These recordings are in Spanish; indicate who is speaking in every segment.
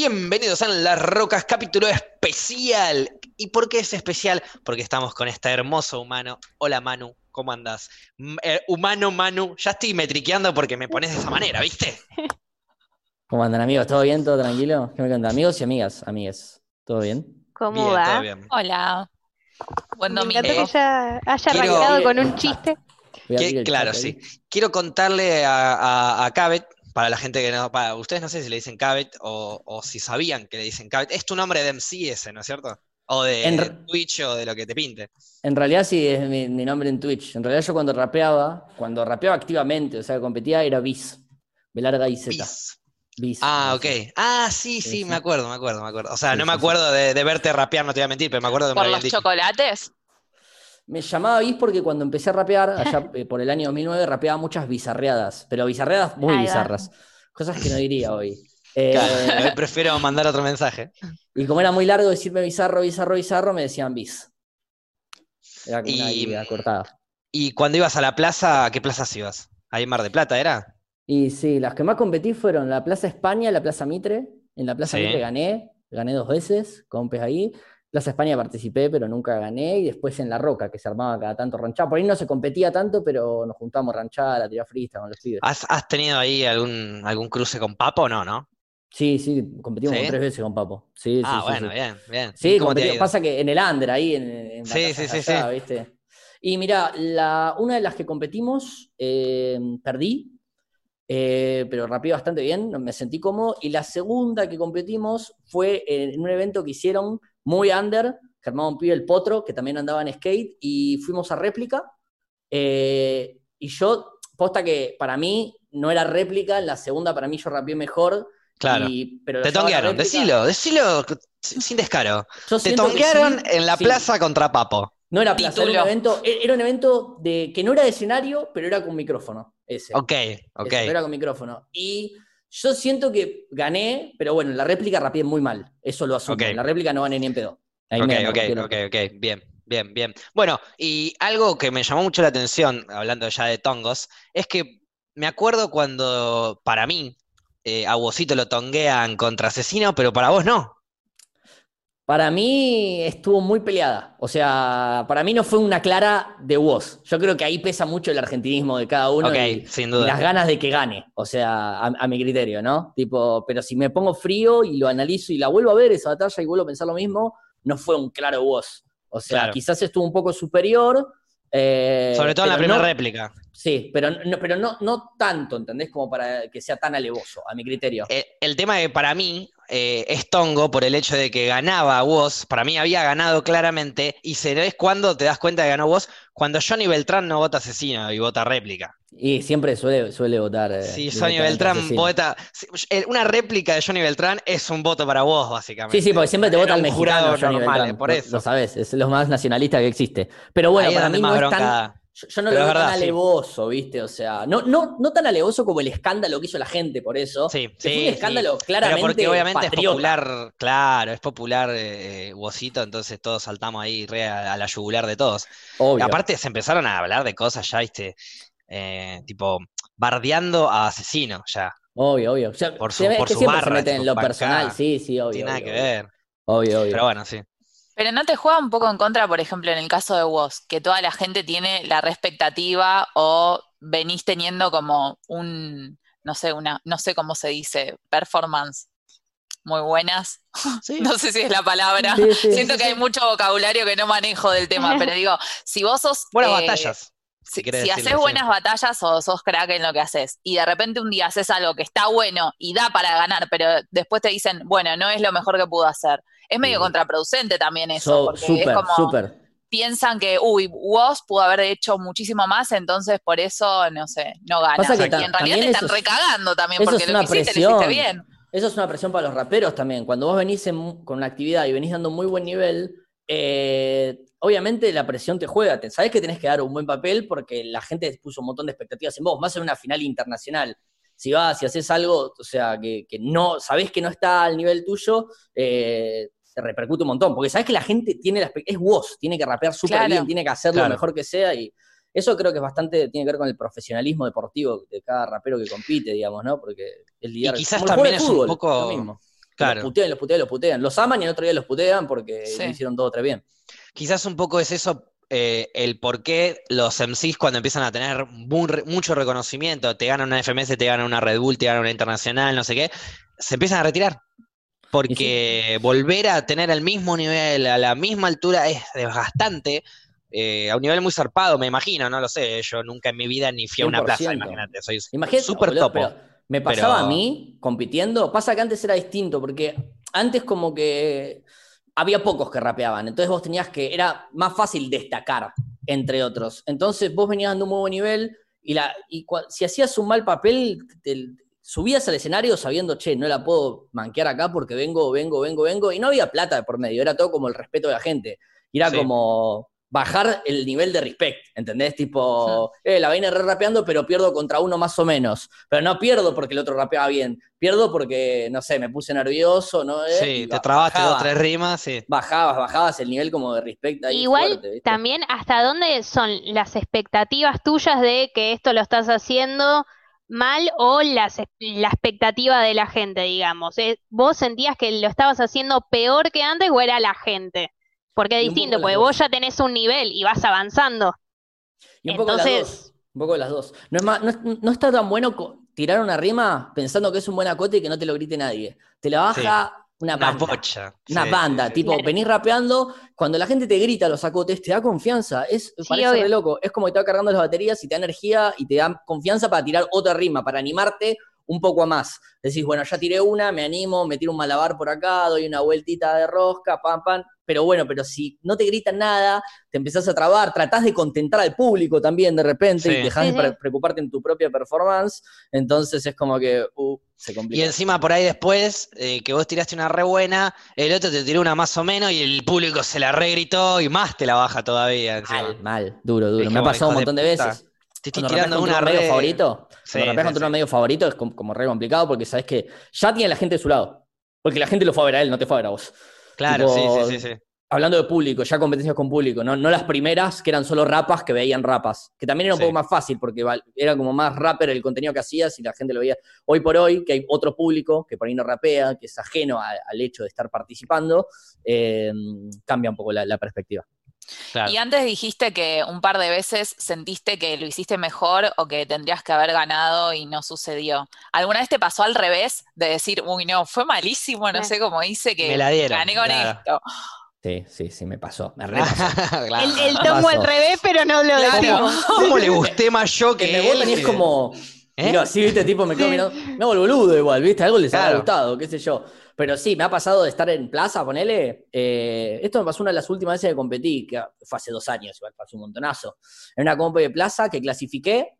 Speaker 1: Bienvenidos a Las Rocas, capítulo especial. ¿Y por qué es especial? Porque estamos con este hermoso humano. Hola Manu, ¿cómo andás? M- eh, humano Manu, ya estoy metriqueando porque me pones de esa manera, ¿viste?
Speaker 2: ¿Cómo andan amigos? ¿Todo bien? ¿Todo tranquilo? ¿Qué me cuentan? Amigos y amigas, amigues. ¿Todo bien?
Speaker 3: ¿Cómo
Speaker 1: Bien, todo
Speaker 3: va?
Speaker 1: bien.
Speaker 4: Hola. Buen
Speaker 3: Me
Speaker 4: domingo.
Speaker 3: encantó que ya haya
Speaker 1: Quiero- Ah,
Speaker 3: arrancado con un chiste.
Speaker 2: Voy a
Speaker 1: Que-
Speaker 2: abrir el
Speaker 1: claro,
Speaker 2: chat ahí.
Speaker 1: sí. Quiero contarle a, a, a Cabet, para la gente que no, para ustedes no sé si le dicen Cabet o, o si sabían que le dicen Cabet. Es tu nombre de MC ese, ¿no es cierto? O de
Speaker 2: En re-
Speaker 1: Twitch o de lo que te pinte.
Speaker 2: En realidad sí es mi, mi nombre en Twitch. En realidad yo cuando rapeaba, cuando rapeaba activamente, o sea, competía, era Bis. Belarga y Z.
Speaker 1: Peace.
Speaker 2: Bis.
Speaker 1: Ah, ok.
Speaker 2: Así.
Speaker 1: Ah, sí, sí,
Speaker 2: Sí,
Speaker 1: me
Speaker 2: sí.
Speaker 1: acuerdo, me acuerdo, me acuerdo. O sea,
Speaker 2: Sí,
Speaker 1: no
Speaker 2: sí,
Speaker 1: me
Speaker 2: sí.
Speaker 1: acuerdo de, de verte rapear, no te voy a mentir, pero me acuerdo que me
Speaker 4: ¿Por
Speaker 1: habían
Speaker 4: los
Speaker 1: dicho.
Speaker 4: chocolates?
Speaker 2: Me llamaba Bis porque cuando empecé a rapear, allá eh, por el año 2009, rapeaba muchas bizarreadas, pero bizarreadas muy
Speaker 3: Ahí va.
Speaker 2: bizarras. Cosas que no diría hoy. Eh,
Speaker 1: Claro, hoy prefiero mandar otro mensaje.
Speaker 2: Y como era muy largo decirme bizarro, bizarro, bizarro, me decían Bis. Era como una
Speaker 1: Y-
Speaker 2: idea cortada.
Speaker 1: ¿Y cuando ibas a la plaza, a qué plazas ibas? Ahí en Mar de Plata, ¿era?
Speaker 2: Y sí, las que más competí fueron la Plaza España, la Plaza Mitre. En la Plaza
Speaker 1: Sí.
Speaker 2: Mitre gané, gané dos veces, compes ahí. Plaza España participé, pero nunca gané. Y después en La Roca, que se armaba cada tanto ranchada. Por ahí no se competía tanto, pero nos juntábamos a ranchar, a tirar freestyle con los pibes.
Speaker 1: ¿Has, has tenido ahí algún, algún cruce con Papo o no, no?
Speaker 2: Sí, sí, competimos
Speaker 1: ¿Sí?
Speaker 2: como tres veces con Papo. Sí, sí,
Speaker 1: ah,
Speaker 2: sí,
Speaker 1: bueno,
Speaker 2: sí.
Speaker 1: bien, bien.
Speaker 2: Sí,
Speaker 1: ¿Y cómo te ha
Speaker 2: competimos-
Speaker 1: ido?
Speaker 2: pasa que en el under, ahí en, en
Speaker 1: Sí,
Speaker 2: batallas
Speaker 1: sí, sí,
Speaker 2: allá,
Speaker 1: sí.
Speaker 2: ¿viste? Y mirá, la, una de las que competimos, eh, perdí, eh, pero rapeé bastante bien, me sentí cómodo. Y la segunda que competimos fue en un evento que hicieron muy under, que armaba un pibe el Potro, que también andaba en skate, y fuimos a réplica. eh, y yo, posta que para mí no era réplica, en la segunda para mí yo rapeé mejor.
Speaker 1: Claro.
Speaker 2: y- pero
Speaker 1: Te
Speaker 2: yo a la
Speaker 1: tonguearon,
Speaker 2: réplica-
Speaker 1: decilo, decilo sin sin descaro.
Speaker 2: yo
Speaker 1: Te
Speaker 2: siento que
Speaker 1: tonguearon
Speaker 2: sí,
Speaker 1: en la
Speaker 2: sí.
Speaker 1: plaza contra Papo.
Speaker 2: No era plaza, era un
Speaker 4: Título.
Speaker 2: evento, e- era un evento de, que no era de escenario, pero era con micrófono. Ese.
Speaker 1: Ok,
Speaker 2: Ese,
Speaker 1: ok.
Speaker 2: pero era con micrófono. Y yo siento que gané, pero bueno, la réplica rapié muy mal. Eso lo asumo.
Speaker 1: Ok.
Speaker 2: En La réplica no gané ni en pedo. Ahí
Speaker 1: Ok,
Speaker 2: me ganó,
Speaker 1: ok,
Speaker 2: cualquier
Speaker 1: ok,
Speaker 2: otro.
Speaker 1: ok, bien, bien, bien. Bueno, y algo que me llamó mucho la atención, hablando ya de tongos, es que me acuerdo cuando, para mí, eh, a Vosito lo tonguean contra Asesino, pero para vos no.
Speaker 2: Para mí estuvo muy peleada. O sea, para mí no fue una clara de voz. Yo creo que ahí pesa mucho el argentinismo de cada uno.
Speaker 1: ok,
Speaker 2: y-
Speaker 1: sin
Speaker 2: y las
Speaker 1: duda.
Speaker 2: ganas de que gane, o sea, a, a mi criterio, ¿no? Tipo, pero si me pongo frío y lo analizo y la vuelvo a ver esa batalla y vuelvo a pensar lo mismo, no fue un claro voz. O sea,
Speaker 1: Claro.
Speaker 2: quizás estuvo un poco superior. eh,
Speaker 1: Sobre todo en la
Speaker 2: pero
Speaker 1: primera
Speaker 2: no-
Speaker 1: réplica.
Speaker 2: Sí, pero, no, pero no, no tanto, ¿entendés? Como para que sea tan alevoso, a mi criterio.
Speaker 1: Eh, el tema que para mí eh, es tongo por el hecho de que ganaba Woz, para mí había ganado claramente, y se es cuando te das cuenta que ganó Woz, cuando Johnny Beltrán no vota Asesino y vota réplica.
Speaker 2: Y siempre suele, suele votar. eh,
Speaker 1: Sí,
Speaker 2: directamente
Speaker 1: Johnny Beltrán,
Speaker 2: asesino.
Speaker 1: poeta. sí, eh, Una réplica de Johnny Beltrán es un voto para vos, básicamente.
Speaker 2: Sí, sí, porque siempre te
Speaker 1: Era
Speaker 2: vota el
Speaker 1: un jurado
Speaker 2: mexicano, Johnny
Speaker 1: normal,
Speaker 2: Beltrán.
Speaker 1: eh, por
Speaker 2: Lo-
Speaker 1: eso.
Speaker 2: Lo sabes, es lo más nacionalista que existe. Pero bueno,
Speaker 1: Ahí es
Speaker 2: para
Speaker 1: donde
Speaker 2: mí no
Speaker 1: más
Speaker 2: es tan,
Speaker 1: bronca.
Speaker 2: Yo, yo no
Speaker 1: Pero
Speaker 2: lo
Speaker 1: es
Speaker 2: veo
Speaker 1: verdad,
Speaker 2: tan
Speaker 1: sí.
Speaker 2: alevoso, ¿viste? O sea, no, no, no tan alevoso como el escándalo que hizo la gente por eso.
Speaker 1: Sí,
Speaker 2: que
Speaker 1: sí,
Speaker 2: fue un
Speaker 1: sí.
Speaker 2: escándalo
Speaker 1: Pero
Speaker 2: claramente.
Speaker 1: porque obviamente es
Speaker 2: patriota.
Speaker 1: popular, claro, es popular eh, eh, Wosito, entonces todos saltamos ahí re a, a la yugular de todos.
Speaker 2: Obvio.
Speaker 1: Aparte se empezaron a hablar de cosas ya, viste, eh, tipo bardeando a asesino ya.
Speaker 2: obvio, obvio. O sea,
Speaker 1: Por
Speaker 2: se
Speaker 1: su-
Speaker 2: ve- es
Speaker 1: por
Speaker 2: que
Speaker 1: su
Speaker 2: siempre se
Speaker 1: barra,
Speaker 2: meten
Speaker 1: tipo,
Speaker 2: en lo
Speaker 1: para
Speaker 2: personal.
Speaker 1: acá.
Speaker 2: Sí, sí, obvio.
Speaker 1: No tiene nada
Speaker 2: obvio,
Speaker 1: que
Speaker 2: obvio.
Speaker 1: ver.
Speaker 2: Obvio, obvio.
Speaker 1: Pero bueno, sí.
Speaker 4: Pero no te juega un poco en contra, por ejemplo, en el caso de vos, que toda la gente tiene la re expectativa o venís teniendo como un, no sé, una, no sé cómo se dice, performance muy buenas.
Speaker 1: Sí.
Speaker 4: No sé si es la palabra.
Speaker 2: Sí, sí,
Speaker 4: Siento
Speaker 2: sí,
Speaker 4: que hay
Speaker 2: sí.
Speaker 4: mucho vocabulario que no manejo del tema, pero digo, si vos sos
Speaker 1: Buenas
Speaker 4: eh,
Speaker 1: batallas.
Speaker 4: Si,
Speaker 1: querés
Speaker 4: si
Speaker 1: decirlo,
Speaker 4: haces
Speaker 1: sí.
Speaker 4: buenas batallas o sos crack en lo que haces y de repente un día haces algo que está bueno y da para ganar, pero después te dicen, bueno, no es lo mejor que pudo hacer. Es medio
Speaker 2: Sí.
Speaker 4: contraproducente también eso,
Speaker 2: So-
Speaker 4: porque
Speaker 2: Súper,
Speaker 4: es como
Speaker 2: súper.
Speaker 4: piensan que, uy, vos pudo haber hecho muchísimo más, entonces por eso, no sé, no gana.
Speaker 2: Pasa que
Speaker 4: y
Speaker 2: ta-
Speaker 4: en realidad te
Speaker 2: también
Speaker 4: están
Speaker 2: eso es-
Speaker 4: recagando también,
Speaker 2: eso
Speaker 4: porque
Speaker 2: es
Speaker 4: lo
Speaker 2: una
Speaker 4: que hiciste lo hiciste
Speaker 2: presión.
Speaker 4: bien.
Speaker 2: Eso es una presión para los raperos también. Cuando vos venís en- con una actividad y venís dando un muy buen nivel, eh, obviamente la presión te juega. Te- Sabés que tenés que dar un buen papel porque la gente puso un montón de expectativas en vos, más en una final internacional. Si vas, si haces algo, o sea, que, que no, sabés que no está al nivel tuyo, eh, te repercute un montón. Porque sabés que la gente tiene la expect- es vos, tiene que rapear súper
Speaker 4: Claro.
Speaker 2: bien, tiene que hacer
Speaker 1: Claro.
Speaker 2: lo mejor que sea y. Eso creo que es bastante, tiene que ver con el profesionalismo deportivo de cada rapero que compite, digamos, ¿no? Porque el lidiar
Speaker 1: quizás
Speaker 2: como el juego
Speaker 1: también
Speaker 2: de
Speaker 1: es un poco-
Speaker 2: lo mismo.
Speaker 1: Claro.
Speaker 2: Los putean, los putean, los putean. Los aman y el otro día los putean porque
Speaker 4: Sí.
Speaker 2: le hicieron todo tres bien.
Speaker 1: Quizás un poco es eso eh, el por qué los MCs cuando empiezan a tener mu- mucho reconocimiento, te ganan una FMS, te ganan una Red Bull, te ganan una Internacional, no sé qué, se empiezan a retirar. Porque volver a tener el mismo nivel, a la misma altura, es desgastante, eh, a un nivel muy zarpado, me imagino, no lo sé, eh, yo nunca en mi vida ni fui a una plaza,
Speaker 2: 100%.
Speaker 1: imagínate, soy
Speaker 2: Imagínate,
Speaker 1: súper
Speaker 2: boludo,
Speaker 1: topo.
Speaker 2: pero me pasaba
Speaker 1: pero-
Speaker 2: a mí compitiendo. Pasa que antes era distinto, porque antes como que había pocos que rapeaban, entonces vos tenías que, era más fácil destacar entre otros. Entonces vos venías dando un muy buen nivel y, la, y cua- si hacías un mal papel, te- subías al escenario sabiendo, che, no la puedo manquear acá porque vengo, vengo, vengo, vengo, y no había plata de por medio, era todo como el respeto de la gente. Y era
Speaker 1: Sí.
Speaker 2: como bajar el nivel de respect, ¿entendés? Tipo, eh, la vaina re rapeando, pero pierdo contra uno más o menos. Pero no pierdo porque el otro rapeaba bien, pierdo porque, no sé, me puse nervioso, ¿no? Eh, y
Speaker 1: Sí, te
Speaker 2: ba-
Speaker 1: trabaste dos,
Speaker 2: bajaba,
Speaker 1: tres rimas, sí.
Speaker 2: Bajabas, bajabas el nivel como de respect ahí
Speaker 3: Igual
Speaker 2: fuerte, ¿viste?
Speaker 3: También, ¿hasta dónde son las expectativas tuyas de que esto lo estás haciendo mal o las, ex- la expectativa de la gente, digamos? Eh, ¿Vos sentías que lo estabas haciendo peor que antes o era la gente? Porque es
Speaker 2: Y un poco
Speaker 3: distinto,
Speaker 2: las
Speaker 3: porque
Speaker 2: dos.
Speaker 3: vos ya tenés un nivel y vas avanzando.
Speaker 2: Y un poco las
Speaker 3: Entonces-
Speaker 2: dos. Un poco las dos. No, es más- no, es- no está tan bueno co- tirar una rima pensando que es un buen acote y que no te lo grite nadie. Te la baja una
Speaker 1: Una
Speaker 2: banda.
Speaker 1: bocha.
Speaker 2: Una
Speaker 1: sí,
Speaker 2: banda.
Speaker 1: sí, sí.
Speaker 2: tipo,
Speaker 3: Claro.
Speaker 2: venís rapeando, cuando la gente te grita los acotes, te da confianza. Es, parece
Speaker 3: obvio.
Speaker 2: re loco. Es como que te va cargando las baterías y te da energía y te da confianza para tirar otra rima, para animarte un poco a más. Decís, bueno, ya tiré una, me animo, me tiro un malabar por acá, doy una vueltita de rosca, pam, pam. Pero bueno, pero si no te gritan nada, te empezás a trabar, tratás de contentar al público también de repente
Speaker 1: Sí.
Speaker 2: y dejás
Speaker 3: Sí,
Speaker 2: de
Speaker 3: sí.
Speaker 2: pre- preocuparte en tu propia performance. Entonces es como que uh, se
Speaker 1: Y
Speaker 2: complica.
Speaker 1: encima por ahí después, eh, que vos tiraste una re buena, el otro te tiró una más o menos y el público se la re gritó y más te la baja todavía. encima.
Speaker 2: Mal, mal, duro, duro.
Speaker 1: Dije,
Speaker 2: Me ha
Speaker 1: bueno,
Speaker 2: pasado un
Speaker 1: hijo de
Speaker 2: montón de
Speaker 1: puta.
Speaker 2: veces.
Speaker 1: Te estoy
Speaker 2: Cuando rapeas
Speaker 1: tirando una
Speaker 2: contra un medio
Speaker 1: re...
Speaker 2: favorito,
Speaker 1: Sí,
Speaker 2: cuando rapeas
Speaker 1: sí,
Speaker 2: contra
Speaker 1: sí.
Speaker 2: un medio favorito es como, como re complicado porque sabes que ya tiene la gente de su lado. Porque la gente lo fue a ver a él, no te fue a ver a vos.
Speaker 1: Claro,
Speaker 2: tipo-
Speaker 1: sí, sí, sí, sí.
Speaker 2: Hablando de público, ya competencias con público, no, no las primeras que eran solo rapas que veían rapas. Que también era un
Speaker 1: Sí.
Speaker 2: poco más fácil porque val- era como más rapper el contenido que hacías y la gente lo veía. Hoy por hoy, que hay otro público que por ahí no rapea, que es ajeno a- al hecho de estar participando, eh, cambia un poco la, la perspectiva.
Speaker 1: Claro.
Speaker 4: Y antes dijiste que un par de veces sentiste que lo hiciste mejor o que tendrías que haber ganado y no sucedió. ¿Alguna vez te pasó al revés de decir, uy, no, fue malísimo, no
Speaker 3: Sí.
Speaker 4: sé cómo hice que
Speaker 1: Me la dieron.
Speaker 4: gané con
Speaker 1: claro.
Speaker 4: esto?
Speaker 2: Sí, sí, sí, me pasó. Me re pasó.
Speaker 1: Claro.
Speaker 3: El, el tomo al
Speaker 2: Pasó.
Speaker 3: revés, pero no lo
Speaker 4: Claro.
Speaker 3: decimos.
Speaker 1: ¿Cómo le gusté más yo que
Speaker 2: que me
Speaker 1: él?
Speaker 2: votan y es como.
Speaker 1: ¿Eh?
Speaker 2: Mira, así, viste, tipo, me quedo
Speaker 3: Sí.
Speaker 2: mirando. Me hago el boludo igual, viste, algo les
Speaker 1: Claro.
Speaker 2: habrá gustado, qué sé yo. Pero sí, me ha pasado de estar en plaza, ponele. eh, esto me pasó una de las últimas veces que competí, que fue hace dos años, igual, pasó un montonazo. En una compa de plaza que clasifiqué,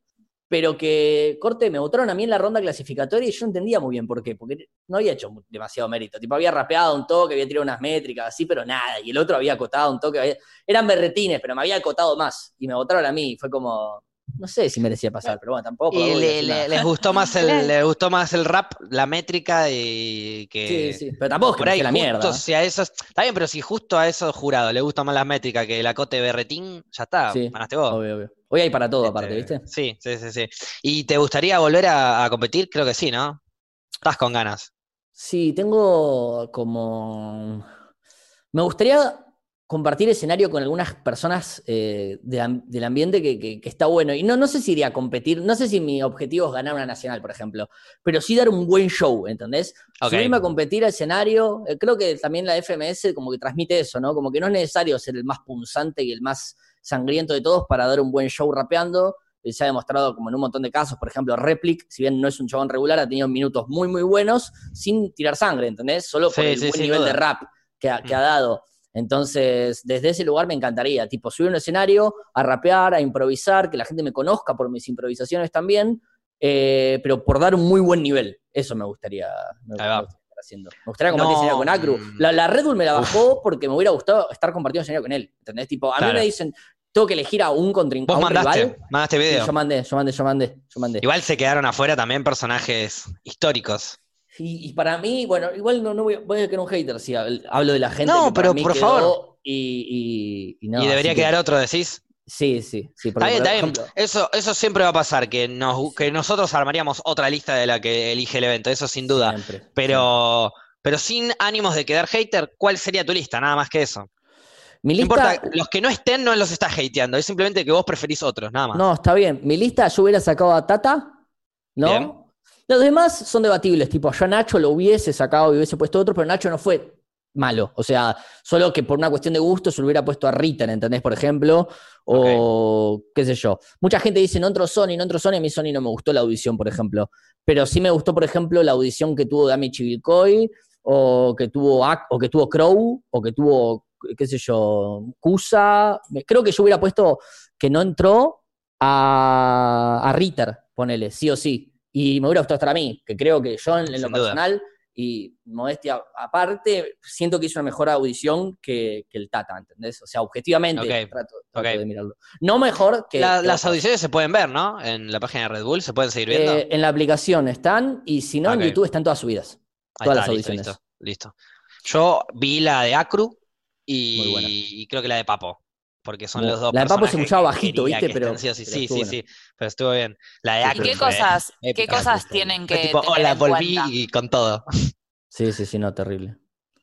Speaker 2: pero que, corte, me votaron a mí en la ronda clasificatoria y yo no entendía muy bien por qué, porque no había hecho mu- demasiado mérito. Tipo, había rapeado un toque, había tirado unas métricas, así, pero nada. Y el otro había acotado un toque, había- eran berretines, pero me había acotado más. Y me votaron a mí, y fue como. No sé si merecía pasar, pero bueno, tampoco.
Speaker 1: Y
Speaker 2: no voy a
Speaker 1: le-
Speaker 2: decir nada.
Speaker 1: le- les gustó más el, les gustó más el rap, la métrica y que
Speaker 2: Sí, sí. Pero tampoco es que
Speaker 1: por ahí
Speaker 2: me la mierda.
Speaker 1: justo si a esos, está bien, pero si justo a esos jurados les gusta más la métrica que el acote berretín, ya está,
Speaker 2: Sí,
Speaker 1: ganaste vos.
Speaker 2: ¿eh? Obvio, obvio. Hoy hay para todo, aparte,
Speaker 1: Este,
Speaker 2: ¿viste?
Speaker 1: Sí, sí, sí, sí. ¿Y te gustaría volver a, a competir? Creo que sí, ¿no? Estás con ganas.
Speaker 2: Sí, tengo como. Me gustaría compartir escenario con algunas personas eh, del am- del ambiente que, que- que está bueno. Y no, no sé si iría a competir, no sé si mi objetivo es ganar una nacional, por ejemplo, pero sí dar un buen show, ¿entendés?
Speaker 1: Ok.
Speaker 2: Subirme a competir al escenario, eh, creo que también la FMS como que transmite eso, ¿no? Como que no es necesario ser el más punzante y el más sangriento de todos para dar un buen show rapeando. Eh, Se ha demostrado como en un montón de casos, por ejemplo, Replic, si bien no es un chabón regular, ha tenido minutos muy, muy buenos sin tirar sangre, ¿entendés? Solo por
Speaker 1: Sí,
Speaker 2: el
Speaker 1: sí,
Speaker 2: buen
Speaker 1: sin
Speaker 2: nivel de
Speaker 1: duda. Mm.
Speaker 2: rap que ha, que ha dado. Entonces, desde ese lugar me encantaría, tipo, subir a un escenario, a rapear, a improvisar, que la gente me conozca por mis improvisaciones también, eh, pero por dar un muy buen nivel. Eso me gustaría, me,
Speaker 1: Ahí va.
Speaker 2: me gustaría estar haciendo. Me gustaría compartir
Speaker 1: No,
Speaker 2: escenario con Acru.
Speaker 1: mm.
Speaker 2: La, la Red Bull me la bajó porque me hubiera gustado estar compartiendo escenario con él, ¿entendés? Tipo, a
Speaker 1: Claro.
Speaker 2: mí me dicen, tengo que elegir a un
Speaker 1: Vos
Speaker 2: contrincante, a un
Speaker 1: mandaste,
Speaker 2: rival.
Speaker 1: mandaste
Speaker 2: Sí,
Speaker 1: video.
Speaker 2: yo mandé, yo mandé, yo mandé, yo mandé.
Speaker 1: Igual se quedaron afuera también personajes históricos.
Speaker 2: Y, y para mí, bueno, igual no, no voy, a, voy a quedar un hater si hab- hablo de la gente.
Speaker 1: No,
Speaker 2: que para
Speaker 1: pero
Speaker 2: mí
Speaker 1: por
Speaker 2: quedó
Speaker 1: favor.
Speaker 2: Y, y- y no,
Speaker 1: y debería
Speaker 2: así que-
Speaker 1: quedar otro, decís.
Speaker 2: Sí, sí, sí. porque,
Speaker 1: Está bien,
Speaker 2: por
Speaker 1: está bien.
Speaker 2: ejemplo,
Speaker 1: Eso, eso siempre va a pasar, que, nos, que nosotros armaríamos otra lista de la que elige el evento, eso sin duda.
Speaker 2: siempre,
Speaker 1: Pero, Pero sin ánimos de quedar hater, ¿cuál sería tu lista? Nada más que eso.
Speaker 2: Mi
Speaker 1: No
Speaker 2: lista,
Speaker 1: importa, los que no estén no los estás hateando, es simplemente que vos preferís otros, nada más.
Speaker 2: no, está bien. Mi lista yo hubiera sacado a Tata, ¿no?
Speaker 1: Bien.
Speaker 2: Los demás son debatibles, tipo, yo a Nacho lo hubiese sacado y hubiese puesto otro, pero Nacho no fue malo. O sea, solo que por una cuestión de gusto se lo hubiera puesto a Ritten, ¿entendés? Por ejemplo, o qué sé yo. Mucha gente dice, no entró Sony, no entró Sony, a mí Sony no me gustó la audición, por ejemplo. Pero sí me gustó, por ejemplo, la audición que tuvo Dami Chivilcoy, o que tuvo Ac- o que tuvo Crow, o que tuvo, qué sé yo, Kusa. Me- Creo que yo hubiera puesto que no entró a, a Ritter, ponele, sí o sí. Y me hubiera gustado estar a mí, que creo que yo en, en lo
Speaker 1: Sin duda.
Speaker 2: personal, y modestia aparte, siento que hizo una mejor audición que, que el Tata, ¿entendés? O sea, objetivamente
Speaker 1: Ok,
Speaker 2: trato, trato
Speaker 1: ok.
Speaker 2: de mirarlo. No mejor que...
Speaker 1: La-
Speaker 2: que
Speaker 1: las
Speaker 2: otras.
Speaker 1: audiciones se pueden ver, ¿no? En la página de Red Bull, ¿se pueden seguir viendo?
Speaker 2: Eh, en la aplicación están, y si no,
Speaker 1: Ok.
Speaker 2: en YouTube están todas subidas.
Speaker 1: Ahí
Speaker 2: todas
Speaker 1: está,
Speaker 2: las
Speaker 1: listo,
Speaker 2: audiciones.
Speaker 1: Listo, listo. Yo vi la de Acru y,
Speaker 2: Muy buena.
Speaker 1: y creo que la de Papo, porque son
Speaker 2: Muy-
Speaker 1: los dos
Speaker 2: la de Papo se
Speaker 1: personajes
Speaker 2: escuchaba
Speaker 1: que
Speaker 2: bajito,
Speaker 1: quería
Speaker 2: ¿viste?
Speaker 1: que
Speaker 2: Pero-
Speaker 1: estén sí o sí,
Speaker 2: pero
Speaker 1: sí,
Speaker 2: estuvo
Speaker 1: sí,
Speaker 2: bueno.
Speaker 1: sí, pero estuvo bien. La de
Speaker 2: Sí,
Speaker 1: Acru
Speaker 2: pero-
Speaker 4: ¿Qué
Speaker 1: fue
Speaker 4: cosas, qué
Speaker 1: épica.
Speaker 4: cosas
Speaker 2: Fue
Speaker 4: tienen
Speaker 1: Fue
Speaker 4: que
Speaker 1: tipo,
Speaker 4: tener
Speaker 1: hola,
Speaker 4: en
Speaker 1: volví
Speaker 4: cuenta?
Speaker 1: y con todo.
Speaker 2: Sí, sí, sí, no, terrible.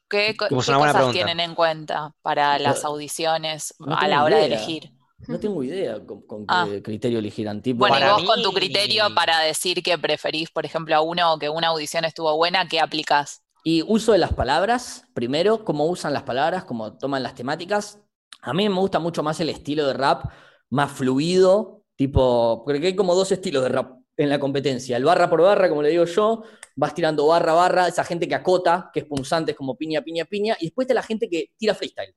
Speaker 4: ¿Qué, co-
Speaker 1: Como es
Speaker 4: qué
Speaker 1: una buena
Speaker 4: cosas
Speaker 1: pregunta.
Speaker 4: tienen en cuenta para las
Speaker 2: Yo-
Speaker 4: audiciones
Speaker 2: no
Speaker 4: a
Speaker 2: tengo
Speaker 4: la hora de
Speaker 2: idea.
Speaker 4: elegir?
Speaker 2: No tengo idea con, con qué
Speaker 4: Ah.
Speaker 2: criterio elegirán. Tipo,
Speaker 4: Bueno,
Speaker 1: Para
Speaker 4: y vos
Speaker 1: mí-
Speaker 4: con tu criterio para decir que preferís, por ejemplo, a uno o que una audición estuvo buena, ¿qué aplicás?
Speaker 2: Y uso de las palabras, primero, cómo usan las palabras, cómo toman las temáticas. A mí me gusta mucho más el estilo de rap, más fluido, tipo, porque hay como dos estilos de rap en la competencia. El barra por barra, como le digo yo, vas tirando barra barra, esa gente que acota, que es punzante, es como piña, piña, piña, y después está la gente que tira freestyle.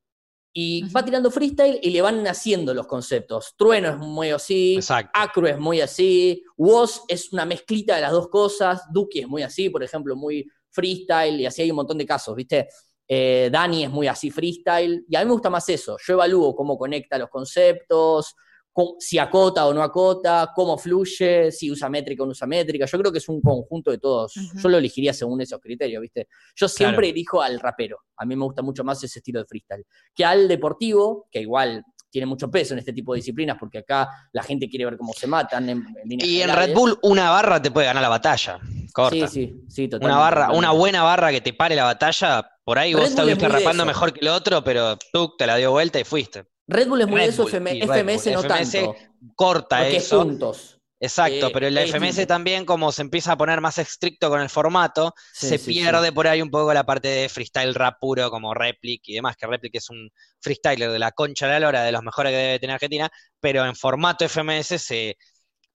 Speaker 2: Y
Speaker 4: Ujú.
Speaker 2: va tirando freestyle y le van naciendo los conceptos. Trueno es muy así,
Speaker 1: Exacto.
Speaker 2: Acro es muy así, Woz es una mezclita de las dos cosas, Duki es muy así, por ejemplo, muy freestyle, y así hay un montón de casos, ¿viste? Eh, Dani es muy así freestyle, y a mí me gusta más eso, yo evalúo cómo conecta los conceptos, cómo- si acota o no acota, cómo fluye, si usa métrica o no usa métrica, yo creo que es un conjunto de todos,
Speaker 4: Ujú.
Speaker 2: yo lo elegiría según esos criterios, ¿viste? Yo siempre
Speaker 1: Claro.
Speaker 2: elijo al rapero, a mí me gusta mucho más ese estilo de freestyle, que al deportivo, que igual tiene mucho peso en este tipo de disciplinas, porque acá la gente quiere ver cómo se matan. En, líneas
Speaker 1: Y en
Speaker 2: generales.
Speaker 1: Red Bull, una barra te puede ganar la batalla. Corta.
Speaker 2: Sí, sí, sí, totalmente.
Speaker 1: Una barra,
Speaker 2: totalmente.
Speaker 1: una buena barra que te pare la batalla, por ahí vos
Speaker 2: Red Bull es
Speaker 1: estuviste
Speaker 2: muy de
Speaker 1: rapando
Speaker 2: eso.
Speaker 1: mejor que el otro, pero tú te la dio vuelta y fuiste.
Speaker 2: Red Bull es muy
Speaker 1: Red
Speaker 2: de eso,
Speaker 1: Bull,
Speaker 2: FM
Speaker 1: sí, Red
Speaker 2: FMS
Speaker 1: Bull.
Speaker 2: no
Speaker 1: FMS
Speaker 2: tanto.
Speaker 1: Corta
Speaker 2: Porque es
Speaker 1: eso.
Speaker 2: puntos.
Speaker 1: Exacto,
Speaker 2: Eh,
Speaker 1: pero la
Speaker 2: es
Speaker 1: FMS
Speaker 2: distinto.
Speaker 1: también, como se empieza a poner más estricto con el formato,
Speaker 2: Sí,
Speaker 1: se
Speaker 2: sí, sí.
Speaker 1: pierde por ahí un poco la parte de freestyle rap puro, como Replic y demás, que Replic es un freestyler de la concha de la lora, de los mejores que debe tener Argentina, pero en formato FMS se,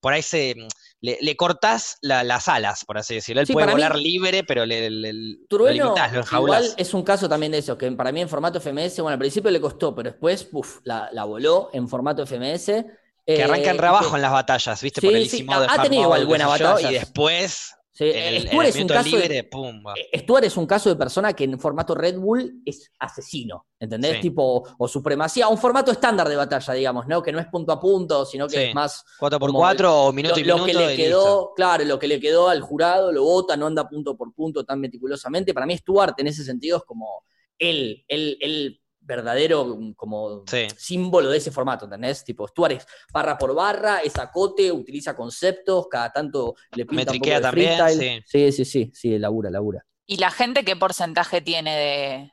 Speaker 1: por ahí se mm, le, le cortás la- las alas, por así decirlo. Él
Speaker 2: Sí,
Speaker 1: puede
Speaker 2: para mí-
Speaker 1: volar libre, pero le, le- le- lo
Speaker 2: Trueno
Speaker 1: limitás, lo enjaulás.
Speaker 2: igual es un caso también de eso, que para mí en formato FMS, bueno, al principio le costó, pero después, puf, la, la voló en formato FMS.
Speaker 1: que arrancan re abajo en las batallas, ¿viste? por
Speaker 2: eh, este Sí,
Speaker 1: el
Speaker 2: sí,
Speaker 1: easy mode,
Speaker 2: ha- ha
Speaker 1: hard
Speaker 2: tenido
Speaker 1: mode,
Speaker 2: igual
Speaker 1: qué
Speaker 2: buenas
Speaker 1: sé yo,
Speaker 2: batallas. Eh,
Speaker 1: Y después, en el, en el
Speaker 2: es un
Speaker 1: minuto
Speaker 2: caso de-
Speaker 1: libre, pumba.
Speaker 2: Eh, Stuart es un caso de persona que en formato Red Bull es asesino, ¿entendés?
Speaker 1: Sí.
Speaker 2: Tipo, o supremacía, un formato estándar de batalla, digamos, ¿no? Que no es punto a punto, sino que
Speaker 1: Sí.
Speaker 2: es más
Speaker 1: 4x4 o minuto y
Speaker 2: lo,
Speaker 1: minuto
Speaker 2: lo que le
Speaker 1: y
Speaker 2: quedó,
Speaker 1: listo.
Speaker 2: claro, lo que le quedó al jurado, lo vota, no anda punto por punto tan meticulosamente. Para mí Stuart en ese sentido es como el, el, el verdadero mm, como
Speaker 1: Sí.
Speaker 2: símbolo de ese formato, ¿entendés? Tipo, Stuart es barra por barra, es acote, utiliza conceptos, cada tanto le pinta un poco
Speaker 1: Metriquea
Speaker 2: de
Speaker 1: también,
Speaker 2: freestyle. Sí, sí, sí, sí, labura, labura.
Speaker 4: ¿Y la gente qué porcentaje tiene de,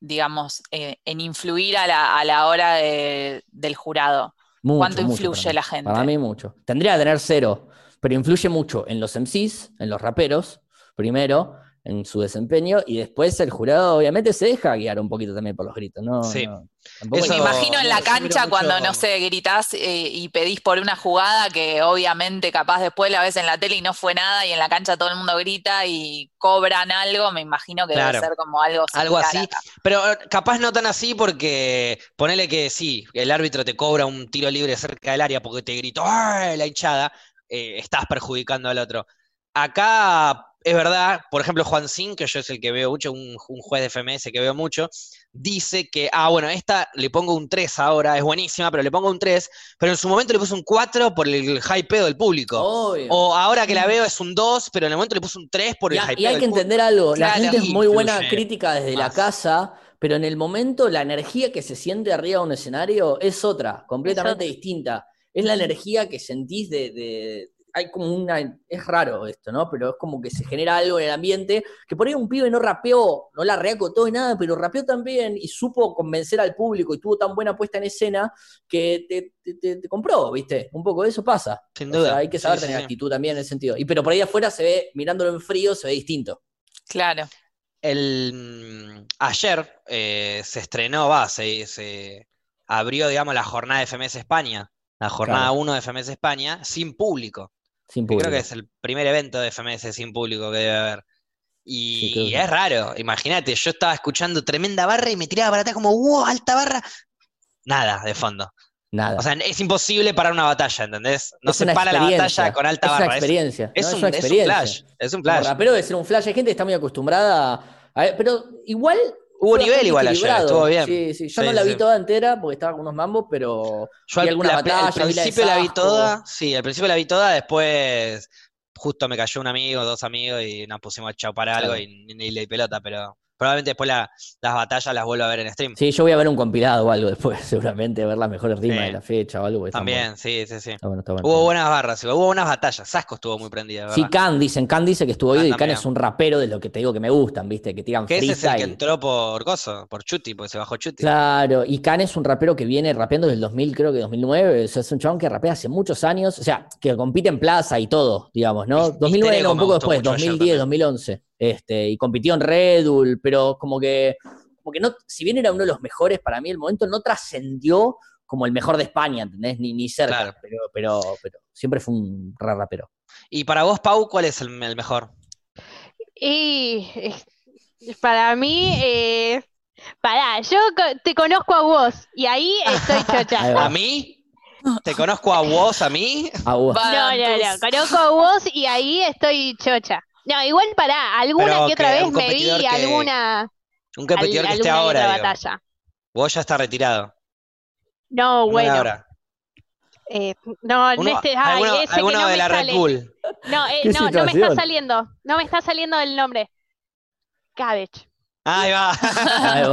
Speaker 4: digamos, eh, en influir a la, a la hora de- del jurado?
Speaker 2: Mucho,
Speaker 4: ¿Cuánto
Speaker 2: mucho
Speaker 4: influye
Speaker 2: para mí.
Speaker 4: la gente?
Speaker 2: Para mí mucho. Tendría que tener cero, pero influye mucho en los MCs, en los raperos, primero, en su desempeño, y después el jurado obviamente se deja guiar un poquito también por los gritos, ¿no?
Speaker 1: Sí.
Speaker 2: No, tampoco-
Speaker 1: Eso-
Speaker 4: Me imagino en la
Speaker 1: eso miro
Speaker 4: cancha
Speaker 1: mucho-
Speaker 4: cuando, no sé, gritás eh, y pedís por una jugada que obviamente capaz después la ves en la tele y no fue nada y en la cancha todo el mundo grita y cobran algo, me imagino que
Speaker 1: Claro.
Speaker 4: debe ser como algo
Speaker 1: Algo
Speaker 4: similar
Speaker 1: así.
Speaker 4: acá.
Speaker 1: Pero eh, capaz no tan así porque ponele que sí, el árbitro te cobra un tiro libre cerca del área porque te gritó "¡Ay!", la hinchada, eh, estás perjudicando al otro. Acá es verdad, por ejemplo, Juan Sin, que yo es el que veo mucho, un, un juez de FMS que veo mucho, dice que, ah, bueno, esta le pongo un 3 ahora, es buenísima, pero le pongo un 3, pero en su momento le puse un 4 por el hypeo del público.
Speaker 2: Obvio.
Speaker 1: O ahora que la veo es un 2, pero en el momento le puse un 3 por
Speaker 2: y,
Speaker 1: el
Speaker 2: ha-
Speaker 1: hypeo
Speaker 2: y hay
Speaker 1: del
Speaker 2: que
Speaker 1: público.
Speaker 2: entender algo, la
Speaker 4: Claro.
Speaker 2: gente es muy buena
Speaker 1: Influye
Speaker 2: crítica desde la
Speaker 1: más.
Speaker 2: casa, pero en el momento la energía que se siente arriba de un escenario es otra, completamente distinta. Es la energía que sentís de, de- hay como una. Es raro esto, ¿no? Pero es como que se genera algo en el ambiente. Que por ahí un pibe no rapeó, no la reacotó y nada, pero rapeó también y supo convencer al público y tuvo tan buena puesta en escena que te, te- te- te compró, ¿viste? Un poco de eso pasa.
Speaker 1: Sin
Speaker 2: O
Speaker 1: duda.
Speaker 2: sea, hay que
Speaker 1: Sí,
Speaker 2: saber
Speaker 1: sí,
Speaker 2: tener
Speaker 1: sí.
Speaker 2: actitud también en ese sentido. Y pero por ahí afuera se ve, mirándolo en frío, se ve distinto.
Speaker 4: Claro.
Speaker 1: El, mm, ayer eh, se estrenó, va, se, se abrió, digamos, la jornada de FMS España, la jornada
Speaker 2: Claro.
Speaker 1: 1 de FMS España, sin público.
Speaker 2: Sin
Speaker 1: que
Speaker 2: público.
Speaker 1: creo que es el primer evento de FMS sin público que debe haber. Y
Speaker 2: Sí, creo que
Speaker 1: es raro, imagínate, yo estaba escuchando tremenda barra y me tiraba para atrás como, wow, alta barra. Nada, de fondo.
Speaker 2: Nada.
Speaker 1: O sea, es imposible parar una batalla, ¿entendés? No
Speaker 2: Es
Speaker 1: se
Speaker 2: una
Speaker 1: para la batalla
Speaker 2: experiencia,
Speaker 1: con alta
Speaker 2: es una
Speaker 1: barra. Es,
Speaker 2: experiencia. ¿no?
Speaker 1: es
Speaker 2: Es
Speaker 1: un,
Speaker 2: una
Speaker 1: es un
Speaker 2: experiencia.
Speaker 1: flash, es un
Speaker 2: Como
Speaker 1: flash.
Speaker 2: rapero debe ser un flash. Hay gente que está muy acostumbrada. a- pero igual.
Speaker 1: Hubo
Speaker 2: fue
Speaker 1: nivel
Speaker 2: bastante
Speaker 1: igual ayer,
Speaker 2: equilibrado.
Speaker 1: estuvo bien.
Speaker 2: Sí, sí. Yo
Speaker 1: Sí,
Speaker 2: no la vi
Speaker 1: sí.
Speaker 2: toda entera porque estaba con unos mambos, pero.
Speaker 1: Yo
Speaker 2: Vi
Speaker 1: al,
Speaker 2: alguna
Speaker 1: la-
Speaker 2: batalla,
Speaker 1: al
Speaker 2: vi la de
Speaker 1: principio la vi
Speaker 2: Sasco.
Speaker 1: toda, sí, al principio la vi toda, después justo me cayó un amigo, dos amigos y nos pusimos a chapar algo
Speaker 2: Claro.
Speaker 1: y ni- ni le di pelota, pero probablemente después la- las batallas las vuelvo a ver en stream.
Speaker 2: Sí, yo voy a ver un compilado o algo después, seguramente, a ver las mejores rimas
Speaker 1: Sí.
Speaker 2: de la fecha o algo. porque está bueno.
Speaker 1: También, sí, sí, sí.
Speaker 2: Está bueno, está bueno,
Speaker 1: Hubo
Speaker 2: está bueno.
Speaker 1: buenas barras, igual, hubo buenas batallas, Sasco estuvo muy prendida, ¿verdad?
Speaker 2: Sí, Khan, dicen. Khan dice que estuvo
Speaker 1: Ah,
Speaker 2: hoy y Khan
Speaker 1: también.
Speaker 2: es un rapero de lo que te digo que me gustan, ¿viste? Que tiran
Speaker 1: que ese es el que
Speaker 2: freestyle.
Speaker 1: entró por Gozo, por Chuti, porque se bajó Chuti.
Speaker 2: Claro, y Khan es un rapero que viene rapeando desde el 2000, creo que 2009. O sea, es un chabón que rapea hace muchos años. O sea, que compite en plaza y todo, digamos, ¿no?
Speaker 1: Mis-
Speaker 2: 2009, no,
Speaker 1: Misterio
Speaker 2: un
Speaker 1: me
Speaker 2: poco
Speaker 1: gustó
Speaker 2: después,
Speaker 1: mucho ayer
Speaker 2: 2010,
Speaker 1: también.
Speaker 2: 2011. Este, y compitió en Red Bull, pero como que, como que no, si bien era uno de los mejores para mí el momento, no trascendió como el mejor de España, ¿entendés? Ni, ni cerca.
Speaker 1: Claro.
Speaker 2: Pero, pero, pero siempre fue un ra- rapero.
Speaker 1: Y para vos, Pau, ¿cuál es el, el mejor?
Speaker 3: Y es- para mí, eh, pará, yo co- te conozco a vos y ahí estoy
Speaker 2: Ahí
Speaker 3: chocha.
Speaker 2: va.
Speaker 1: ¿A mí? ¿Te conozco a vos, a mí?
Speaker 2: Ah, vos.
Speaker 4: Va.
Speaker 3: No, no, no, conozco a vos y ahí estoy chocha. No, igual pará, alguna
Speaker 1: Pero
Speaker 3: que otra
Speaker 1: que
Speaker 3: vez
Speaker 1: un
Speaker 3: me vi,
Speaker 1: competidor que-
Speaker 3: alguna,
Speaker 1: Un
Speaker 3: al-
Speaker 1: competidor que esté
Speaker 3: alguna que
Speaker 1: ahora,
Speaker 3: otra
Speaker 1: digo.
Speaker 3: batalla.
Speaker 1: Vos ya está retirado.
Speaker 3: No,
Speaker 1: Uno de
Speaker 3: bueno,
Speaker 1: ahora.
Speaker 3: eh, no, en
Speaker 1: Uno-
Speaker 3: este, ay,
Speaker 1: alguno
Speaker 3: ese que
Speaker 1: alguno
Speaker 3: no
Speaker 1: de
Speaker 3: me
Speaker 1: la
Speaker 3: sale.
Speaker 1: Red Bull.
Speaker 3: No, eh,
Speaker 2: ¿Qué
Speaker 3: no, no me está
Speaker 2: situación?
Speaker 3: saliendo, no me está saliendo el nombre. Cabbage.
Speaker 1: Ahí va.
Speaker 2: Ahí ah,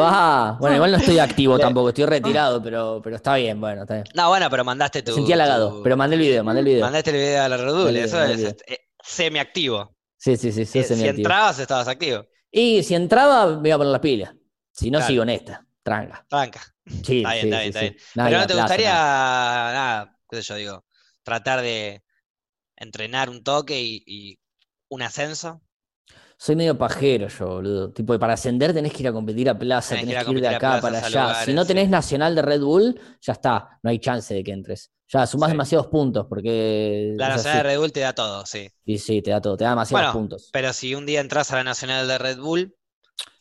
Speaker 2: va. Bueno, igual no estoy activo tampoco,
Speaker 1: Ah.
Speaker 2: estoy retirado, pero, pero está bien, bueno, está bien.
Speaker 1: No, bueno, pero mandaste
Speaker 2: Me
Speaker 1: tu.
Speaker 2: sentí halagado,
Speaker 1: tu-
Speaker 2: pero mandé el video, mandé el video.
Speaker 1: Mandaste el video a la Red Bull.
Speaker 2: Mandé el
Speaker 1: Eso
Speaker 2: video,
Speaker 1: es
Speaker 2: mandé el
Speaker 1: eh, semiactivo.
Speaker 2: Sí, sí, sí, sí,
Speaker 1: Eh,
Speaker 2: se me
Speaker 1: si
Speaker 2: activó.
Speaker 1: entrabas, estabas activo.
Speaker 2: Y si entraba, me iba a poner las pilas. Si no,
Speaker 1: Claro.
Speaker 2: sigo en esta. Tranca.
Speaker 1: Tranca.
Speaker 2: Sí,
Speaker 1: Está bien, está
Speaker 2: sí, sí,
Speaker 1: bien, está
Speaker 2: sí.
Speaker 1: bien. pero
Speaker 2: Nada, en
Speaker 1: no
Speaker 2: la
Speaker 1: te
Speaker 2: plaza,
Speaker 1: gustaría,
Speaker 2: nada.
Speaker 1: nada, qué sé yo, digo, tratar de entrenar un toque y, y un ascenso.
Speaker 2: Soy medio pajero yo, boludo. Tipo, para ascender tenés que ir a competir a plaza,
Speaker 1: Tenés que
Speaker 2: tenés,
Speaker 1: ir a
Speaker 2: que ir de
Speaker 1: competir a
Speaker 2: acá
Speaker 1: plazas,
Speaker 2: para
Speaker 1: a
Speaker 2: allá. si
Speaker 1: lugares,
Speaker 2: no
Speaker 1: sí.
Speaker 2: tenés nacional de Red Bull, ya está. No hay chance de que entres. Ya sumás
Speaker 1: Sí.
Speaker 2: demasiados puntos porque.
Speaker 1: La
Speaker 2: es
Speaker 1: nacional de
Speaker 2: así.
Speaker 1: Red Bull te da todo, sí.
Speaker 2: Y sí, te da todo, te da demasiados
Speaker 1: Bueno,
Speaker 2: puntos.
Speaker 1: Pero si un día entras a la nacional de Red Bull,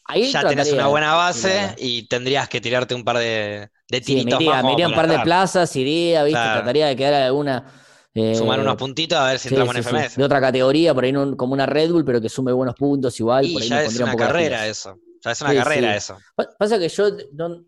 Speaker 2: Ahí
Speaker 1: ya tenés
Speaker 2: trataría
Speaker 1: una
Speaker 2: de-
Speaker 1: buena
Speaker 2: de-
Speaker 1: base y tendrías que tirarte un par de, de
Speaker 2: Sí, me
Speaker 1: tiritos
Speaker 2: iría,
Speaker 1: más
Speaker 2: me
Speaker 1: como
Speaker 2: iría un
Speaker 1: para
Speaker 2: par de
Speaker 1: entrar.
Speaker 2: plazas, iría, ¿viste?
Speaker 1: Claro.
Speaker 2: Trataría de quedar alguna. eh,
Speaker 1: Sumar unos puntitos a ver si
Speaker 2: sí,
Speaker 1: entramos
Speaker 2: sí,
Speaker 1: en
Speaker 2: sí,
Speaker 1: FMS.
Speaker 2: De otra categoría, por ahí no un- como una Red Bull, pero que sume buenos puntos igual. por
Speaker 1: Y
Speaker 2: ahí
Speaker 1: ya
Speaker 2: me
Speaker 1: es
Speaker 2: pondría un
Speaker 1: una
Speaker 2: poco las
Speaker 1: carrera
Speaker 2: pilas.
Speaker 1: eso. Ya es una
Speaker 2: Sí,
Speaker 1: carrera
Speaker 2: sí.
Speaker 1: eso.
Speaker 2: Pa- Pasa que yo, no-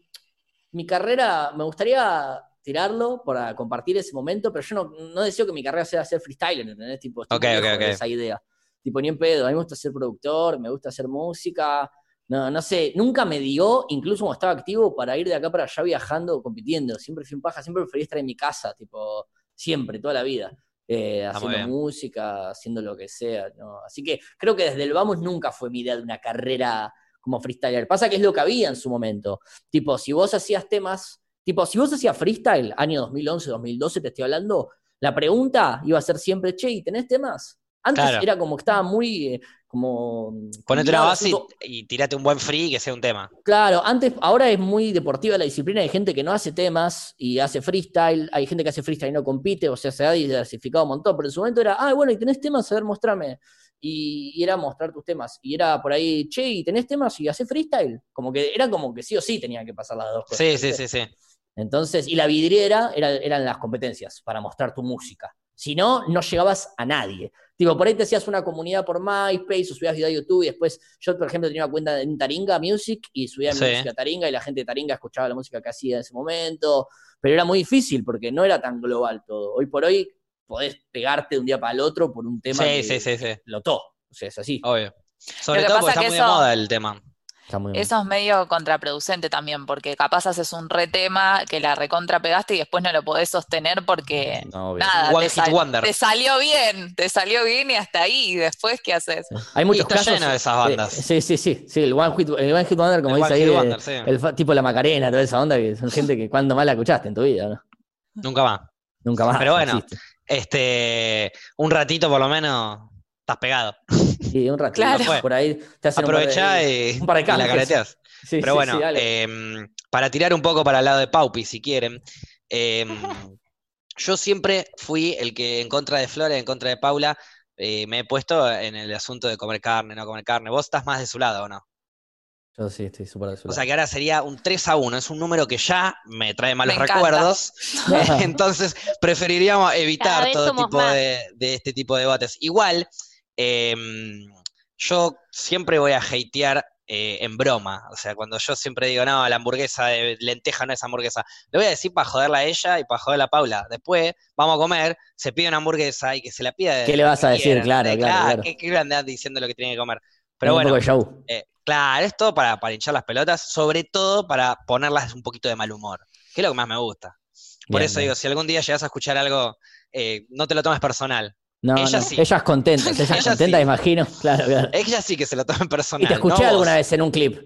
Speaker 2: mi carrera, me gustaría tirarlo para compartir ese momento, pero yo no, no deseo que mi carrera sea hacer freestyle, ¿entendés? Tipo, estoy
Speaker 1: Ok,
Speaker 2: muy
Speaker 1: ok,
Speaker 2: lejos de
Speaker 1: ok.
Speaker 2: esa idea. Tipo, ni en pedo, a mí me gusta ser productor, me gusta hacer música, no, no sé, nunca me dio, incluso cuando estaba activo, para ir de acá para allá viajando, compitiendo, siempre fui un paja, siempre preferí estar en mi casa, tipo, siempre, toda la vida. eh,
Speaker 1: Está muy
Speaker 2: haciendo
Speaker 1: bien.
Speaker 2: música, haciendo lo que sea, ¿no? Así que creo que desde el Vamos nunca fue mi idea de una carrera como freestyler. Pasa que es lo que había en su momento. Tipo, si vos hacías temas, tipo, si vos hacías freestyle, año 2011, 2012, te estoy hablando, la pregunta iba a ser siempre, che, ¿y tenés temas? Antes
Speaker 1: Claro.
Speaker 2: era como que estaba muy, eh, como...
Speaker 1: Ponete
Speaker 2: combinado
Speaker 1: una
Speaker 2: el
Speaker 1: base y,
Speaker 2: asunto-
Speaker 1: y tirate un buen free que sea un tema.
Speaker 2: Claro, antes, ahora es muy deportiva la disciplina, hay gente que no hace temas y hace freestyle, hay gente que hace freestyle y no compite, o sea, se ha diversificado un montón, pero en su momento era, ah, bueno, y tenés temas, a ver, mostrame. Y, y era mostrar tus temas. Y era por ahí, che, y tenés temas y haces freestyle. Como que era como que sí o sí tenía que pasar las dos cosas.
Speaker 1: Sí, sí,
Speaker 2: ¿viste?
Speaker 1: sí, sí.
Speaker 2: Entonces, y la vidriera era- eran las competencias para mostrar tu música. Si no, no llegabas a nadie. Tipo, por ahí te hacías una comunidad por MySpace o subías video a YouTube y después, yo por ejemplo tenía una cuenta en Taringa Music y subía mi
Speaker 1: Sí.
Speaker 2: música a Taringa y la gente de Taringa escuchaba la música que hacía en ese momento, pero era muy difícil porque no era tan global todo. Hoy por hoy podés pegarte de un día para el otro por un
Speaker 1: Sí,
Speaker 2: tema
Speaker 1: Oh.
Speaker 2: que
Speaker 1: sí, sí, sí.
Speaker 2: explotó. O sea, es así.
Speaker 1: Obvio. Sobre
Speaker 4: que
Speaker 1: todo
Speaker 4: pasa
Speaker 1: porque está
Speaker 4: que
Speaker 1: muy de
Speaker 4: eso-
Speaker 1: moda el tema.
Speaker 2: Está muy bien.
Speaker 4: Eso es medio contraproducente también, porque capaz haces un retema que la recontra pegaste y después no lo podés sostener porque
Speaker 2: No, obvio.
Speaker 4: nada,
Speaker 1: One
Speaker 4: te,
Speaker 1: hit
Speaker 4: sal-
Speaker 1: wonder.
Speaker 4: te salió bien, te salió bien y hasta ahí. ¿Y después qué haces?
Speaker 2: Hay muchos
Speaker 1: está
Speaker 2: casos.
Speaker 1: lleno de esas bandas.
Speaker 2: Eh, sí, sí, sí, sí, el One Hit, el one hit Wonder, como
Speaker 1: El One
Speaker 2: dice ahí,
Speaker 1: Hit
Speaker 2: eh,
Speaker 1: Wonder, sí.
Speaker 2: el fa- tipo la Macarena, toda esa onda, que son gente que cuando más la escuchaste en tu vida, ¿no?
Speaker 1: Nunca más.
Speaker 2: Nunca más.
Speaker 1: Pero bueno.
Speaker 2: existe.
Speaker 1: Este, un ratito por lo menos estás pegado.
Speaker 2: Sí, un ratito
Speaker 4: Claro.
Speaker 1: Fue.
Speaker 2: por ahí te hacen un par de-
Speaker 1: Aprovechá y,
Speaker 2: un par de
Speaker 1: y la
Speaker 2: canjes.
Speaker 1: careteás.
Speaker 2: Sí,
Speaker 1: Pero
Speaker 2: sí,
Speaker 1: bueno,
Speaker 2: sí, dale.
Speaker 1: em, para tirar un poco para el lado de Paupi, si quieren, em, yo siempre fui el que en contra de Flores, en contra de Paula, eh, me he puesto en el asunto de comer carne, no comer carne. Vos estás más de su lado, ¿o no?
Speaker 2: Yo sí, estoy súper de
Speaker 1: O
Speaker 2: su lado.
Speaker 1: sea que ahora sería un 3 a 1, es un número que ya me trae malos
Speaker 4: encanta.
Speaker 1: recuerdos. Entonces, preferiríamos
Speaker 3: Cada
Speaker 1: evitar
Speaker 3: vez
Speaker 1: todo
Speaker 3: somos
Speaker 1: tipo
Speaker 3: más.
Speaker 1: de, de este tipo de debates. Igual, em, yo siempre voy a hatear eh, en broma. O sea, cuando yo siempre digo, no, la hamburguesa de lenteja no es hamburguesa. Le voy a decir para joderla a ella y para joderla a Paula. Después vamos a comer, se pide una hamburguesa y que se la pida. de
Speaker 2: ¿Qué le
Speaker 1: lo
Speaker 2: vas
Speaker 1: que
Speaker 2: a decir?
Speaker 1: quieran.
Speaker 2: Claro,
Speaker 1: Eh,
Speaker 2: claro, claro.
Speaker 1: ¿Qué, qué andás diciendo lo que tiene que comer?
Speaker 2: Hay
Speaker 1: Pero
Speaker 2: un
Speaker 1: bueno,
Speaker 2: poco de show.
Speaker 1: eh, claro, es todo para, para hinchar las pelotas, sobre todo para ponerlas un poquito de mal humor, que es lo que más me gusta. Por
Speaker 2: Bien,
Speaker 1: eso
Speaker 2: bien.
Speaker 1: digo, si algún día llegas a escuchar algo, eh, no te lo tomes personal.
Speaker 2: No,
Speaker 1: ella
Speaker 2: no,
Speaker 1: sí.
Speaker 2: ellas contentas, ellas
Speaker 1: Ella
Speaker 2: contentas,
Speaker 1: sí.
Speaker 2: imagino. Claro, claro.
Speaker 1: Ella sí que se lo tomen personal.
Speaker 2: Y te escuché
Speaker 1: no
Speaker 2: alguna
Speaker 1: vos.
Speaker 2: vez en un clip.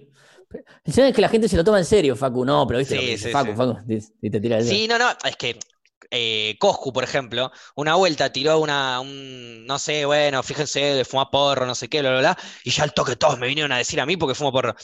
Speaker 2: Pensé que la gente se lo toma en serio, Facu. No, pero viste lo
Speaker 1: Sí,
Speaker 2: que dice
Speaker 1: sí,
Speaker 2: Facu,
Speaker 1: sí.
Speaker 2: Facu. Y te tira el
Speaker 1: Sí, no, no, es que eh, Coscu, por ejemplo, una vuelta tiró una, un, no sé, bueno, fíjense, de fuma porro, no sé qué, bla, bla, bla, y ya al toque todos me vinieron a decir a mí porque fumo porro.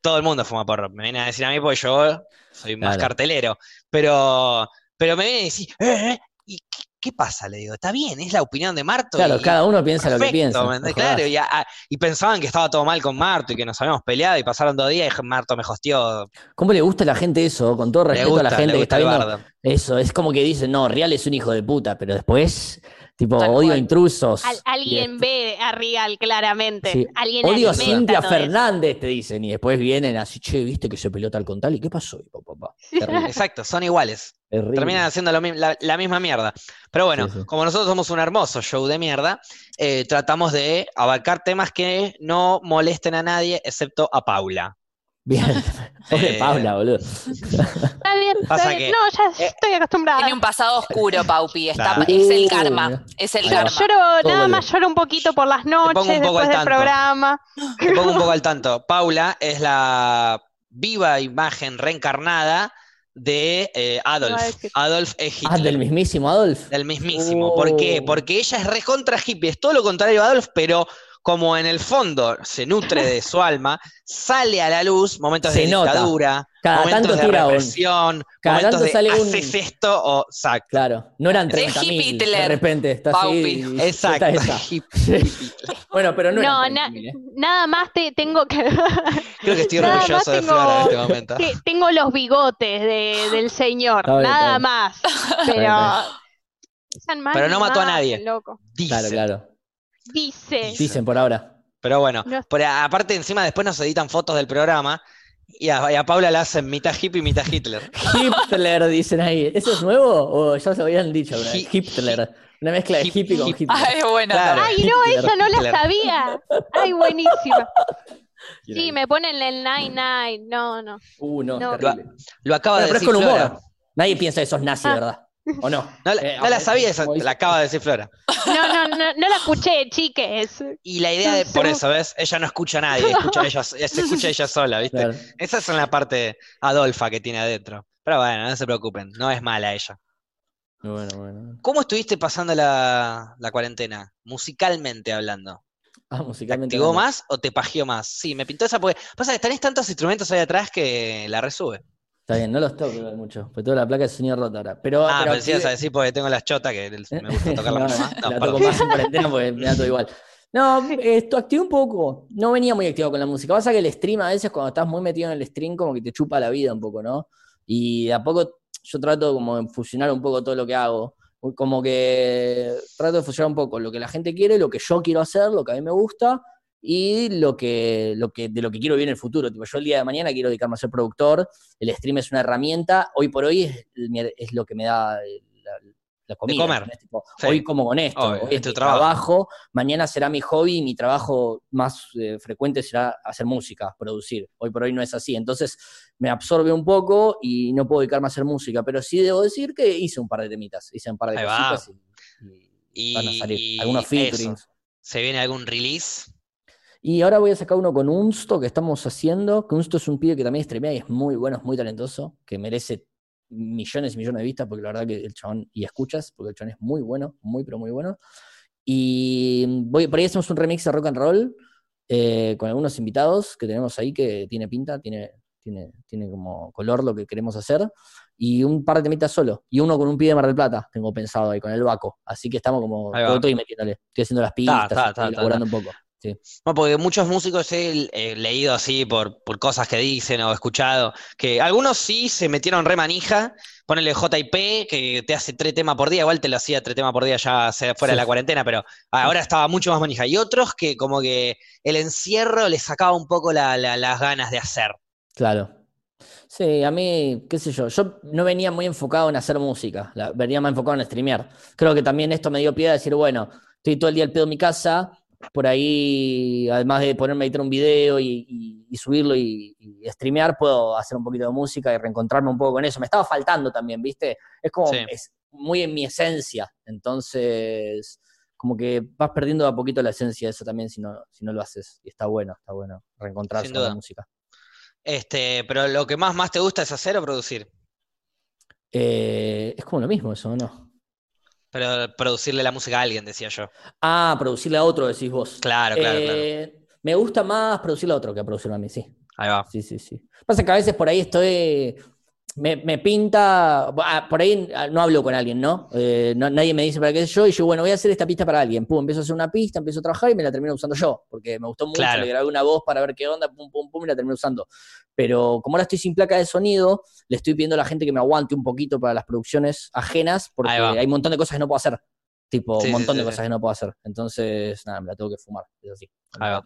Speaker 1: Todo el mundo fuma porro, me vienen a decir a mí porque yo soy más
Speaker 2: Claro.
Speaker 1: cartelero, pero, pero me vienen a decir, "Eh, eh", ¿y qué, qué pasa? Le digo, está bien, es la opinión de Marto.
Speaker 2: Claro,
Speaker 1: y-
Speaker 2: cada uno piensa lo que
Speaker 1: Perfecto,
Speaker 2: piensa.
Speaker 1: ¿me entendés?
Speaker 2: no jodas.
Speaker 1: claro, y, a- a- y pensaban que estaba todo mal con Marto y que nos habíamos peleado y pasaron dos días y Marto me hostió.
Speaker 2: ¿Cómo le gusta a la gente eso? Con todo
Speaker 1: Le
Speaker 2: respeto a la
Speaker 1: gusta,
Speaker 2: gente
Speaker 1: le
Speaker 2: que
Speaker 1: gusta
Speaker 2: está
Speaker 1: el
Speaker 2: viendo
Speaker 1: bardo.
Speaker 2: eso. Es como que dicen, no, Real es un hijo de puta, pero después, tipo,
Speaker 4: Tal
Speaker 2: odio a
Speaker 4: cual.
Speaker 2: intrusos.
Speaker 3: Al-
Speaker 2: Y
Speaker 3: alguien
Speaker 2: es-
Speaker 3: ve a Rial, claramente.
Speaker 2: Sí.
Speaker 3: Alguien
Speaker 2: Odio a
Speaker 3: alimenta
Speaker 2: Cintia
Speaker 3: todo eso.
Speaker 2: Fernández, te dicen. Y después vienen así, che, viste que se peleó tal con tal. ¿Y qué pasó? Y pa, pa, pa. Terrible,
Speaker 1: Exacto, son iguales.
Speaker 2: terrible.
Speaker 1: Terminan haciendo lo mi- la, la misma mierda. Pero bueno,
Speaker 2: Sí, sí.
Speaker 1: como nosotros somos un hermoso show de mierda, eh, tratamos de abarcar temas que no molesten a nadie excepto a Paula.
Speaker 2: Bien. Pobre
Speaker 1: Eh,
Speaker 2: Paula, boludo.
Speaker 3: Está bien, está
Speaker 1: Pasa
Speaker 3: bien.
Speaker 1: que-
Speaker 3: no, ya
Speaker 1: eh,
Speaker 3: estoy acostumbrada.
Speaker 4: Tiene un pasado oscuro, Paupi. está-
Speaker 1: Claro.
Speaker 4: Es
Speaker 2: Uh,
Speaker 4: el karma.
Speaker 2: mira.
Speaker 4: Es el
Speaker 2: Ahí va.
Speaker 3: Lloro,
Speaker 4: karma.
Speaker 3: lloro,
Speaker 2: Todo
Speaker 3: nada
Speaker 2: vuelve.
Speaker 3: más lloro un poquito por las
Speaker 1: pongo un
Speaker 3: noches
Speaker 1: poco
Speaker 3: después
Speaker 1: al
Speaker 3: del
Speaker 1: tanto.
Speaker 3: programa.
Speaker 1: Te pongo un poco al tanto. Paula es la viva imagen reencarnada de eh,
Speaker 3: Iba a
Speaker 1: Adolf.
Speaker 3: decir.
Speaker 1: Adolf es
Speaker 2: Ah,
Speaker 1: Hitler.
Speaker 2: del mismísimo Adolf.
Speaker 1: Del mismísimo. ¿Por qué?
Speaker 2: Oh.
Speaker 1: Porque ella es recontra hippie, es todo lo contrario a Adolf, pero como en el fondo se nutre de su alma, sale a la luz momentos
Speaker 2: Se
Speaker 1: de
Speaker 2: nota.
Speaker 1: dictadura,
Speaker 2: Cada
Speaker 1: momentos
Speaker 2: tanto
Speaker 1: de
Speaker 2: tira un-
Speaker 1: represión,
Speaker 2: cada
Speaker 1: momentos
Speaker 2: tanto
Speaker 1: de
Speaker 2: sale un-
Speaker 1: haces esto o sac.
Speaker 2: Claro, no eran
Speaker 1: De
Speaker 2: 30.000 de
Speaker 4: Hitler.
Speaker 2: repente, está así.
Speaker 4: Paupi.
Speaker 2: y-
Speaker 1: Exacto.
Speaker 2: está esa. Bueno, pero no,
Speaker 3: No,
Speaker 2: eran
Speaker 3: na-
Speaker 2: 30.000, ¿eh?
Speaker 3: nada más te tengo que
Speaker 1: Creo que estoy
Speaker 3: Nada más
Speaker 1: orgulloso de
Speaker 3: tengo-
Speaker 1: Flora en este momento.
Speaker 3: te- tengo los bigotes de- del señor,
Speaker 2: Está bien, está
Speaker 3: nada
Speaker 2: bien.
Speaker 3: más. Pero
Speaker 2: está
Speaker 3: San Martín,
Speaker 1: Pero no mató a
Speaker 3: ah,
Speaker 1: nadie.
Speaker 3: qué loco.
Speaker 1: Dice.
Speaker 2: Claro, claro.
Speaker 3: Dice.
Speaker 1: Sí.
Speaker 2: Dicen por ahora.
Speaker 1: Pero bueno,
Speaker 3: No-
Speaker 1: por- aparte encima después nos editan fotos del programa y a, y a Paula la hacen mitad hippie, mitad Hitler.
Speaker 2: Hitler, dicen ahí. ¿Eso es nuevo o ya se habían dicho? alguna vez?
Speaker 1: Hi-
Speaker 2: Hitler. Una mezcla de
Speaker 1: hip-
Speaker 2: hippie con
Speaker 1: hip-
Speaker 2: Hitler.
Speaker 4: Ay, bueno.
Speaker 1: Claro.
Speaker 4: también.
Speaker 3: Ay, no,
Speaker 2: Hitler.
Speaker 3: esa no la
Speaker 1: Hitler.
Speaker 3: sabía. Ay, buenísima. Sí,
Speaker 2: Hitler.
Speaker 3: me ponen el 99. No, no.
Speaker 2: Uh, no,
Speaker 3: No.
Speaker 2: terrible.
Speaker 1: Lo acaba
Speaker 2: Bueno,
Speaker 1: de
Speaker 2: pero es
Speaker 1: decir
Speaker 2: con
Speaker 1: Flora.
Speaker 2: humor. Nadie piensa esos nazis,
Speaker 3: Ah.
Speaker 2: ¿verdad? ¿O no?
Speaker 1: No, la-
Speaker 2: Eh,
Speaker 1: no la
Speaker 2: aparece
Speaker 1: sabía esa,
Speaker 2: como dice-
Speaker 1: la acaba de decir Flora.
Speaker 3: No, no, no, no la escuché, chiques.
Speaker 1: Y la idea de,
Speaker 3: Sí,
Speaker 1: por
Speaker 3: sí.
Speaker 1: eso, ¿ves? Ella no escucha a nadie, escucha a ella, se escucha a ella sola, ¿viste?
Speaker 2: Claro.
Speaker 1: Esa es la parte Adolfa que tiene adentro. Pero bueno, no se preocupen, no es mala ella.
Speaker 2: Bueno, bueno.
Speaker 1: ¿Cómo estuviste pasando la, la cuarentena? Musicalmente hablando.
Speaker 2: Ah,
Speaker 1: ¿Te
Speaker 2: musicalmente.
Speaker 1: activó
Speaker 2: hablando.
Speaker 1: más o te pajeó más? Sí, me pintó esa porque. Pasa que tenés tantos instrumentos ahí atrás que la resube.
Speaker 2: Está bien, no los toco igual mucho. Porque tengo la placa de sonido rota ahora. Pero,
Speaker 1: Ah,
Speaker 2: pero
Speaker 1: pensé ibas a
Speaker 2: activé-
Speaker 1: decir porque tengo las chotas que me gusta tocarla
Speaker 2: No,
Speaker 1: más. No,
Speaker 2: la toco
Speaker 1: perdón.
Speaker 2: más en cuarentena porque me da todo igual. No, eh, esto activé un poco. No venía muy activo con la música. Pasa que el stream a veces cuando estás muy metido en el stream como que te chupa la vida un poco, ¿no? Y de a poco yo trato como de fusionar un poco todo lo que hago. Como que trato de fusionar un poco lo que la gente quiere, lo que yo quiero hacer, lo que a mí me gusta y lo que, lo que, de lo que quiero vivir en el futuro. Tipo, yo el día de mañana quiero dedicarme a ser productor, el stream es una herramienta, hoy por hoy es, es lo que me da eh, la- la comida,
Speaker 1: comer.
Speaker 2: ¿no? Es tipo,
Speaker 1: Sí.
Speaker 2: Hoy como con esto,
Speaker 1: Obvio,
Speaker 2: hoy
Speaker 1: es
Speaker 2: es
Speaker 1: tu
Speaker 2: mi
Speaker 1: trabajo.
Speaker 2: trabajo. mañana será mi hobby y mi trabajo más eh, frecuente será hacer música, producir. Hoy por hoy no es así. Entonces me absorbe un poco y no puedo dedicarme a hacer música, pero sí debo decir que hice un par de temitas, hice un par de
Speaker 1: Ahí va.
Speaker 2: cositas y, y van a
Speaker 1: Y
Speaker 2: salir algunos featurings.
Speaker 1: eso. ¿Se viene algún release?
Speaker 2: Y ahora voy a sacar uno con Unsto que estamos haciendo. Que Unsto es un pibe que también streamea y es muy bueno, es muy talentoso, que merece millones y millones de vistas, porque la verdad que el chabón, y escuchas, porque el chabón es muy bueno, muy, pero muy bueno. Y voy, por ahí hacemos un remix de rock and roll eh, con algunos invitados que tenemos ahí que tiene pinta, tiene, tiene, tiene como color lo que queremos hacer. Y un par de temitas solo. Y uno con un pibe de Mar del Plata, tengo pensado ahí, con el Baco. Así que estamos como
Speaker 1: Ahí va.
Speaker 2: todo y metiéndole. Estoy haciendo las pistas,
Speaker 1: ta, ta,
Speaker 2: estoy
Speaker 1: ta,
Speaker 2: elaborando un poco. Sí.
Speaker 1: No, porque muchos músicos he eh, leído así por, por cosas que dicen o escuchado, que algunos sí se metieron re manija, ponele JP, que te hace tres temas por día, igual te lo hacía tres temas por día ya se- fuera de
Speaker 2: Sí.
Speaker 1: la cuarentena, pero ahora estaba mucho más manija. Y otros que como que el encierro les sacaba un poco la- la- las ganas de hacer.
Speaker 2: Claro. Sí, a mí, qué sé yo, yo no venía muy enfocado en hacer música, la- venía más enfocado en streamear. Creo que también esto me dio pie a decir, bueno, estoy todo el día al pedo en mi casa, por ahí, además de ponerme a editar un video y, y- y subirlo y, y streamear, puedo hacer un poquito de música y reencontrarme un poco con eso. Me estaba faltando también, ¿viste? Es como,
Speaker 1: Sí.
Speaker 2: es muy en mi esencia, entonces, como que vas perdiendo de a poquito la esencia de eso también si no, si no lo haces. Y está bueno, está bueno reencontrarse
Speaker 1: Sin
Speaker 2: con la
Speaker 1: duda.
Speaker 2: música.
Speaker 1: Este, pero lo que más, más te gusta es hacer o producir.
Speaker 2: Eh, es como lo mismo eso, ¿o ¿no?
Speaker 1: Pero producirle la música a alguien, decía yo.
Speaker 2: Ah, producirle a otro, decís vos.
Speaker 1: Claro, claro, claro.
Speaker 2: Eh, Me gusta más producirle a otro que producirme a mí, sí.
Speaker 1: Ahí va.
Speaker 2: Sí, sí, sí. Pasa que a veces por ahí estoy. Me, me pinta. ah, Por ahí ah, no hablo con alguien, ¿no? Eh, no- Nadie me dice para qué es yo. Y yo, bueno, voy a hacer esta pista para alguien. Pum, empiezo a hacer una pista, empiezo a trabajar y me la termino usando yo. Porque me gustó mucho.
Speaker 1: Claro.
Speaker 2: Le grabé una voz para ver qué onda, pum, pum, pum, y la terminé usando. Pero como ahora estoy sin placa de sonido, le estoy pidiendo a la gente que me aguante un poquito para las producciones ajenas. Porque
Speaker 1: va.
Speaker 2: hay un montón de cosas que no puedo hacer. Tipo,
Speaker 1: Sí, sí,
Speaker 2: un montón
Speaker 1: sí,
Speaker 2: de
Speaker 1: sí.
Speaker 2: cosas que no puedo hacer. Entonces, nada, me la tengo que fumar. Es así.
Speaker 1: Ahí va.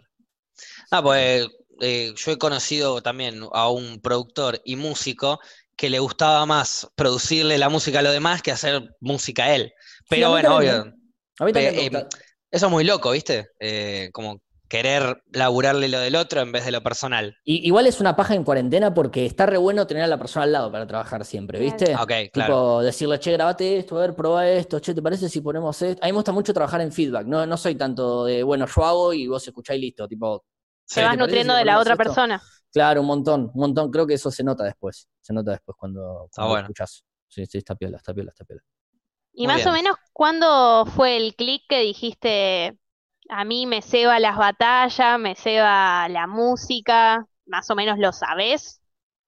Speaker 1: Ah, pues eh, yo he conocido también a un productor y músico que le gustaba más producirle la música a lo demás que hacer música a él. Pero
Speaker 2: a mí
Speaker 1: bueno,
Speaker 2: también,
Speaker 1: obvio,
Speaker 2: A mí también me
Speaker 1: Eh, eh,
Speaker 2: gusta.
Speaker 1: eso es muy loco, ¿viste? Eh, como querer laburarle lo del otro en vez de lo personal.
Speaker 2: I- igual es una paja en cuarentena porque está re bueno tener a la persona al lado para trabajar siempre,
Speaker 3: Claro.
Speaker 2: ¿viste?
Speaker 1: Ah, Ok,
Speaker 2: Tipo,
Speaker 1: claro.
Speaker 2: decirle, che, grabate esto, a ver, probá esto, che, ¿te parece si ponemos esto? A mí me gusta mucho trabajar en feedback, no, no soy tanto de, bueno, yo hago y vos escucháis y listo, tipo,
Speaker 1: Sí,
Speaker 3: Te vas
Speaker 2: ¿te parece
Speaker 3: nutriendo
Speaker 2: si
Speaker 3: de la
Speaker 2: ponemos
Speaker 3: otra
Speaker 2: esto?
Speaker 3: persona.
Speaker 2: claro, un montón, un montón, creo que eso se nota después, se nota después cuando, cuando
Speaker 1: Ah, bueno.
Speaker 2: escuchás. Sí, sí, está piola, está piola, está piola.
Speaker 3: Y
Speaker 1: Muy
Speaker 3: más o
Speaker 1: bien.
Speaker 3: menos, ¿cuándo fue el clic que dijiste, a mí me ceba las batallas, me ceba la música? Más o menos lo sabés,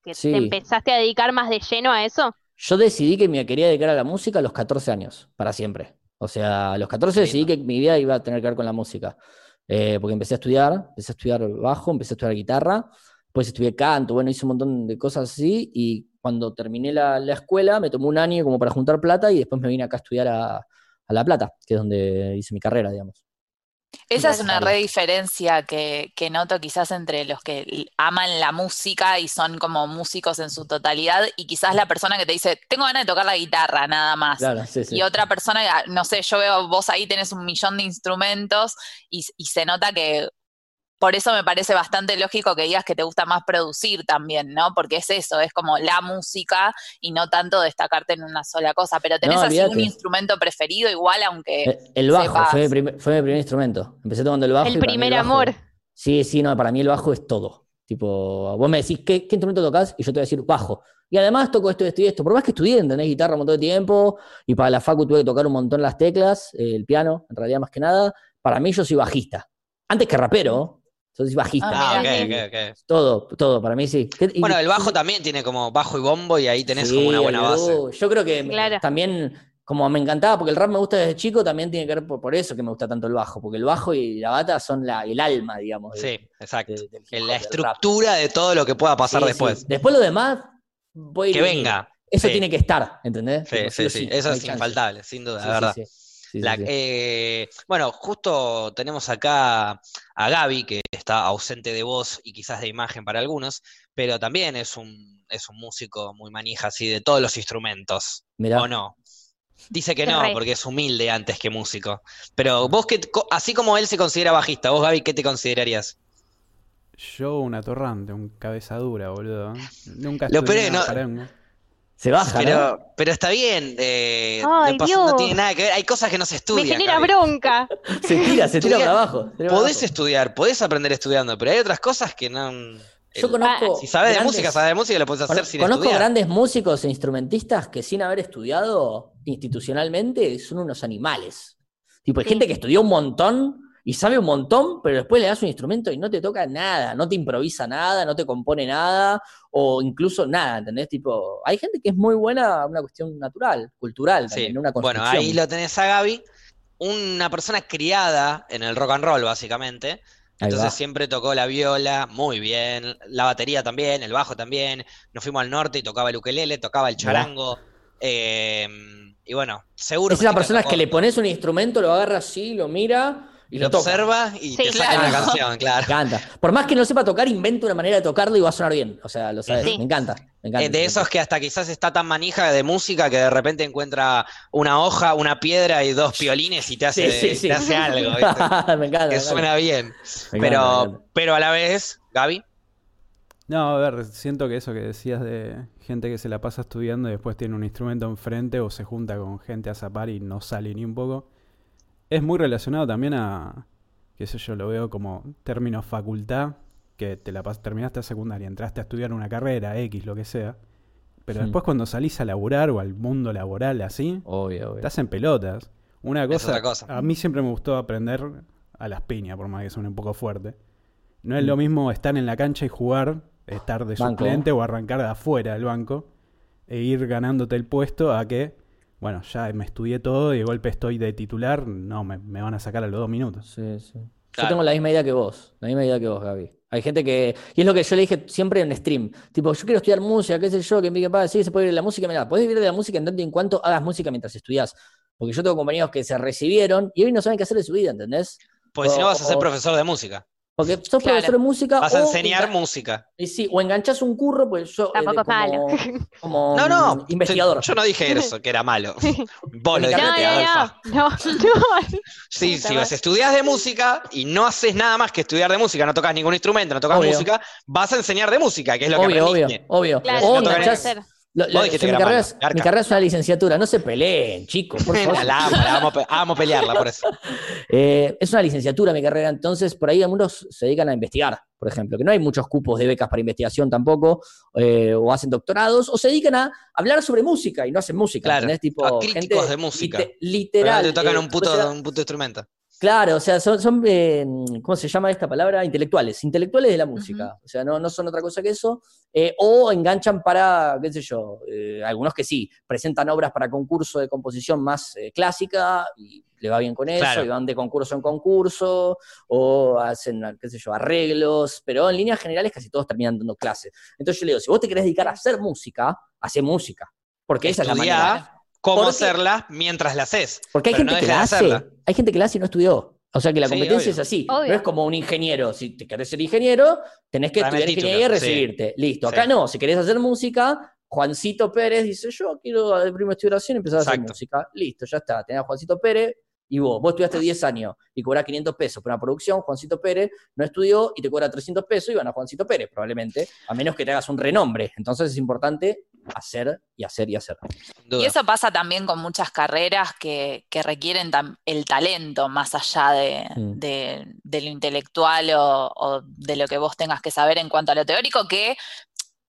Speaker 3: que
Speaker 2: Sí.
Speaker 3: te empezaste a dedicar más de lleno a eso.
Speaker 2: Yo decidí que me quería dedicar a la música a los 14 años, para siempre. O sea, a los 14 decidí que mi vida iba a tener que ver con la música. Eh, porque empecé a estudiar, empecé a estudiar bajo, empecé a estudiar guitarra, después estudié canto, bueno, hice un montón de cosas así. Y cuando terminé la, la escuela, me tomó un año como para juntar plata y después me vine acá a estudiar a, a La Plata, que es donde hice mi carrera, digamos.
Speaker 4: Esa es una
Speaker 2: Claro.
Speaker 4: re diferencia que, que noto quizás entre los que l- aman la música y son como músicos en su totalidad y quizás la persona que te dice, tengo ganas de tocar la guitarra nada más.
Speaker 2: Claro, sí, sí.
Speaker 4: Y otra persona, ah, no sé, yo veo vos ahí tenés un millón de instrumentos y, s- y se nota que por eso me parece bastante lógico que digas que te gusta más producir también, ¿no? Porque es eso, es como la música y no tanto destacarte en una sola cosa. Pero tenés así un
Speaker 2: olvídate.
Speaker 4: instrumento preferido igual, aunque...
Speaker 2: Eh, El bajo
Speaker 4: sepas.
Speaker 2: fue mi, primer, fue mi primer instrumento. Empecé tocando el bajo.
Speaker 3: El
Speaker 2: y para mí
Speaker 3: primer
Speaker 2: bajo-
Speaker 3: amor.
Speaker 2: Sí, sí, no, para mí el bajo es todo. Tipo, vos me decís, ¿qué, qué instrumento tocas? Y yo te voy a decir, bajo. Y además toco esto, esto y esto. Por más que estudié, tenés guitarra un montón de tiempo. Y para la facu tuve que tocar un montón las teclas, eh, el piano, en realidad más que nada. Para mí yo soy bajista. Antes que rapero, yo soy bajista.
Speaker 1: Ah, ok,
Speaker 4: mirá
Speaker 1: ok,
Speaker 2: que-
Speaker 1: ok.
Speaker 2: Todo, todo, para mí sí. ¿Qué- y-
Speaker 1: Bueno, el bajo también tiene como bajo y bombo y ahí tenés como una
Speaker 2: Sí,
Speaker 1: buena
Speaker 2: el
Speaker 1: base.
Speaker 2: groove. Yo creo que me-
Speaker 3: Claro.
Speaker 2: también, como me encantaba, porque el rap me gusta desde chico, también tiene que ver por, por eso que me gusta tanto el bajo, porque el bajo y la bata son la, el alma, digamos. de-
Speaker 1: Sí, exacto.
Speaker 2: de- del hip hop,
Speaker 1: La
Speaker 2: del rap.
Speaker 1: estructura de todo lo que pueda pasar
Speaker 2: Sí, sí.
Speaker 1: después.
Speaker 2: Después lo demás, voy y
Speaker 1: Que
Speaker 2: venir.
Speaker 1: venga.
Speaker 2: Eso
Speaker 1: Sí.
Speaker 2: tiene que estar, ¿entendés?
Speaker 1: Sí,
Speaker 2: Tipo,
Speaker 1: sí,
Speaker 2: o
Speaker 1: sí.
Speaker 2: no
Speaker 1: Eso
Speaker 2: hay
Speaker 1: es
Speaker 2: chance.
Speaker 1: infaltable, sin duda,
Speaker 2: Sí,
Speaker 1: la
Speaker 2: sí,
Speaker 1: verdad.
Speaker 2: sí. Sí, sí,
Speaker 1: La-
Speaker 2: sí.
Speaker 1: eh, bueno, justo tenemos acá a Gaby, que está ausente de voz y quizás de imagen para algunos, pero también es un, es un músico muy manija así de todos los instrumentos,
Speaker 2: Mirá.
Speaker 1: ¿o no? Dice que no,
Speaker 3: Re.
Speaker 1: porque es humilde antes que músico. Pero vos, que, así como él se considera bajista, vos, Gaby, ¿qué te considerarías?
Speaker 5: Yo, un atorrante, un cabeza dura, boludo. Nunca
Speaker 1: Lo
Speaker 5: estudié
Speaker 1: peor es que
Speaker 5: nada
Speaker 1: no-
Speaker 5: Parango.
Speaker 2: Se baja, ¿no?
Speaker 1: Pero, pero está bien. eh,
Speaker 3: Ay,
Speaker 1: no, pasa- no
Speaker 3: Dios.
Speaker 1: tiene nada que ver. Hay cosas que no se
Speaker 3: Me
Speaker 1: estudian.
Speaker 3: genera
Speaker 1: Gaby.
Speaker 3: bronca.
Speaker 2: Se tira, se tira
Speaker 1: Estudia-
Speaker 2: para abajo. se tira para
Speaker 1: Podés
Speaker 2: abajo.
Speaker 1: estudiar, podés aprender estudiando, pero hay otras cosas que no.
Speaker 2: Yo conozco.
Speaker 1: Ah, Si sabes de
Speaker 2: grandes-
Speaker 1: música, sabes de música y lo podés hacer sin
Speaker 2: Conozco
Speaker 1: estudiar.
Speaker 2: grandes músicos e instrumentistas que sin haber estudiado institucionalmente son unos animales. Tipo, hay
Speaker 3: Sí.
Speaker 2: gente que estudió un montón y sabe un montón, pero después le das un instrumento y no te toca nada, no te improvisa nada, no te compone nada, o incluso nada, ¿entendés? Tipo, hay gente que es muy buena, una cuestión natural, cultural,
Speaker 1: Sí.
Speaker 2: también, una
Speaker 1: Bueno,
Speaker 2: construcción.
Speaker 1: ahí lo tenés a Gaby, una persona criada en el rock and roll, básicamente.
Speaker 2: Ahí va.
Speaker 1: Entonces siempre tocó la viola, muy bien, la batería también, el bajo también. Nos fuimos al norte y tocaba el ukelele, tocaba el charango. eh, y bueno, seguro.
Speaker 2: es la
Speaker 1: Metallica
Speaker 2: persona
Speaker 1: tocó.
Speaker 2: que le pones un instrumento, lo agarra así, lo mira y lo,
Speaker 1: lo
Speaker 2: toca.
Speaker 1: observa y
Speaker 3: Sí,
Speaker 1: te saca una
Speaker 4: claro.
Speaker 1: canción, claro.
Speaker 2: Me encanta. Por más que no sepa tocar, inventa una manera de tocarlo y va a sonar bien. O sea, lo sabes.
Speaker 3: Sí.
Speaker 2: Me encanta. Me encanta.
Speaker 1: Eh, de esos que hasta quizás está tan manija de música que de repente encuentra una hoja, una piedra y dos piolines y te hace,
Speaker 2: Sí, sí, sí.
Speaker 1: te hace algo,
Speaker 2: me
Speaker 1: ¿viste?
Speaker 2: encanta. me encanta.
Speaker 1: que suena bien.
Speaker 2: Me
Speaker 1: pero,
Speaker 2: encanta, me encanta.
Speaker 1: pero a la vez, Gaby,
Speaker 5: No, a ver, siento que eso que decías de gente que se la pasa estudiando y después tiene un instrumento enfrente o se junta con gente a zapar y no sale ni un poco, es muy relacionado también a, qué sé yo, lo veo como término facultad, que te la pas- terminaste a secundaria, entraste a estudiar una carrera, X, lo que sea, pero
Speaker 2: Hmm.
Speaker 5: después cuando salís a laburar o al mundo laboral así,
Speaker 2: Obvio, obvio.
Speaker 5: Estás en pelotas. Una cosa,
Speaker 1: otra cosa.
Speaker 5: A mí siempre me gustó aprender a las piñas, por más que suene un poco fuerte. No
Speaker 1: Mm.
Speaker 5: es lo mismo estar en la cancha y jugar, estar de
Speaker 2: Banco.
Speaker 5: suplente o arrancar de afuera del banco e ir ganándote el puesto a que, bueno, ya me estudié todo y de golpe estoy de titular, no, me, me van a sacar a los dos minutos.
Speaker 2: Sí, sí. Yo
Speaker 1: Claro.
Speaker 2: tengo la misma idea que vos. La misma idea que vos, Gaby. Hay gente que. Y es lo que yo le dije siempre en stream. Tipo, yo quiero estudiar música, qué sé yo, que mi papá, sí, se puede vivir de la música. Mirá, podés vivir de la música en tanto y en cuanto hagas música mientras estudias. Porque yo tengo compañeros que se recibieron y hoy no saben qué hacer de su vida, ¿entendés?
Speaker 1: pues si no vas a ser
Speaker 2: Oh.
Speaker 1: profesor de música,
Speaker 2: Porque sos
Speaker 4: Claro.
Speaker 2: profesor de música.
Speaker 1: vas a
Speaker 2: o
Speaker 1: enseñar
Speaker 2: engan-
Speaker 1: música.
Speaker 2: Y sí, o enganchás un curro, pues yo. eh,
Speaker 3: Tampoco es malo.
Speaker 2: como, como
Speaker 1: No, no,
Speaker 2: investigador.
Speaker 1: Yo no dije eso, que era malo. Vos lo
Speaker 2: No,
Speaker 3: No,
Speaker 1: dijiste,
Speaker 3: no,
Speaker 1: Adolfa.
Speaker 3: no. No, no.
Speaker 1: Sí,
Speaker 3: Puta
Speaker 1: si
Speaker 3: madre.
Speaker 1: vas, estudias de música y no haces nada más que estudiar de música, no tocas ningún instrumento, no tocas
Speaker 2: Obvio.
Speaker 1: música, vas a enseñar de música, que es lo que
Speaker 2: obvio,
Speaker 1: aprendiste.
Speaker 2: obvio, obvio.
Speaker 3: Claro,
Speaker 2: o
Speaker 1: no tocan
Speaker 2: enganchás-
Speaker 3: puede ser.
Speaker 2: lo- lo-
Speaker 1: Vos dijiste
Speaker 2: yo
Speaker 1: que
Speaker 2: mi,
Speaker 1: era
Speaker 2: carrera
Speaker 1: malo,
Speaker 2: es,
Speaker 1: garca.
Speaker 2: mi carrera es una licenciatura, no se peleen, chicos, por favor.
Speaker 1: La amo, la amo, amo pelearla por eso.
Speaker 2: Eh, es una licenciatura mi carrera, entonces por ahí algunos se dedican a investigar, por ejemplo, que no hay muchos cupos de becas para investigación tampoco, eh, o hacen doctorados, o se dedican a hablar sobre música y no hacen música.
Speaker 1: Claro,
Speaker 2: ¿entendés? Tipo,
Speaker 1: a críticos de música.
Speaker 2: lite-
Speaker 1: Pero no
Speaker 2: literal.
Speaker 1: te tocan
Speaker 2: eh,
Speaker 1: un puto,
Speaker 2: profesora-
Speaker 1: un puto instrumento.
Speaker 2: Claro, o sea, son, son, eh, ¿cómo se llama esta palabra? Intelectuales, intelectuales de la música, o sea, no, no son otra cosa que eso, Eh, o enganchan para, qué sé yo, eh, algunos que sí, presentan obras para concurso de composición más eh, clásica y le va bien con eso,
Speaker 1: Claro.
Speaker 2: y van de concurso en concurso, o hacen, qué sé yo, arreglos, pero en líneas generales casi todos terminan dando clases. Entonces yo le digo, si vos te querés dedicar a hacer música, hace música, porque esa es la
Speaker 1: Estudiá
Speaker 2: manera.
Speaker 1: cómo
Speaker 2: ¿Por qué?
Speaker 1: hacerla mientras la haces.
Speaker 2: Porque hay
Speaker 1: Pero
Speaker 2: gente
Speaker 1: no
Speaker 2: que
Speaker 1: deja
Speaker 2: la
Speaker 1: de
Speaker 2: hace.
Speaker 1: hacerla.
Speaker 2: Hay gente que la hace y no estudió. O sea que la
Speaker 1: Sí,
Speaker 2: competencia
Speaker 1: obvio.
Speaker 2: es así. No
Speaker 3: Obvio.
Speaker 2: es como un ingeniero. Si te querés ser ingeniero, tenés que
Speaker 1: Dame el
Speaker 2: estudiar
Speaker 1: título,
Speaker 2: ingeniería y
Speaker 1: sí.
Speaker 2: recibirte. Listo. Acá
Speaker 1: Sí.
Speaker 2: no. Si querés hacer música, Juancito Pérez dice: Yo quiero de prima estudiación empezar a hacer
Speaker 1: Exacto.
Speaker 2: música. Listo, ya está. Tenés a Juancito Pérez y vos. Vos estudiaste 10 años y cobrás 500 pesos por una producción. Juancito Pérez no estudió y te cobra 300 pesos y van a Juancito Pérez, probablemente. A menos que te hagas un renombre. Entonces es importante hacer y hacer y hacer.
Speaker 1: Sin duda.
Speaker 4: Y eso pasa también con muchas carreras que, que requieren tam- el talento más allá de,
Speaker 2: Mm.
Speaker 4: de- de lo intelectual o, o de lo que vos tengas que saber en cuanto a lo teórico, que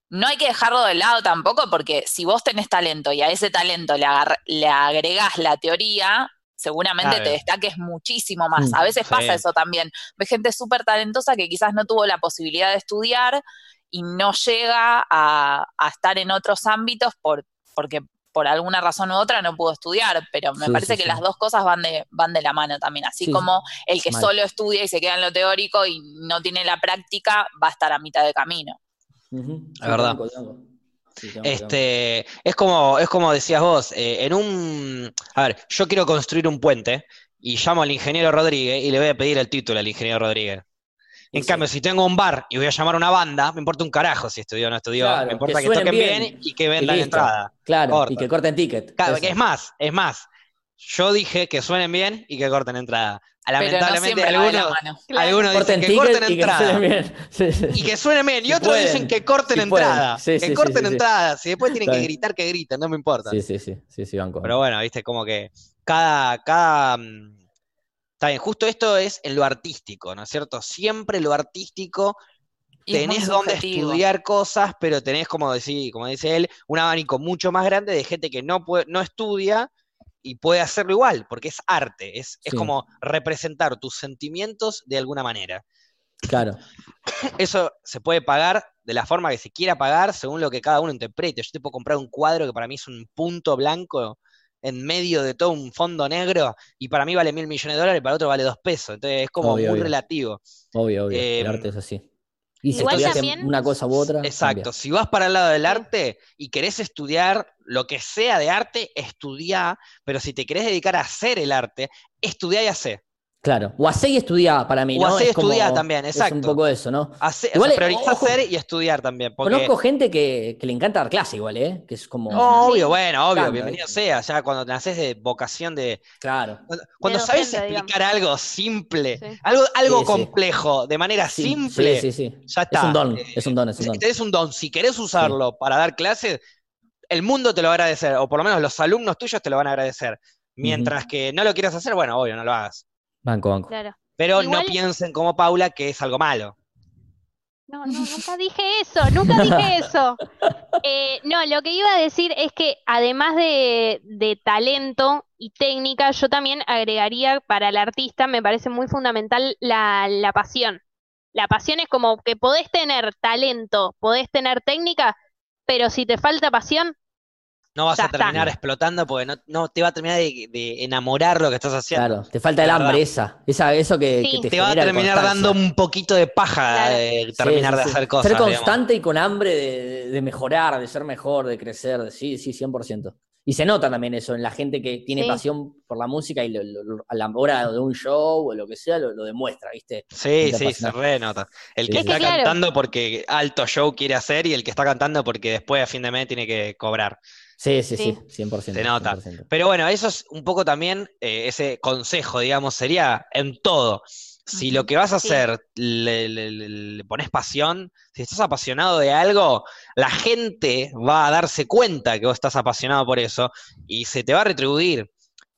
Speaker 4: no hay que dejarlo de lado tampoco, porque si vos tenés talento y a ese talento le, agar- le agregás la teoría, seguramente
Speaker 1: Claro.
Speaker 4: te destaques muchísimo más.
Speaker 2: Mm,
Speaker 4: A veces
Speaker 1: sí.
Speaker 4: pasa eso también. Ves gente súper talentosa que quizás no tuvo la posibilidad de estudiar y no llega a, a estar en otros ámbitos por, porque por alguna razón u otra no pudo estudiar, pero me
Speaker 2: Sí,
Speaker 4: parece
Speaker 2: sí,
Speaker 4: que
Speaker 2: sí.
Speaker 4: las dos cosas van de, van de la mano también, así
Speaker 2: Sí,
Speaker 4: como el que
Speaker 2: Mal.
Speaker 4: solo estudia y se queda en lo teórico y no tiene la práctica, va a estar a mitad de camino.
Speaker 2: Ujú.
Speaker 1: La verdad.
Speaker 2: banco, banco. Sí, banco, banco.
Speaker 1: Este, es como, es como decías vos, eh, en un, a ver, yo quiero construir un puente y llamo al ingeniero Rodríguez y le voy a pedir el título al ingeniero Rodríguez. En
Speaker 2: Sí.
Speaker 1: cambio, si tengo un bar y voy a llamar a una banda, me importa un carajo si estudió o no estudió.
Speaker 2: Claro,
Speaker 1: me importa
Speaker 2: que
Speaker 1: que,
Speaker 2: suenen
Speaker 1: toquen bien,
Speaker 2: bien
Speaker 1: y que
Speaker 2: Y
Speaker 1: vendan
Speaker 2: listo.
Speaker 1: entrada.
Speaker 2: Claro,
Speaker 1: Corta.
Speaker 2: y que corten ticket.
Speaker 1: Claro,
Speaker 2: Eso.
Speaker 1: que es más, es más. Yo dije que suenen bien y que corten entrada.
Speaker 4: Pero no
Speaker 1: Lamentablemente
Speaker 4: siempre va de la
Speaker 1: algunos,
Speaker 4: mano.
Speaker 1: algunos dicen
Speaker 2: corten
Speaker 1: que
Speaker 2: ticket
Speaker 1: corten
Speaker 2: y que suenen
Speaker 1: entrada.
Speaker 2: bien. Sí, sí.
Speaker 1: Y que suenen bien. Y
Speaker 2: Si
Speaker 1: otros
Speaker 2: pueden,
Speaker 1: dicen que corten
Speaker 2: si pueden.
Speaker 1: entrada.
Speaker 2: Sí, sí,
Speaker 1: que
Speaker 2: sí,
Speaker 1: corten
Speaker 2: sí, sí.
Speaker 1: entrada. Si después tienen
Speaker 2: Está
Speaker 1: que
Speaker 2: bien.
Speaker 1: gritar, que griten, no me importa.
Speaker 2: Sí, sí, sí, sí, sí, banco.
Speaker 1: Pero bueno, viste, como que cada, cada. mm, Está bien, justo esto es en lo artístico, ¿no es cierto? Siempre lo artístico,
Speaker 4: Y es muy
Speaker 1: tenés donde
Speaker 4: subjetivo.
Speaker 1: estudiar cosas, pero tenés, como, decí- como dice él, un abanico mucho más grande de gente que no, puede, no estudia y puede hacerlo igual, porque es arte, es, es
Speaker 2: Sí.
Speaker 1: como representar tus sentimientos de alguna manera.
Speaker 2: Claro.
Speaker 1: Eso se puede pagar de la forma que se quiera pagar, según lo que cada uno interprete. Yo te puedo comprar un cuadro que para mí es un punto blanco en medio de todo un fondo negro y para mí vale mil millones de dólares y para otro vale dos pesos. Entonces es como
Speaker 2: Obvio,
Speaker 1: muy
Speaker 2: obvio.
Speaker 1: relativo.
Speaker 2: Obvio, obvio. el
Speaker 1: Eh,
Speaker 2: arte es así. Y si
Speaker 3: igual
Speaker 2: estudiaste
Speaker 3: también-
Speaker 2: una cosa u otra.
Speaker 1: Exacto.
Speaker 2: cambia.
Speaker 1: Si vas para el lado del
Speaker 3: Sí.
Speaker 1: arte y querés estudiar lo que sea de arte, estudiá. Pero si te querés dedicar a hacer el arte, estudiá y hacé.
Speaker 2: Claro. O hacé y estudiá para mí.
Speaker 1: O
Speaker 2: ¿no?
Speaker 1: hacé y
Speaker 2: Es como-
Speaker 1: estudiá también,
Speaker 2: Es
Speaker 1: exacto.
Speaker 2: un poco eso, ¿no?
Speaker 1: Hacé- o
Speaker 2: Igual,
Speaker 1: sea, priorizá
Speaker 2: ojo.
Speaker 1: hacer y estudiar también. Porque...
Speaker 2: Conozco gente que, que le encanta dar clase igual, ¿eh? Que es como.
Speaker 1: No,
Speaker 3: Sí.
Speaker 1: obvio, bueno, obvio,
Speaker 2: Cambia,
Speaker 1: bienvenido
Speaker 2: ¿viste?
Speaker 1: sea. Ya cuando naces de vocación de,
Speaker 2: Claro.
Speaker 1: Cuando, cuando
Speaker 3: docente,
Speaker 1: sabes
Speaker 3: digamos.
Speaker 1: explicar algo simple,
Speaker 3: Sí.
Speaker 1: algo, algo
Speaker 2: Sí, sí.
Speaker 1: complejo, de manera
Speaker 2: Sí,
Speaker 1: simple,
Speaker 2: Sí, sí, sí.
Speaker 1: ya está.
Speaker 2: Es un don,
Speaker 1: Eh,
Speaker 2: es un don, es un
Speaker 1: si
Speaker 2: don.
Speaker 1: tenés un don, si querés usarlo para dar clases, el mundo te lo va a agradecer, o por lo menos los alumnos tuyos te lo van a agradecer. Mientras que no lo quieras hacer, bueno, obvio, no lo hagas.
Speaker 2: Banco, banco.
Speaker 3: Claro.
Speaker 1: Pero no
Speaker 3: Igual-
Speaker 1: piensen como Paula que es algo malo.
Speaker 3: No, no, nunca dije eso, nunca dije eso. Eh, no, lo que iba a decir es que además de, de talento y técnica, yo también agregaría para el artista, me parece muy fundamental la, la pasión. La pasión es como que podés tener talento, podés tener técnica, pero si te falta pasión,
Speaker 1: No vas
Speaker 3: Ya
Speaker 1: a terminar
Speaker 2: está.
Speaker 1: explotando porque no, no te va a terminar de, de enamorar lo que estás haciendo.
Speaker 2: Claro, te falta el
Speaker 1: La verdad.
Speaker 2: hambre esa, esa eso que,
Speaker 3: Sí.
Speaker 2: que te,
Speaker 1: Te va a
Speaker 2: genera de
Speaker 1: terminar
Speaker 2: constancia.
Speaker 1: dando un poquito de paja
Speaker 3: Claro.
Speaker 1: de
Speaker 2: Sí,
Speaker 1: terminar
Speaker 2: sí,
Speaker 1: de
Speaker 2: sí.
Speaker 1: hacer cosas.
Speaker 2: Ser
Speaker 1: digamos.
Speaker 2: constante y con hambre de, de- de mejorar, de ser mejor, de crecer, de- sí, sí, 100%. Y se nota también eso en la gente que tiene
Speaker 3: Sí.
Speaker 2: pasión por la música y lo- lo- lo- a la hora de un show o lo que sea lo, lo demuestra, ¿viste?
Speaker 1: Sí,
Speaker 2: Nunca
Speaker 1: sí,
Speaker 2: pasa
Speaker 1: se renota. El
Speaker 2: Sí,
Speaker 1: que
Speaker 2: sí,
Speaker 1: está
Speaker 3: sí. Es que, claro.
Speaker 1: cantando porque alto show quiere hacer y el que está cantando porque después a fin de mes tiene que cobrar.
Speaker 2: Sí, sí, sí,
Speaker 3: Sí.
Speaker 2: 100%.
Speaker 1: Se nota.
Speaker 2: 100%.
Speaker 1: Pero bueno, eso es un poco también, eh, ese consejo, digamos, sería en todo. Si lo
Speaker 4: Ujú,
Speaker 1: que vas a
Speaker 3: sí.
Speaker 1: hacer le, le- le- le pones pasión, si estás apasionado de algo, la gente va a darse cuenta que vos estás apasionado por eso y se te va a retribuir.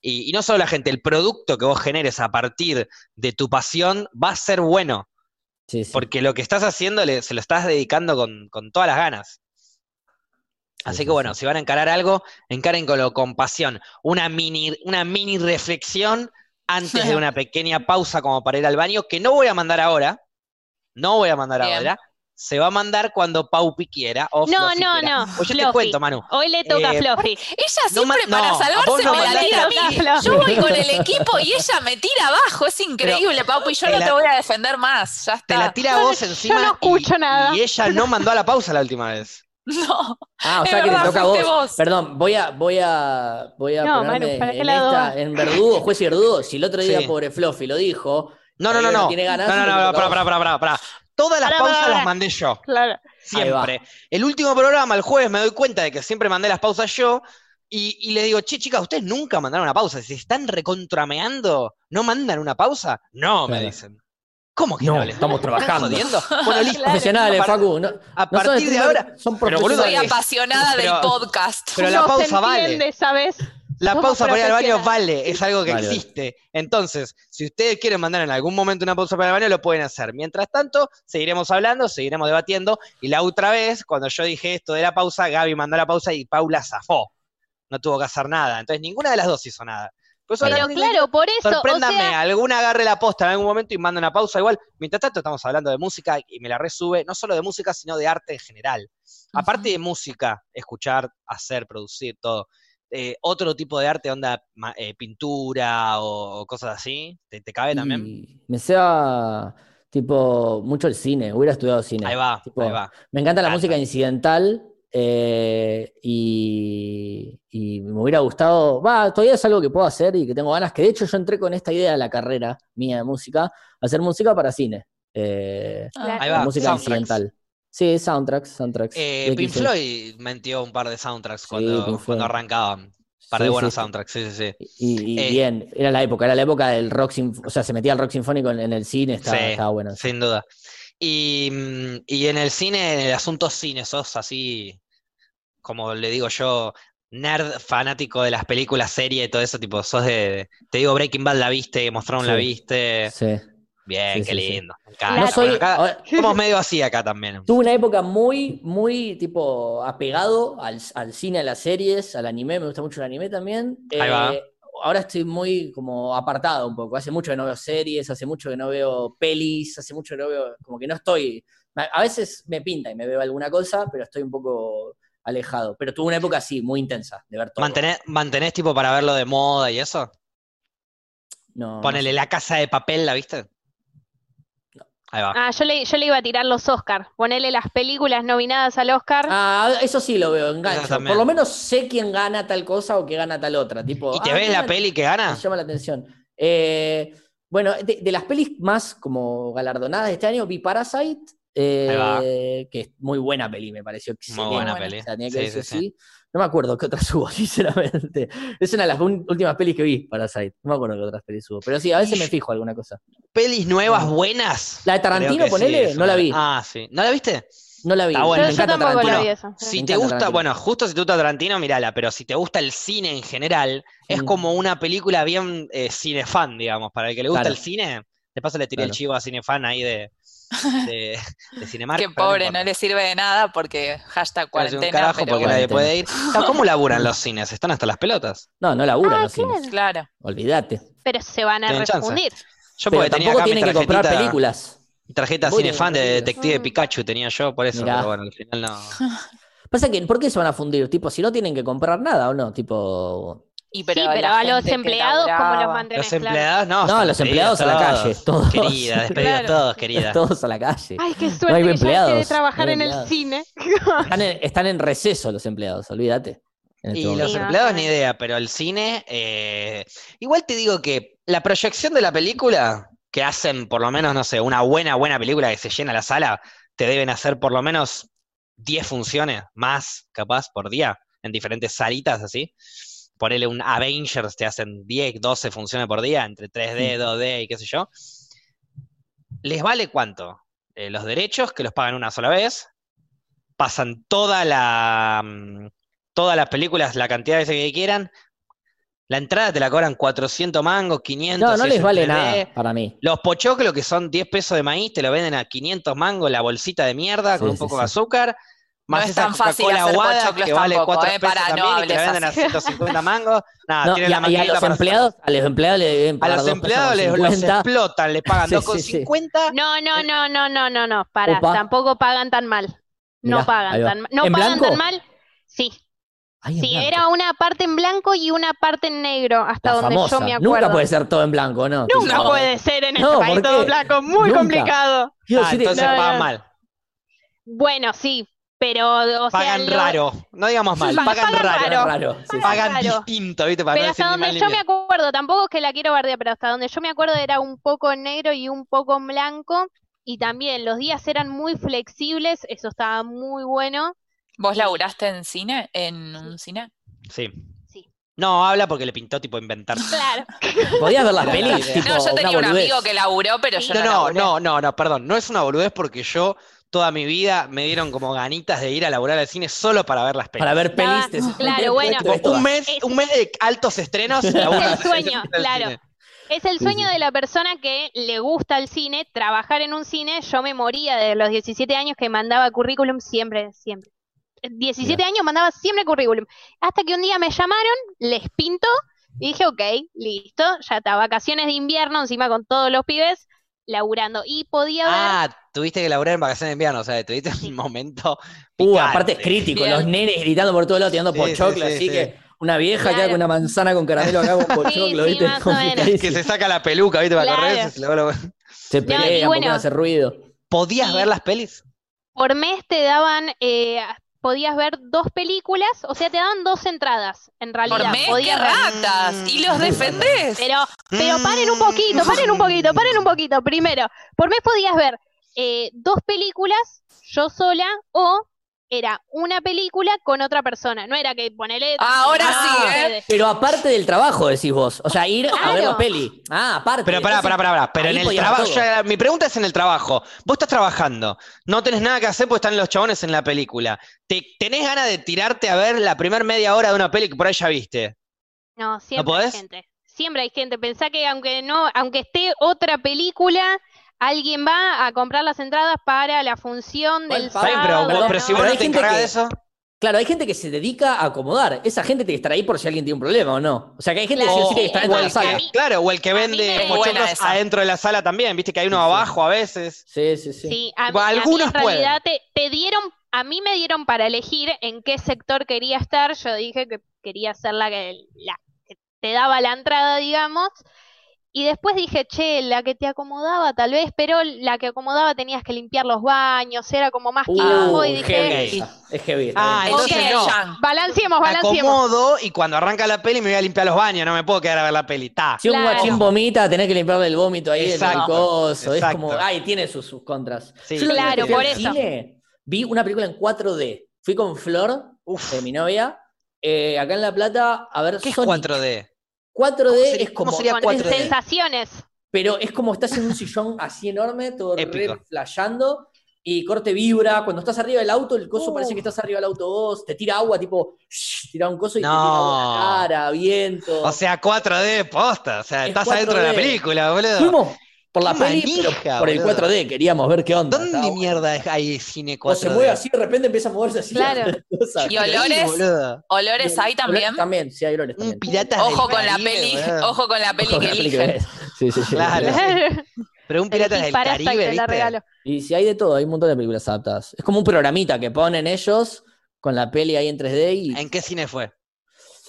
Speaker 1: Y, y no solo la gente, el producto que vos generes a partir de tu pasión va a ser bueno.
Speaker 2: Sí, sí.
Speaker 1: Porque lo que estás haciendo le- se lo estás dedicando con, con todas las ganas. Así
Speaker 2: sí,
Speaker 1: que bueno,
Speaker 2: sí.
Speaker 1: si van a encarar algo, encárenlo con pasión. Una mini, una mini reflexión antes de una pequeña pausa como para ir al baño, que no voy a mandar ahora. No voy a mandar
Speaker 4: Bien.
Speaker 1: ahora. Se va a mandar cuando Paupi quiera. O
Speaker 3: No,
Speaker 1: Flofi
Speaker 3: no,
Speaker 1: quiera.
Speaker 3: no,
Speaker 1: O yo te
Speaker 3: Flofi.
Speaker 1: cuento, Manu.
Speaker 3: hoy le toca
Speaker 1: Eh,
Speaker 3: a Floppy.
Speaker 4: Ella
Speaker 1: No ma-
Speaker 4: siempre para
Speaker 1: no,
Speaker 4: salvarse
Speaker 1: a vos no
Speaker 4: me la
Speaker 1: mandaste
Speaker 4: tira
Speaker 1: a
Speaker 4: a mí.
Speaker 3: mí.
Speaker 4: Yo voy con el equipo y ella me tira abajo. Es increíble, Papu. Y yo no
Speaker 1: te la-
Speaker 4: te voy a defender más. Ya
Speaker 1: Te
Speaker 4: está.
Speaker 1: la tira a vos encima.
Speaker 3: no escucho
Speaker 1: y,
Speaker 3: nada.
Speaker 1: y ella no mandó a la pausa la última vez.
Speaker 4: No.
Speaker 2: Ah, o
Speaker 4: Es
Speaker 2: sea que te
Speaker 4: verdad,
Speaker 2: toca a vos.
Speaker 4: fuiste vos.
Speaker 2: Perdón, voy a, voy a, voy a
Speaker 3: No,
Speaker 2: ponerme
Speaker 3: Manu, ¿para qué
Speaker 2: en
Speaker 3: lado
Speaker 2: esta,
Speaker 3: vas?
Speaker 2: en verdugo, juez y verdugo. Si el otro día
Speaker 1: Sí.
Speaker 2: pobre Fluffy lo dijo,
Speaker 1: No, no,
Speaker 2: Pero
Speaker 1: no,
Speaker 2: no
Speaker 1: no.
Speaker 2: tiene ganas,
Speaker 1: no, no,
Speaker 2: no
Speaker 1: no,
Speaker 2: te toca a
Speaker 1: pará,
Speaker 2: vos.
Speaker 1: pará, pará, pará, pará. Todas las
Speaker 3: Pará,
Speaker 1: pausas
Speaker 3: pará,
Speaker 1: las
Speaker 3: pará.
Speaker 1: mandé yo.
Speaker 3: Claro.
Speaker 1: Siempre. El último programa, el jueves, me doy cuenta de que siempre mandé las pausas yo. Y, y le digo, che, chicas, ustedes nunca mandaron una pausa. Si se están recontrameando, ¿no mandan una pausa? No, me
Speaker 2: Claro.
Speaker 1: dicen. ¿Cómo que
Speaker 2: No,
Speaker 1: no? les-
Speaker 2: estamos
Speaker 1: ¿Están
Speaker 2: trabajando.
Speaker 1: jodiendo? Bueno, listo.
Speaker 3: Claro.
Speaker 2: profesionales,
Speaker 1: A par-
Speaker 2: Facu. No,
Speaker 1: A
Speaker 2: no son
Speaker 1: partir de
Speaker 2: streamers,
Speaker 1: ahora.
Speaker 2: son
Speaker 1: Pero, boludo,
Speaker 4: Soy
Speaker 2: profesionales.
Speaker 1: es-
Speaker 4: apasionada
Speaker 1: pero-
Speaker 4: del podcast.
Speaker 1: Pero la
Speaker 3: No se
Speaker 1: pausa vale.
Speaker 3: entiende, ¿sabes?
Speaker 1: La
Speaker 3: Somos
Speaker 1: pausa para ir al baño vale, es algo que
Speaker 2: Vale, vale.
Speaker 1: existe. Entonces, si ustedes quieren mandar en algún momento una pausa para el baño, lo pueden hacer. Mientras tanto, seguiremos hablando, seguiremos debatiendo. Y la otra vez, cuando yo dije esto de la pausa, Gaby mandó la pausa y Paula zafó. No tuvo que hacer nada. Entonces, ninguna de las dos hizo nada. Pues Por eso,
Speaker 3: Pero
Speaker 1: ahora,
Speaker 3: claro, por eso, o
Speaker 1: sorpréndame,
Speaker 3: sea,
Speaker 1: alguna agarre la posta en algún momento y manda una pausa. Igual, mientras tanto, estamos hablando de música y me la resube, no solo de música, sino de arte en general. Aparte de música, escuchar, hacer, producir, todo. eh, otro tipo de arte, onda ma- eh, pintura o, o cosas así, ¿te, te cabe también?
Speaker 2: Y me sea tipo mucho el cine, hubiera estudiado cine.
Speaker 1: Ahí va,
Speaker 2: Tipo,
Speaker 1: ahí va.
Speaker 2: Me encanta la
Speaker 1: Canta.
Speaker 2: música incidental eh, y, y me hubiera gustado, va, todavía es algo que puedo hacer y que tengo ganas, que de hecho yo entré con esta idea de la carrera mía de música, hacer música para cine. eh,
Speaker 4: Ah,
Speaker 1: Ahí
Speaker 2: la
Speaker 1: va,
Speaker 2: música
Speaker 1: soundtracks.
Speaker 2: incidental. Sí, soundtracks, soundtracks.
Speaker 1: Eh,
Speaker 2: Yo
Speaker 1: Pink
Speaker 2: quise-
Speaker 1: Floyd metió un par de soundtracks
Speaker 2: Sí,
Speaker 1: cuando,
Speaker 2: Pink Floyd.
Speaker 1: cuando arrancaban. Par de
Speaker 2: Sí,
Speaker 1: buenos
Speaker 2: sí, sí.
Speaker 1: soundtracks, sí, sí, sí.
Speaker 2: Y, y
Speaker 1: Eh.
Speaker 2: bien, era la época, era la época del rock sinfónico, o sea, se metía el rock sinfónico en, en el cine, estaba,
Speaker 1: Sí,
Speaker 2: estaba bueno.
Speaker 1: Sin duda. Y, mm, y en el cine, en el asunto cine, sos así, como le digo yo, nerd fanático de las películas, series y todo eso, tipo, sos de, te digo, Breaking Bad la viste, Mostraron la
Speaker 2: Sí.
Speaker 1: viste,
Speaker 2: Sí.
Speaker 1: bien,
Speaker 2: Sí,
Speaker 1: qué
Speaker 2: sí, sí.
Speaker 1: lindo, me encanta.
Speaker 2: No
Speaker 3: Claro.
Speaker 2: soy,
Speaker 1: Bueno, acá
Speaker 2: ahora,
Speaker 1: somos medio así acá también.
Speaker 2: tuve una época muy, muy tipo apegado al, al cine, a las series, al anime, me gusta mucho el anime también. Eh,
Speaker 1: Ahí va.
Speaker 2: Ahora estoy muy como apartado un poco, hace mucho que no veo series, hace mucho que no veo pelis, hace mucho que no veo, como que no estoy, a veces me pinta y me veo alguna cosa, pero estoy un poco alejado. Pero tuve una época así, muy intensa, de ver todo.
Speaker 1: ¿Mantenés, mantenés tipo para verlo de moda y eso?
Speaker 2: No, no
Speaker 1: Ponele la casa de papel, ¿la viste? Ahí va.
Speaker 3: Ah, yo le, yo le iba a tirar los Oscar. Ponele las películas nominadas al Oscar.
Speaker 2: Ah, eso sí lo veo, engancho.
Speaker 1: Eso también.
Speaker 2: Por lo menos sé quién gana tal cosa o qué gana tal otra. Tipo,
Speaker 1: ¿Y te
Speaker 2: ah,
Speaker 1: ves la
Speaker 2: mira,
Speaker 1: peli que gana?
Speaker 2: Me llama la atención. Eh, bueno, de, de las pelis más como galardonadas de este año, vi Parasite, eh,
Speaker 1: Ahí va.
Speaker 2: que es muy buena peli, me pareció.
Speaker 1: Muy
Speaker 2: excelente.
Speaker 1: buena
Speaker 4: buena.
Speaker 1: peli.
Speaker 2: O sea, tenía que
Speaker 1: Sí,
Speaker 2: ver
Speaker 1: sí,
Speaker 2: sí o
Speaker 1: sí.
Speaker 2: sí. No me acuerdo qué otras hubo, sinceramente. Es una de las un- últimas pelis que vi, Parasite. No me acuerdo qué otras pelis hubo. Pero sí, a veces me fijo alguna cosa.
Speaker 1: pelis nuevas buenas.
Speaker 2: La de Tarantino,
Speaker 1: Creo que
Speaker 2: ponele,
Speaker 1: es
Speaker 2: no
Speaker 1: una-
Speaker 2: la vi.
Speaker 1: Ah, sí. ¿No la viste?
Speaker 2: No la vi.
Speaker 1: Está bueno,
Speaker 2: me
Speaker 1: yo- yo
Speaker 2: encanta
Speaker 3: tampoco la
Speaker 2: Tarantino.
Speaker 3: vi
Speaker 1: Si
Speaker 3: esa.
Speaker 2: Me
Speaker 1: te
Speaker 2: encanta
Speaker 1: gusta,
Speaker 2: Tarantino.
Speaker 1: bueno, justo si te gusta Tarantino, mirala, pero si te gusta el cine en general, es
Speaker 2: Mm.
Speaker 1: como una película bien eh, cinefan, digamos. Para el que le gusta
Speaker 2: Claro.
Speaker 1: el cine, de paso le tiré el
Speaker 2: Claro.
Speaker 1: chivo a cinefan ahí de, de, de Cinemark,
Speaker 4: Que
Speaker 1: pero no
Speaker 4: pobre,
Speaker 1: importa.
Speaker 4: no le sirve de nada porque hashtag
Speaker 1: No le sirve un
Speaker 4: cuarentena,
Speaker 1: carajo
Speaker 4: pero
Speaker 1: porque
Speaker 4: bueno.
Speaker 1: nadie
Speaker 2: bueno.
Speaker 1: puede ir. O sea, ¿Cómo laburan los cines? Están hasta las pelotas.
Speaker 2: No, no labura, no
Speaker 4: Claro.
Speaker 2: Olvídate.
Speaker 3: Pero se van a
Speaker 1: Tienen chance.
Speaker 3: refundir.
Speaker 1: Yo
Speaker 2: Pero
Speaker 1: porque tenía
Speaker 2: tampoco
Speaker 1: acá mi
Speaker 2: tienen que
Speaker 1: tarjetita,
Speaker 2: comprar películas.
Speaker 1: mi tarjeta
Speaker 2: Voy a
Speaker 1: cinefan de
Speaker 2: comprar
Speaker 1: Detective
Speaker 3: películas.
Speaker 1: Pikachu tenía yo, por eso,
Speaker 2: Mirá.
Speaker 1: pero bueno, al final no.
Speaker 2: Pasa que, ¿por qué se van a fundir? Tipo, si no tienen que comprar nada o no, tipo.
Speaker 4: Y
Speaker 3: Sí,
Speaker 4: pero, la
Speaker 3: pero a
Speaker 4: gente
Speaker 3: los
Speaker 4: que
Speaker 3: empleados, ¿cómo los
Speaker 4: laburaba.
Speaker 1: Los
Speaker 3: mantenés? Claro.
Speaker 1: empleados no.
Speaker 2: No,
Speaker 1: están
Speaker 2: los empleados a la
Speaker 1: despedidos
Speaker 2: calle, todos.
Speaker 1: Querida, despedidos
Speaker 3: Claro.
Speaker 1: todos, querida.
Speaker 2: Todos a la calle.
Speaker 3: Ay, qué
Speaker 2: No
Speaker 3: suerte
Speaker 2: hay
Speaker 3: que ya dejé de
Speaker 2: empleados,
Speaker 3: trabajar
Speaker 2: no hay
Speaker 3: en el
Speaker 2: empleados.
Speaker 3: cine.
Speaker 2: Están en, están en receso los empleados, olvídate. en este
Speaker 1: Y
Speaker 2: momento.
Speaker 1: los
Speaker 3: Sí,
Speaker 1: empleados ni
Speaker 3: bastante.
Speaker 1: idea, pero el cine. eh, Igual te digo que la proyección de la película, que hacen por lo menos, no sé, una buena, buena película que se llena la sala, te deben hacer por lo menos 10 funciones más, capaz, por día, en diferentes salitas así. Ponele un Avengers, te hacen 10, 12 funciones por día, entre
Speaker 2: Mm.
Speaker 1: 3D, 2D y qué sé yo. ¿Les vale cuánto? Eh, los derechos, que los pagan una sola vez, pasan toda la. mm, todas las películas, la cantidad de veces que quieran. La entrada te la cobran 400 mangos, 500.
Speaker 2: no,
Speaker 1: si
Speaker 2: no
Speaker 1: es
Speaker 2: les
Speaker 1: en
Speaker 2: vale
Speaker 1: 3D.
Speaker 2: nada para mí.
Speaker 1: Los pochoclos, que son 10 pesos de maíz, te lo venden a 500 mangos, la bolsita de mierda con
Speaker 2: Sí,
Speaker 1: un
Speaker 2: sí,
Speaker 1: poco
Speaker 2: sí.
Speaker 1: de azúcar. Más
Speaker 4: es
Speaker 1: esa
Speaker 4: tan fácil
Speaker 1: Coca-Cola
Speaker 4: hacer
Speaker 1: aguada,
Speaker 4: pochoclos
Speaker 1: que vale
Speaker 4: tampoco,
Speaker 1: 4
Speaker 4: eh,
Speaker 1: pesos
Speaker 4: pará, no
Speaker 1: también y te la
Speaker 4: hables
Speaker 1: venden a
Speaker 4: así.
Speaker 1: 150 mangos. Nada,
Speaker 2: No,
Speaker 1: Ah, tienen la
Speaker 2: y, a, y a
Speaker 1: maquinita
Speaker 2: los
Speaker 1: para hacer-
Speaker 2: empleados, a los empleados le deben
Speaker 1: A
Speaker 2: pagar
Speaker 1: los
Speaker 2: dos
Speaker 1: empleados les,
Speaker 2: pesos
Speaker 1: los
Speaker 2: 50.
Speaker 1: explotan, les pagan
Speaker 2: Sí,
Speaker 1: 2,50.
Speaker 2: sí, sí.
Speaker 3: No, no, no, no, no, no, no. Para,
Speaker 2: Opa.
Speaker 3: tampoco pagan tan mal. No
Speaker 2: Mirá, ahí
Speaker 3: pagan
Speaker 2: va.
Speaker 3: tan mal. No
Speaker 2: ¿En
Speaker 3: pagan
Speaker 2: blanco?
Speaker 3: tan mal. Sí,
Speaker 2: Ay, en
Speaker 3: sí,
Speaker 2: blanco.
Speaker 3: era una parte en blanco y una parte en negro, hasta
Speaker 2: La
Speaker 3: donde
Speaker 2: famosa.
Speaker 3: yo me acuerdo.
Speaker 2: Nunca puede ser todo en blanco, ¿no?
Speaker 3: Nunca
Speaker 2: Tipo,
Speaker 3: puede ser en
Speaker 2: No,
Speaker 3: este país
Speaker 2: ¿por
Speaker 3: todo
Speaker 2: qué?
Speaker 3: blanco, muy
Speaker 2: Nunca.
Speaker 3: complicado.
Speaker 2: quiero
Speaker 1: Ah,
Speaker 2: decir-
Speaker 1: entonces
Speaker 3: No,
Speaker 1: pagan
Speaker 3: no.
Speaker 1: mal.
Speaker 3: Bueno, sí, pero o
Speaker 1: Pagan
Speaker 3: sea, lo-
Speaker 1: raro. No digamos mal,
Speaker 3: Sí,
Speaker 1: pagan
Speaker 3: pagan
Speaker 1: raro.
Speaker 3: raro.
Speaker 2: Sí, sí.
Speaker 1: Pagan
Speaker 3: Raro.
Speaker 1: distinto, ¿viste? Para
Speaker 3: Pero
Speaker 1: no decir
Speaker 3: hasta
Speaker 1: ni
Speaker 3: donde
Speaker 1: mal ni
Speaker 3: yo me
Speaker 1: bien.
Speaker 3: acuerdo, tampoco es que la quiero bardear, pero hasta donde yo me acuerdo era un poco en negro y un poco en blanco. Y también los días eran muy flexibles, eso estaba muy bueno.
Speaker 4: ¿Vos laburaste en cine? ¿En un cine?
Speaker 1: Sí.
Speaker 3: Sí.
Speaker 1: No, habla porque le pintó tipo inventar.
Speaker 3: Claro.
Speaker 2: ¿Podías ver las
Speaker 1: No,
Speaker 2: pelis?
Speaker 1: yo
Speaker 2: Tipo,
Speaker 4: No, yo tenía un
Speaker 2: una boludez.
Speaker 4: amigo que laburó, pero yo
Speaker 1: No,
Speaker 4: no
Speaker 1: no,
Speaker 4: laburé.
Speaker 1: no, no, no, perdón. No es una boludez porque yo toda mi vida me dieron como ganitas de ir a laburar al cine solo para ver las pelis.
Speaker 2: Para ver pelis.
Speaker 3: Estaba-
Speaker 2: te-
Speaker 3: claro, bueno.
Speaker 2: te ves
Speaker 1: un
Speaker 2: todas.
Speaker 1: mes,
Speaker 3: Es-
Speaker 1: un mes de altos estrenos. laburo
Speaker 3: el
Speaker 1: en
Speaker 3: sueño,
Speaker 1: del
Speaker 3: claro.
Speaker 1: cine.
Speaker 3: Es el
Speaker 2: Sí,
Speaker 3: sueño
Speaker 2: sí.
Speaker 3: de la persona que le gusta el cine, trabajar en un cine. Yo me moría de los 17 años que mandaba currículum siempre, siempre. 17 años mandaba siempre currículum. Hasta que un día me llamaron, les pinto y dije, ok, listo, ya está, vacaciones de invierno encima con todos los pibes laburando. Y podía ver,
Speaker 1: Ah, tuviste que laburar en vacaciones de invierno, o sea, tuviste
Speaker 3: Sí.
Speaker 1: un momento.
Speaker 2: Uh,
Speaker 1: picante.
Speaker 2: aparte es crítico,
Speaker 4: Bien.
Speaker 2: los nenes gritando por todos lados, tirando
Speaker 1: Sí,
Speaker 2: pochoclo,
Speaker 1: sí, sí,
Speaker 2: así
Speaker 1: sí.
Speaker 2: que una vieja queda
Speaker 3: Claro.
Speaker 2: con una manzana con caramelo acá con pochoclo,
Speaker 3: sí,
Speaker 2: ¿viste?
Speaker 3: más o menos.
Speaker 1: Que
Speaker 2: Complicadísimo.
Speaker 1: se saca la peluca, ¿viste? Para
Speaker 3: Claro.
Speaker 1: correr. se la-
Speaker 2: Se
Speaker 3: No, y
Speaker 2: pelean porque
Speaker 3: bueno.
Speaker 2: no hace ruido.
Speaker 1: ¿Podías
Speaker 3: Y-
Speaker 1: ver las pelis?
Speaker 3: por mes te daban eh, podías ver dos películas, o sea, te daban dos entradas, en
Speaker 4: Por
Speaker 3: realidad.
Speaker 4: mes, qué
Speaker 3: Podías ver-
Speaker 4: ratas. Y los defendés.
Speaker 3: Pero, pero paren
Speaker 1: Mm,
Speaker 3: un poquito, paren un poquito, paren un poquito. Primero, por mes podías ver eh, dos películas, yo sola, o era una película con otra persona. No era que ponele.
Speaker 4: Ahora
Speaker 2: Ah,
Speaker 4: sí, ¿eh?
Speaker 2: Pero aparte del trabajo, decís vos. O sea, ir a ver
Speaker 3: Claro.
Speaker 2: la peli. Ah, aparte.
Speaker 1: Pero pará, pará,
Speaker 2: Entonces,
Speaker 1: pará, pará. Pero
Speaker 2: ahí
Speaker 1: en el
Speaker 2: podías
Speaker 1: trabajo.
Speaker 2: todo.
Speaker 1: ya- Mi pregunta es en el trabajo. Vos estás trabajando, no tenés nada que hacer porque están los chabones en la película. ¿Te, ¿Tenés ganas de tirarte a ver la primera media hora de una peli que por ahí ya viste?
Speaker 3: No, siempre hay
Speaker 1: podés?
Speaker 3: gente. Siempre hay gente. Pensá que aunque no, aunque esté otra película, alguien va a comprar las entradas para la función
Speaker 2: Bueno,
Speaker 3: del
Speaker 2: está
Speaker 1: Está bien,
Speaker 3: sábado.
Speaker 1: pero, vos-
Speaker 2: no,
Speaker 1: pero si vos
Speaker 2: no, pero
Speaker 1: no
Speaker 2: hay
Speaker 1: te
Speaker 2: gente
Speaker 1: encargas
Speaker 2: que-
Speaker 1: de eso.
Speaker 2: Claro, hay gente que se dedica a acomodar. Esa gente que está ahí por si alguien tiene un problema o no. O sea, que hay gente que
Speaker 4: O-
Speaker 2: sí o sí tiene que estar
Speaker 1: o
Speaker 2: dentro de la
Speaker 1: el que-
Speaker 2: sala.
Speaker 3: mí-
Speaker 1: claro, o el que
Speaker 3: a mí
Speaker 1: vende
Speaker 3: me-
Speaker 4: Buena
Speaker 1: pochoclos
Speaker 4: esa.
Speaker 1: adentro de la sala también. Viste que hay uno
Speaker 2: Sí, sí.
Speaker 1: abajo a veces.
Speaker 2: Sí, sí, sí.
Speaker 3: Sí, a mí,
Speaker 1: Bueno,
Speaker 3: a mí
Speaker 1: algunos
Speaker 3: en realidad te, te dieron, a mí me dieron para elegir en qué sector quería estar. Yo dije que quería ser la que, la que te daba la entrada, digamos. Y después dije, che, la que te acomodaba tal vez, pero la que acomodaba tenías que limpiar los baños, era como más quilombo. y
Speaker 2: Uh,
Speaker 3: dije,
Speaker 2: heavy
Speaker 1: dije-
Speaker 2: esa. eh. Es heavy. está
Speaker 1: Ah,
Speaker 2: bien.
Speaker 1: entonces
Speaker 4: Ok,
Speaker 1: no.
Speaker 4: Yang.
Speaker 3: balanceemos,
Speaker 1: Me
Speaker 3: balanceemos.
Speaker 1: acomodo y cuando arranca la peli me voy a limpiar los baños. No me puedo quedar a ver la peli. Ta.
Speaker 2: Si un
Speaker 3: Claro.
Speaker 2: guachín vomita, tenés que limpiarle el vómito ahí del
Speaker 1: Exacto,
Speaker 2: coso. Es
Speaker 1: exacto.
Speaker 2: como, ay, tiene sus, sus contras.
Speaker 1: Sí,
Speaker 2: Yo la última
Speaker 3: Claro,
Speaker 2: vez que
Speaker 3: por
Speaker 2: fui al
Speaker 3: eso.
Speaker 2: cine, vi una película en 4D. Fui con Flor,
Speaker 1: Uf.
Speaker 2: eh, mi novia, eh, acá en La Plata, a ver
Speaker 1: ¿Qué es
Speaker 2: Sonic.
Speaker 1: 4D?
Speaker 2: 4D
Speaker 1: ¿Cómo sería-
Speaker 2: es como,
Speaker 1: cómo sería
Speaker 3: Con
Speaker 1: 4D?
Speaker 3: sensaciones.
Speaker 2: pero es como estás en un sillón así enorme, todo re
Speaker 1: Épico.
Speaker 2: flasheando, y corte vibra. Cuando estás arriba del auto, el coso parece que
Speaker 4: Oh.
Speaker 2: estás arriba del auto vos, te tira agua, tipo, shh, tira un coso y te
Speaker 1: No.
Speaker 2: tira agua en la cara, viento.
Speaker 1: O sea, 4D posta. O sea,
Speaker 2: Es
Speaker 1: estás adentro de la
Speaker 2: 4D.
Speaker 1: película, boludo.
Speaker 2: Fuimos por la
Speaker 1: Qué
Speaker 2: peli,
Speaker 1: manija,
Speaker 2: pero por el
Speaker 1: boludo.
Speaker 2: 4D, queríamos ver qué onda.
Speaker 1: ¿Dónde
Speaker 2: estaba bueno.
Speaker 1: mierda hay cine 4D?
Speaker 2: O se mueve así, de repente empieza a moverse así.
Speaker 3: Claro.
Speaker 2: la cosa.
Speaker 4: Y
Speaker 1: Sí,
Speaker 4: olor. olores.
Speaker 1: boludo.
Speaker 4: Olores ahí también.
Speaker 2: También, sí, hay olores
Speaker 1: Un
Speaker 2: también.
Speaker 1: pirata
Speaker 4: Ojo con la peli, ojo con la
Speaker 2: Ojo con
Speaker 4: peli que
Speaker 2: la peli
Speaker 4: eligen.
Speaker 2: ves. Sí, sí, sí.
Speaker 1: Claro. Pero un pirata
Speaker 3: Elegí
Speaker 1: del
Speaker 3: Parasite,
Speaker 1: Caribe,
Speaker 3: te la
Speaker 1: ¿viste?
Speaker 3: regalo.
Speaker 2: Y si hay de todo, hay un montón de películas adaptadas. Es como un programita que ponen ellos con la peli ahí en 3D y
Speaker 1: ¿En qué cine fue?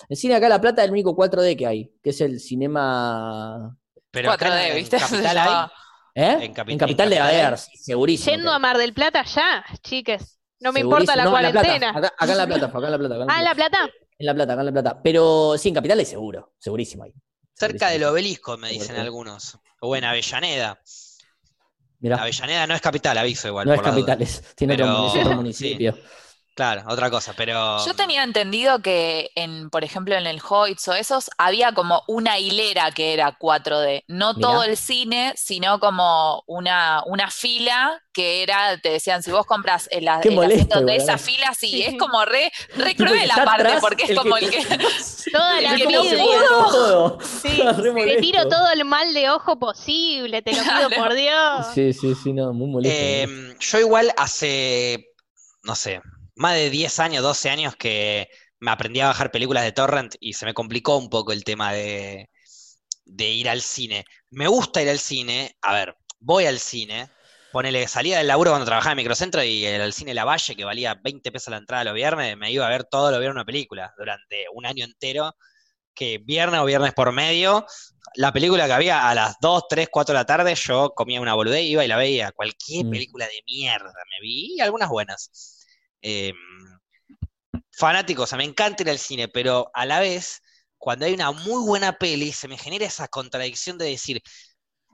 Speaker 2: en cine acá en La Plata es el único 4D que hay, que es el cinema
Speaker 1: Pero acá
Speaker 4: 4D,
Speaker 1: en
Speaker 4: ¿viste?
Speaker 1: Capital hay.
Speaker 4: Ya.
Speaker 2: ¿Eh?
Speaker 1: En Capi-
Speaker 2: en Capital
Speaker 1: en
Speaker 2: de
Speaker 1: Capital
Speaker 2: haber,
Speaker 1: hay.
Speaker 2: sí, segurísimo.
Speaker 3: Yendo
Speaker 2: que-
Speaker 3: a Mar del Plata ya, chiques. No
Speaker 2: segurísimo.
Speaker 3: me importa la
Speaker 2: No, en Plata,
Speaker 3: cuarentena.
Speaker 2: acá, acá en La Plata, fue, acá en La Plata. acá en
Speaker 3: Ah, La Plata.
Speaker 2: En La Plata, acá en La Plata. Pero sí, en Capital es seguro, segurísimo ahí.
Speaker 1: Cerca del
Speaker 2: Segurísimo.
Speaker 1: obelisco, me dicen
Speaker 2: Seguro.
Speaker 1: algunos. O en Avellaneda.
Speaker 2: Mirá,
Speaker 1: Avellaneda no es capital, aviso igual.
Speaker 2: no es
Speaker 1: por la duda.
Speaker 2: Capital, es, tiene otro
Speaker 1: Pero-
Speaker 2: mun- es otro
Speaker 1: sí.
Speaker 2: municipio.
Speaker 1: Claro, otra cosa,
Speaker 2: Ah.
Speaker 1: pero.
Speaker 4: Yo tenía entendido que en, por ejemplo, en el Hoyts o esos, había como una hilera que era 4D. No
Speaker 2: Mirá.
Speaker 4: todo el cine, sino como una, una fila que era, te decían, si vos compras el, a-
Speaker 2: Qué
Speaker 4: el
Speaker 2: molesto,
Speaker 4: asiento de
Speaker 2: igual,
Speaker 4: esa
Speaker 2: ¿eh?
Speaker 4: fila, sí,
Speaker 3: Sí, sí.
Speaker 4: es como re, re
Speaker 2: Tipo,
Speaker 4: cruel
Speaker 2: que está
Speaker 4: aparte,
Speaker 2: atrás,
Speaker 4: porque es como el que.
Speaker 3: Toda la
Speaker 2: Ve cómo se
Speaker 3: envidia.
Speaker 2: mueve todo.
Speaker 3: Sí,
Speaker 2: Re
Speaker 3: Te
Speaker 2: molesto.
Speaker 3: tiro todo el mal de ojo posible, te lo pido por Dios.
Speaker 2: Sí, sí, sí, no, muy molesto.
Speaker 1: Eh, yo igual hace, no sé, más de 10 años, 12 años que me aprendí a bajar películas de torrent y se me complicó un poco el tema de, de ir al cine. Me gusta ir al cine, a ver, voy al cine, ponele salida del laburo cuando trabajaba en Microcentro y el, al cine La Valle, que valía 20 pesos la entrada los viernes, me iba a ver todo lo viernes una película durante un año entero, que viernes o viernes por medio la película que había a las 2, 3, 4 de la tarde, yo comía una boludez, iba y la veía. Cualquier
Speaker 2: Mm.
Speaker 1: película de mierda me vi, y algunas buenas. Eh, fanático, o sea, me encanta ir al cine, pero a la vez, cuando hay una muy buena peli, se me genera esa contradicción de decir,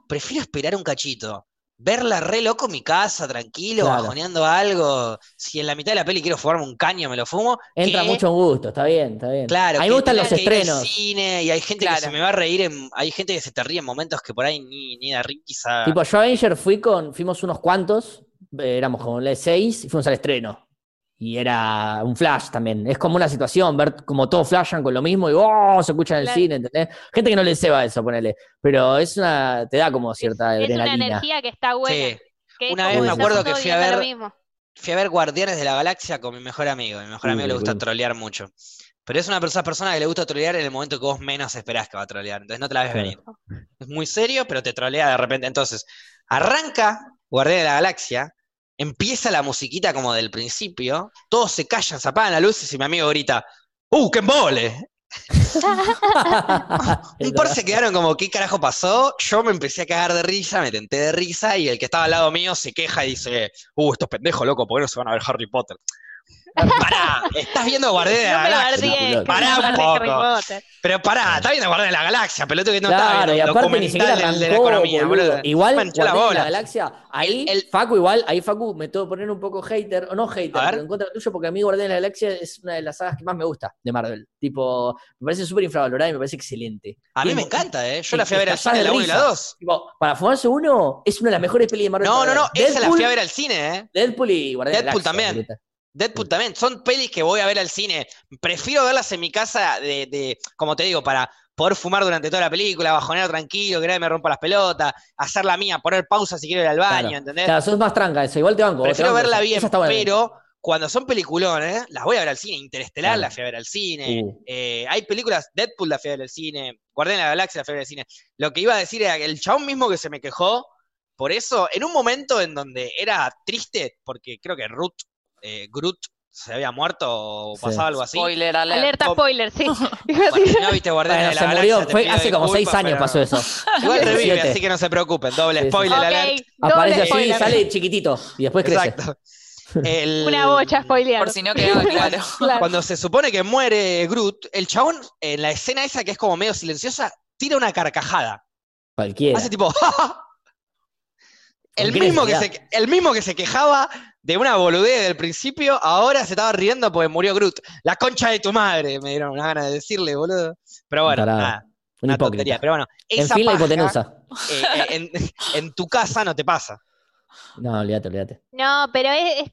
Speaker 1: prefiero esperar un cachito. Verla re loco en mi casa, tranquilo,
Speaker 2: Claro.
Speaker 1: bajoneando algo. Si en la mitad de la peli quiero fumarme un caño, me lo fumo.
Speaker 2: Entra
Speaker 1: que-
Speaker 2: mucho en gusto, está bien, está bien.
Speaker 1: eh, Claro,
Speaker 2: a mí
Speaker 1: que
Speaker 2: me gustan
Speaker 1: tenga
Speaker 2: los
Speaker 1: que ir al
Speaker 2: estrenos.
Speaker 1: cine, y hay gente
Speaker 4: Claro.
Speaker 1: que se me va a reír, en- hay gente que se te ríe en momentos que por ahí ni, ni da risa.
Speaker 2: Tipo, yo a Avenger fui con, fuimos unos cuantos, eh, éramos como de seis, y fuimos al estreno. Y era un flash también. Es como una situación, ver como todos flashan con lo mismo y oh, se escuchan en el
Speaker 3: Claro.
Speaker 2: cine, ¿entendés? Gente que no le ceba eso, ponele. Pero es una, te da como cierta
Speaker 3: Es una
Speaker 2: adrenalina.
Speaker 3: energía que está buena.
Speaker 1: Sí.
Speaker 3: que es
Speaker 1: Una
Speaker 3: como
Speaker 2: vez me
Speaker 3: estar
Speaker 1: acuerdo que
Speaker 3: todo
Speaker 1: fui a
Speaker 3: viendo lo
Speaker 1: ver-
Speaker 3: mismo.
Speaker 1: Fui a ver Guardianes de la Galaxia con mi mejor amigo. A mi mejor
Speaker 2: Uh,
Speaker 1: amigo le gusta
Speaker 2: boludo.
Speaker 1: trolear mucho. Pero es una persona, persona que le gusta trolear en el momento que vos menos esperás que va a trolear. Entonces no te la ves
Speaker 2: Claro.
Speaker 1: venir. Es muy serio, pero te trolea de repente. Entonces, arranca Guardianes de la Galaxia, empieza la musiquita como del principio, todos se callan, se apagan las luces y mi amigo grita, ¡Uh, qué embole! Un par se quedaron como, ¿qué carajo pasó? Yo me empecé a cagar de risa, me tenté de risa y el que estaba al lado mío se queja y dice, uh, estos pendejos, loco, ¿por qué no se van a ver Harry Potter? Pará, estás viendo Guardián de
Speaker 3: No
Speaker 1: la
Speaker 3: me
Speaker 1: Galaxia.
Speaker 3: bardees,
Speaker 2: Galaxia.
Speaker 1: Pará un
Speaker 3: Harry
Speaker 1: poco.
Speaker 3: Potter.
Speaker 1: Pero pará, está viendo Guardián de la Galaxia, pelotudo que no está
Speaker 2: Claro, y
Speaker 1: viendo un
Speaker 2: aparte ni siquiera
Speaker 1: documental
Speaker 2: arrancó,
Speaker 1: del de la economía,
Speaker 2: boludo.
Speaker 1: boludo.
Speaker 2: Igual,
Speaker 1: Manchó la
Speaker 2: Guardianes de
Speaker 1: bola.
Speaker 2: la Galaxia, ahí
Speaker 1: El- el-
Speaker 2: Facu igual, ahí Facu me tengo que poner un poco hater, o no hater,
Speaker 1: A ver.
Speaker 2: pero en contra tuyo, porque a mí Guardianes de la Galaxia es una de las sagas que más me gusta de Marvel. Tipo, me parece súper infravalorada y me parece excelente.
Speaker 1: A mí
Speaker 2: Tipo,
Speaker 1: me encanta, ¿eh? Yo
Speaker 2: y-
Speaker 1: la fui a
Speaker 2: y
Speaker 1: ver al
Speaker 2: estallás
Speaker 1: cine,
Speaker 2: de
Speaker 1: la 1 y la
Speaker 2: risa.
Speaker 1: 2.
Speaker 2: tipo, para fumarse uno, es una de las mejores pelis de Marvel.
Speaker 1: No,
Speaker 2: para
Speaker 1: no, no,
Speaker 2: ver.
Speaker 1: esa la fui a
Speaker 2: Deadpool,
Speaker 1: ver al cine, ¿eh?
Speaker 2: Deadpool y Guardianes de la
Speaker 1: Deadpool
Speaker 2: Galaxia.
Speaker 1: también.
Speaker 2: boludo.
Speaker 1: Deadpool también. Son pelis que voy a ver al cine. Prefiero verlas en mi casa de, de- como te digo, para poder fumar durante toda la película, bajonear tranquilo, que nadie me rompa las pelotas, hacer la mía, poner pausa si quiero ir al baño,
Speaker 2: Claro.
Speaker 1: ¿entendés?
Speaker 2: Claro, sos más tranca eso, igual te banco.
Speaker 1: Prefiero
Speaker 2: te banco
Speaker 1: verla
Speaker 2: esa.
Speaker 1: bien,
Speaker 2: Esa está buena.
Speaker 1: pero cuando son peliculones, las voy a ver al cine. Interestelar
Speaker 2: Claro.
Speaker 1: la fui a ver al cine.
Speaker 2: Uh.
Speaker 1: Eh, hay películas, Deadpool la fui a ver al cine, Guardián de la Galaxia la fui a ver al cine. Lo que iba a decir era que el chabón mismo que se me quejó, por eso, en un momento en donde era triste, porque creo que Ruth, eh, Groot se había muerto o
Speaker 2: Sí.
Speaker 1: pasaba algo así.
Speaker 4: Spoiler alert.
Speaker 3: Alerta
Speaker 1: Bob-
Speaker 3: spoiler, sí. Iba a
Speaker 1: Bueno,
Speaker 3: decir-
Speaker 1: si no viste Guardián
Speaker 2: Bueno,
Speaker 1: de la
Speaker 2: se
Speaker 1: Galaxia,
Speaker 2: murió,
Speaker 1: te
Speaker 2: fue
Speaker 1: pido
Speaker 2: hace como seis
Speaker 1: disculpas,
Speaker 2: años
Speaker 1: pero-
Speaker 2: pasó eso.
Speaker 1: Igual revive,
Speaker 2: Siete.
Speaker 1: así que no se preocupen, doble
Speaker 2: Sí, sí.
Speaker 1: spoiler alert.
Speaker 3: Ok,
Speaker 2: Aparece
Speaker 3: doble
Speaker 2: así,
Speaker 3: spoiler.
Speaker 2: sale chiquitito y después crece.
Speaker 1: Exacto. El-
Speaker 3: Una bocha spoileada.
Speaker 4: Por si no quedaba claro.
Speaker 3: Claro.
Speaker 1: Cuando se supone que muere Groot, el chabón, en la escena esa que es como medio silenciosa, tira una carcajada.
Speaker 2: Cualquiera.
Speaker 1: Hace tipo. "Ja, ja". el,
Speaker 2: ¿Con qué
Speaker 1: mismo que
Speaker 2: necesidad?
Speaker 1: se, el mismo que se quejaba de una boludez del principio, ahora se estaba riendo porque murió Groot. La concha de tu madre, me dieron una ganas de decirle, boludo. Pero bueno,
Speaker 2: Tarado.
Speaker 1: nada,
Speaker 2: Un
Speaker 1: una
Speaker 2: hipócrita.
Speaker 1: tontería. Pero bueno,
Speaker 2: En
Speaker 1: esa
Speaker 2: fin, la
Speaker 1: paja,
Speaker 2: hipotenusa.
Speaker 1: eh, eh, en, en tu casa no te pasa.
Speaker 2: No, olvídate, olvídate.
Speaker 3: No, pero es, es-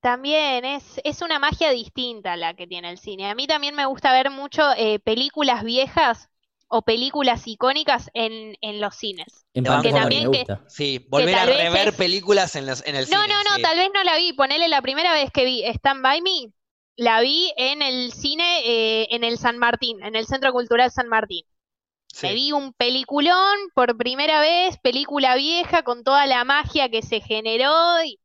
Speaker 3: también es, es una magia distinta la que tiene el cine. A mí también me gusta ver mucho eh, películas viejas o películas icónicas en, en los cines.
Speaker 2: En
Speaker 1: Te banco
Speaker 2: Pantera
Speaker 1: porque
Speaker 2: Rosa, me
Speaker 3: también que-
Speaker 2: gusta.
Speaker 1: Sí, volver a
Speaker 3: tal vez
Speaker 1: rever
Speaker 3: es-
Speaker 1: películas en, los- en el
Speaker 3: No,
Speaker 1: cine.
Speaker 3: no, no,
Speaker 1: sí.
Speaker 3: tal vez no la vi. Ponele la primera vez que vi Stand By Me, la vi en el cine eh, en el San Martín, en el Centro Cultural San Martín.
Speaker 1: Sí.
Speaker 3: Me vi un peliculón por primera vez, película vieja con toda la magia que se generó, y-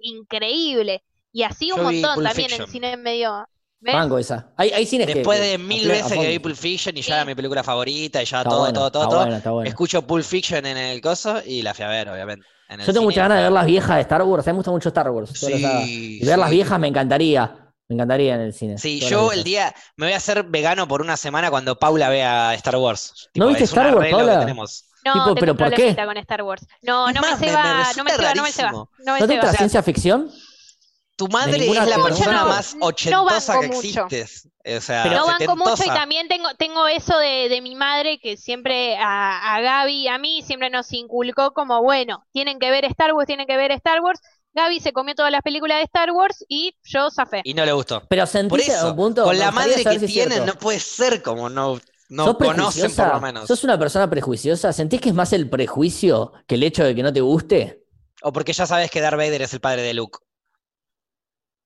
Speaker 3: increíble. Y así un
Speaker 1: Yo vi
Speaker 3: montón
Speaker 1: Pulp
Speaker 3: también en
Speaker 1: Fiction.
Speaker 3: cine medio. ¿Ves?
Speaker 2: Banco esa. Hay, hay cines que-
Speaker 1: Después
Speaker 2: que
Speaker 1: de mil
Speaker 2: afloran a
Speaker 1: veces que
Speaker 2: fondo.
Speaker 1: vi Pulp Fiction y ya era
Speaker 3: Sí.
Speaker 1: mi película favorita y ya
Speaker 2: Está
Speaker 1: todo,
Speaker 2: bueno,
Speaker 1: todo, todo,
Speaker 2: está
Speaker 1: todo.
Speaker 2: bueno, está bueno.
Speaker 1: Escucho Pulp Fiction en el coso y la fui a ver, obviamente. en el
Speaker 2: Yo tengo
Speaker 1: cine.
Speaker 2: muchas ganas de ver las viejas de Star Wars. A mí me gusta mucho Star Wars. todas las sagas.
Speaker 1: Sí,
Speaker 2: y ver las
Speaker 1: sí.
Speaker 2: viejas me encantaría. Me encantaría en el cine.
Speaker 1: Sí,
Speaker 2: Todas
Speaker 1: yo
Speaker 2: las
Speaker 1: el
Speaker 2: viejas.
Speaker 1: día me voy a hacer vegano por una semana cuando Paula vea Star Wars.
Speaker 2: ¿No viste
Speaker 1: es un
Speaker 2: Star Wars,
Speaker 1: arreglo que
Speaker 2: Paula?
Speaker 1: tenemos.
Speaker 2: Tipo,
Speaker 3: No, tengo
Speaker 2: ¿pero
Speaker 3: un
Speaker 2: por qué?
Speaker 3: problemita con Star Wars. No,
Speaker 1: Es
Speaker 3: no
Speaker 1: más, me-
Speaker 3: me se
Speaker 1: me
Speaker 3: va, no
Speaker 1: resulta
Speaker 3: me se va, no me se va.
Speaker 1: rarísimo.
Speaker 3: No me
Speaker 2: ¿No te
Speaker 3: se va.
Speaker 2: gusta la ciencia ficción?
Speaker 1: Tu madre
Speaker 2: ninguna
Speaker 1: es la
Speaker 2: forma.
Speaker 1: persona
Speaker 3: No,
Speaker 1: más
Speaker 3: no
Speaker 1: ochentosa que
Speaker 3: banco mucho.
Speaker 1: existes. O sea,
Speaker 2: Pero-
Speaker 3: no banco mucho y
Speaker 1: setentosa.
Speaker 3: también tengo, tengo eso de, de mi madre que siempre a, a Gaby, a mí siempre nos inculcó como, bueno, tienen que ver Star Wars, tienen que ver Star Wars. Gaby se comió todas las películas de Star Wars y yo zafé.
Speaker 1: Y no le gustó.
Speaker 2: Pero
Speaker 1: Por
Speaker 2: sentís a
Speaker 1: eso,
Speaker 2: un punto.
Speaker 1: con
Speaker 2: me
Speaker 1: la
Speaker 2: gustaría
Speaker 1: madre
Speaker 2: saber
Speaker 1: que
Speaker 2: si es cierto.
Speaker 1: tienen no puede ser como no,
Speaker 2: ¿Sos
Speaker 1: no conocen por lo
Speaker 2: prejuiciosa?
Speaker 1: menos.
Speaker 2: ¿Sos una persona prejuiciosa? ¿Sentís que es más el prejuicio que el hecho de que no te guste?
Speaker 1: O porque ya sabes que Darth Vader es el padre de Luke.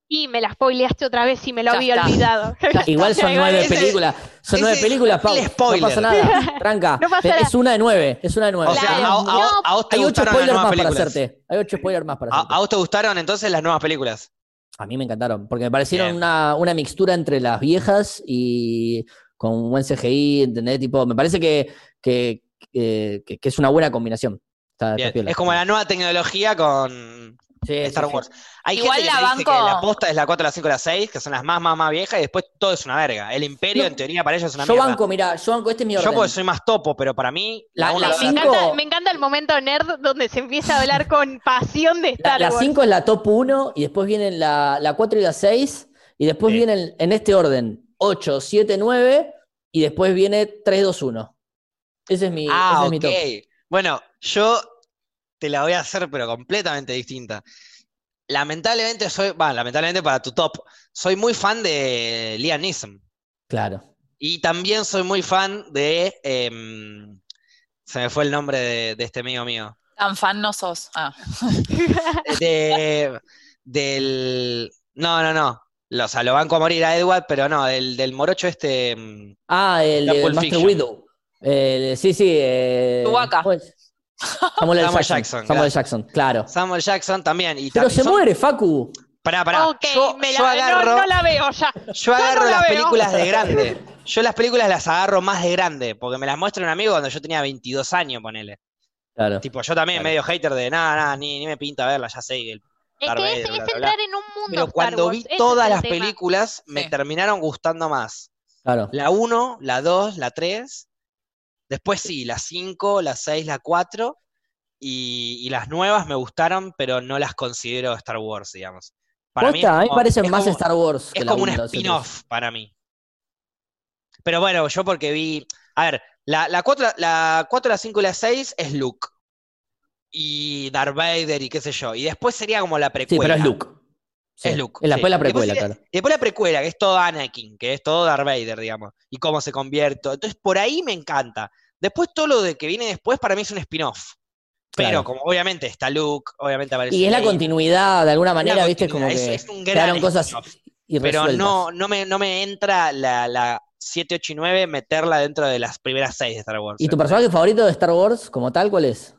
Speaker 3: Y me la spoileaste otra vez y me lo
Speaker 4: Ya
Speaker 3: había
Speaker 4: está.
Speaker 3: olvidado.
Speaker 2: Igual son
Speaker 3: Igual
Speaker 2: nueve
Speaker 1: ese-
Speaker 2: películas. Son nueve
Speaker 1: ese-
Speaker 2: películas, Pau.
Speaker 1: el spoiler.
Speaker 2: No pasa nada. Tranca.
Speaker 3: No pasa nada.
Speaker 2: Es una de nueve. Es una de nueve.
Speaker 1: O sea,
Speaker 3: Claro.
Speaker 1: a, a-
Speaker 3: No,
Speaker 1: a vos te
Speaker 2: Hay
Speaker 1: gustaron
Speaker 2: ocho
Speaker 1: las
Speaker 2: spoilers
Speaker 1: nuevas
Speaker 2: más para
Speaker 1: películas.
Speaker 2: hacerte. Hay ocho spoilers más para hacerte.
Speaker 1: A, a vos te gustaron entonces las nuevas películas.
Speaker 2: A mí me encantaron, porque me parecieron
Speaker 1: Bien.
Speaker 2: una, una mixtura entre las viejas y con buen CGI, ¿entendés? Tipo, me parece que, que, que- que- que es una buena combinación. Está- está
Speaker 1: Bien.
Speaker 2: piola.
Speaker 1: Es como la nueva tecnología con
Speaker 2: Sí,
Speaker 1: Star
Speaker 2: sí, sí.
Speaker 1: Wars. Hay
Speaker 4: Igual
Speaker 1: gente que
Speaker 4: la
Speaker 1: te dice
Speaker 4: banco-
Speaker 1: que la posta es la 4, la 5, la 6, que son las más, más, más viejas, y después todo es una verga. El Imperio,
Speaker 2: No.
Speaker 1: en teoría, para ellos es una
Speaker 2: Yo
Speaker 1: mierda.
Speaker 2: banco, mirá, yo banco, este es mi
Speaker 1: Yo
Speaker 2: orden.
Speaker 1: porque soy más topo, pero para mí, la,
Speaker 2: La-
Speaker 1: uno,
Speaker 2: la
Speaker 1: dos,
Speaker 3: me,
Speaker 2: cinco-
Speaker 3: encanta, me encanta el momento nerd donde se empieza a hablar con pasión de
Speaker 2: La-
Speaker 3: Star
Speaker 2: la
Speaker 3: Wars.
Speaker 2: 5 es la top 1 y después vienen la, la 4 y la 6 y después
Speaker 1: Sí.
Speaker 2: vienen en este orden 8, 7, 9 y después viene 3, 2, 1. Ese es mi,
Speaker 1: Ah,
Speaker 2: ese
Speaker 1: ok.
Speaker 2: es mi top.
Speaker 1: Bueno, yo te la voy a hacer, pero completamente distinta. Lamentablemente soy, va, lamentablemente para tu top, soy muy fan de Liam Neeson.
Speaker 2: Claro.
Speaker 1: Y también soy muy fan de. em, se me fue el nombre de, de este amigo mío.
Speaker 4: Tan fan no sos. Ah.
Speaker 1: De, del. No, no, no. Lo, o sea, lo banco a morir a Edward, pero no, del, del morocho este. em,
Speaker 2: Ah, el
Speaker 1: La
Speaker 2: de
Speaker 1: Pulp
Speaker 2: Master
Speaker 1: Fiction.
Speaker 2: Widow. El- sí, sí. eh,
Speaker 4: Chewbacca.
Speaker 2: ¿cómo es? Samuel L.
Speaker 1: Samuel
Speaker 2: Jackson.
Speaker 1: Jackson,
Speaker 2: Samuel
Speaker 1: claro.
Speaker 2: L. Jackson, claro.
Speaker 1: Samuel Jackson también. Y
Speaker 2: Pero
Speaker 1: también
Speaker 2: se
Speaker 1: son-
Speaker 2: muere, Facu.
Speaker 1: Pará, pará.
Speaker 3: Ok,
Speaker 1: yo,
Speaker 3: me
Speaker 1: yo
Speaker 3: la- no-
Speaker 1: agarro,
Speaker 3: no la veo ya.
Speaker 1: yo
Speaker 3: no
Speaker 1: agarro
Speaker 3: la
Speaker 1: las
Speaker 3: veo.
Speaker 1: películas de grande. Yo las películas las agarro más de grande, porque me las muestra un amigo cuando yo tenía 22 años, ponele.
Speaker 2: Claro.
Speaker 1: Tipo, yo también
Speaker 2: Claro.
Speaker 1: medio hater de nada, nada, ni, ni me pinta verla, ya sé. el-
Speaker 3: Es
Speaker 1: Darth
Speaker 3: que
Speaker 1: Vader,
Speaker 3: es,
Speaker 1: bla, bla,
Speaker 3: es
Speaker 1: bla.
Speaker 3: entrar en un mundo.
Speaker 1: Pero
Speaker 3: Star
Speaker 1: cuando
Speaker 3: Wars,
Speaker 1: vi
Speaker 3: ese es
Speaker 1: todas
Speaker 3: el
Speaker 1: las
Speaker 3: tema.
Speaker 1: películas, me
Speaker 4: Sí.
Speaker 1: terminaron gustando más.
Speaker 2: Claro.
Speaker 1: La 1, la 2, la 3. Después sí, la 5, la 6, la 4. Y, y las nuevas me gustaron, pero no las considero Star Wars, digamos.
Speaker 2: Posta, a mí me parecen más
Speaker 1: Star Wars.
Speaker 2: Star Wars que
Speaker 1: Es
Speaker 2: la
Speaker 1: como un
Speaker 2: uno, la dos y la tres.
Speaker 1: spin-off para mí. Pero bueno, yo porque vi. A ver, la, la 4, la 4, la 5 y la 6 es Luke. Y Darth Vader y qué sé yo. Y después sería como la
Speaker 2: Sí,
Speaker 1: precuela.
Speaker 2: pero es Luke. Sí,
Speaker 1: Es Luke.
Speaker 2: Es la,
Speaker 1: sí.
Speaker 2: fue la
Speaker 1: Después
Speaker 2: precuela,
Speaker 1: sería-
Speaker 2: claro.
Speaker 1: Y después la precuela, que es todo Anakin, que es todo Darth Vader, digamos. Y cómo se convierte. Entonces por ahí me encanta. Después todo lo de que viene después para mí es un spin-off. Pero
Speaker 2: Claro.
Speaker 1: como obviamente está Luke, obviamente aparece.
Speaker 2: Y es la
Speaker 1: Rey,
Speaker 2: continuidad, de alguna
Speaker 1: es la
Speaker 2: manera, viste, como
Speaker 1: continuidad,
Speaker 2: que
Speaker 1: es- es un gran
Speaker 2: quedaron cosas
Speaker 1: spin-off.
Speaker 2: y
Speaker 1: Pero no, no, me, no me entra la, la 7, 8 y 9 meterla dentro de las primeras 6 de Star Wars.
Speaker 2: ¿Y tu personaje favorito de Star Wars como tal cuál es?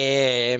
Speaker 1: Eh,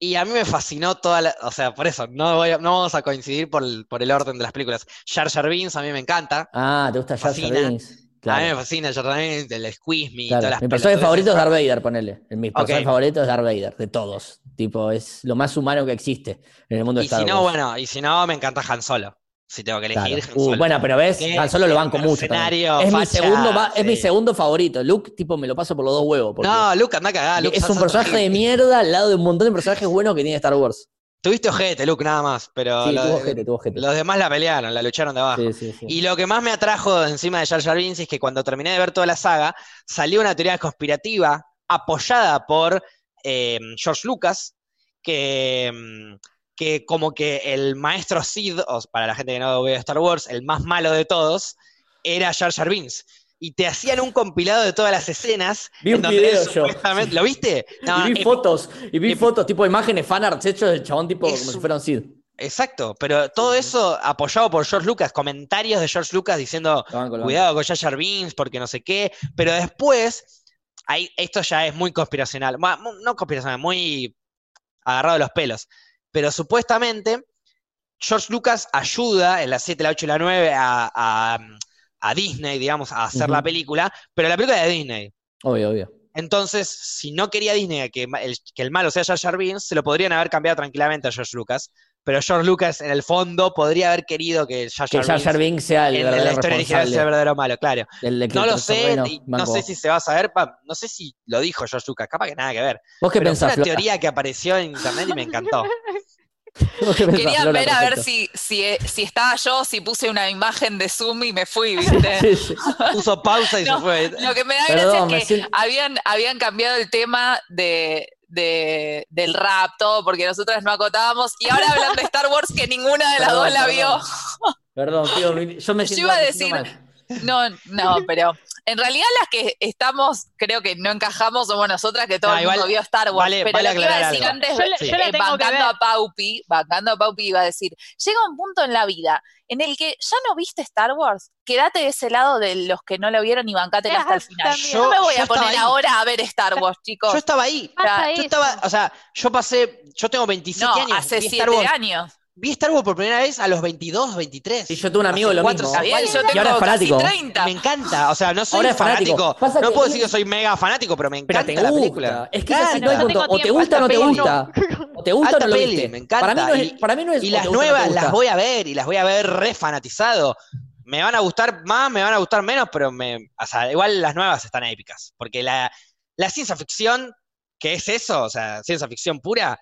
Speaker 1: y a mí me fascinó toda la... O sea, por eso, no, voy a- no vamos a coincidir por el, por el orden de las películas. Jar Jar Binks a mí me encanta.
Speaker 2: Ah, ¿te gusta Jar Jar
Speaker 1: Fascina.
Speaker 2: Binks?
Speaker 1: A mí me
Speaker 2: Claro,
Speaker 1: fascina Jar Jar Binks, el Squeezme y
Speaker 2: claro.
Speaker 1: todas las
Speaker 2: Mi personaje
Speaker 1: pelotudeces.
Speaker 2: favorito es Darth Vader, ponele. Mi personaje
Speaker 1: Ok.
Speaker 2: favorito es Darth Vader, de todos. Tipo, es lo más humano que existe en el mundo de
Speaker 1: Y
Speaker 2: Star
Speaker 1: si no,
Speaker 2: Wars.
Speaker 1: bueno, y si no, me encanta Han Solo. Si tengo que
Speaker 2: Claro.
Speaker 1: elegir Han
Speaker 2: Uh,
Speaker 1: Solo.
Speaker 2: bueno, pero ves,
Speaker 1: Qué
Speaker 2: Han Solo lo banco mucho. también.
Speaker 1: mercenario,
Speaker 2: Es mi,
Speaker 1: facha,
Speaker 2: segundo, va- es mi
Speaker 1: sí.
Speaker 2: segundo favorito. Luke, tipo, me lo paso por los dos huevos. porque
Speaker 1: No, Luke, anda a cagar, Luke,
Speaker 2: es
Speaker 1: sos
Speaker 2: un personaje de
Speaker 1: horrible.
Speaker 2: mierda al lado de un montón de personajes buenos que tiene Star Wars.
Speaker 1: Tuviste ojete, Luke, nada más, pero
Speaker 2: sí,
Speaker 1: lo-
Speaker 2: tuvo gente, tuvo gente.
Speaker 1: los demás la pelearon, la lucharon de abajo.
Speaker 2: Sí, sí, sí.
Speaker 1: Y lo que más me atrajo encima de Jar Jar Binks es que cuando terminé de ver toda la saga, salió una teoría conspirativa apoyada por eh, George Lucas, que, mm, que como que el maestro Sid, o para la gente que no ve Star Wars, el más malo de todos, era Jar Jar Binks. Y te hacían un compilado de todas las escenas.
Speaker 2: Vi un
Speaker 1: en donde
Speaker 2: video
Speaker 1: él
Speaker 2: yo.
Speaker 1: supuestamente- ¿Lo viste? No,
Speaker 2: y vi
Speaker 1: es-
Speaker 2: fotos, y vi
Speaker 1: eh,
Speaker 2: fotos, tipo imágenes fanarts hechos del chabón, tipo
Speaker 1: es
Speaker 2: como si
Speaker 1: un-
Speaker 2: fueran Sid.
Speaker 1: exacto, pero todo eso apoyado por George Lucas, comentarios de George Lucas diciendo,
Speaker 2: Lo banco, lo banco.
Speaker 1: cuidado con Jar Jar Binks porque no sé qué, pero después, ahí, esto ya es muy conspiracional, Ma- mu- no conspiracional, muy agarrado de los pelos, pero supuestamente George Lucas ayuda en la 7, la 8 y la 9 a, a- a Disney, digamos, a hacer la
Speaker 2: Ujú.
Speaker 1: película, pero la película es de Disney.
Speaker 2: Obvio, obvio.
Speaker 1: Entonces, si no quería Disney que ma- el, que el malo sea Jar Jar Binks, se lo podrían haber cambiado tranquilamente a George Lucas. Pero George Lucas, en el fondo, podría haber querido que Jar
Speaker 2: Que
Speaker 1: Jar
Speaker 2: Jar
Speaker 1: Binks
Speaker 2: Jar Binks sea el
Speaker 1: en- en la
Speaker 2: verdadero
Speaker 1: historia original sea el
Speaker 2: responsable.
Speaker 1: verdadero malo, claro.
Speaker 2: del- del
Speaker 1: No lo sé,
Speaker 2: terreno,
Speaker 1: y no
Speaker 2: banco.
Speaker 1: sé si se va a saber, pa- no sé si lo dijo George Lucas, capaz que nada que ver.
Speaker 2: ¿Vos qué
Speaker 1: Pero
Speaker 2: pensás,
Speaker 1: fue una
Speaker 2: Flora?
Speaker 1: teoría que apareció en internet y me encantó.
Speaker 2: ¿Vos qué pensás,
Speaker 4: Quería
Speaker 2: Flora,
Speaker 4: ver a
Speaker 2: al
Speaker 4: ver
Speaker 2: respecto?
Speaker 4: si, si, si estaba yo, si puse una imagen de Zoom y me fui, ¿viste?
Speaker 2: Sí, sí.
Speaker 1: Puso pausa y
Speaker 4: No,
Speaker 1: se fue.
Speaker 4: Lo que me da
Speaker 2: Perdón,
Speaker 4: gracia
Speaker 2: me
Speaker 4: es que
Speaker 2: siento-
Speaker 4: habían, habían cambiado el tema de, de- del rap, todo, porque nosotras no acotábamos, y ahora hablan de Star Wars que ninguna de las
Speaker 2: Perdón,
Speaker 4: dos la
Speaker 2: perdón.
Speaker 4: vio.
Speaker 2: Perdón, tío, mi- yo me
Speaker 4: Yo
Speaker 2: siento
Speaker 4: iba a
Speaker 2: me siento
Speaker 4: decir-
Speaker 2: mal.
Speaker 4: No, no, pero en realidad las que estamos, creo que no encajamos, somos nosotras que todo
Speaker 1: No,
Speaker 4: el
Speaker 1: igual-
Speaker 4: mundo vio Star Wars.
Speaker 1: vale-
Speaker 4: pero
Speaker 1: vale
Speaker 4: lo que iba a
Speaker 1: aclarar
Speaker 4: decir
Speaker 1: algo.
Speaker 4: antes,
Speaker 3: Yo la-
Speaker 1: Sí.
Speaker 3: yo la
Speaker 4: eh,
Speaker 3: tengo que
Speaker 4: bancando
Speaker 3: ver.
Speaker 4: a Paupi, bancando a Paupi iba a decir, llega un punto en la vida en el que ya no viste Star Wars, quédate de ese lado de los que no lo vieron y bancate hasta el final.
Speaker 3: También.
Speaker 4: Yo no me voy
Speaker 1: Yo
Speaker 4: a poner
Speaker 1: estaba ahí.
Speaker 4: ahora a ver Star Wars, chicos.
Speaker 1: Yo estaba ahí.
Speaker 3: Pasa
Speaker 4: Ya,
Speaker 1: Yo
Speaker 3: eso.
Speaker 1: estaba, o sea, yo pasé, yo tengo 27
Speaker 4: no,
Speaker 1: años.
Speaker 4: hace
Speaker 1: vi,
Speaker 4: siete
Speaker 1: Star Wars,
Speaker 4: años.
Speaker 1: vi Star Wars por primera vez a los 22, 23.
Speaker 2: Sí, yo tuve un amigo
Speaker 1: Hace
Speaker 2: lo
Speaker 1: cuatro,
Speaker 2: mismo.
Speaker 1: cinco
Speaker 4: Está bien,
Speaker 1: años.
Speaker 4: yo
Speaker 2: Y
Speaker 4: tengo
Speaker 2: ahora es fanático.
Speaker 4: casi 30.
Speaker 1: Me encanta, o sea, no soy
Speaker 2: Ahora es fanático.
Speaker 1: fanático.
Speaker 2: Pasa
Speaker 1: No
Speaker 2: que
Speaker 1: puedo
Speaker 2: él-
Speaker 1: decir que soy mega fanático, pero me
Speaker 2: Pero
Speaker 1: encanta
Speaker 2: te
Speaker 1: la película.
Speaker 2: gusta. Es que es así,
Speaker 1: Claro.
Speaker 2: no hay
Speaker 3: Yo tengo
Speaker 2: punto. O te
Speaker 3: tiempo,
Speaker 2: gusta o no te
Speaker 1: alta peli,
Speaker 2: gusta. O te gusta o
Speaker 1: Alta
Speaker 2: no lo
Speaker 1: peli,
Speaker 2: viste.
Speaker 1: me encanta.
Speaker 2: Para mí no es,
Speaker 1: Y-
Speaker 2: para mí no es
Speaker 1: Y
Speaker 2: o
Speaker 1: las
Speaker 2: te gusta o no te
Speaker 1: nuevas las
Speaker 2: gusta.
Speaker 1: voy a ver y las voy a ver re fanatizado. Me van a gustar más, me van a gustar menos, pero me, o sea, igual las nuevas están épicas. Porque la, la ciencia ficción, que es eso, o sea, ciencia ficción pura,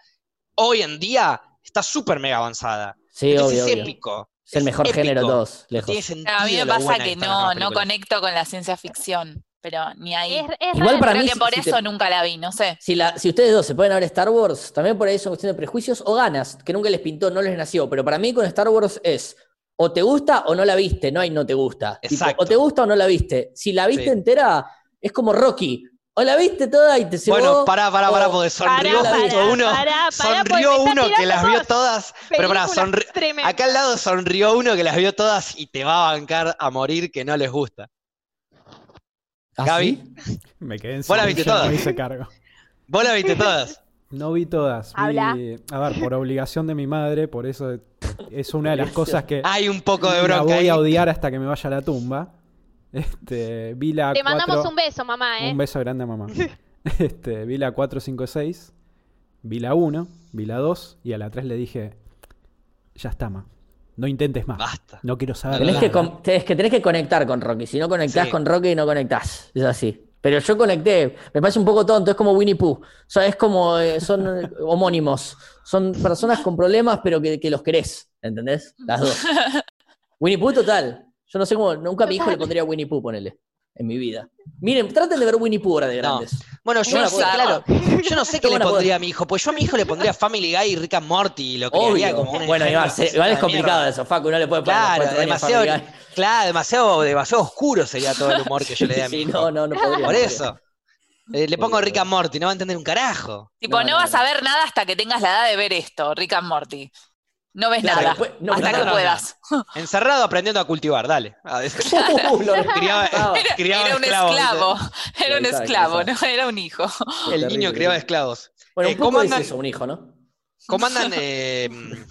Speaker 1: hoy en día está súper mega avanzada.
Speaker 2: Sí,
Speaker 1: Entonces
Speaker 2: obvio,
Speaker 1: es
Speaker 2: obvio.
Speaker 1: épico.
Speaker 2: Es el mejor
Speaker 1: épico.
Speaker 2: género todos,
Speaker 1: No tiene
Speaker 2: lejos.
Speaker 1: sentido
Speaker 4: A mí me
Speaker 1: lo
Speaker 4: pasa
Speaker 1: buena
Speaker 4: que
Speaker 1: están las
Speaker 4: no,
Speaker 1: nuevas
Speaker 4: no
Speaker 1: películas.
Speaker 4: conecto con la ciencia ficción, pero ni ahí.
Speaker 3: Es, es
Speaker 2: Igual
Speaker 3: raro.
Speaker 2: para
Speaker 4: Creo
Speaker 2: mí,
Speaker 4: que
Speaker 2: si-
Speaker 4: por
Speaker 2: si
Speaker 4: eso
Speaker 2: te-
Speaker 4: nunca la vi, no sé.
Speaker 2: Si, la, si ustedes dos se pueden ver Star Wars, también por ahí es una cuestión de prejuicios o ganas, que nunca les pintó, no les nació. Pero para mí con Star Wars es o te gusta o no la viste, no hay no te gusta. Tipo,
Speaker 1: Exacto.
Speaker 2: o te gusta o no la viste. Si la viste
Speaker 1: Sí.
Speaker 2: entera, es como Rocky. O la viste toda y te cebó.
Speaker 1: Bueno, pará, pará, pará, porque sonrió
Speaker 2: pará,
Speaker 1: justo uno.
Speaker 3: pará, pará, porque
Speaker 1: sonrió
Speaker 3: me estás
Speaker 1: uno que
Speaker 3: tirando
Speaker 1: las vio
Speaker 3: vos.
Speaker 1: todas. Pero pará,
Speaker 3: Películas
Speaker 1: sonri-
Speaker 3: tremendas.
Speaker 1: Acá al lado sonrió uno que las vio todas y te va a bancar a morir que no les gusta.
Speaker 2: ¿Ah,
Speaker 1: Gaby.
Speaker 2: sí?
Speaker 5: Me quedé en
Speaker 1: Vos la viste
Speaker 5: silencio, no
Speaker 1: toda.
Speaker 5: me hice cargo.
Speaker 1: ¿Vos las viste todas?
Speaker 5: No vi todas. vi-
Speaker 3: Habla.
Speaker 5: a ver, por obligación de mi madre, por eso es una de las cosas que
Speaker 1: Hay un poco de
Speaker 5: la
Speaker 1: bronca.
Speaker 5: voy
Speaker 1: ahí.
Speaker 5: a odiar hasta que me vaya a la tumba. Este, vi la
Speaker 3: Te mandamos
Speaker 5: cuatro-
Speaker 3: un beso, mamá, ¿eh?
Speaker 5: Un beso grande a mamá. Este, vi la 4, 5, 6, vi la 1, vi la 2 y a la 3 le dije, ya está, ma. No intentes más.
Speaker 1: Basta.
Speaker 5: No quiero saber
Speaker 2: Tenés
Speaker 5: nada.
Speaker 2: que, con- es que tenés que conectar con Rocky. Si no conectás
Speaker 1: Sí.
Speaker 2: con Rocky, no conectás. Es así. Pero yo conecté. Me parece un poco tonto. Es como Winnie Pooh. O sea, es como. eh, son eh, homónimos. Son personas con problemas, pero que, que los querés. ¿Entendés? Las dos. Winnie Pooh, total. Yo no sé cómo. Nunca a mi hijo le
Speaker 3: Total.
Speaker 2: pondría Winnie Pooh, ponele. En mi vida. Miren, traten de ver Winnie Pooh ahora
Speaker 1: No.
Speaker 2: de grandes.
Speaker 1: Bueno, yo
Speaker 2: No
Speaker 1: no,
Speaker 2: la
Speaker 1: sé,
Speaker 4: puedo.
Speaker 1: claro, yo no sé qué
Speaker 2: No
Speaker 1: le
Speaker 2: la puedo.
Speaker 1: pondría a mi hijo, pues yo a mi hijo le pondría Family Guy y Rick and Morty y lo crearía
Speaker 2: Obvio.
Speaker 1: como un
Speaker 2: Bueno,
Speaker 1: ejemplo
Speaker 2: Iván, se- Iván es
Speaker 1: de
Speaker 2: complicado
Speaker 1: mierda.
Speaker 2: eso, Facu. No le puede poner los
Speaker 1: Claro,
Speaker 2: cuatro años a Family
Speaker 1: demasiado,
Speaker 2: Guy.
Speaker 1: claro, demasiado, demasiado oscuro sería todo el humor que yo le dé a mi
Speaker 2: Sí,
Speaker 1: hijo.
Speaker 2: no, no, no podría,
Speaker 1: Por
Speaker 2: no podría.
Speaker 1: eso. Eh, le pongo Rick and Morty, no va a entender un carajo.
Speaker 4: Tipo,
Speaker 2: No,
Speaker 4: no,
Speaker 2: no,
Speaker 4: vas
Speaker 2: no.
Speaker 4: a ver nada hasta que tengas la edad de ver esto, Rick and Morty. No ves
Speaker 2: Claro,
Speaker 4: nada.
Speaker 2: después- no,
Speaker 4: hasta
Speaker 1: pero
Speaker 4: que
Speaker 1: no, no.
Speaker 4: puedas.
Speaker 1: Encerrado aprendiendo a cultivar, dale. A ver.
Speaker 2: Uh, lo
Speaker 1: Criaba-
Speaker 2: Ah,
Speaker 1: criaba
Speaker 4: Era un
Speaker 1: esclavos,
Speaker 4: esclavo. Era un
Speaker 2: Ahí está,
Speaker 4: esclavo,
Speaker 2: ahí
Speaker 4: no era un hijo.
Speaker 1: ¿viste? El niño criaba esclavos.
Speaker 2: Bueno,
Speaker 1: Eh,
Speaker 2: un poco
Speaker 1: ¿cómo
Speaker 2: es
Speaker 1: andan?
Speaker 2: eso, un hijo, ¿no?
Speaker 1: ¿Cómo andan eh,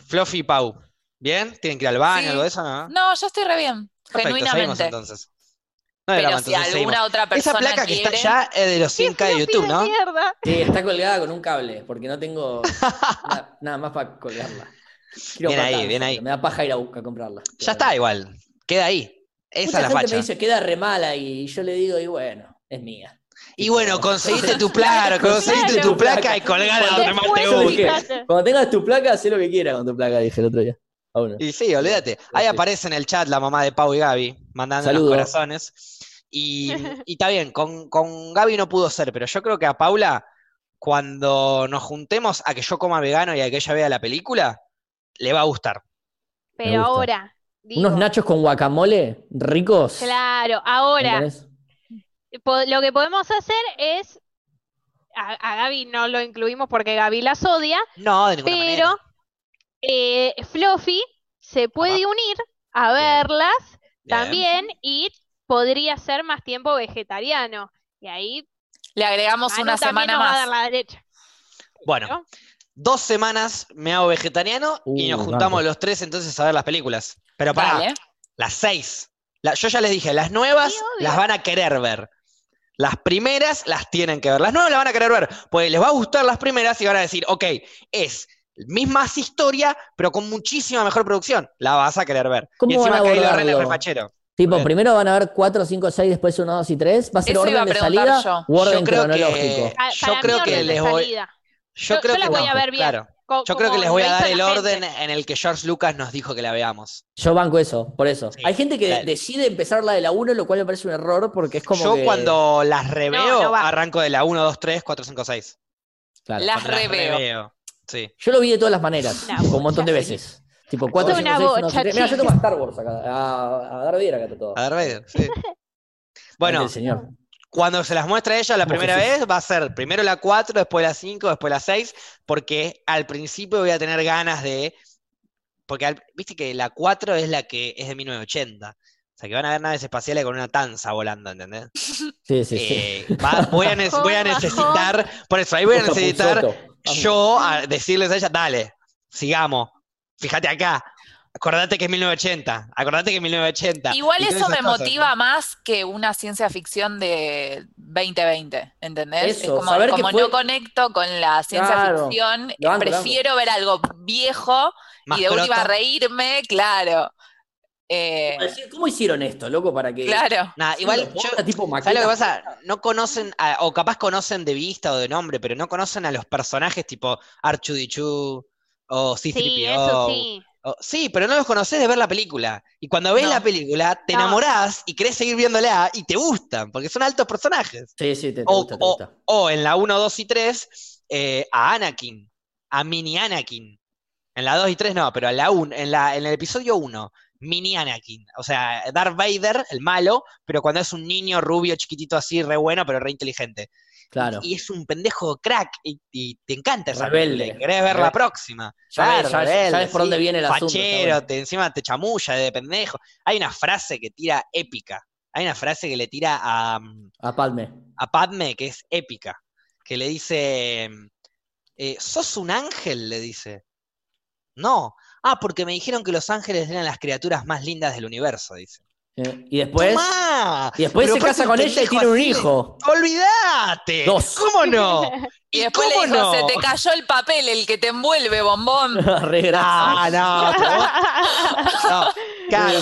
Speaker 1: Fluffy y Pau? ¿Bien? ¿Tienen que ir al baño
Speaker 4: Sí.
Speaker 1: algo de eso? No,
Speaker 4: No, yo estoy re bien.
Speaker 1: Perfecto, seguimos
Speaker 4: genuinamente.
Speaker 1: entonces. No hay
Speaker 4: Pero
Speaker 1: drama,
Speaker 4: si
Speaker 1: entonces
Speaker 4: alguna
Speaker 1: seguimos.
Speaker 4: otra
Speaker 1: Esa
Speaker 4: persona.
Speaker 1: placa que está
Speaker 4: quiere-
Speaker 1: allá es de los
Speaker 3: Qué
Speaker 1: 100k de
Speaker 3: floppy
Speaker 1: YouTube, ¿no?
Speaker 3: mierda.
Speaker 2: Sí, está colgada con un cable, porque no tengo na- nada más para colgarla. Quiero
Speaker 1: Bien ahí,
Speaker 2: matarla,
Speaker 1: bien ahí.
Speaker 2: pero Me da paja ir a buscar a comprarla.
Speaker 1: Ya está igual. Queda ahí. Esa
Speaker 2: Mucha
Speaker 1: es la
Speaker 2: gente me
Speaker 1: facha.
Speaker 2: dice, queda re mala, y yo le digo, y bueno, es mía.
Speaker 1: Y bueno, conseguiste tu placa, conseguiste tu placa y colgala
Speaker 2: Claro.
Speaker 1: donde más te
Speaker 2: Después-
Speaker 1: guste.
Speaker 2: Cuando tengas tu placa, haz lo que quieras con tu placa, dije el otro día. A uno.
Speaker 1: Y sí, olvídate. Ahí aparece en el chat la mamá de Pau y Gaby, mandando los
Speaker 2: Saludos.
Speaker 1: corazones. Y, y está bien, con, con Gaby no pudo ser, pero yo creo que a Paula, cuando nos juntemos a que yo coma vegano y a que ella vea la película, le va a gustar.
Speaker 2: Me
Speaker 3: Pero
Speaker 2: gusta.
Speaker 3: ahora, digo,
Speaker 2: Unos nachos con guacamole ricos.
Speaker 3: claro, ahora,
Speaker 2: ¿entendés?
Speaker 3: po- lo que podemos hacer es, a, a Gaby no lo incluimos porque Gaby las odia,
Speaker 1: No, de ninguna manera.
Speaker 3: pero eh, Fluffy se puede unir a
Speaker 1: Bien.
Speaker 3: verlas
Speaker 1: Bien.
Speaker 3: también y podría ser más tiempo vegetariano. Y ahí
Speaker 4: Le agregamos
Speaker 3: Manu
Speaker 4: una
Speaker 3: también
Speaker 4: semana
Speaker 3: nos va a dar
Speaker 4: más.
Speaker 3: la derecha.
Speaker 1: Bueno,
Speaker 3: ¿no?
Speaker 1: dos semanas me hago vegetariano y
Speaker 2: Uh,
Speaker 1: nos juntamos
Speaker 2: banco.
Speaker 1: los tres entonces a ver las películas. Pero pará,
Speaker 4: Dale.
Speaker 1: las seis. La- yo ya les dije, las nuevas
Speaker 3: Sí, obvio.
Speaker 1: las van a querer ver. Las primeras las tienen que ver. Las nuevas las van a querer ver. Pues les va a gustar las primeras y van a decir, ok, es misma historia, pero con muchísima mejor producción. La vas a querer ver.
Speaker 2: ¿Cómo
Speaker 1: y encima
Speaker 2: van a
Speaker 1: Kylo Ren es
Speaker 2: abordarlo?
Speaker 1: refachero.
Speaker 2: Tipo,
Speaker 1: Bien.
Speaker 2: primero van a haber 4, 5, 6, después 1, 2 y 3. ¿Va a ser
Speaker 4: Eso
Speaker 2: orden
Speaker 4: iba a
Speaker 2: de
Speaker 4: preguntar
Speaker 2: salida
Speaker 4: yo.
Speaker 2: o orden
Speaker 1: Yo creo que-
Speaker 2: cronológico?
Speaker 3: Pa-
Speaker 1: Yo
Speaker 3: para mí
Speaker 1: creo
Speaker 3: orden
Speaker 1: que
Speaker 3: de
Speaker 1: les voy-
Speaker 3: salida.
Speaker 1: Yo,
Speaker 3: Yo-
Speaker 1: creo
Speaker 3: yo
Speaker 1: que
Speaker 3: la voy
Speaker 1: no,
Speaker 3: a ver bien.
Speaker 1: claro.
Speaker 3: Co-
Speaker 1: Yo creo que
Speaker 3: como
Speaker 1: les voy a
Speaker 3: lo hizo
Speaker 1: dar el
Speaker 3: la gente.
Speaker 1: orden en el que George Lucas nos dijo que la veamos.
Speaker 2: Yo banco eso, por eso.
Speaker 1: Sí,
Speaker 2: Hay gente que
Speaker 1: claro.
Speaker 2: decide empezar la de la 1, lo cual me parece un error porque es como.
Speaker 1: Yo
Speaker 2: que-
Speaker 1: cuando las reveo,
Speaker 3: No, no va.
Speaker 1: arranco de la 1, 2, 3, 4, 5, 6.
Speaker 2: Claro.
Speaker 4: Las
Speaker 1: Cuando
Speaker 4: reveo.
Speaker 1: Sí.
Speaker 2: Yo lo vi de todas las maneras,
Speaker 3: Una
Speaker 2: tipo, un montón de
Speaker 3: bocha, sí.
Speaker 2: veces. Tipo 4, 5, 6,
Speaker 3: Una
Speaker 2: 1, 2,
Speaker 3: bocha,
Speaker 2: 3. Mira, yo
Speaker 3: sí.
Speaker 2: tengo a Star Wars acá, a, a Darth Vader acá está todo.
Speaker 1: A Darth Vader, sí. Bueno,
Speaker 2: El señor.
Speaker 1: cuando se las muestra a ella la
Speaker 2: Como
Speaker 1: primera
Speaker 2: Jesús.
Speaker 1: vez, va a ser primero la 4, después la 5, después la 6, porque al principio voy a tener ganas de. Porque al- viste que la 4 es la que es de 1980. O sea, que van a ver naves espaciales con una tanza volando, ¿entendés?
Speaker 2: Sí, sí, sí.
Speaker 1: Eh, va- voy, a nece- voy a
Speaker 3: Bajón,
Speaker 1: necesitar, por eso ahí voy a
Speaker 2: Busca
Speaker 1: necesitar
Speaker 2: Pulsoto. Vamos.
Speaker 1: yo a decirles a ella, dale, sigamos, fíjate acá, acordate que es 1980, acordate que es 1980.
Speaker 4: Igual
Speaker 1: y todas
Speaker 4: eso
Speaker 1: esas
Speaker 4: me
Speaker 1: cosas,
Speaker 4: motiva más que una ciencia ficción de 2020, ¿entendés?
Speaker 2: Eso,
Speaker 4: es como,
Speaker 2: saber que
Speaker 4: como
Speaker 2: fue-
Speaker 4: no conecto con la ciencia
Speaker 2: Claro,
Speaker 4: ficción,
Speaker 2: lo banco, lo
Speaker 4: prefiero ver algo viejo
Speaker 1: Más
Speaker 4: y de última
Speaker 1: croto.
Speaker 4: reírme, claro. Eh,
Speaker 2: Como decir, ¿Cómo hicieron esto, loco, para que.
Speaker 4: claro.
Speaker 1: Nah, igual yo,
Speaker 2: Era
Speaker 1: ¿sabes
Speaker 2: tipo
Speaker 1: lo
Speaker 2: maqueta.
Speaker 1: que pasa? No conocen, a- o capaz conocen de vista o de nombre, pero no conocen a los personajes tipo Archudichu o c 3
Speaker 3: Sí, eso sí.
Speaker 1: sí, pero no los conoces de ver la película. Y cuando ves
Speaker 4: No.
Speaker 1: la película, te
Speaker 3: No.
Speaker 1: enamorás y querés seguir viéndola y te gustan, porque son altos personajes.
Speaker 2: Sí, sí, te, te
Speaker 1: O-
Speaker 2: gusta, te gusta.
Speaker 1: O en la 1, 2 y 3, eh, a Anakin, a mini Anakin. En la 2 y 3 no, pero en la 1, en, la, en el episodio 1, mini Anakin. O sea, Darth Vader, el malo, pero cuando es un niño rubio, chiquitito así, re bueno, pero re inteligente.
Speaker 2: Claro.
Speaker 1: Y es un pendejo crack y, y te encanta esa
Speaker 2: Rebelde.
Speaker 1: película, y Querés ver la
Speaker 2: Rebelde.
Speaker 1: próxima.
Speaker 2: Ya
Speaker 1: Claro,
Speaker 2: ves, ya-
Speaker 1: rebelde,
Speaker 2: sabes por
Speaker 1: sí.
Speaker 2: dónde viene el asunto. está
Speaker 1: Fachero,
Speaker 2: bueno.
Speaker 1: te, encima te chamulla de pendejo. Hay una frase que tira épica. Hay una frase que le tira a, mm,
Speaker 2: A Palme.
Speaker 1: a Padme que es épica, que le dice, eh, ¿sos un ángel? le dice. No. Ah, porque me dijeron que los ángeles eran las criaturas más lindas del universo, dice.
Speaker 2: Eh, Y después,
Speaker 1: Tomá.
Speaker 2: y después
Speaker 1: Pero
Speaker 2: se casa
Speaker 1: aparte
Speaker 2: con
Speaker 1: te
Speaker 2: ella y
Speaker 1: dijo
Speaker 2: tiene un
Speaker 1: así.
Speaker 2: hijo.
Speaker 1: ¡Olvídate!
Speaker 2: Dos.
Speaker 1: ¿Cómo no?
Speaker 4: Y después le
Speaker 1: cómo
Speaker 4: dijo,
Speaker 1: no?
Speaker 4: se te cayó el papel, el que te envuelve, bombón.
Speaker 2: Re grasa.
Speaker 1: Ah, no, pero vos- no. Claro,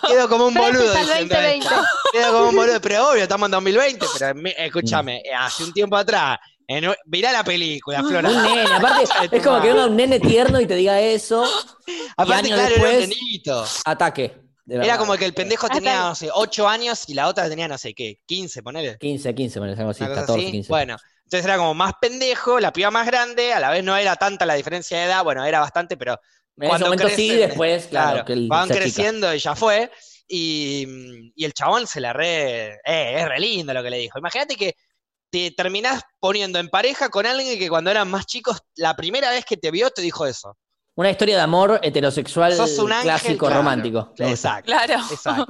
Speaker 1: quedo, quedo como un
Speaker 3: Frases
Speaker 1: boludo
Speaker 3: al
Speaker 1: diciendo
Speaker 3: 2020.
Speaker 1: esto. Quedo como un boludo, pero obvio, estamos en 2020, pero me- escúchame, hace un tiempo atrás, en, un- mirá la película, Flora.
Speaker 2: Un nene, aparte, es como que venga un nene tierno y te diga eso.
Speaker 1: Aparte,
Speaker 2: años
Speaker 1: claro, era un
Speaker 2: después-
Speaker 1: nenito.
Speaker 2: Ataque. de
Speaker 1: Era
Speaker 2: verdad.
Speaker 1: como que el pendejo
Speaker 3: Hasta-
Speaker 1: tenía, no sé, 8 años y la otra tenía, no sé qué, 15, ponele.
Speaker 2: 15, 15, me algo así,
Speaker 1: Una cosa
Speaker 2: 14,
Speaker 1: así.
Speaker 2: 15.
Speaker 1: Bueno, entonces era como más pendejo, la piba más grande, a la vez no era tanta la diferencia de edad, bueno, era bastante, pero
Speaker 2: en ese
Speaker 1: cuando
Speaker 2: momento sí,
Speaker 1: crecen,
Speaker 2: después, claro,
Speaker 1: claro,
Speaker 2: que él
Speaker 1: van
Speaker 2: se achica.
Speaker 1: creciendo y ya fue. Y, y el chabón se la re. eh, es re lindo lo que le dijo. Imagínate que te terminás poniendo en pareja con alguien que cuando eran más chicos, la primera vez que te vio te dijo eso.
Speaker 2: Una historia de amor heterosexual
Speaker 1: Sos un ángel,
Speaker 2: clásico
Speaker 1: claro.
Speaker 2: romántico. Me gusta.
Speaker 1: Exacto.
Speaker 4: Claro.
Speaker 1: Exacto.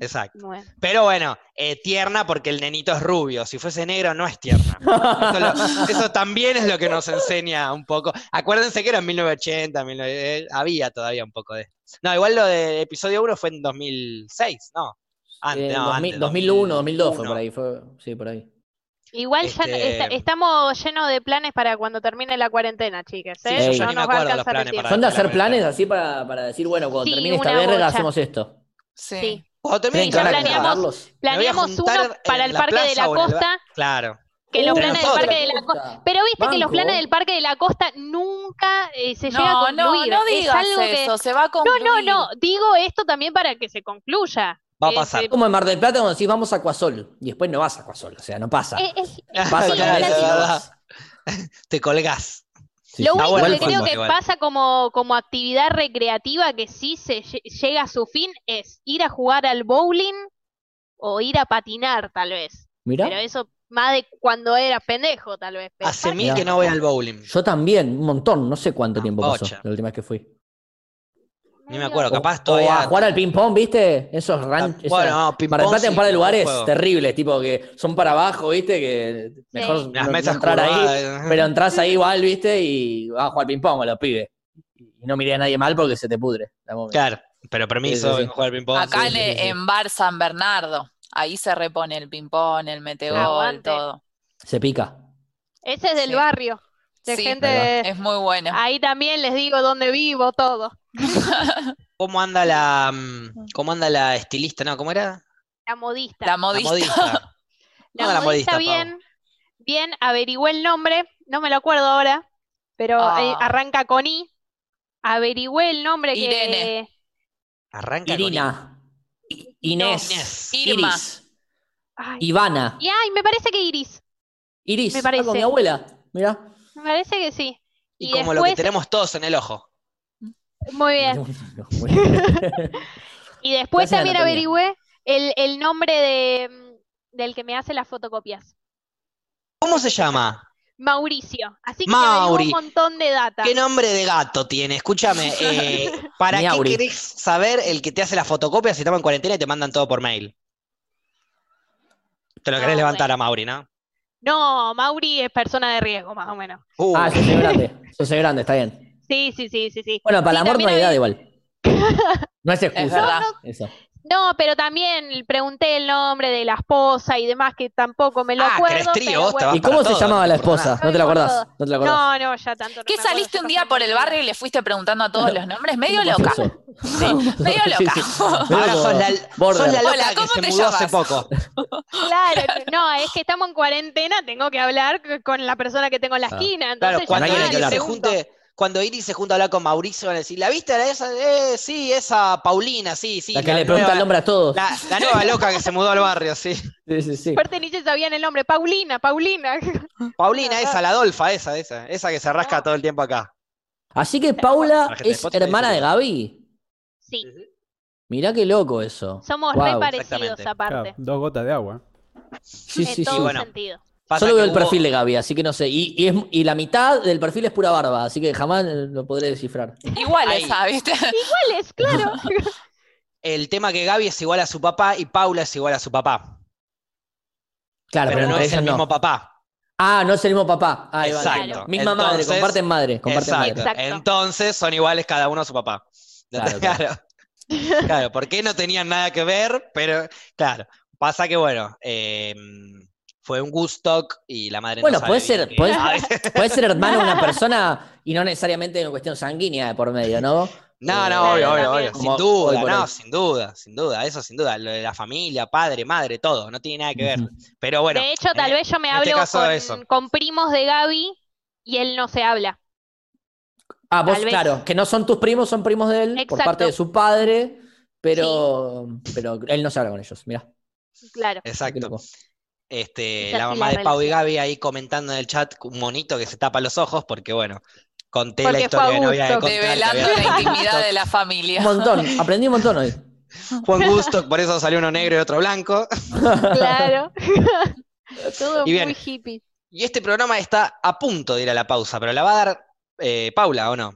Speaker 1: Exacto.
Speaker 3: Bueno.
Speaker 1: Pero bueno, eh, tierna porque el nenito es rubio. Si fuese negro, no es tierna. Eso, lo- eso también es lo que nos enseña un poco. Acuérdense que era en 1980, 19, eh, había todavía un poco de. No, igual lo de episodio 1 fue en 2006, ¿no. Antes,
Speaker 2: Eh,
Speaker 1: Ah, no,
Speaker 2: 2000,
Speaker 1: antes,
Speaker 2: 2001, 2002 fue
Speaker 1: 2001.
Speaker 2: por ahí, fue, sí, por ahí.
Speaker 3: Igual ya no-
Speaker 1: Este-
Speaker 3: esta- estamos llenos de planes para cuando termine la cuarentena, chicas. ¿eh?
Speaker 2: Sí, yo
Speaker 1: ya
Speaker 3: no
Speaker 1: ni me
Speaker 3: nos va a
Speaker 1: acuerdo los
Speaker 3: alcanzar el
Speaker 1: planes para-
Speaker 3: tiempo.
Speaker 2: ¿Son de hacer
Speaker 1: claramente.
Speaker 2: planes así para, para decir, bueno, cuando
Speaker 3: Sí,
Speaker 2: termine esta
Speaker 3: una
Speaker 2: verga
Speaker 3: bocha.
Speaker 2: hacemos esto?
Speaker 4: Sí.
Speaker 3: Sí.
Speaker 1: Cuando termine el
Speaker 2: ¿Creen que van a
Speaker 3: planeamos-
Speaker 1: campeonato,
Speaker 2: contratarlos?
Speaker 1: me voy a
Speaker 3: Planeamos uno
Speaker 1: juntar
Speaker 3: para
Speaker 1: en
Speaker 3: el
Speaker 1: la
Speaker 3: Parque de
Speaker 1: plaza
Speaker 3: la
Speaker 1: o en el ba-
Speaker 3: Costa,
Speaker 1: Claro.
Speaker 3: que los
Speaker 1: Entre
Speaker 3: planes del
Speaker 1: nosotros.
Speaker 3: Parque de la Costa... Pero viste que los
Speaker 2: Banco.
Speaker 3: planes del Parque de la Costa nunca eh, se llega a
Speaker 4: No, no,
Speaker 3: concluir.
Speaker 4: no
Speaker 3: Es
Speaker 4: digas
Speaker 3: algo que-
Speaker 4: eso, se va a
Speaker 3: No,
Speaker 4: concluir.
Speaker 3: no, no. Digo esto también para que se concluya.
Speaker 1: Va a
Speaker 3: Eh,
Speaker 1: pasar.
Speaker 3: se-
Speaker 2: Como en Mar del Plata cuando decís vamos a Acuasol y después no vas a Acuasol, o sea, no
Speaker 1: Ah,
Speaker 2: pasa.
Speaker 3: eh, es-
Speaker 2: Vas a
Speaker 3: sí,
Speaker 2: Canales
Speaker 3: es
Speaker 2: y no
Speaker 1: verdad.
Speaker 2: vas.
Speaker 1: Te colgás.
Speaker 2: Sí,
Speaker 3: Lo
Speaker 2: sí.
Speaker 1: Está
Speaker 3: único
Speaker 1: bueno
Speaker 3: que
Speaker 1: el
Speaker 3: creo
Speaker 1: fútbol
Speaker 3: que
Speaker 1: igual.
Speaker 3: pasa como, como actividad recreativa que sí se lle- llega a su fin es ir a jugar al bowling o ir a patinar, tal vez.
Speaker 2: Mirá,
Speaker 3: Pero eso más de cuando era pendejo, tal vez. Pero
Speaker 1: Hace
Speaker 3: pasa-
Speaker 1: mil que no voy al bowling.
Speaker 2: yo también, un montón, no sé cuánto
Speaker 1: Ah,
Speaker 2: tiempo pasó
Speaker 1: bocha.
Speaker 2: la última vez que fui.
Speaker 1: Ni me acuerdo, capaz
Speaker 2: O- o a
Speaker 1: todavía.
Speaker 2: jugar al ping-pong, ¿viste? Esos ranchos.
Speaker 1: Ah, Bueno, no, ping
Speaker 2: Mar del
Speaker 1: pong
Speaker 2: Plata
Speaker 1: sí,
Speaker 2: en un par de
Speaker 1: no
Speaker 2: lugares
Speaker 1: juego.
Speaker 2: terribles, tipo que son para abajo, ¿viste? Que mejor
Speaker 3: Sí.
Speaker 2: no-
Speaker 1: Las
Speaker 2: no
Speaker 1: mesas
Speaker 2: entrar ahí.
Speaker 1: curvadas.
Speaker 2: Pero entras ahí igual, ¿viste? Y vas a jugar ping-pong con los pibes. Y no miré a nadie mal porque se te pudre. la momia.
Speaker 1: Claro, pero permiso,
Speaker 2: Sí, sí, sí.
Speaker 1: vengo a jugar al ping-pong.
Speaker 4: Acá
Speaker 1: pues. sí,
Speaker 4: en,
Speaker 1: sí, sí.
Speaker 4: en Bar San Bernardo, ahí se repone el ping-pong, el metegol,
Speaker 3: Aguante.
Speaker 4: todo.
Speaker 2: Se pica.
Speaker 3: Ese es del
Speaker 4: Sí.
Speaker 3: barrio. De
Speaker 4: Sí,
Speaker 3: gente.
Speaker 2: Ahí
Speaker 4: es muy bueno.
Speaker 3: Ahí también les digo dónde vivo, todo.
Speaker 1: ¿Cómo anda la mm, cómo anda la estilista? No, ¿cómo era?
Speaker 3: La modista.
Speaker 4: La
Speaker 1: La
Speaker 4: modista.
Speaker 1: modista.
Speaker 3: La
Speaker 1: No, la modista,
Speaker 3: modista,
Speaker 1: Pau.
Speaker 3: bien, bien, averigüé el nombre, no me lo acuerdo ahora, pero eh,
Speaker 4: Ah.
Speaker 3: arranca con I. Averigüé el nombre que
Speaker 4: Irene.
Speaker 1: Arranca con
Speaker 2: Irina. I- Inés.
Speaker 1: Inés.
Speaker 4: Irma.
Speaker 2: Iris.
Speaker 3: Ay,
Speaker 2: Ivana.
Speaker 3: y ay, me parece que Iris,
Speaker 2: Iris.
Speaker 3: Me
Speaker 2: Ah, con
Speaker 3: parece.
Speaker 2: mi abuela. Mirá.
Speaker 3: me parece que sí.
Speaker 1: Y,
Speaker 3: Y
Speaker 1: como lo que
Speaker 3: después-
Speaker 1: tenemos todos en el ojo.
Speaker 3: Muy bien. Y después
Speaker 2: Clase de
Speaker 3: también
Speaker 2: anatomía.
Speaker 3: averigüé el, el nombre de, mm, del que me hace las fotocopias.
Speaker 1: ¿Cómo se llama?
Speaker 3: Mauricio. Así que
Speaker 1: Mauri.
Speaker 3: averigué un montón de data.
Speaker 1: ¿Qué nombre de gato tiene? Escúchame, eh, ¿para qué
Speaker 2: Miauri.
Speaker 1: querés saber el que te hace las fotocopias si estamos en cuarentena y te mandan todo por mail? Te lo querés
Speaker 3: No,
Speaker 1: levantar a Mauri, ¿no?
Speaker 3: No, Mauri es persona de riesgo, más o menos.
Speaker 1: Uh,
Speaker 2: ah, yo soy grande. Yo soy grande, está bien.
Speaker 3: Sí, sí, sí, sí, sí.
Speaker 2: Bueno, para
Speaker 3: Sí,
Speaker 2: el amor no
Speaker 3: también
Speaker 2: hay edad
Speaker 3: había-
Speaker 2: igual. No es excusa.
Speaker 4: verdad.
Speaker 2: Eso.
Speaker 3: No, pero también pregunté el nombre de la esposa y demás, que tampoco me lo
Speaker 1: Ah,
Speaker 3: acuerdo.
Speaker 1: querés trío,
Speaker 3: pero
Speaker 1: vos te
Speaker 3: bueno.
Speaker 1: vas
Speaker 2: ¿Y
Speaker 1: para
Speaker 2: cómo se
Speaker 1: todo,
Speaker 2: llamaba
Speaker 1: no
Speaker 2: la
Speaker 1: te acordás.
Speaker 2: esposa? ¿No te la
Speaker 3: No me
Speaker 2: acordás?
Speaker 3: acuerdo.
Speaker 2: ¿No te la acordás?
Speaker 3: No, no, ya tanto. no
Speaker 4: ¿Qué
Speaker 3: me acuerdo,
Speaker 4: saliste
Speaker 3: ya
Speaker 4: un día
Speaker 3: pasó
Speaker 4: por el
Speaker 3: mucho
Speaker 4: barrio y le fuiste preguntando a todos los nombres? Medio
Speaker 2: ¿Cómo pasó
Speaker 4: loca.
Speaker 2: eso?
Speaker 4: Medio
Speaker 2: Sí,
Speaker 4: loca.
Speaker 2: sí.
Speaker 1: Ahora sos la,
Speaker 2: Border.
Speaker 1: sos la loca
Speaker 4: Hola, ¿cómo
Speaker 1: que se
Speaker 4: te
Speaker 1: mudó hace
Speaker 4: llamas?
Speaker 1: poco.
Speaker 3: tiempo. Claro, no, es que estamos en cuarentena, tengo que hablar c- con la persona que tengo en la
Speaker 2: Ah.
Speaker 3: esquina. Entonces
Speaker 1: Claro,
Speaker 3: ya
Speaker 1: cuando
Speaker 2: nadie tiene
Speaker 3: está,
Speaker 2: que
Speaker 1: Iris
Speaker 3: le
Speaker 1: se
Speaker 2: hablar.
Speaker 3: pregunto.
Speaker 1: junte, cuando Iris se junta a hablar con Mauricio, van a decir, ¿la viste a esa? Eh, sí, esa Paulina, sí, sí.
Speaker 2: La que le pregunta el
Speaker 1: nueva-
Speaker 2: nombre a todos.
Speaker 1: La, la nueva loca que se mudó al barrio, sí.
Speaker 2: Sí, sí, sí.
Speaker 3: Aparte ni se sabían el nombre, Paulina, Paulina.
Speaker 1: Paulina, esa, la Adolfa, esa, esa, esa que se rasca todo el tiempo acá.
Speaker 2: Así que Paula
Speaker 1: La gente de
Speaker 2: es
Speaker 1: Spotify
Speaker 2: hermana
Speaker 1: dice
Speaker 2: de
Speaker 1: que-
Speaker 2: Gaby.
Speaker 3: Sí,
Speaker 2: Mirá qué loco eso.
Speaker 3: somos
Speaker 2: Guau.
Speaker 3: re parecidos
Speaker 1: Exactamente.
Speaker 5: Claro,
Speaker 3: aparte,
Speaker 5: dos gotas de agua.
Speaker 2: Sí, sí,
Speaker 3: en
Speaker 2: sí.
Speaker 3: todo
Speaker 1: bueno.
Speaker 3: sentido.
Speaker 1: Pasa
Speaker 2: Solo
Speaker 1: que
Speaker 2: veo el
Speaker 1: hubo-
Speaker 2: perfil de Gaby, así que no sé. Y, y es, y la mitad del perfil es pura barba, así que jamás eh, lo podré descifrar.
Speaker 4: Igual
Speaker 1: Ahí.
Speaker 4: esa, ¿viste?
Speaker 3: ¿Cuál es? Claro.
Speaker 1: El tema que Gaby es igual a su papá y Paula es igual a su papá.
Speaker 2: Claro,
Speaker 1: Pero no
Speaker 2: entre
Speaker 1: es
Speaker 2: ellas
Speaker 1: el mismo papá.
Speaker 2: Ah, no es el mismo papá. Ah,
Speaker 1: Exacto.
Speaker 2: Misma madre,
Speaker 1: Entonces-
Speaker 2: comparten madre, comparten
Speaker 1: Exacto.
Speaker 2: madre.
Speaker 3: Exacto.
Speaker 1: Entonces son iguales cada uno a su papá.
Speaker 2: Claro,
Speaker 1: Claro.
Speaker 2: claro.
Speaker 1: Claro, porque no tenían nada que ver, pero claro, pasa que bueno, eh, fue un Woodstock y la madre no
Speaker 2: Bueno,
Speaker 1: sabe
Speaker 2: puede
Speaker 1: bien
Speaker 2: ser,
Speaker 1: qué-
Speaker 2: puede,
Speaker 1: Ah,
Speaker 2: puede ser hermano de una persona y no necesariamente una cuestión sanguínea de por medio, ¿no?
Speaker 1: No,
Speaker 2: Eh,
Speaker 1: no, obvio,
Speaker 3: claro,
Speaker 1: obvio,
Speaker 3: también.
Speaker 1: obvio. Sin
Speaker 2: Como hoy
Speaker 1: duda,
Speaker 2: por
Speaker 1: no,
Speaker 2: hoy.
Speaker 1: sin duda, sin duda, eso sin duda. Lo de la familia, padre, madre, todo, no tiene nada que ver. Pero bueno,
Speaker 3: de hecho, tal
Speaker 1: en-
Speaker 3: vez yo me
Speaker 1: en este
Speaker 3: hablo
Speaker 1: caso,
Speaker 3: con,
Speaker 1: eso.
Speaker 3: con primos de Gaby y él no se habla.
Speaker 2: Ah, vos,
Speaker 3: Tal vez.
Speaker 2: claro, que no son tus primos, son primos de él por
Speaker 3: Exacto.
Speaker 2: parte de su padre, pero, pero él no se habla con ellos, mirá. qué
Speaker 3: Claro.
Speaker 1: exacto.
Speaker 2: loco.
Speaker 1: Este,
Speaker 3: Es
Speaker 1: la
Speaker 3: así
Speaker 1: mamá
Speaker 3: la
Speaker 1: de Pau y Gaby ahí comentando en el chat, un monito que se tapa los ojos, porque bueno, conté la
Speaker 3: Porque fue
Speaker 1: historia que no había de
Speaker 3: Augusto.
Speaker 1: contar. que
Speaker 4: Develando
Speaker 1: había
Speaker 4: la
Speaker 1: dado
Speaker 4: intimidad
Speaker 1: Woodstock.
Speaker 4: de la
Speaker 2: Un
Speaker 4: familia.
Speaker 2: montón, aprendí un montón hoy.
Speaker 1: Juan Gusto, por eso salió uno negro y otro blanco.
Speaker 3: Claro. Todo
Speaker 1: Y bien.
Speaker 3: muy hippie.
Speaker 1: Y este programa está a punto de ir a la pausa, pero la va a dar eh, Paula, ¿o no?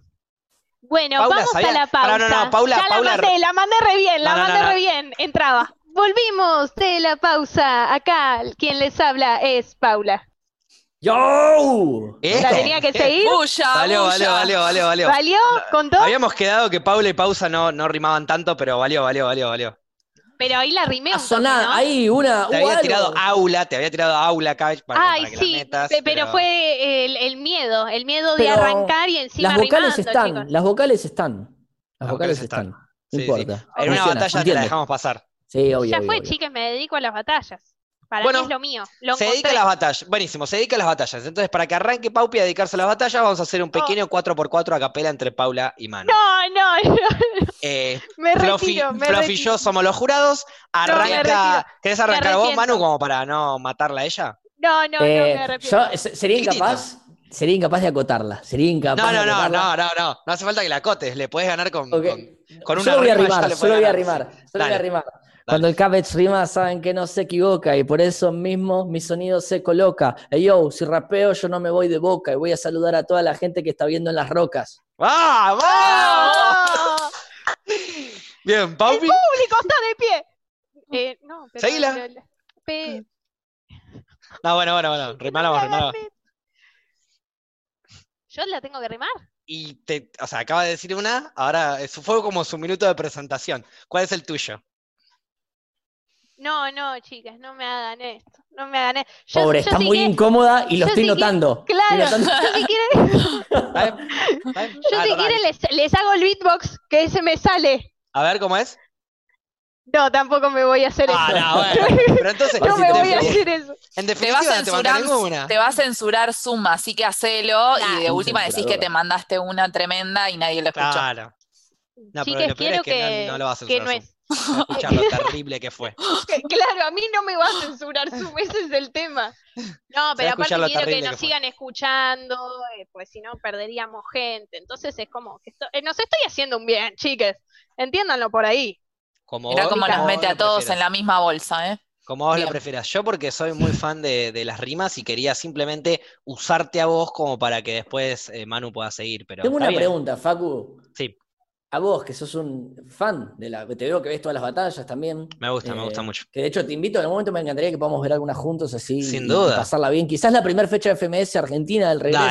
Speaker 3: Bueno,
Speaker 1: Paula,
Speaker 3: vamos
Speaker 1: ¿sabía?
Speaker 3: a la pausa.
Speaker 1: Pará, no, no, Paula-
Speaker 3: ya la
Speaker 1: Paula-
Speaker 3: mandé, la mandé re bien, la
Speaker 1: No, no, no,
Speaker 3: mandé
Speaker 1: no.
Speaker 3: re bien. Entraba. Volvimos de la pausa. Acá quien les habla es Paula.
Speaker 2: ¡Yo!
Speaker 1: ¿Esto?
Speaker 3: La tenía que seguir.
Speaker 4: Bulla,
Speaker 1: Valió,
Speaker 4: bulla.
Speaker 1: valió, valió, valió, valió.
Speaker 3: ¿Valió? ¿Contó?
Speaker 1: Habíamos quedado que Paula y Pausa no, no rimaban tanto, pero valió, valió, valió, valió.
Speaker 3: Pero ahí la rimé un
Speaker 2: Ah,
Speaker 3: toque,
Speaker 2: soná,
Speaker 3: ¿no?
Speaker 2: ahí una.
Speaker 1: Te
Speaker 2: hubo
Speaker 1: había
Speaker 2: algo.
Speaker 1: tirado aula, te había tirado aula acá para,
Speaker 3: Ay,
Speaker 1: para que la
Speaker 3: sí,
Speaker 1: metas,
Speaker 3: pe- pero, fue el, el miedo, el miedo de
Speaker 2: Pero
Speaker 3: arrancar y encima
Speaker 2: Las vocales
Speaker 3: rimando,
Speaker 2: están,
Speaker 3: chicos.
Speaker 2: las vocales están. Las
Speaker 1: Las
Speaker 2: vocales
Speaker 1: vocales están.
Speaker 2: están. No
Speaker 1: Sí, sí. En
Speaker 2: importa.
Speaker 1: una
Speaker 2: Funciona,
Speaker 1: batalla te la
Speaker 2: entiendo.
Speaker 1: dejamos pasar.
Speaker 2: Sí, obvio,
Speaker 3: ya
Speaker 2: obvio,
Speaker 3: fue,
Speaker 2: obvio.
Speaker 3: chicas, me dedico a las batallas. Para
Speaker 1: Bueno,
Speaker 3: mí es lo mío. Lo
Speaker 1: se dedica a
Speaker 3: encontré.
Speaker 1: las batallas. Buenísimo, se dedica a las batallas. Entonces, para que arranque Paupi a dedicarse a las batallas, vamos a hacer un pequeño 4x4 a capela entre Paula y Manu.
Speaker 3: No, no, no,
Speaker 1: Eh,
Speaker 3: me
Speaker 1: Fluffy,
Speaker 3: retiro, me
Speaker 1: Fluffy y
Speaker 3: retiro.
Speaker 1: yo somos los jurados. Arranca.
Speaker 3: retiro.
Speaker 1: ¿Querés arrancar vos,
Speaker 3: arrepiento.
Speaker 1: Manu, como para no matarla a ella?
Speaker 3: No, no, no,
Speaker 2: Eh,
Speaker 3: me arrepiento.
Speaker 2: yo se- sería
Speaker 1: Chiquitito.
Speaker 2: incapaz, sería incapaz de acotarla. Sería incapaz
Speaker 1: No,
Speaker 2: de
Speaker 1: no, no,
Speaker 2: acotarla.
Speaker 1: no, no, no. No hace falta que la acotes. Le podés ganar con.
Speaker 2: Ok.
Speaker 1: con- con una
Speaker 2: Solo voy a
Speaker 1: rima ya
Speaker 2: rimar,
Speaker 1: le podés
Speaker 2: solo voy a
Speaker 1: ganar.
Speaker 2: rimar, solo voy
Speaker 1: Dale.
Speaker 2: a rimar. Cuando el Cabbage rima, saben que no se equivoca y por eso mismo mi sonido se coloca. Ey, yo, si rapeo, yo no me voy de boca y voy a saludar a toda la gente que está viendo en las rocas.
Speaker 1: ¡Vamos!
Speaker 3: ¡Oh!
Speaker 1: Bien, Paupi.
Speaker 3: público está de pie. Eh, no, pero,
Speaker 1: Mm. Seguila. Mm.
Speaker 3: pero- pe-
Speaker 1: No, bueno, bueno, bueno. Rimala vos, rimala vos.
Speaker 3: Yo la tengo que rimar.
Speaker 1: Y te, o sea, acaba de decir una, ahora eso fue como su minuto de presentación. ¿Cuál es el tuyo?
Speaker 3: No, no, chicas, no me hagan esto. No me hagan esto. Yo,
Speaker 2: Pobre,
Speaker 3: yo
Speaker 2: está
Speaker 3: sí
Speaker 2: muy
Speaker 3: que-
Speaker 2: incómoda y lo
Speaker 3: yo
Speaker 2: estoy
Speaker 3: sí que-
Speaker 2: notando. Estoy
Speaker 3: Claro,
Speaker 2: notando-
Speaker 3: yo si quieren,
Speaker 1: ¿Está bien? ¿Está bien?
Speaker 3: yo
Speaker 1: Ah,
Speaker 3: si
Speaker 1: no, dale.
Speaker 3: quieren les, les hago el beatbox que se me sale.
Speaker 1: A ver cómo es.
Speaker 3: No, tampoco me voy a hacer
Speaker 1: Ah,
Speaker 3: eso.
Speaker 1: no, bueno. Pero entonces,
Speaker 3: No
Speaker 1: si
Speaker 3: me
Speaker 1: te-
Speaker 3: voy a hacer eso.
Speaker 1: en
Speaker 4: Te va,
Speaker 1: definitiva,
Speaker 4: a
Speaker 1: no te mandé
Speaker 4: censurar,
Speaker 1: ninguna.
Speaker 4: te va a censurar Suma, así que hacelo
Speaker 3: Claro.
Speaker 4: y de última decís que
Speaker 2: Censuradora.
Speaker 4: te mandaste una tremenda y nadie la escuchó.
Speaker 1: Claro. No, pero
Speaker 3: Chiques,
Speaker 1: lo peor es
Speaker 3: quiero
Speaker 1: que no, no lo vas a
Speaker 3: que
Speaker 1: censurar. Zoom.
Speaker 3: no es.
Speaker 1: Va a escuchar lo terrible que fue.
Speaker 3: Que- Claro, a mí no me va a censurar Zoom, ese es el tema. No, pero aparte
Speaker 1: escuchar lo
Speaker 3: quiero que
Speaker 1: terrible
Speaker 3: nos
Speaker 1: que fue.
Speaker 3: sigan escuchando, eh, pues si no perderíamos gente. Entonces es como que esto- eh, nos estoy haciendo un bien, chiques. Entiéndanlo por ahí.
Speaker 1: Como
Speaker 4: Mirá
Speaker 1: vos-
Speaker 4: cómo nos
Speaker 1: como
Speaker 4: mete
Speaker 1: vos
Speaker 4: a
Speaker 1: lo
Speaker 4: todos
Speaker 1: prefieras.
Speaker 4: en la misma bolsa, ¿eh?
Speaker 1: Como vos lo
Speaker 4: Bien.
Speaker 1: prefieras. Yo porque soy muy fan de, de las rimas y quería simplemente usarte a vos como para que después eh, Manu pueda seguir. Pero
Speaker 2: Tengo
Speaker 1: está
Speaker 2: una
Speaker 1: bien.
Speaker 2: pregunta, Facu.
Speaker 1: Sí.
Speaker 2: A vos, que sos un fan de la. Te veo que ves todas las batallas también. Eh,
Speaker 1: Me gusta, me gusta mucho.
Speaker 2: Que de hecho te invito, en algún momento me encantaría que podamos ver algunas juntos así.
Speaker 1: Sin
Speaker 2: y
Speaker 1: duda.
Speaker 2: Pasarla bien. Quizás la primera fecha de FMS Argentina del regreso.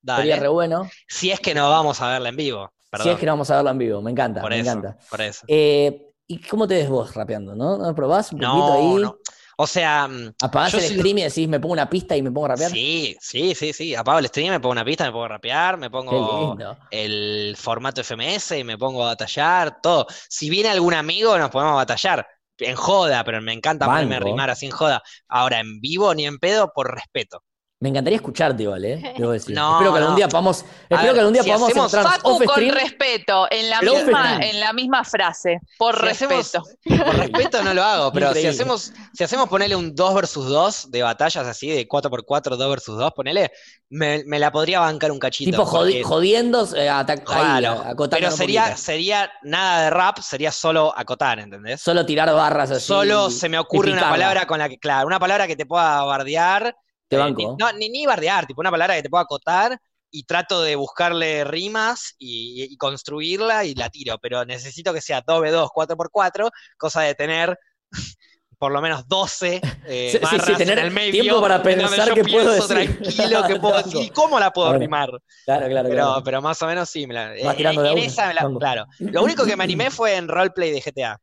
Speaker 1: Dale,
Speaker 2: Sería
Speaker 1: Dale.
Speaker 2: re bueno.
Speaker 1: Si es que no vamos a verla en vivo. Perdón.
Speaker 2: Si es que no vamos a verlo en vivo, me encanta,
Speaker 1: por
Speaker 2: me
Speaker 1: eso,
Speaker 2: encanta.
Speaker 1: por eso.
Speaker 2: Eh, ¿Y cómo te ves vos rapeando, no? ¿No probás un poquito
Speaker 1: No,
Speaker 2: ahí?
Speaker 1: no. O sea, mm,
Speaker 2: ¿Apagás
Speaker 1: Yo
Speaker 2: el
Speaker 1: sí-
Speaker 2: stream y decís, me pongo una pista y me pongo a rapear?
Speaker 1: sí, sí, sí, sí. Apago el stream, me pongo una pista, me pongo a rapear, me
Speaker 2: Qué
Speaker 1: pongo
Speaker 2: lindo.
Speaker 1: el formato FMS y me pongo a batallar, todo. Si viene algún amigo, nos podemos batallar. En joda, pero me encanta ponerme a
Speaker 2: Banco.
Speaker 1: rimar así en joda. Ahora, en vivo ni en pedo, por respeto.
Speaker 2: Me encantaría escucharte igual, ¿eh? Debo decir.
Speaker 1: No,
Speaker 2: espero que algún
Speaker 1: no.
Speaker 2: día podamos, espero
Speaker 1: ver,
Speaker 2: que algún día
Speaker 1: si
Speaker 2: podamos
Speaker 1: hacemos
Speaker 2: entrarnos
Speaker 4: Facu
Speaker 2: off
Speaker 4: con
Speaker 2: stream.
Speaker 4: respeto, en la,
Speaker 2: Pero off
Speaker 4: misma,
Speaker 2: stream.
Speaker 4: en la misma frase, por
Speaker 1: Si hacemos-
Speaker 4: respeto.
Speaker 1: Por respeto no lo hago, pero si
Speaker 2: Increíble.
Speaker 1: hacemos, si hacemos ponerle un 2 versus 2 de batallas así, de 4x4, 2 versus 2, ponele, me, me la podría bancar un cachito.
Speaker 2: Tipo
Speaker 1: porque-
Speaker 2: jodi- jodiendo, eh, atac- ahí,
Speaker 1: Claro,
Speaker 2: acotando
Speaker 1: pero
Speaker 2: un
Speaker 1: sería,
Speaker 2: poquito.
Speaker 1: sería nada de rap, sería solo acotar, ¿entendés?
Speaker 2: Solo tirar barras así.
Speaker 1: Solo se me ocurre una
Speaker 2: picarla.
Speaker 1: palabra con la que, claro, una palabra que te pueda bardear.
Speaker 2: Te
Speaker 1: eh,
Speaker 2: banco.
Speaker 1: ni- no, ni, ni bardear, tipo una palabra que te pueda acotar y trato de buscarle rimas y, y construirla y la tiro, pero necesito que sea 2v2, 4x4, cosa de tener por lo menos 12 eh,
Speaker 2: Sí, sí, sí,
Speaker 1: barras
Speaker 2: tener
Speaker 1: en el medio.
Speaker 2: tiempo para
Speaker 1: en donde
Speaker 2: pensar
Speaker 1: yo
Speaker 2: qué puedo
Speaker 1: pienso
Speaker 2: decir.
Speaker 1: Tranquilo, que puedo decir. ¿Y cómo la puedo
Speaker 2: Claro.
Speaker 1: rimar?
Speaker 2: Claro, claro,
Speaker 1: Pero,
Speaker 2: claro.
Speaker 1: pero más o menos sí. Me la, eh,
Speaker 2: Vas tirando de a
Speaker 1: en
Speaker 2: una,
Speaker 1: esa me la-
Speaker 2: mango.
Speaker 1: claro. Lo único que me animé fue en roleplay de GTA.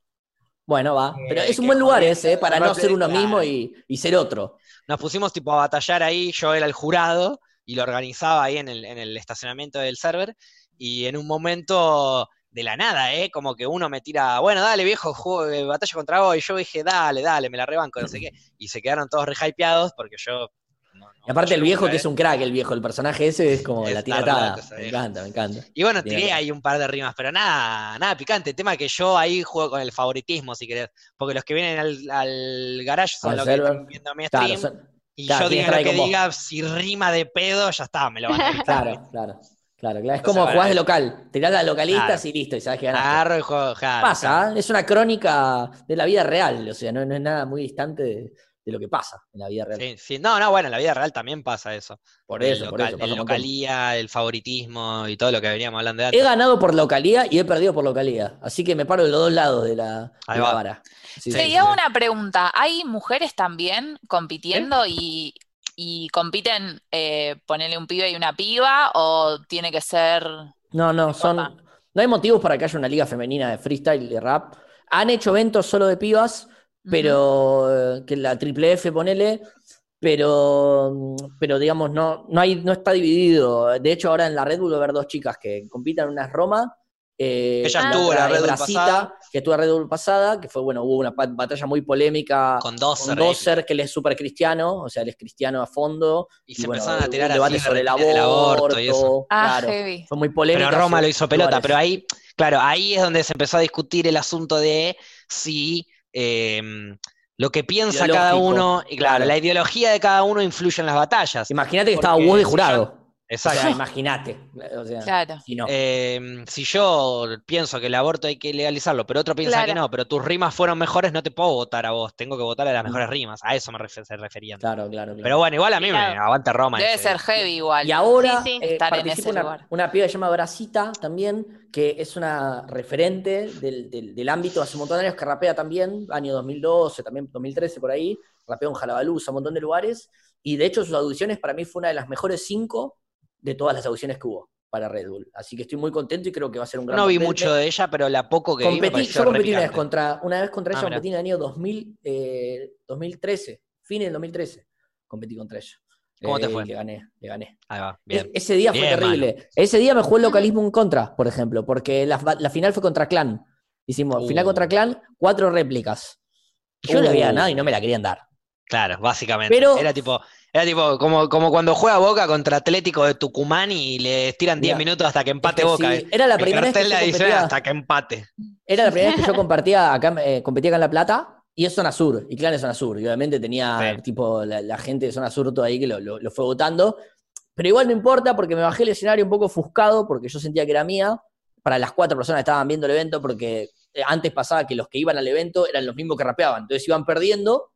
Speaker 2: Bueno, va. Pero
Speaker 1: Eh,
Speaker 2: es un
Speaker 1: que
Speaker 2: buen lugar
Speaker 1: joder,
Speaker 2: ese, eh, para no
Speaker 1: roleplay,
Speaker 2: ser uno
Speaker 1: claro.
Speaker 2: mismo y, y ser otro.
Speaker 1: Nos pusimos tipo a batallar ahí, yo era el jurado y lo organizaba ahí en el, en el estacionamiento del server. Y en un momento de la nada, ¿eh? Como que uno me tira, bueno, dale viejo, juego, eh, batalla contra vos. Y yo dije, dale, dale, me la rebanco, no sé qué. Y se quedaron todos rehypeados porque yo. no- no-
Speaker 2: Y aparte el
Speaker 1: yo
Speaker 2: viejo
Speaker 1: nunca,
Speaker 2: que
Speaker 1: eh.
Speaker 2: es un crack, el viejo, el personaje ese es como
Speaker 1: Es
Speaker 2: la tira
Speaker 1: una rata,
Speaker 2: atada.
Speaker 1: esa
Speaker 2: Me
Speaker 1: vieja.
Speaker 2: encanta, me encanta.
Speaker 1: Y bueno,
Speaker 2: Bien,
Speaker 1: tiré
Speaker 2: bien.
Speaker 1: ahí un par de rimas, pero nada, nada picante. Tema que yo ahí juego con el favoritismo, si querés. Porque los que vienen al, al garage son
Speaker 2: Al
Speaker 1: los
Speaker 2: server.
Speaker 1: que están viendo mi stream.
Speaker 2: Claro, son-
Speaker 1: y
Speaker 2: claro,
Speaker 1: yo
Speaker 2: ¿quién
Speaker 1: diga lo
Speaker 2: está ahí
Speaker 1: que
Speaker 2: con vos?
Speaker 1: diga, si rima de pedo, ya está, me lo van a gritar.
Speaker 2: claro, claro, claro, claro. Es
Speaker 1: Entonces,
Speaker 2: como
Speaker 1: bueno,
Speaker 2: jugás de
Speaker 1: ahí-
Speaker 2: local. Tirás las localistas
Speaker 1: Claro.
Speaker 2: y listo, y sabes que ganaste.
Speaker 1: Agarro y juego. claro, claro.
Speaker 2: pasa, ¿eh? es una crónica de la vida real, o sea, no, no es nada muy distante de, de lo que pasa en la vida real.
Speaker 1: Sí, sí. No, no, bueno, en la vida real también pasa eso.
Speaker 2: por
Speaker 1: El
Speaker 2: eso, por
Speaker 1: local-
Speaker 2: eso. pasa
Speaker 1: el
Speaker 2: un montón.
Speaker 1: localía, el favoritismo y todo lo que veníamos hablando de
Speaker 2: He
Speaker 1: antes.
Speaker 2: ganado por localía y he perdido por localía, así que me paro de los dos lados de la, de
Speaker 1: Ahí
Speaker 2: la
Speaker 1: va.
Speaker 2: vara. Sí,
Speaker 1: Sí,
Speaker 2: sí,
Speaker 4: Te
Speaker 1: sí,
Speaker 4: hago
Speaker 1: sí.
Speaker 4: una pregunta. ¿Hay mujeres también compitiendo y, y compiten, eh, ponerle un pibe y una piba? ¿O tiene que ser...? mm?
Speaker 2: No, no, son.
Speaker 4: Guapa.
Speaker 2: No hay motivos para que haya una liga femenina de freestyle de rap. Han hecho eventos solo de pibas, pero eh, que la triple F ponele, pero, mm, pero digamos, no, no hay, no está dividido. De hecho, ahora en la Red Bull va a haber dos chicas que compitan, una es Roma, eh,
Speaker 1: Ella
Speaker 2: la
Speaker 1: estuvo en la
Speaker 2: otra
Speaker 1: Red
Speaker 2: es
Speaker 1: Bull
Speaker 2: Bracita,
Speaker 1: pasada.
Speaker 2: que estuvo en la Red Bull pasada, que fue, bueno, hubo una pat- batalla muy polémica
Speaker 1: Con dos
Speaker 2: con Dosser, que él es súper cristiano, o sea, él es cristiano a fondo.
Speaker 1: Y se
Speaker 2: bueno,
Speaker 1: empezaron
Speaker 2: hubo
Speaker 1: a tirar
Speaker 2: un debate
Speaker 1: así
Speaker 2: sobre el
Speaker 1: del
Speaker 2: aborto,
Speaker 1: aborto y eso.
Speaker 4: Ah,
Speaker 2: claro.
Speaker 4: heavy.
Speaker 2: Fue muy polémico.
Speaker 1: Pero Roma
Speaker 2: hace
Speaker 1: lo hizo pelota,
Speaker 2: lugares.
Speaker 1: pero ahí, claro, ahí es donde se empezó a discutir el asunto de si em, lo que piensa cada
Speaker 2: Ideológico,
Speaker 1: uno, y claro,
Speaker 2: claro.
Speaker 1: la ideología de cada uno influye en las batallas.
Speaker 2: Imagínate que estaba
Speaker 1: Porque
Speaker 2: vos de
Speaker 1: si
Speaker 2: jurado. O
Speaker 1: Exacto.
Speaker 2: sea, imagínate. O sea,
Speaker 4: Claro.
Speaker 2: si no.
Speaker 1: Em, si yo pienso que el aborto hay que legalizarlo, pero otro piensa que
Speaker 3: Claro.
Speaker 1: no, pero tus rimas fueron mejores, no te puedo votar a vos, tengo que votar a las mejores rimas, a eso me refe- se referían.
Speaker 2: Claro, claro, claro.
Speaker 1: Pero bueno, igual a mí me
Speaker 3: Claro.
Speaker 1: aguanta Roma.
Speaker 4: Debe
Speaker 1: ese.
Speaker 4: ser heavy igual.
Speaker 2: y ahora
Speaker 3: Sí, sí.
Speaker 2: eh,
Speaker 4: Estar en
Speaker 2: participa
Speaker 4: ese
Speaker 2: una,
Speaker 4: lugar.
Speaker 2: una piba llamada Bracita también, que es una referente del, del- del ámbito hace un montón de años que rapea también, año 2012, también 2013 por ahí, rapea en Jalabaluza, un montón de lugares. Y de hecho sus audiciones para mí fue una de las mejores cinco de todas las audiciones que hubo para Red Bull. Así que estoy muy contento y creo que va a ser un gran
Speaker 1: No vi
Speaker 2: papel.
Speaker 1: mucho de ella, pero la poco que vi me
Speaker 2: Competí,
Speaker 1: pareció
Speaker 2: yo competí una
Speaker 1: repicante.
Speaker 2: vez contra, una vez contra
Speaker 1: Ah,
Speaker 2: ella,
Speaker 1: mirá.
Speaker 2: competí en el año 2000, eh, 2013, fin del 2013, competí contra ella.
Speaker 1: ¿Cómo te
Speaker 2: Eh,
Speaker 1: fue?
Speaker 2: Le gané, le gané.
Speaker 1: Ahí va, bien.
Speaker 2: E- ese día fue
Speaker 1: Bien,
Speaker 2: terrible. Ese día me jugó el localismo en contra, por ejemplo, porque la, fa- la final fue contra Clan. Hicimos final
Speaker 1: Uh.
Speaker 2: contra Clan, cuatro réplicas. Yo le había
Speaker 1: Uh.
Speaker 2: ganado y no me la querían dar.
Speaker 1: Claro, básicamente.
Speaker 2: Pero-
Speaker 1: Era tipo, era tipo como, como cuando juega Boca contra Atlético de Tucumán y le tiran 10
Speaker 2: Mirá,
Speaker 1: minutos hasta que empate
Speaker 2: Es que
Speaker 1: Boca.
Speaker 2: sí,
Speaker 1: eh.
Speaker 2: era la
Speaker 1: El
Speaker 2: primera vez que
Speaker 1: cartel
Speaker 2: yo
Speaker 1: la dice
Speaker 2: competía-
Speaker 1: hasta que empate.
Speaker 2: Era la primera vez que yo compartía acá, eh, competía acá en La Plata y es zona sur, y Clan es zona sur. Y obviamente tenía
Speaker 1: Sí.
Speaker 2: tipo la, la gente de zona sur toda ahí que lo, lo- lo fue votando. Pero igual no importa porque me bajé el escenario un poco ofuscado porque yo sentía que era mía. Para las cuatro personas que estaban viendo el evento, porque eh, antes pasaba que los que iban al evento eran los mismos que rapeaban. Entonces iban perdiendo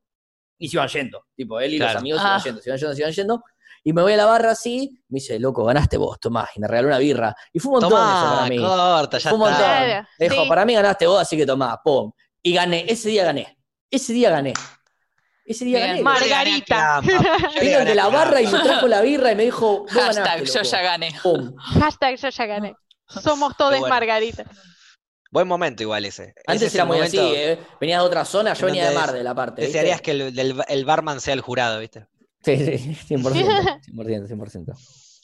Speaker 2: y se iban yendo. Tipo, él y
Speaker 1: Claro.
Speaker 2: los amigos se
Speaker 4: Ah.
Speaker 2: iban yendo, se iban yendo, se iban yendo. Y me voy a la barra así, me dice, loco, ganaste vos, Tomás, y me regaló una birra. Y fue un montón eso
Speaker 1: Tomá,
Speaker 2: para mí.
Speaker 1: corta, ya
Speaker 2: Fue un montón.
Speaker 1: está.
Speaker 3: Claro,
Speaker 2: Me dijo,
Speaker 3: sí.
Speaker 2: para mí ganaste vos, así que tomá, pum. Y gané, ese día gané. Ese día gané. Ese día
Speaker 4: Bien,
Speaker 2: gané.
Speaker 3: mal.
Speaker 1: Yo le gané a
Speaker 3: Margarita.
Speaker 1: Clarampa, yo le
Speaker 2: Vino el de
Speaker 1: gané a
Speaker 2: la barra y
Speaker 1: Clarampa.
Speaker 2: me trajo la birra y me dijo, vos
Speaker 4: Hashtag,
Speaker 2: ganaste,
Speaker 4: yo
Speaker 2: loco.
Speaker 4: ya gané.
Speaker 2: Pum.
Speaker 3: Hashtag yo ya gané. Somos todos
Speaker 1: bueno.
Speaker 3: Margarita.
Speaker 1: Buen momento igual ese. Ese
Speaker 2: Antes
Speaker 1: es
Speaker 2: era
Speaker 1: el
Speaker 2: muy así,
Speaker 1: momento
Speaker 2: ¿eh? venía de otra zona,
Speaker 1: en
Speaker 2: yo venía de
Speaker 1: donde
Speaker 2: Mar de la parte. ¿viste?
Speaker 1: Desearías que el, del- el barman sea el jurado, ¿viste?
Speaker 2: Sí, sí, 100%, 100%, 100%.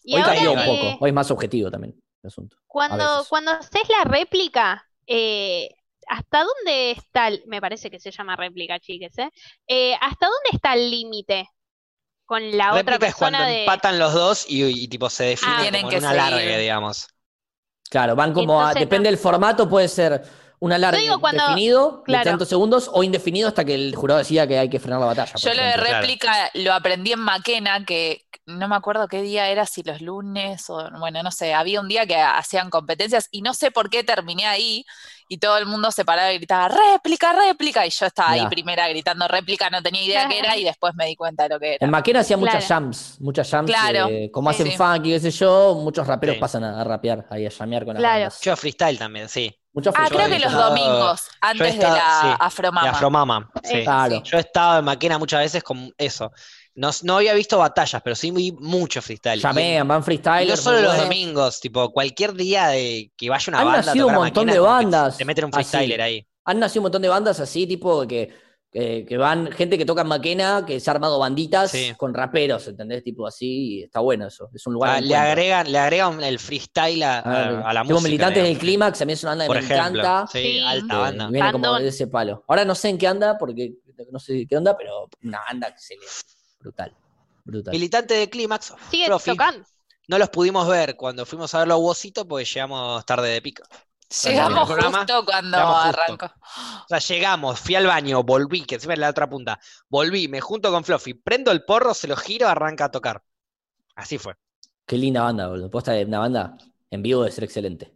Speaker 3: Y
Speaker 2: Hoy
Speaker 3: ahora,
Speaker 2: cambió un
Speaker 1: eh,
Speaker 2: poco, hoy es más objetivo también el asunto. a
Speaker 3: Cuando,
Speaker 2: veces.
Speaker 3: cuando haces la réplica, eh, ¿hasta dónde está el, me parece que se llama réplica, chiques, ¿eh? Eh, hasta dónde está el límite con la otra
Speaker 1: Réplica es cuando
Speaker 3: persona de... Ah.
Speaker 1: empatan los dos y, y tipo se definen
Speaker 4: Tienen
Speaker 1: como
Speaker 4: que
Speaker 1: en una larga,
Speaker 4: seguir.
Speaker 1: digamos.
Speaker 2: Claro, van como a,
Speaker 3: Entonces,
Speaker 2: depende
Speaker 3: no.
Speaker 2: del formato, puede ser un alargue
Speaker 3: Yo digo cuando-
Speaker 2: definido
Speaker 3: claro.
Speaker 2: de tantos segundos o indefinido hasta que el jurado decida que hay que frenar la batalla. por
Speaker 4: Yo lo de
Speaker 2: ejemplo.
Speaker 1: claro.
Speaker 4: réplica lo aprendí en Maquena, que no me acuerdo qué día era, si los lunes o, bueno, no sé, había un día que hacían competencias y no sé por qué terminé ahí y todo el mundo se paraba y gritaba, réplica, réplica, y yo estaba ahí
Speaker 2: Mirá.
Speaker 4: primera gritando réplica, no tenía idea qué era y después me di cuenta de lo que
Speaker 2: En
Speaker 4: era.
Speaker 2: Maquena hacía muchas
Speaker 3: Claro.
Speaker 2: jams, muchas jams.
Speaker 4: Claro.
Speaker 2: eh, como
Speaker 4: Sí,
Speaker 2: hacen
Speaker 4: sí.
Speaker 2: funk y qué sé yo, muchos raperos
Speaker 1: Sí.
Speaker 2: pasan a, a rapear, ahí a llamear con las
Speaker 3: Claro.
Speaker 2: bandas.
Speaker 1: Yo freestyle también, sí.
Speaker 2: Mucha
Speaker 4: Ah,
Speaker 1: Yo
Speaker 4: creo
Speaker 1: he
Speaker 4: que los
Speaker 1: estado-
Speaker 4: domingos, antes
Speaker 1: estado-
Speaker 4: de la
Speaker 1: sí,
Speaker 4: Afromama.
Speaker 1: La Afromama. sí.
Speaker 2: Claro.
Speaker 1: Yo he estado en Maquena muchas veces con eso. No, no había visto batallas, pero sí vi mucho freestyle. Y-
Speaker 2: Llamean, van
Speaker 1: y
Speaker 2: freestyle.
Speaker 1: no solo los domingos, tipo cualquier día de que vaya una
Speaker 2: Han
Speaker 1: banda. a
Speaker 2: nacido
Speaker 1: tocar a
Speaker 2: un montón
Speaker 1: Maquena,
Speaker 2: de
Speaker 1: como que
Speaker 2: bandas
Speaker 1: Te meten un
Speaker 2: así.
Speaker 1: freestyler ahí.
Speaker 2: Han nacido un montón de bandas así, tipo que, que, que van, gente que toca en maquena, que se ha armado banditas
Speaker 1: Sí.
Speaker 2: con raperos, ¿entendés? Tipo así, y está bueno eso. Es un lugar.
Speaker 1: Ah,
Speaker 2: de
Speaker 1: le,
Speaker 2: encuentro.
Speaker 1: agregan, le agregan el freestyle a,
Speaker 2: Ah,
Speaker 1: a- a la
Speaker 2: tipo
Speaker 1: música.
Speaker 2: Militantes
Speaker 1: digamos.
Speaker 2: del Clímax, a mí es una banda que
Speaker 1: Por
Speaker 2: me
Speaker 1: ejemplo.
Speaker 2: encanta.
Speaker 1: Sí,
Speaker 3: Sí.
Speaker 1: alta
Speaker 2: Eh,
Speaker 1: banda.
Speaker 2: Viene como
Speaker 3: Bandón.
Speaker 2: de ese palo. Ahora no sé en qué anda, porque no sé qué onda, pero una banda excelente. Brutal. Brutal.
Speaker 1: Militante de Clímax,
Speaker 3: Sigue
Speaker 1: Profi.
Speaker 3: tocando.
Speaker 1: no los pudimos ver cuando fuimos a verlo a Wosito porque llegamos tarde de pico.
Speaker 4: Llegamos
Speaker 1: El programa,
Speaker 4: justo cuando
Speaker 1: llegamos justo.
Speaker 4: arrancó.
Speaker 1: O sea, llegamos, fui al baño, volví, que encima es la otra punta. Volví, me junto con Fluffy, prendo el porro, se lo giro, arranca a tocar. Así fue.
Speaker 2: Qué linda banda, boludo. Posta de una banda en vivo de ser excelente.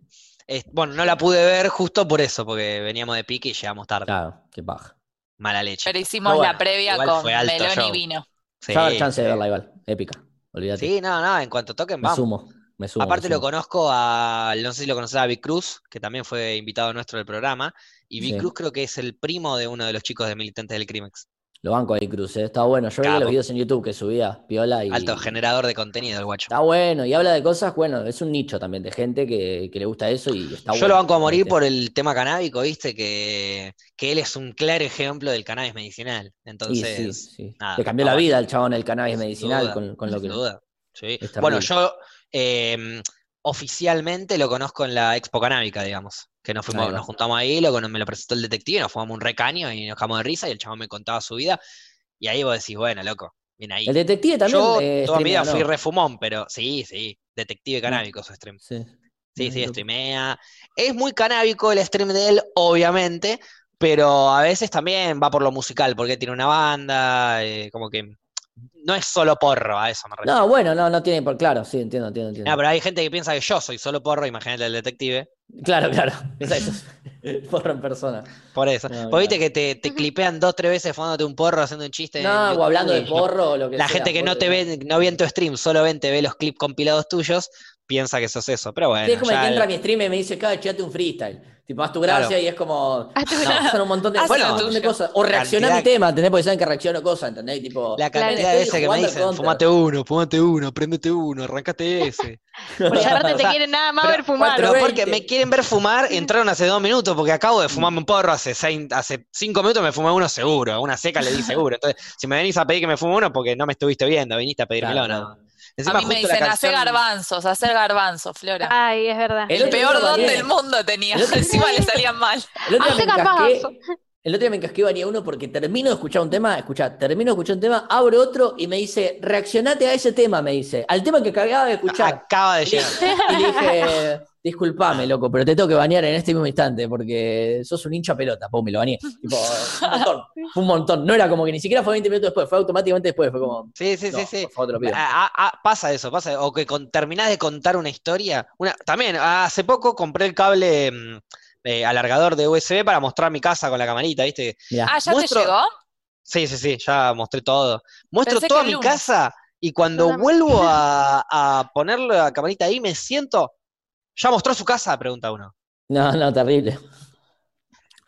Speaker 1: Es- bueno, no la pude ver justo por eso, porque veníamos de pique y llegamos tarde.
Speaker 2: Claro, qué paja.
Speaker 1: Mala leche.
Speaker 4: Pero hicimos
Speaker 1: Pero bueno,
Speaker 4: la previa
Speaker 1: igual
Speaker 4: con
Speaker 1: fue alto
Speaker 4: melón y
Speaker 1: show.
Speaker 4: vino.
Speaker 1: Sí,
Speaker 2: Ya va a haber chance de
Speaker 1: sí.
Speaker 2: verla igual. Épica. Olvídate.
Speaker 1: Sí, no, no, en cuanto toquen,
Speaker 2: me
Speaker 1: vamos.
Speaker 2: sumo. Me sumo.
Speaker 1: Aparte
Speaker 2: me
Speaker 1: lo
Speaker 2: sumo.
Speaker 1: conozco a, no sé si lo conoces a Vic Cruz, que también fue invitado nuestro del programa, y Vic
Speaker 2: Sí.
Speaker 1: Cruz creo que es el primo de uno de los chicos de Militantes del Crimex.
Speaker 2: Lo banco ahí, Cruz. eh. Está bueno. Yo veía
Speaker 1: Capo.
Speaker 2: los videos en YouTube que subía Piola y.
Speaker 1: Alto generador de contenido el guacho.
Speaker 2: Está bueno. Y habla de cosas, bueno, es un nicho también de gente que, que le gusta eso y está bueno.
Speaker 1: Yo lo banco a morir
Speaker 2: ¿viste?
Speaker 1: por el tema canábico, viste, que, que él es un claro ejemplo del cannabis medicinal.
Speaker 2: Y sí,
Speaker 1: Entonces,
Speaker 2: sí.
Speaker 1: nada,
Speaker 2: Le cambió
Speaker 1: está
Speaker 2: la
Speaker 1: bueno.
Speaker 2: vida al chabón el cannabis
Speaker 1: Sin
Speaker 2: Ah, medicinal
Speaker 1: duda,
Speaker 2: con, con lo
Speaker 1: sin
Speaker 2: que.
Speaker 1: duda, sí.
Speaker 2: es terrible.
Speaker 1: Bueno, yo eh, oficialmente lo conozco en la Expo Canábica, digamos. Que nos fuimos,
Speaker 2: Ahí va.
Speaker 1: nos juntamos ahí, lo, cono- me lo presentó el detective, nos fumamos un recaño y nos cagamos de risa y el chabón me contaba su vida. Y ahí vos decís, bueno, loco, bien ahí.
Speaker 2: El detective también.
Speaker 1: Yo
Speaker 2: eh,
Speaker 1: toda mi
Speaker 2: streamea,
Speaker 1: vida
Speaker 2: ¿no? Mm.
Speaker 1: fui refumón, pero sí, sí, detective canábico su stream.
Speaker 2: Sí.
Speaker 1: Sí, sí,
Speaker 2: Mira, loco.
Speaker 1: streamea. Es muy canábico el stream de él, obviamente, pero a veces también va por lo musical, porque tiene una banda, eh, como que no es solo porro, a eso me refiero.
Speaker 2: No, bueno, no, no tiene por claro, sí, entiendo, entiendo, entiendo.
Speaker 1: No, pero hay gente que piensa que yo soy solo porro, imagínate el detective,
Speaker 2: Claro, claro. Exacto. Porro en persona.
Speaker 1: por eso.
Speaker 2: No,
Speaker 1: Porque viste
Speaker 2: claro.
Speaker 1: que te, te clipean dos, tres veces fumándote un porro, haciendo un chiste. en
Speaker 2: No,
Speaker 1: YouTube,
Speaker 2: o hablando de
Speaker 1: y
Speaker 2: porro o lo que
Speaker 1: La
Speaker 2: sea,
Speaker 1: gente que no
Speaker 2: porro.
Speaker 1: te ve, no ve en tu stream, solo ven, te ve los clips compilados tuyos, piensa que sos eso. Pero bueno,
Speaker 2: Sí, es como el
Speaker 1: ya
Speaker 2: que
Speaker 1: el-
Speaker 2: entra a mi stream y me dice, cada echate un freestyle. Tipo, haz tu gracia
Speaker 1: Claro.
Speaker 2: y es como.
Speaker 3: Haz tu
Speaker 2: no,
Speaker 1: gracia.
Speaker 2: son un montón de,
Speaker 1: Haz
Speaker 2: bueno,
Speaker 1: lo
Speaker 2: un montón de
Speaker 1: tuyo.
Speaker 2: cosas. O reaccionar a mi
Speaker 1: Cantidad-
Speaker 2: tema, ¿entendés? Porque saben que reacciono cosas, ¿entendés? Tipo,
Speaker 1: La
Speaker 3: Claro.
Speaker 1: cantidad de
Speaker 2: Estoy
Speaker 1: veces que me
Speaker 2: jugando al
Speaker 1: dicen,
Speaker 2: counter.
Speaker 1: fumate uno, fumate uno, prendete uno, arrancate ese.
Speaker 3: Porque aparte te
Speaker 1: sea,
Speaker 3: quieren nada más
Speaker 1: pero-
Speaker 3: ver fumar.
Speaker 1: Pero
Speaker 2: Pero
Speaker 1: porque
Speaker 2: 20.
Speaker 1: me quieren ver fumar, entraron hace dos minutos, porque acabo de fumarme un porro hace seis, hace cinco minutos me fumé uno seguro, a una seca le di seguro. Entonces, si me venís a pedir que me fume uno, porque no me estuviste viendo, viniste a
Speaker 2: Claro,
Speaker 1: pedírmelo,
Speaker 2: claro.
Speaker 1: no.
Speaker 4: A
Speaker 1: Encima
Speaker 4: mí me
Speaker 1: justo la
Speaker 4: dicen, hacer
Speaker 1: canción-
Speaker 4: garbanzos, hacer garbanzos, Flora.
Speaker 3: Ay, es verdad.
Speaker 2: El
Speaker 4: el
Speaker 2: otro
Speaker 4: peor
Speaker 2: día
Speaker 4: don
Speaker 2: también.
Speaker 4: del mundo tenía.
Speaker 2: El otro- Ah,
Speaker 4: Encima le salían mal.
Speaker 2: El otro día me
Speaker 3: Hace
Speaker 2: encasqué,
Speaker 3: garbanzo.
Speaker 2: el otro día me encasqué varía uno porque termino de escuchar un tema, escuchá, termino de escuchar un tema, abro otro y me dice, reaccionate a ese tema, me dice, al tema que acababa de escuchar.
Speaker 1: Acaba de
Speaker 2: Y
Speaker 1: llegar.
Speaker 2: y le dije, disculpame, loco, pero te tengo que bañar en este mismo instante porque sos un hincha pelota. Pum, me lo bañé. Tipo, fue un montón, fue un montón. No era como que ni siquiera fue 20 minutos después, fue automáticamente después. Fue como,
Speaker 1: Sí, sí,
Speaker 2: no,
Speaker 1: sí, sí.
Speaker 2: por favor, te lo pido.
Speaker 1: Ah, ah, ah, pasa eso, pasa. O que con- terminás de contar una historia. Una, también, hace poco compré el cable mm, eh, alargador de USB para mostrar mi casa con la camarita, ¿viste?
Speaker 2: Mirá.
Speaker 4: Ah, ¿ya
Speaker 1: Muestro-
Speaker 4: te llegó?
Speaker 1: Sí, sí, sí, ya mostré todo. Muestro
Speaker 4: Pensé que
Speaker 1: toda
Speaker 4: el
Speaker 1: mi
Speaker 4: lunes.
Speaker 1: casa y cuando
Speaker 3: también.
Speaker 1: vuelvo a, a poner la camarita ahí, me siento. ¿Ya mostró su casa? Pregunta uno.
Speaker 2: No, no, terrible.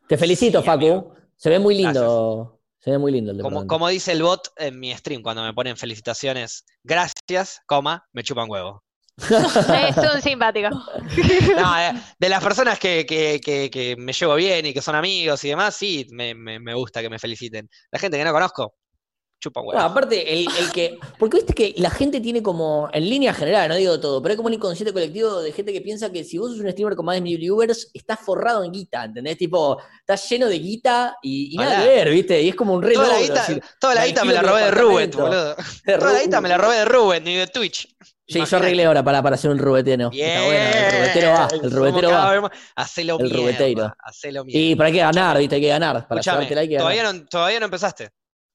Speaker 2: Te felicito,
Speaker 1: Sí,
Speaker 2: Facu.
Speaker 1: amigo.
Speaker 2: Se ve muy lindo. Se ve muy lindo el
Speaker 1: Como,
Speaker 2: departamento.
Speaker 1: como dice el bot en mi stream cuando me ponen felicitaciones, gracias, coma, me chupan huevo.
Speaker 3: Es un simpático.
Speaker 1: No, eh, de las personas que, que- que- que me llevo bien y que son amigos y demás, sí, me, me- me gusta que me feliciten. La gente que no conozco, chupa un huevo.
Speaker 2: Bueno, aparte, el, el que. Porque viste que la gente tiene como. En línea general, no digo todo, pero hay como un inconsciente colectivo de gente que piensa que si vos sos un streamer con más de mil viewers, estás forrado en guita, ¿entendés? Tipo, estás lleno de guita y, y nada
Speaker 1: Pará.
Speaker 2: que ver, ¿viste? Y es como un re
Speaker 1: toda la
Speaker 2: logro,
Speaker 1: guita,
Speaker 2: así,
Speaker 1: toda la
Speaker 2: me
Speaker 1: guita me la
Speaker 2: alquilo
Speaker 1: robé
Speaker 2: mi
Speaker 1: de Rubet,
Speaker 2: departamento.
Speaker 1: boludo.
Speaker 2: de
Speaker 1: Toda la
Speaker 2: Ru-
Speaker 1: guita me la robé de Rubet ni de Twitch.
Speaker 2: Sí, yo
Speaker 1: Imagínate.
Speaker 2: arreglé ahora para, para hacer un rubeteno. Está bueno, el rubetero va, el
Speaker 1: Somos
Speaker 2: rubetero
Speaker 1: cada
Speaker 2: va.
Speaker 1: vez más- Hacelo
Speaker 2: El
Speaker 1: mierda,
Speaker 2: rubeteiro.
Speaker 1: Hacelo mierda.
Speaker 2: Y pero hay que ganar, ¿viste? Hay que ganar. Para
Speaker 1: Escuchame,
Speaker 2: llevártela hay que ganar.
Speaker 1: todavía, no, todavía no empezaste.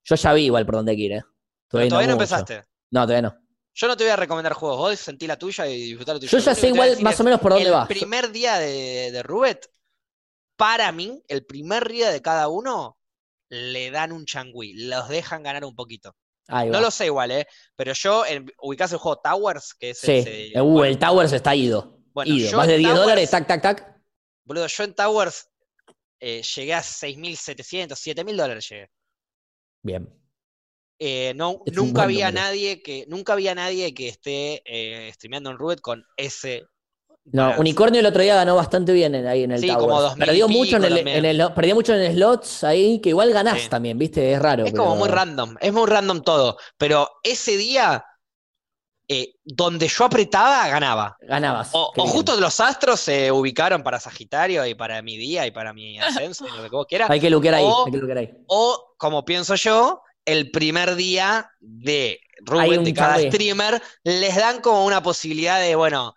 Speaker 2: Yo ya vi igual por dónde hay que ir, ¿eh? Estoy
Speaker 1: Todavía,
Speaker 2: viendo
Speaker 1: no
Speaker 2: mucho.
Speaker 1: empezaste.
Speaker 2: No, todavía no.
Speaker 1: Yo no te voy a recomendar juegos. Vos sentí la tuya y disfrutá la tuya.
Speaker 2: Yo
Speaker 1: Lo
Speaker 2: ya
Speaker 1: único que
Speaker 2: sé
Speaker 1: te voy a
Speaker 2: igual
Speaker 1: decir
Speaker 2: más
Speaker 1: es,
Speaker 2: o menos por dónde
Speaker 1: el
Speaker 2: va.
Speaker 1: primer día de, de Rubet, para mí, el primer día de cada uno, le dan un changüí, los dejan ganar un poquito.
Speaker 2: Ahí
Speaker 1: No
Speaker 2: va.
Speaker 1: lo sé igual, ¿eh? Pero yo, en, ubicás el juego Towers, que es
Speaker 2: Sí,
Speaker 1: ese-
Speaker 2: eh, uh, el Towers está ido.
Speaker 1: Este, Bueno,
Speaker 2: ido.
Speaker 1: yo
Speaker 2: Más de
Speaker 1: el
Speaker 2: 10
Speaker 1: Towers-
Speaker 2: dólares, tac, tac, tac.
Speaker 1: Boludo, yo en Towers eh, llegué a 6.700, 7.000 dólares llegué.
Speaker 2: Bien.
Speaker 1: Eh, no,
Speaker 2: Es un
Speaker 1: nunca
Speaker 2: buen
Speaker 1: había
Speaker 2: número.
Speaker 1: nadie que nunca había nadie que esté eh, streameando en Rued con ese.
Speaker 2: No,
Speaker 1: balance.
Speaker 2: Unicornio el otro día ganó bastante bien en- ahí en el
Speaker 1: Sí,
Speaker 2: Towers.
Speaker 1: como 2000 y
Speaker 2: perdió mucho en
Speaker 1: pico
Speaker 2: el,
Speaker 1: también.
Speaker 2: en el- perdió mucho en slots ahí, que igual ganás
Speaker 1: Sí.
Speaker 2: también, ¿viste? Es raro.
Speaker 1: Es como
Speaker 2: pero-
Speaker 1: muy random, es muy random todo. Pero ese día, eh, donde yo apretaba, ganaba.
Speaker 2: Ganabas.
Speaker 1: O,
Speaker 2: qué
Speaker 1: o
Speaker 2: bien.
Speaker 1: justo los astros se ubicaron para Sagitario y para mi día y para mi ascenso y lo que vos quieras.
Speaker 2: Hay que luquear ahí,
Speaker 1: o-
Speaker 2: hay que luquear ahí.
Speaker 1: O, como pienso yo, el primer día de
Speaker 2: Hay
Speaker 1: Rubén
Speaker 2: un
Speaker 1: de cada
Speaker 2: cambio.
Speaker 1: streamer, les dan como una posibilidad de, bueno,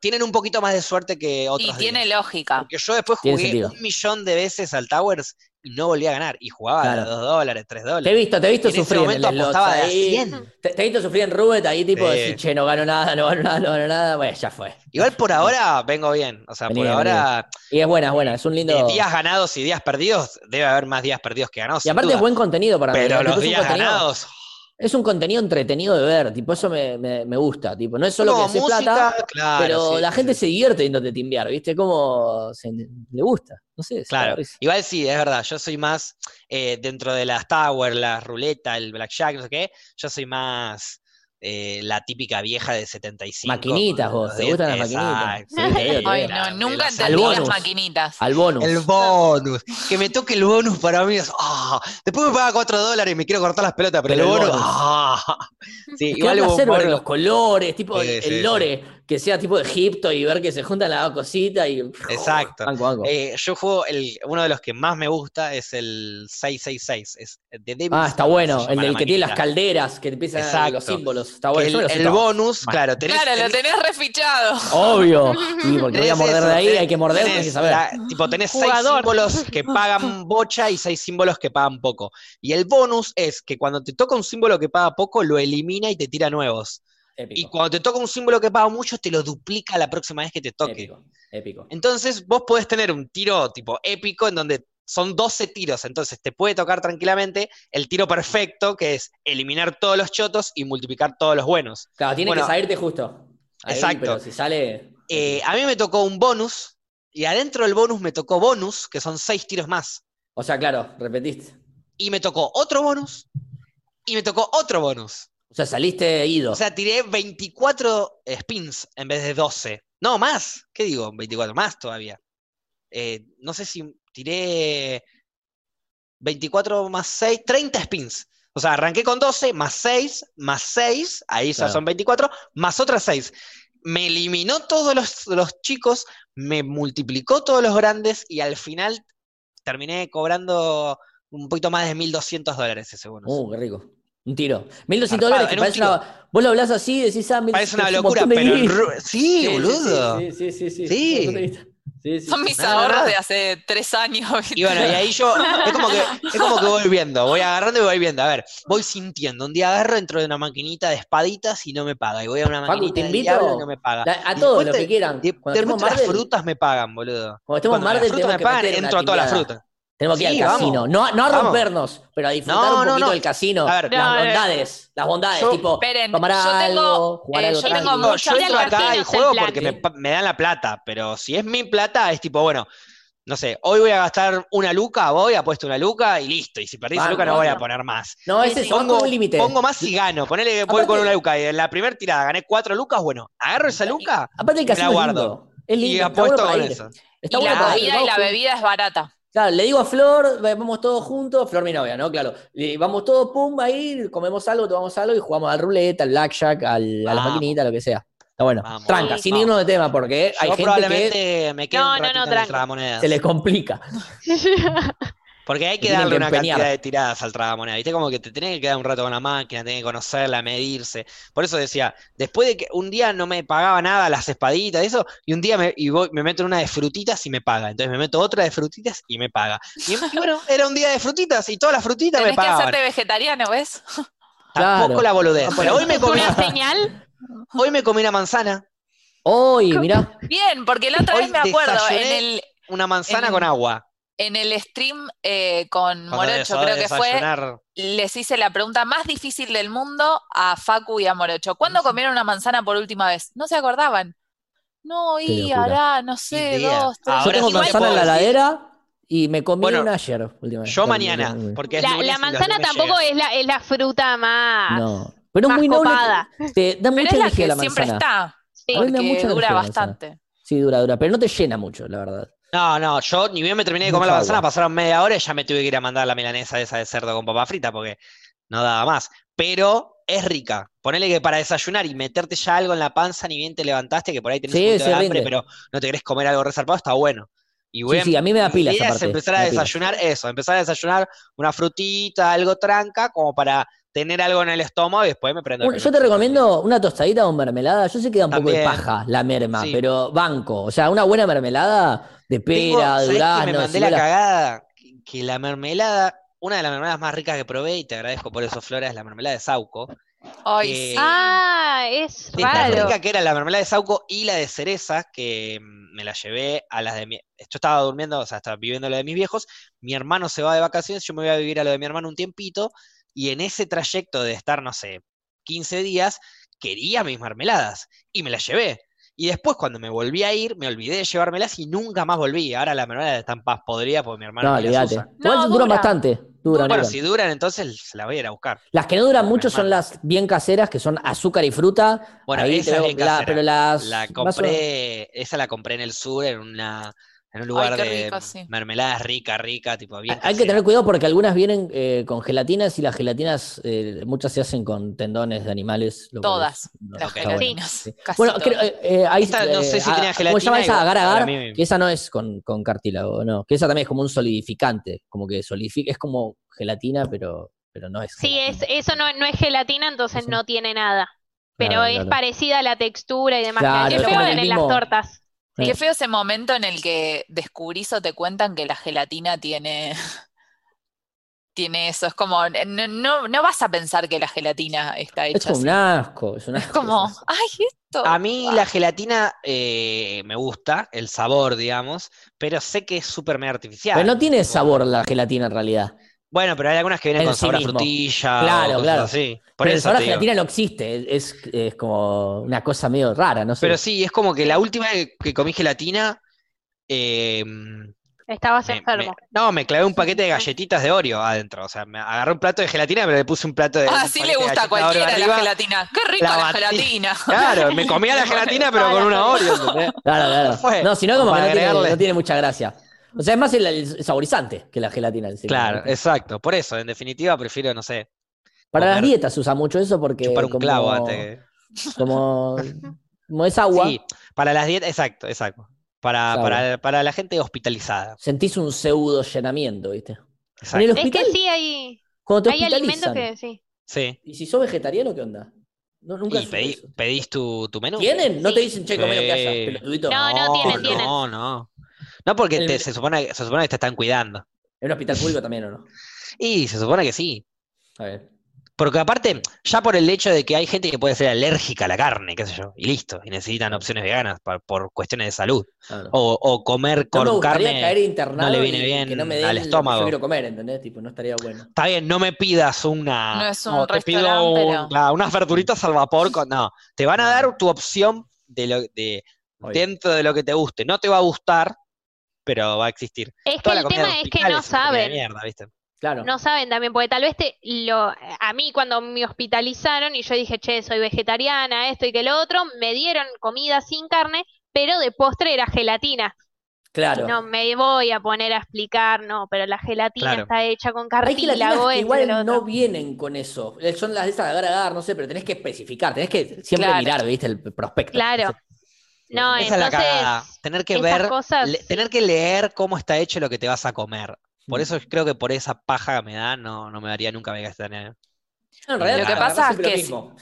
Speaker 1: tienen un poquito más de suerte que otros.
Speaker 4: Y tiene
Speaker 1: días.
Speaker 4: lógica.
Speaker 1: Porque yo después
Speaker 2: Tiene
Speaker 1: jugué
Speaker 2: sentido.
Speaker 1: un millón de veces al Towers y no volví a ganar. Y jugaba a
Speaker 2: Claro.
Speaker 1: 2 dólares, 3
Speaker 2: Te he
Speaker 1: dólares.
Speaker 2: visto, te he visto
Speaker 1: en ese
Speaker 2: sufrir en el
Speaker 1: momento
Speaker 2: slots
Speaker 1: apostaba de a
Speaker 2: ahí.
Speaker 1: 100.
Speaker 2: Te, te he visto sufrir en Rubet ahí, tipo,
Speaker 1: Sí.
Speaker 2: decir, che, no gano nada, no gano nada, no gano nada. Bueno, ya fue.
Speaker 1: Igual por ahora vengo bien. O sea,
Speaker 2: Vení
Speaker 1: por
Speaker 2: bien, vení
Speaker 1: ahora,
Speaker 2: Y es buena, es buena, es un
Speaker 1: eh,
Speaker 2: lindo.
Speaker 1: días ganados y días perdidos, debe haber más días perdidos que ganados.
Speaker 2: Y
Speaker 1: sin
Speaker 2: aparte
Speaker 1: duda.
Speaker 2: es buen contenido para mí. ¿no?
Speaker 1: Pero
Speaker 2: Tipo,
Speaker 1: los
Speaker 2: es un
Speaker 1: días
Speaker 2: contenido-
Speaker 1: ganados,
Speaker 2: Es un contenido entretenido de ver, tipo, eso me, me- me gusta, tipo, no es solo
Speaker 1: como
Speaker 2: que haces
Speaker 1: música,
Speaker 2: plata,
Speaker 1: claro,
Speaker 2: pero
Speaker 1: sí,
Speaker 2: la
Speaker 1: sí,
Speaker 2: gente
Speaker 1: sí.
Speaker 2: se divierte viéndote timbiar, ¿viste? Como se- le gusta, no sé, se da
Speaker 1: Claro,
Speaker 2: risa.
Speaker 1: igual sí, es verdad, yo soy más eh, dentro de las tower, la ruleta, el blackjack, no sé qué, yo soy más eh, la típica vieja de 75.
Speaker 2: Maquinitas,
Speaker 1: con
Speaker 2: vos,
Speaker 1: los
Speaker 2: ¿te gustan las
Speaker 1: dientes,
Speaker 2: maquinitas?
Speaker 1: exacto,
Speaker 2: Sí, te digo, te
Speaker 4: Ay,
Speaker 2: digo.
Speaker 4: no, nunca
Speaker 1: Al
Speaker 4: entendí las
Speaker 2: bonus.
Speaker 4: maquinitas.
Speaker 2: Al bonus.
Speaker 1: El bonus, que me toque el bonus para mí es, ah, después me paga 4 dólares y me quiero cortar las pelotas, pero,
Speaker 2: Pero
Speaker 1: el
Speaker 2: el
Speaker 1: bonus,
Speaker 2: bonus.
Speaker 1: ah. Sí,
Speaker 2: Es que da
Speaker 1: igual hubo un
Speaker 2: placer ver
Speaker 1: bonus-
Speaker 2: los colores, tipo
Speaker 1: Sí,
Speaker 2: el,
Speaker 1: sí, sí.
Speaker 2: lore, que sea tipo de Egipto y ver que se juntan las dos cositas y.
Speaker 1: Exacto.
Speaker 2: Banco, banco.
Speaker 1: Eh, yo juego, el, uno de los que más me gusta es el 666, es de Devil's
Speaker 2: ah, está
Speaker 1: Thumb,
Speaker 2: bueno,
Speaker 1: se
Speaker 2: el
Speaker 1: llama
Speaker 2: del
Speaker 1: la
Speaker 2: que tiene las
Speaker 1: maquinita.
Speaker 2: calderas, que empiezan los
Speaker 1: Exacto.
Speaker 2: símbolos, está
Speaker 1: Que
Speaker 2: Ah, bueno. yo me
Speaker 1: El,
Speaker 2: lo
Speaker 1: el
Speaker 2: sé todo.
Speaker 1: bonus, claro, tenés,
Speaker 4: Claro, lo
Speaker 1: tenés-
Speaker 4: tenés refichado.
Speaker 2: Obvio, y porque voy a
Speaker 1: tenés
Speaker 2: morder
Speaker 1: eso,
Speaker 2: de ahí,
Speaker 1: tenés-
Speaker 2: hay que morder,
Speaker 1: tenés
Speaker 2: hay que saber.
Speaker 1: la- tipo, tenés seis
Speaker 3: Jugador.
Speaker 1: símbolos que pagan bocha y seis símbolos que pagan poco. Y el bonus es que cuando te toca un símbolo que paga poco, lo elimina y te tira nuevos. Y
Speaker 2: Épico,
Speaker 1: cuando te toca un símbolo que paga mucho, te lo duplica la próxima vez que te toque.
Speaker 2: épico, épico.
Speaker 1: Entonces, vos podés tener un tiro tipo épico en donde son 12 tiros, entonces te puede tocar tranquilamente el tiro perfecto, que es eliminar todos los chotos y multiplicar todos los buenos.
Speaker 2: Claro, tiene
Speaker 1: Bueno.
Speaker 2: que salirte justo. Ahí,
Speaker 1: Exacto.
Speaker 2: Pero si sale.
Speaker 1: Eh, a mí me tocó un bonus, y adentro del bonus me tocó bonus, que son seis tiros más.
Speaker 2: O sea, claro, repetiste.
Speaker 1: Y me tocó otro bonus, y me tocó otro bonus.
Speaker 2: O sea, saliste ido.
Speaker 1: O sea, tiré 24 spins en vez de 12. No, más. ¿Qué digo? 24 más todavía. Eh, no sé si tiré 24 más 6, 30 spins. O sea, arranqué con 12, más 6, más 6, ahí ya
Speaker 2: Claro.
Speaker 1: son 24, más otras 6. Me eliminó todos los, los chicos, me multiplicó todos los grandes y al final terminé cobrando un poquito más de 1.200 dólares ese bonus.
Speaker 2: uh, qué rico. Un tiro. 1200
Speaker 1: Zarpado,
Speaker 2: dólares que
Speaker 1: en un
Speaker 2: parece una. Vos lo hablás así, decís, ah, 1200
Speaker 1: Parece una
Speaker 2: es un
Speaker 1: locura,
Speaker 2: montón de
Speaker 1: pero... en
Speaker 2: guita.
Speaker 1: ru- Sí, boludo.
Speaker 2: Sí, sí, sí.
Speaker 1: Sí.
Speaker 2: Sí. es un montón de guita. sí, sí,
Speaker 4: Son mis
Speaker 1: No, no,
Speaker 4: ahorros
Speaker 1: no.
Speaker 4: de hace tres años. ¿viste?
Speaker 1: Y bueno, y ahí yo, es como que, es como que voy viendo, voy agarrando y voy viendo, a ver, voy sintiendo, un día agarro dentro de una maquinita de espaditas y no me paga, y voy a una
Speaker 2: Facu,
Speaker 1: maquinita
Speaker 2: te
Speaker 1: de
Speaker 2: invito
Speaker 1: diablo y no me paga.
Speaker 2: Da- A
Speaker 1: Y
Speaker 2: todos
Speaker 1: después
Speaker 2: los
Speaker 1: te-
Speaker 2: que quieran.
Speaker 1: De,
Speaker 2: Cuando estemos en
Speaker 1: después las
Speaker 2: Mardel,
Speaker 1: frutas me pagan, boludo.
Speaker 2: cuando estemos en
Speaker 1: Cuando las
Speaker 2: Mardel,
Speaker 1: frutas
Speaker 2: tenemos
Speaker 1: me
Speaker 2: que
Speaker 1: pagan,
Speaker 2: meter
Speaker 1: entro
Speaker 2: una
Speaker 1: a todas las
Speaker 2: timbiada.
Speaker 1: frutas.
Speaker 2: Tenemos que ir
Speaker 1: Sí,
Speaker 2: al
Speaker 1: vamos.
Speaker 2: casino. No, no a
Speaker 1: Vamos.
Speaker 2: rompernos, pero a disfrutar
Speaker 1: No,
Speaker 2: un
Speaker 1: no,
Speaker 2: poquito
Speaker 1: no.
Speaker 2: del casino.
Speaker 1: A ver,
Speaker 2: las
Speaker 3: No, no, no.
Speaker 2: bondades, las bondades,
Speaker 1: Yo-
Speaker 2: tipo,
Speaker 4: Esperen,
Speaker 2: tomar
Speaker 4: yo tengo,
Speaker 2: algo, jugar
Speaker 4: eh,
Speaker 2: algo
Speaker 4: yo tengo
Speaker 2: tranqui.
Speaker 1: No,
Speaker 4: mucho-
Speaker 1: yo
Speaker 3: ir al
Speaker 1: entro acá y
Speaker 3: casino es el
Speaker 1: juego
Speaker 3: plan,
Speaker 1: porque
Speaker 2: ¿sí?
Speaker 1: me, pa- me dan la plata, pero si es mi plata, es tipo, bueno, no sé, hoy voy a gastar una luca, voy, apuesto una luca y listo, y si perdí esa
Speaker 2: Banco,
Speaker 1: luca no voy a
Speaker 2: banco.
Speaker 1: poner más.
Speaker 2: No, ese
Speaker 3: Sí,
Speaker 2: es
Speaker 3: sí.
Speaker 2: pongo, un límite.
Speaker 1: Pongo más y gano. Ponele, voy con
Speaker 2: Aparte-
Speaker 1: una luca. Y en la primera tirada gané cuatro lucas. Bueno, agarro esa luca
Speaker 2: Aparte el
Speaker 1: me la
Speaker 2: casino es
Speaker 1: guardo.
Speaker 2: lindo. Es lindo.
Speaker 1: y
Speaker 2: está bueno
Speaker 1: apuesto
Speaker 2: para
Speaker 1: con
Speaker 2: ir.
Speaker 1: eso.
Speaker 4: Y
Speaker 2: Está bueno
Speaker 4: la
Speaker 2: para ir,
Speaker 4: comida y
Speaker 2: vamos
Speaker 4: la
Speaker 2: con-
Speaker 4: bebida es barata.
Speaker 2: Claro, le digo a Flor, vamos todos juntos, Flor mi novia, ¿no? Claro. Le- vamos todos, pum, ahí, comemos algo, tomamos algo y jugamos al ruleta, al blackjack, al, a la
Speaker 1: Vamos.
Speaker 2: maquinita, lo que sea. Está bueno.
Speaker 1: Vamos.
Speaker 2: Tranca,
Speaker 3: Sí.
Speaker 2: sin
Speaker 1: Vamos.
Speaker 2: irnos de tema, porque hay
Speaker 1: Yo
Speaker 2: gente que
Speaker 1: probablemente me quedo
Speaker 3: No,
Speaker 1: un
Speaker 3: no, no,
Speaker 1: ratito en el
Speaker 3: tranqui.
Speaker 1: tragamonedas.
Speaker 2: se les complica.
Speaker 1: Porque hay que
Speaker 2: tienen
Speaker 1: darle
Speaker 2: que
Speaker 1: una
Speaker 2: empeñar.
Speaker 1: cantidad de tiradas al tragamonedas. Viste, como que te tenés que quedar un rato con la máquina, tenés que conocerla, medirse. Por eso decía, después de que un día no me pagaba nada las espaditas, eso, y un día me, y voy- me meto en una de frutitas y me paga. Entonces me meto otra de frutitas y me paga. Y, y bueno, era un día de frutitas y todas las frutitas me
Speaker 4: Tenés que
Speaker 1: pagaban.
Speaker 4: hacerte vegetariano, ¿ves?
Speaker 1: Tampoco
Speaker 2: Claro. Ah,
Speaker 1: la boludez. Pero hoy me comí,
Speaker 3: ¿Una señal?
Speaker 1: hoy me comí una manzana.
Speaker 2: Hoy, mirá,
Speaker 4: Bien, porque la otra
Speaker 1: Hoy
Speaker 4: vez me acuerdo, en
Speaker 1: desayuné
Speaker 4: el,
Speaker 1: Una manzana
Speaker 4: En-
Speaker 1: con agua.
Speaker 4: en el stream eh, con
Speaker 1: Cuando
Speaker 4: Morocho,
Speaker 1: deso-
Speaker 4: creo que fue,
Speaker 1: desayunar.
Speaker 4: les hice la pregunta más difícil del mundo a Facu y a Morocho. ¿Cuándo comieron una manzana por última vez? No se acordaban. No,
Speaker 2: Qué
Speaker 4: y
Speaker 2: locura.
Speaker 4: hará, no sé,
Speaker 1: Idea.
Speaker 4: dos, tres.
Speaker 2: Yo
Speaker 1: Ahora
Speaker 2: tengo
Speaker 1: sí te
Speaker 2: manzana
Speaker 1: puedo
Speaker 2: en la
Speaker 1: decir-
Speaker 2: heladera y me comí
Speaker 1: Bueno,
Speaker 2: una ayer. últimamente.
Speaker 1: Yo
Speaker 2: Dormí,
Speaker 1: mañana,
Speaker 2: dormí.
Speaker 1: porque es
Speaker 3: La,
Speaker 1: lunes
Speaker 3: la
Speaker 1: y los
Speaker 3: manzana
Speaker 1: lunes
Speaker 3: tampoco
Speaker 1: llega.
Speaker 3: es la, es la fruta más.
Speaker 2: No. Pero es
Speaker 3: más
Speaker 2: muy noble.
Speaker 3: copada.
Speaker 2: Te da
Speaker 4: Ah, Pero
Speaker 2: mucha
Speaker 4: es la
Speaker 2: energía
Speaker 4: que
Speaker 2: la
Speaker 4: siempre
Speaker 2: manzana.
Speaker 4: está,
Speaker 3: Sí.
Speaker 2: A mí me da
Speaker 4: porque
Speaker 2: mucha
Speaker 4: dura
Speaker 2: energía la manzana.
Speaker 4: bastante.
Speaker 2: Sí, dura, dura. Pero no te llena mucho, la verdad.
Speaker 1: No, no, yo ni bien me terminé de comer
Speaker 2: Mucha
Speaker 1: la manzana,
Speaker 2: agua.
Speaker 1: pasaron media hora y ya me tuve que ir a mandar la milanesa esa de cerdo con papa frita porque no daba más. Pero es rica. Ponele que para desayunar y meterte ya algo en la panza, ni bien te levantaste, que por ahí tenés
Speaker 2: Sí,
Speaker 1: un poquito
Speaker 2: se
Speaker 1: de hambre,
Speaker 2: rinde.
Speaker 1: pero no te querés comer algo resarpado, está bueno. Y
Speaker 2: Sí,
Speaker 1: bueno,
Speaker 2: sí, a mí me da pilas
Speaker 1: idea
Speaker 2: aparte.
Speaker 1: es empezar
Speaker 2: me
Speaker 1: a
Speaker 2: da pilas.
Speaker 1: desayunar eso, empezar a desayunar una frutita, algo tranca, como para tener algo en el estómago y después me prendo. el
Speaker 2: Un- yo te
Speaker 1: pelotudo.
Speaker 2: recomiendo una tostadita con mermelada. Yo sé que da un poco de
Speaker 1: También.
Speaker 2: paja la merma,
Speaker 1: Sí.
Speaker 2: pero banco. O sea, una buena mermelada de
Speaker 1: Tengo-
Speaker 2: pera,
Speaker 1: ¿sabés
Speaker 2: de
Speaker 1: que
Speaker 2: durazno,
Speaker 1: me
Speaker 2: de
Speaker 1: mandé la
Speaker 2: ciruela.
Speaker 1: cagada que, que la mermelada, una de las mermeladas más ricas que probé, y te agradezco por eso, Flora, es la mermelada de Sauco.
Speaker 4: Ay,
Speaker 1: Eh,
Speaker 4: sí.
Speaker 3: Ah, es
Speaker 1: De tan
Speaker 3: raro.
Speaker 1: rica que era la mermelada de Sauco y la de cereza, que mm, me la llevé a las de mi. Yo estaba durmiendo, o sea, estaba viviendo la de mis viejos. Mi hermano se va de vacaciones, yo me voy a vivir a lo de mi hermano un tiempito, y en ese trayecto de estar, no sé, 15 días, quería mis mermeladas y me las llevé. Y después, cuando me volví a ir, me olvidé de llevármelas y nunca más volví. Ahora la mermelada está en paz podrida porque mi hermano
Speaker 2: No,
Speaker 1: ni las
Speaker 2: olvídate.
Speaker 1: usa.
Speaker 2: Igual
Speaker 4: No,
Speaker 2: duran
Speaker 4: dura.
Speaker 2: bastante. Duran,
Speaker 1: Bueno,
Speaker 2: duran.
Speaker 1: si duran, entonces se las voy a ir a buscar.
Speaker 2: Las que no duran
Speaker 1: Me
Speaker 2: mucho son
Speaker 1: manda.
Speaker 2: las bien caseras, que son azúcar y fruta.
Speaker 1: Bueno,
Speaker 2: Ahí
Speaker 1: esa es
Speaker 2: te veo-
Speaker 1: bien
Speaker 2: la-
Speaker 1: casera.
Speaker 2: pero las
Speaker 1: La
Speaker 2: más o-
Speaker 1: compré, esa la compré en el sur, en una, en un lugar
Speaker 4: qué
Speaker 1: de
Speaker 4: rico, sí.
Speaker 1: mermeladas rica, rica, tipo bien.
Speaker 2: Ah, Hay que
Speaker 1: casera.
Speaker 2: tener cuidado porque algunas vienen eh, con gelatinas y las gelatinas, eh, muchas se hacen con tendones de animales. lo cual
Speaker 4: Todas,
Speaker 2: es- no,
Speaker 4: las
Speaker 2: está bueno.
Speaker 4: gelatinas.
Speaker 2: Sí.
Speaker 4: Casi
Speaker 2: Bueno,
Speaker 4: todas.
Speaker 2: creo, eh, eh, ahí,
Speaker 1: Esta no
Speaker 2: eh,
Speaker 1: sé si
Speaker 2: a-
Speaker 1: tenía
Speaker 2: a- ¿Cómo se llama
Speaker 1: gelatina
Speaker 2: esa?
Speaker 1: igual,
Speaker 2: Agar
Speaker 1: para
Speaker 2: agar,
Speaker 1: mí-
Speaker 2: que esa no es con, con cartílago, no. Que esa también es como un solidificante, como que solidifica, es como gelatina, pero, pero no es.
Speaker 3: Sí, es,
Speaker 2: gelatina.
Speaker 3: eso no, no es gelatina, entonces
Speaker 2: Sí.
Speaker 3: no tiene nada. Pero
Speaker 2: Claro,
Speaker 3: es
Speaker 2: claro.
Speaker 3: parecida a la textura y demás
Speaker 2: Claro,
Speaker 3: que
Speaker 4: es
Speaker 3: le
Speaker 4: como
Speaker 3: ponen
Speaker 4: el
Speaker 3: en las
Speaker 2: mismo-
Speaker 3: tortas.
Speaker 4: Qué feo ese momento en el que descubrís o te cuentan que la gelatina tiene, tiene eso. Es como, no, no, no vas a pensar que la gelatina está
Speaker 2: Es
Speaker 4: hecha
Speaker 2: como un
Speaker 4: así.
Speaker 2: asco, es un
Speaker 4: Es
Speaker 2: asco,
Speaker 4: como,
Speaker 2: es un-
Speaker 4: ay, esto.
Speaker 1: A mí la gelatina eh, me gusta, el sabor, digamos, pero sé que es súper mega artificial.
Speaker 2: Pero no tiene
Speaker 1: tipo.
Speaker 2: sabor la gelatina en realidad.
Speaker 1: Bueno, pero hay algunas que vienen
Speaker 2: En
Speaker 1: con
Speaker 2: sí
Speaker 1: sabor a
Speaker 2: mismo.
Speaker 1: frutilla
Speaker 2: Claro,
Speaker 1: o cosas
Speaker 2: claro.
Speaker 1: así. Por
Speaker 2: Pero el
Speaker 1: eso
Speaker 2: sabor a
Speaker 1: te digo.
Speaker 2: gelatina no existe, es, es- es como una cosa medio rara, no sé.
Speaker 1: Pero sí, es como que la última que que comí gelatina, eh,
Speaker 3: Estabas
Speaker 1: Me- me-
Speaker 3: enfermo.
Speaker 1: no, me clavé un paquete de galletitas de Oreo adentro. O sea, me agarré un plato de gelatina, pero le puse un plato de. un
Speaker 4: Así
Speaker 1: paquete
Speaker 4: Ah, le
Speaker 1: de
Speaker 4: gusta a
Speaker 1: galletitas de Oreo
Speaker 4: cualquiera la
Speaker 1: arriba.
Speaker 4: gelatina. Qué rica
Speaker 1: La
Speaker 4: la
Speaker 1: batí.
Speaker 4: gelatina.
Speaker 1: Claro, me comía la gelatina, pero con una Oreo. ¿entendés?
Speaker 2: Claro, claro.
Speaker 1: Fue
Speaker 2: no, sino como que
Speaker 1: para
Speaker 2: no tiene,
Speaker 1: agregarle.
Speaker 2: no tiene mucha gracia. O sea, es más el, el saborizante que la gelatina. en sí.
Speaker 1: Claro, exacto. Por eso, en definitiva, prefiero, no sé,
Speaker 2: Para las
Speaker 1: comer-
Speaker 2: dietas se usa mucho eso porque
Speaker 1: chupar un
Speaker 2: como,
Speaker 1: clavo antes. que-
Speaker 2: como, como es agua,
Speaker 1: Sí, para las dietas, exacto, exacto. Para,
Speaker 2: Está
Speaker 1: para, para la gente hospitalizada.
Speaker 2: sentís un pseudo llenamiento, ¿viste? En el
Speaker 1: Exacto.
Speaker 3: Es que
Speaker 2: hospital,
Speaker 3: sí hay,
Speaker 2: cuando te
Speaker 3: hay alimentos
Speaker 2: hospitalizan.
Speaker 3: que sí.
Speaker 1: Sí.
Speaker 2: Y si sos vegetariano, ¿qué onda? No, nunca
Speaker 1: Y
Speaker 2: supe
Speaker 1: pedí-
Speaker 2: eso.
Speaker 1: pedís tu, tu menú.
Speaker 2: ¿Tienen? No
Speaker 3: Sí.
Speaker 2: te dicen, che, comé lo que haya,
Speaker 1: Sí.
Speaker 2: pelotudito.
Speaker 3: No, no, tienen, tienen.
Speaker 1: No, no. No, porque
Speaker 2: El-
Speaker 1: te- se, supone, que- se supone que te están cuidando.
Speaker 2: En un hospital público también, ¿o no?
Speaker 1: Y se supone que sí.
Speaker 2: A ver.
Speaker 1: Porque aparte, ya por el hecho de que hay gente que puede ser alérgica a la carne, qué sé yo, y listo, y necesitan opciones veganas pa- por cuestiones de salud.
Speaker 2: Ah, no.
Speaker 1: O, o comer
Speaker 2: No
Speaker 1: con
Speaker 2: me gustaría
Speaker 1: carne.
Speaker 2: caer internado
Speaker 1: no le viene
Speaker 2: y
Speaker 1: bien
Speaker 2: que no me den
Speaker 1: al
Speaker 2: lo que
Speaker 1: estómago.
Speaker 2: yo quiero comer, ¿entendés? Tipo, no estaría bueno.
Speaker 1: Está bien, no me pidas una.
Speaker 4: No es un
Speaker 1: te pido
Speaker 4: restaurante,
Speaker 1: un-
Speaker 4: pero-
Speaker 1: claro, unas verduritas al vapor. Con, no, te van a
Speaker 2: No.
Speaker 1: dar tu opción de lo, de,
Speaker 2: Obvio.
Speaker 1: dentro de lo que te guste. No te va a gustar, pero va a existir.
Speaker 3: Es que
Speaker 1: Toda la
Speaker 3: el
Speaker 1: comida de
Speaker 3: tema es que
Speaker 1: hospital
Speaker 3: no
Speaker 1: es una comida de
Speaker 3: saben.
Speaker 1: mierda, ¿viste?
Speaker 2: Claro.
Speaker 3: No saben también, porque tal vez te lo a mí cuando me hospitalizaron y yo dije, che, soy vegetariana, esto y que lo otro, me dieron comida sin carne, pero de postre era gelatina.
Speaker 2: claro.
Speaker 3: No me voy a poner a explicar, no, pero la gelatina
Speaker 1: Claro.
Speaker 3: está hecha con
Speaker 2: Hay gelatinas
Speaker 3: cartílago,
Speaker 2: que
Speaker 3: esto y que lo
Speaker 2: igual no
Speaker 3: otro.
Speaker 2: vienen con eso. Eh, Son las de esas de agar agar, no sé, pero tenés que especificar, tenés que siempre
Speaker 4: Claro.
Speaker 2: mirar, ¿viste? El prospecto.
Speaker 3: Claro. No,
Speaker 1: Esa es la
Speaker 3: entonces,
Speaker 1: cagada. Tener que
Speaker 3: esas
Speaker 1: ver,
Speaker 3: cosas,
Speaker 1: le-
Speaker 3: sí.
Speaker 1: tener que leer cómo está hecho lo que te vas a comer. Por eso creo que por esa paja que me da, no, no me daría nunca vegetariana.
Speaker 2: No, en realidad
Speaker 1: Lo que
Speaker 2: agarrás
Speaker 4: pasa es
Speaker 2: siempre lo
Speaker 4: que
Speaker 2: mismo.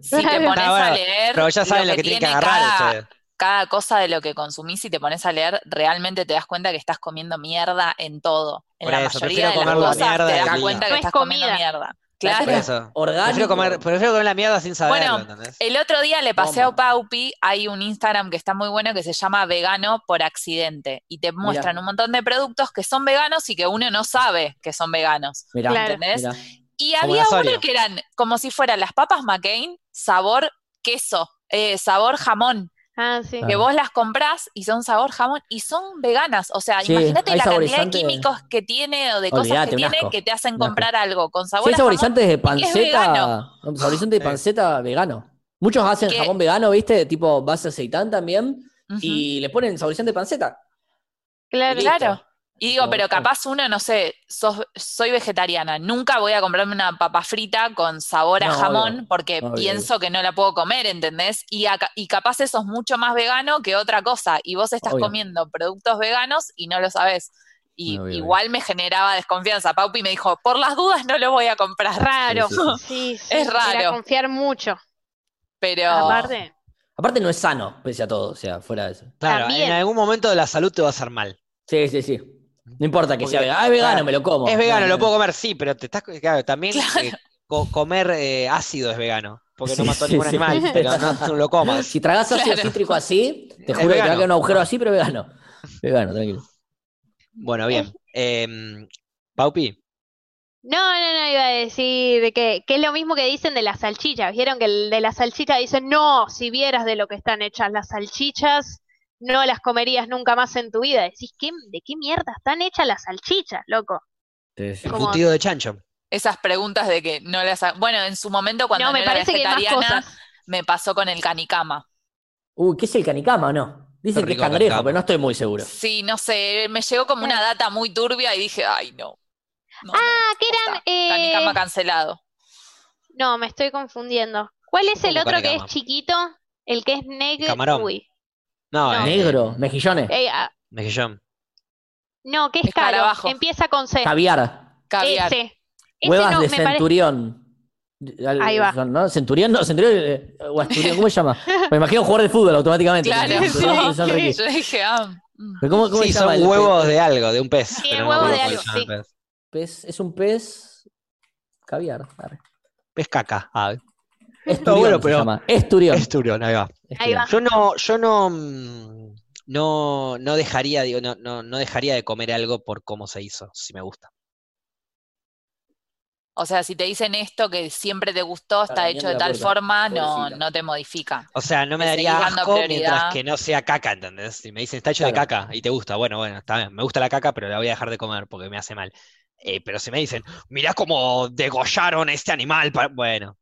Speaker 4: Si te
Speaker 3: Claro.
Speaker 4: pones
Speaker 1: Ah,
Speaker 4: a
Speaker 1: bueno,
Speaker 4: leer
Speaker 1: Pero ya saben lo que, tienen que
Speaker 4: tiene
Speaker 1: agarrar
Speaker 4: cada,
Speaker 1: ustedes.
Speaker 4: cada cosa de lo que consumís y te pones a leer, realmente te das cuenta que estás comiendo mierda en todo. En
Speaker 1: Por
Speaker 4: la
Speaker 1: eso,
Speaker 4: mayoría
Speaker 1: prefiero
Speaker 4: de las
Speaker 1: comer la
Speaker 4: cosas
Speaker 1: mierda
Speaker 4: te
Speaker 1: del
Speaker 4: das
Speaker 1: día.
Speaker 4: cuenta
Speaker 3: No
Speaker 4: que
Speaker 3: es
Speaker 4: estás comiendo
Speaker 3: comida.
Speaker 4: mierda.
Speaker 1: Por
Speaker 4: Claro.
Speaker 1: eso.
Speaker 2: Orgánico.
Speaker 1: Prefiero comer, pues, prefiero comer la mierda sin saberlo,
Speaker 4: Bueno,
Speaker 1: ¿entendés?
Speaker 4: El otro día le pasé a
Speaker 2: Bomba.
Speaker 4: Paupi, hay un Instagram que está muy bueno que se llama Vegano por accidente y te muestran un montón de productos que son veganos y que uno no sabe que son veganos.
Speaker 2: Mirá,
Speaker 3: Claro.
Speaker 4: ¿Entendés?
Speaker 2: mirá.
Speaker 4: Y
Speaker 1: Como
Speaker 4: había
Speaker 1: las
Speaker 4: uno
Speaker 1: Oreo.
Speaker 4: que eran como si fueran las papas McCain, sabor queso, eh, sabor jamón.
Speaker 3: Ah, sí.
Speaker 5: Ah.
Speaker 4: que vos las comprás y son sabor jamón y son veganas. O sea,
Speaker 2: Sí,
Speaker 4: imagínate
Speaker 2: hay
Speaker 4: la cantidad de
Speaker 2: saborizante-
Speaker 4: químicos que tiene o de cosas
Speaker 2: Olvídate,
Speaker 4: que
Speaker 2: un
Speaker 4: tiene
Speaker 2: asco.
Speaker 4: que te hacen
Speaker 2: Un asco.
Speaker 4: comprar algo con sabor
Speaker 2: Si hay
Speaker 4: a jamón
Speaker 2: saborizantes de
Speaker 4: y que es vegano.
Speaker 2: panceta. Saborizante de
Speaker 1: Sí.
Speaker 2: panceta vegano. Muchos hacen
Speaker 4: Que-
Speaker 2: jamón vegano, ¿viste? Tipo base aceitán también.
Speaker 4: Ujú.
Speaker 2: Y le ponen saborizante de panceta.
Speaker 3: Claro.
Speaker 2: Listo.
Speaker 4: Claro. Y digo,
Speaker 2: No,
Speaker 4: pero
Speaker 2: claro.
Speaker 4: capaz uno, no sé, sos- soy vegetariana, nunca voy a comprarme una papa frita con sabor a
Speaker 2: No,
Speaker 4: jamón
Speaker 2: obvio.
Speaker 4: porque
Speaker 2: Obvio,
Speaker 4: pienso que no la puedo comer, ¿entendés? Y, aca- y capaz eso es mucho más vegano que otra cosa y vos estás
Speaker 2: Obvio.
Speaker 4: comiendo productos veganos y no lo sabés. Y
Speaker 5: Obvio, obvio.
Speaker 4: igual me generaba desconfianza. Paupi me dijo, por las dudas no lo voy a comprar.
Speaker 3: Raro.
Speaker 2: Sí, sí,
Speaker 3: Sí, sí,
Speaker 4: Es
Speaker 3: era
Speaker 4: raro.
Speaker 3: confiar mucho.
Speaker 4: Pero
Speaker 3: Aparte,
Speaker 2: Aparte no es sano, pese a todo, o sea, fuera de eso.
Speaker 1: Claro,
Speaker 3: También.
Speaker 1: en algún momento de la salud te va a hacer mal.
Speaker 2: Sí, sí, sí. No importa que
Speaker 1: Porque-
Speaker 2: sea vegano. Ah, es vegano,
Speaker 1: claro,
Speaker 2: me lo como.
Speaker 1: Es vegano,
Speaker 2: Bueno,
Speaker 1: lo puedo comer, sí, pero te estás. Claro, también eh, co- comer eh, ácido es vegano. Porque no
Speaker 2: Sí,
Speaker 1: mató a
Speaker 2: sí,
Speaker 1: ningún
Speaker 2: sí.
Speaker 1: animal, pero no, no lo comas.
Speaker 2: Si tragas ácido
Speaker 4: Claro.
Speaker 2: cítrico así, te
Speaker 1: Es
Speaker 2: juro que te va a
Speaker 1: vegano.
Speaker 2: quedar un agujero así, pero vegano. Vegano, tranquilo.
Speaker 1: Bueno, bien. Em, Paupi,
Speaker 3: no, no, no, iba a decir que, que es lo mismo que dicen de las salchichas. Vieron que el de las salchichas dicen, no, si vieras de lo que están hechas las salchichas, no las comerías nunca más en tu vida. Decís, ¿qué, ¿de qué mierda están hechas las salchichas, loco? Como-
Speaker 1: curtido de chancho.
Speaker 4: esas preguntas de que no las... ha- Bueno, en su momento cuando
Speaker 3: no,
Speaker 4: no,
Speaker 3: me
Speaker 4: era
Speaker 3: parece que hay más
Speaker 4: vegetariana
Speaker 3: cosas.
Speaker 4: me pasó con el canicama.
Speaker 2: Uy, Uh, ¿qué es el canicama o no? Dicen
Speaker 1: Qué
Speaker 2: que es
Speaker 1: rico
Speaker 2: cangrejo,
Speaker 1: canicama.
Speaker 2: pero no estoy muy seguro.
Speaker 4: Sí, no sé, me llegó como una data muy turbia y dije, ay, no. No, no,
Speaker 3: Ah, que eran,
Speaker 4: posta, Canicama
Speaker 3: eh,
Speaker 4: cancelado.
Speaker 3: No, me estoy confundiendo. ¿Cuál es el
Speaker 1: ¿Cómo
Speaker 3: otro que es
Speaker 1: Canicama?
Speaker 3: chiquito? El que es negro.
Speaker 1: Camarón.
Speaker 3: Uy.
Speaker 1: No,
Speaker 3: No.
Speaker 1: eh,
Speaker 2: Negro, mejillones,
Speaker 3: Eh, ah,
Speaker 1: Mejillón.
Speaker 3: no, que es caro.
Speaker 4: Escarabajo.
Speaker 3: Empieza con C.
Speaker 2: caviar,
Speaker 4: Caviar.
Speaker 3: Ese. Ese
Speaker 2: huevas
Speaker 3: no,
Speaker 2: de
Speaker 3: me parece-
Speaker 2: centurión. Al-
Speaker 3: Ahí va.
Speaker 2: son, ¿no? Centurión, no, centurión eh, o asturión, ¿cómo se llama? Me imagino jugar de fútbol automáticamente.
Speaker 4: Claro.
Speaker 2: Porque son- son
Speaker 3: Sí.
Speaker 2: Ricky.
Speaker 4: Yo dije, ah, mm.
Speaker 2: Pero ¿Cómo, cómo
Speaker 1: Sí,
Speaker 2: se llama?
Speaker 1: son
Speaker 2: el-
Speaker 1: huevos de algo, de un pez.
Speaker 3: Sí,
Speaker 1: pero
Speaker 3: huevos
Speaker 1: me
Speaker 2: de
Speaker 1: acuerdo
Speaker 3: algo,
Speaker 1: cuál se llama el pez.
Speaker 2: Pez, es un pez caviar. arre.
Speaker 1: Pez caca. Ah,
Speaker 2: Esturión
Speaker 1: bueno,
Speaker 2: se
Speaker 1: pero-
Speaker 2: llama. Esturión.
Speaker 1: es turión, ahí va.
Speaker 3: Ahí va.
Speaker 1: Yo no, yo no, mm, no, no dejaría, digo, no, no, no dejaría de comer algo por cómo se hizo, si me gusta.
Speaker 4: O sea, si te dicen esto que siempre te gustó, está
Speaker 2: Claro,
Speaker 4: hecho de
Speaker 2: mierda
Speaker 4: tal
Speaker 2: puerta,
Speaker 4: forma, no,
Speaker 2: pobrecita.
Speaker 4: no te modifica.
Speaker 1: O sea, no me
Speaker 4: Le
Speaker 1: daría
Speaker 4: seguís dando
Speaker 1: asco
Speaker 4: prioridad.
Speaker 1: mientras que no sea caca, ¿entendés? Si me dicen, está hecho de
Speaker 2: Claro.
Speaker 1: caca y te gusta, bueno, bueno, está bien, me gusta la caca, pero la voy a dejar de comer porque me hace mal. Eh, pero si me dicen, mirá cómo degollaron este animal, pa-". bueno.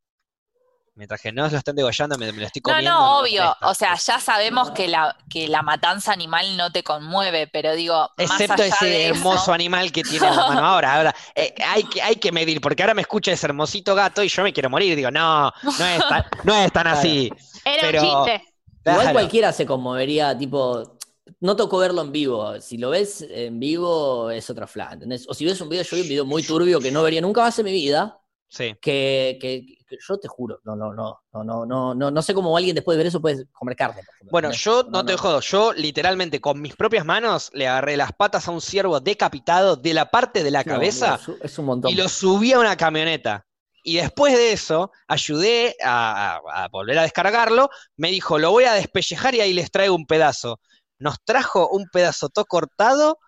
Speaker 1: Mientras que no lo están degollando, me, me lo estoy
Speaker 4: No,
Speaker 1: comiendo.
Speaker 4: no,
Speaker 1: me
Speaker 4: obvio.
Speaker 1: molesta.
Speaker 4: O sea, ya sabemos que la, que la matanza animal no te conmueve, pero digo, más
Speaker 1: Excepto
Speaker 4: allá
Speaker 1: ese
Speaker 4: de eso,
Speaker 1: hermoso animal que tiene en la mano ahora. Ahora, eh, hay que, hay que medir, porque ahora me escucha ese hermosito gato y yo me quiero morir. Digo, no, no es tan, no es tan así.
Speaker 3: Era
Speaker 1: Pero-
Speaker 3: un chiste.
Speaker 2: Igual
Speaker 1: Claro.
Speaker 2: cualquiera se conmovería, tipo, no tocó verlo en vivo. Si lo ves en vivo es otra fla, ¿entendés? O si ves un video, yo vi un video muy turbio que no vería nunca más en mi vida,
Speaker 1: Sí.
Speaker 2: que, que- que yo te juro, no, no, no, no, no, no, no, no sé cómo alguien después de ver eso puede comer carne. por ejemplo,
Speaker 1: Bueno,
Speaker 2: ¿entendés?
Speaker 1: yo no te jodo, yo literalmente con mis propias manos le agarré las patas a un ciervo decapitado de la parte de la
Speaker 2: No,
Speaker 1: cabeza
Speaker 2: boludo, su- es un montón.
Speaker 1: y lo subí a una camioneta. Y después de eso, ayudé a, a- a volver a descargarlo. Me dijo, lo voy a despellejar y ahí les traigo un pedazo. Nos trajo un pedazo todo cortado,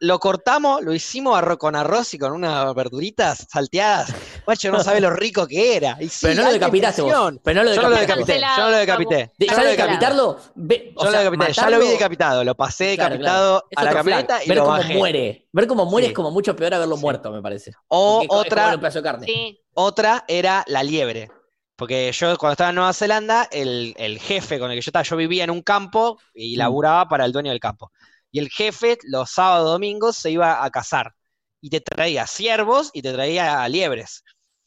Speaker 1: lo cortamos, lo hicimos arro- con arroz y con unas verduritas salteadas. Macho, no sabe lo rico que era. Y sí,
Speaker 2: Pero no lo
Speaker 1: alta
Speaker 2: decapitaste vos.
Speaker 1: presión.
Speaker 2: Pero no lo
Speaker 1: Yo no lo
Speaker 2: decapitaste. vos.
Speaker 1: decapité, yo no lo decapité. yo
Speaker 2: De- ya
Speaker 1: no lo decapité.
Speaker 2: decapitarlo, ve- o
Speaker 1: Yo lo
Speaker 2: sea,
Speaker 1: decapité, ya lo vi
Speaker 2: matarlo-
Speaker 1: decapitado, lo pasé
Speaker 2: Claro,
Speaker 1: decapitado
Speaker 2: es
Speaker 1: a la
Speaker 2: otro flag.
Speaker 1: camioneta y
Speaker 2: Ver
Speaker 1: lo
Speaker 2: cómo
Speaker 1: bajé.
Speaker 2: muere. Ver cómo muere
Speaker 1: Sí.
Speaker 2: es como mucho peor haberlo
Speaker 1: Sí.
Speaker 2: muerto, me parece.
Speaker 1: O
Speaker 2: Porque es co- es comer
Speaker 1: otra,
Speaker 2: un pedazo de carne.
Speaker 3: Sí.
Speaker 1: otra era la liebre. Porque yo cuando estaba en Nueva Zelanda, el, el jefe con el que yo estaba, yo vivía en un campo y
Speaker 2: Mm.
Speaker 1: laburaba para el dueño del campo. Y el jefe los sábados, domingos se iba a cazar. Y te traía ciervos y te traía liebres.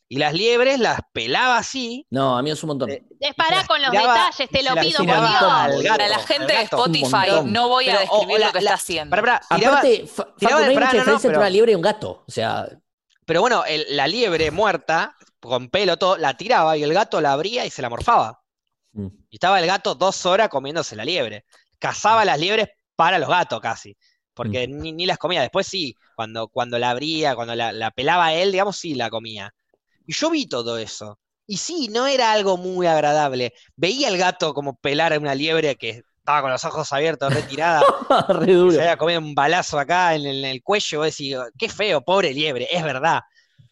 Speaker 1: Y las liebres las pelaba así.
Speaker 2: No, a mí es un montón.
Speaker 1: Eh,
Speaker 3: Despará
Speaker 1: se
Speaker 3: con los
Speaker 1: tiraba-
Speaker 3: detalles, te
Speaker 1: se
Speaker 3: lo
Speaker 1: las
Speaker 3: pido, por
Speaker 1: tiraba
Speaker 3: Dios.
Speaker 1: al gato,
Speaker 4: para la
Speaker 1: al
Speaker 4: gente de
Speaker 1: gato.
Speaker 2: un
Speaker 4: Spotify
Speaker 2: montón.
Speaker 4: no voy a
Speaker 1: Pero, o- o
Speaker 4: describir
Speaker 1: la-
Speaker 4: lo que
Speaker 1: la-
Speaker 4: está haciendo.
Speaker 1: Pará, pará, tiraba-
Speaker 2: Aparte, fa- Facu,
Speaker 1: tiraba
Speaker 2: no
Speaker 1: de-
Speaker 2: hay
Speaker 1: pará,
Speaker 2: mucha
Speaker 1: no, no,
Speaker 2: diferencia entre
Speaker 1: pero-
Speaker 2: una liebre y un gato. O sea,
Speaker 1: Pero bueno, el- la liebre muerta, con pelo todo, la tiraba y el gato la abría y se la morfaba.
Speaker 2: Mm.
Speaker 1: Y estaba el gato dos horas comiéndose la liebre. Cazaba las liebres para los gatos casi. Porque ni, ni las comía. Después sí, cuando, cuando la abría, cuando la, la pelaba él, digamos, sí la comía. Y yo vi todo eso. Y sí, no era algo muy agradable. Veía al gato como pelar a una liebre que estaba con los ojos abiertos, retirada,
Speaker 2: re
Speaker 1: que
Speaker 2: duro.
Speaker 1: se había comido un balazo acá en el, en el cuello, vos decís, qué feo, pobre liebre, es verdad.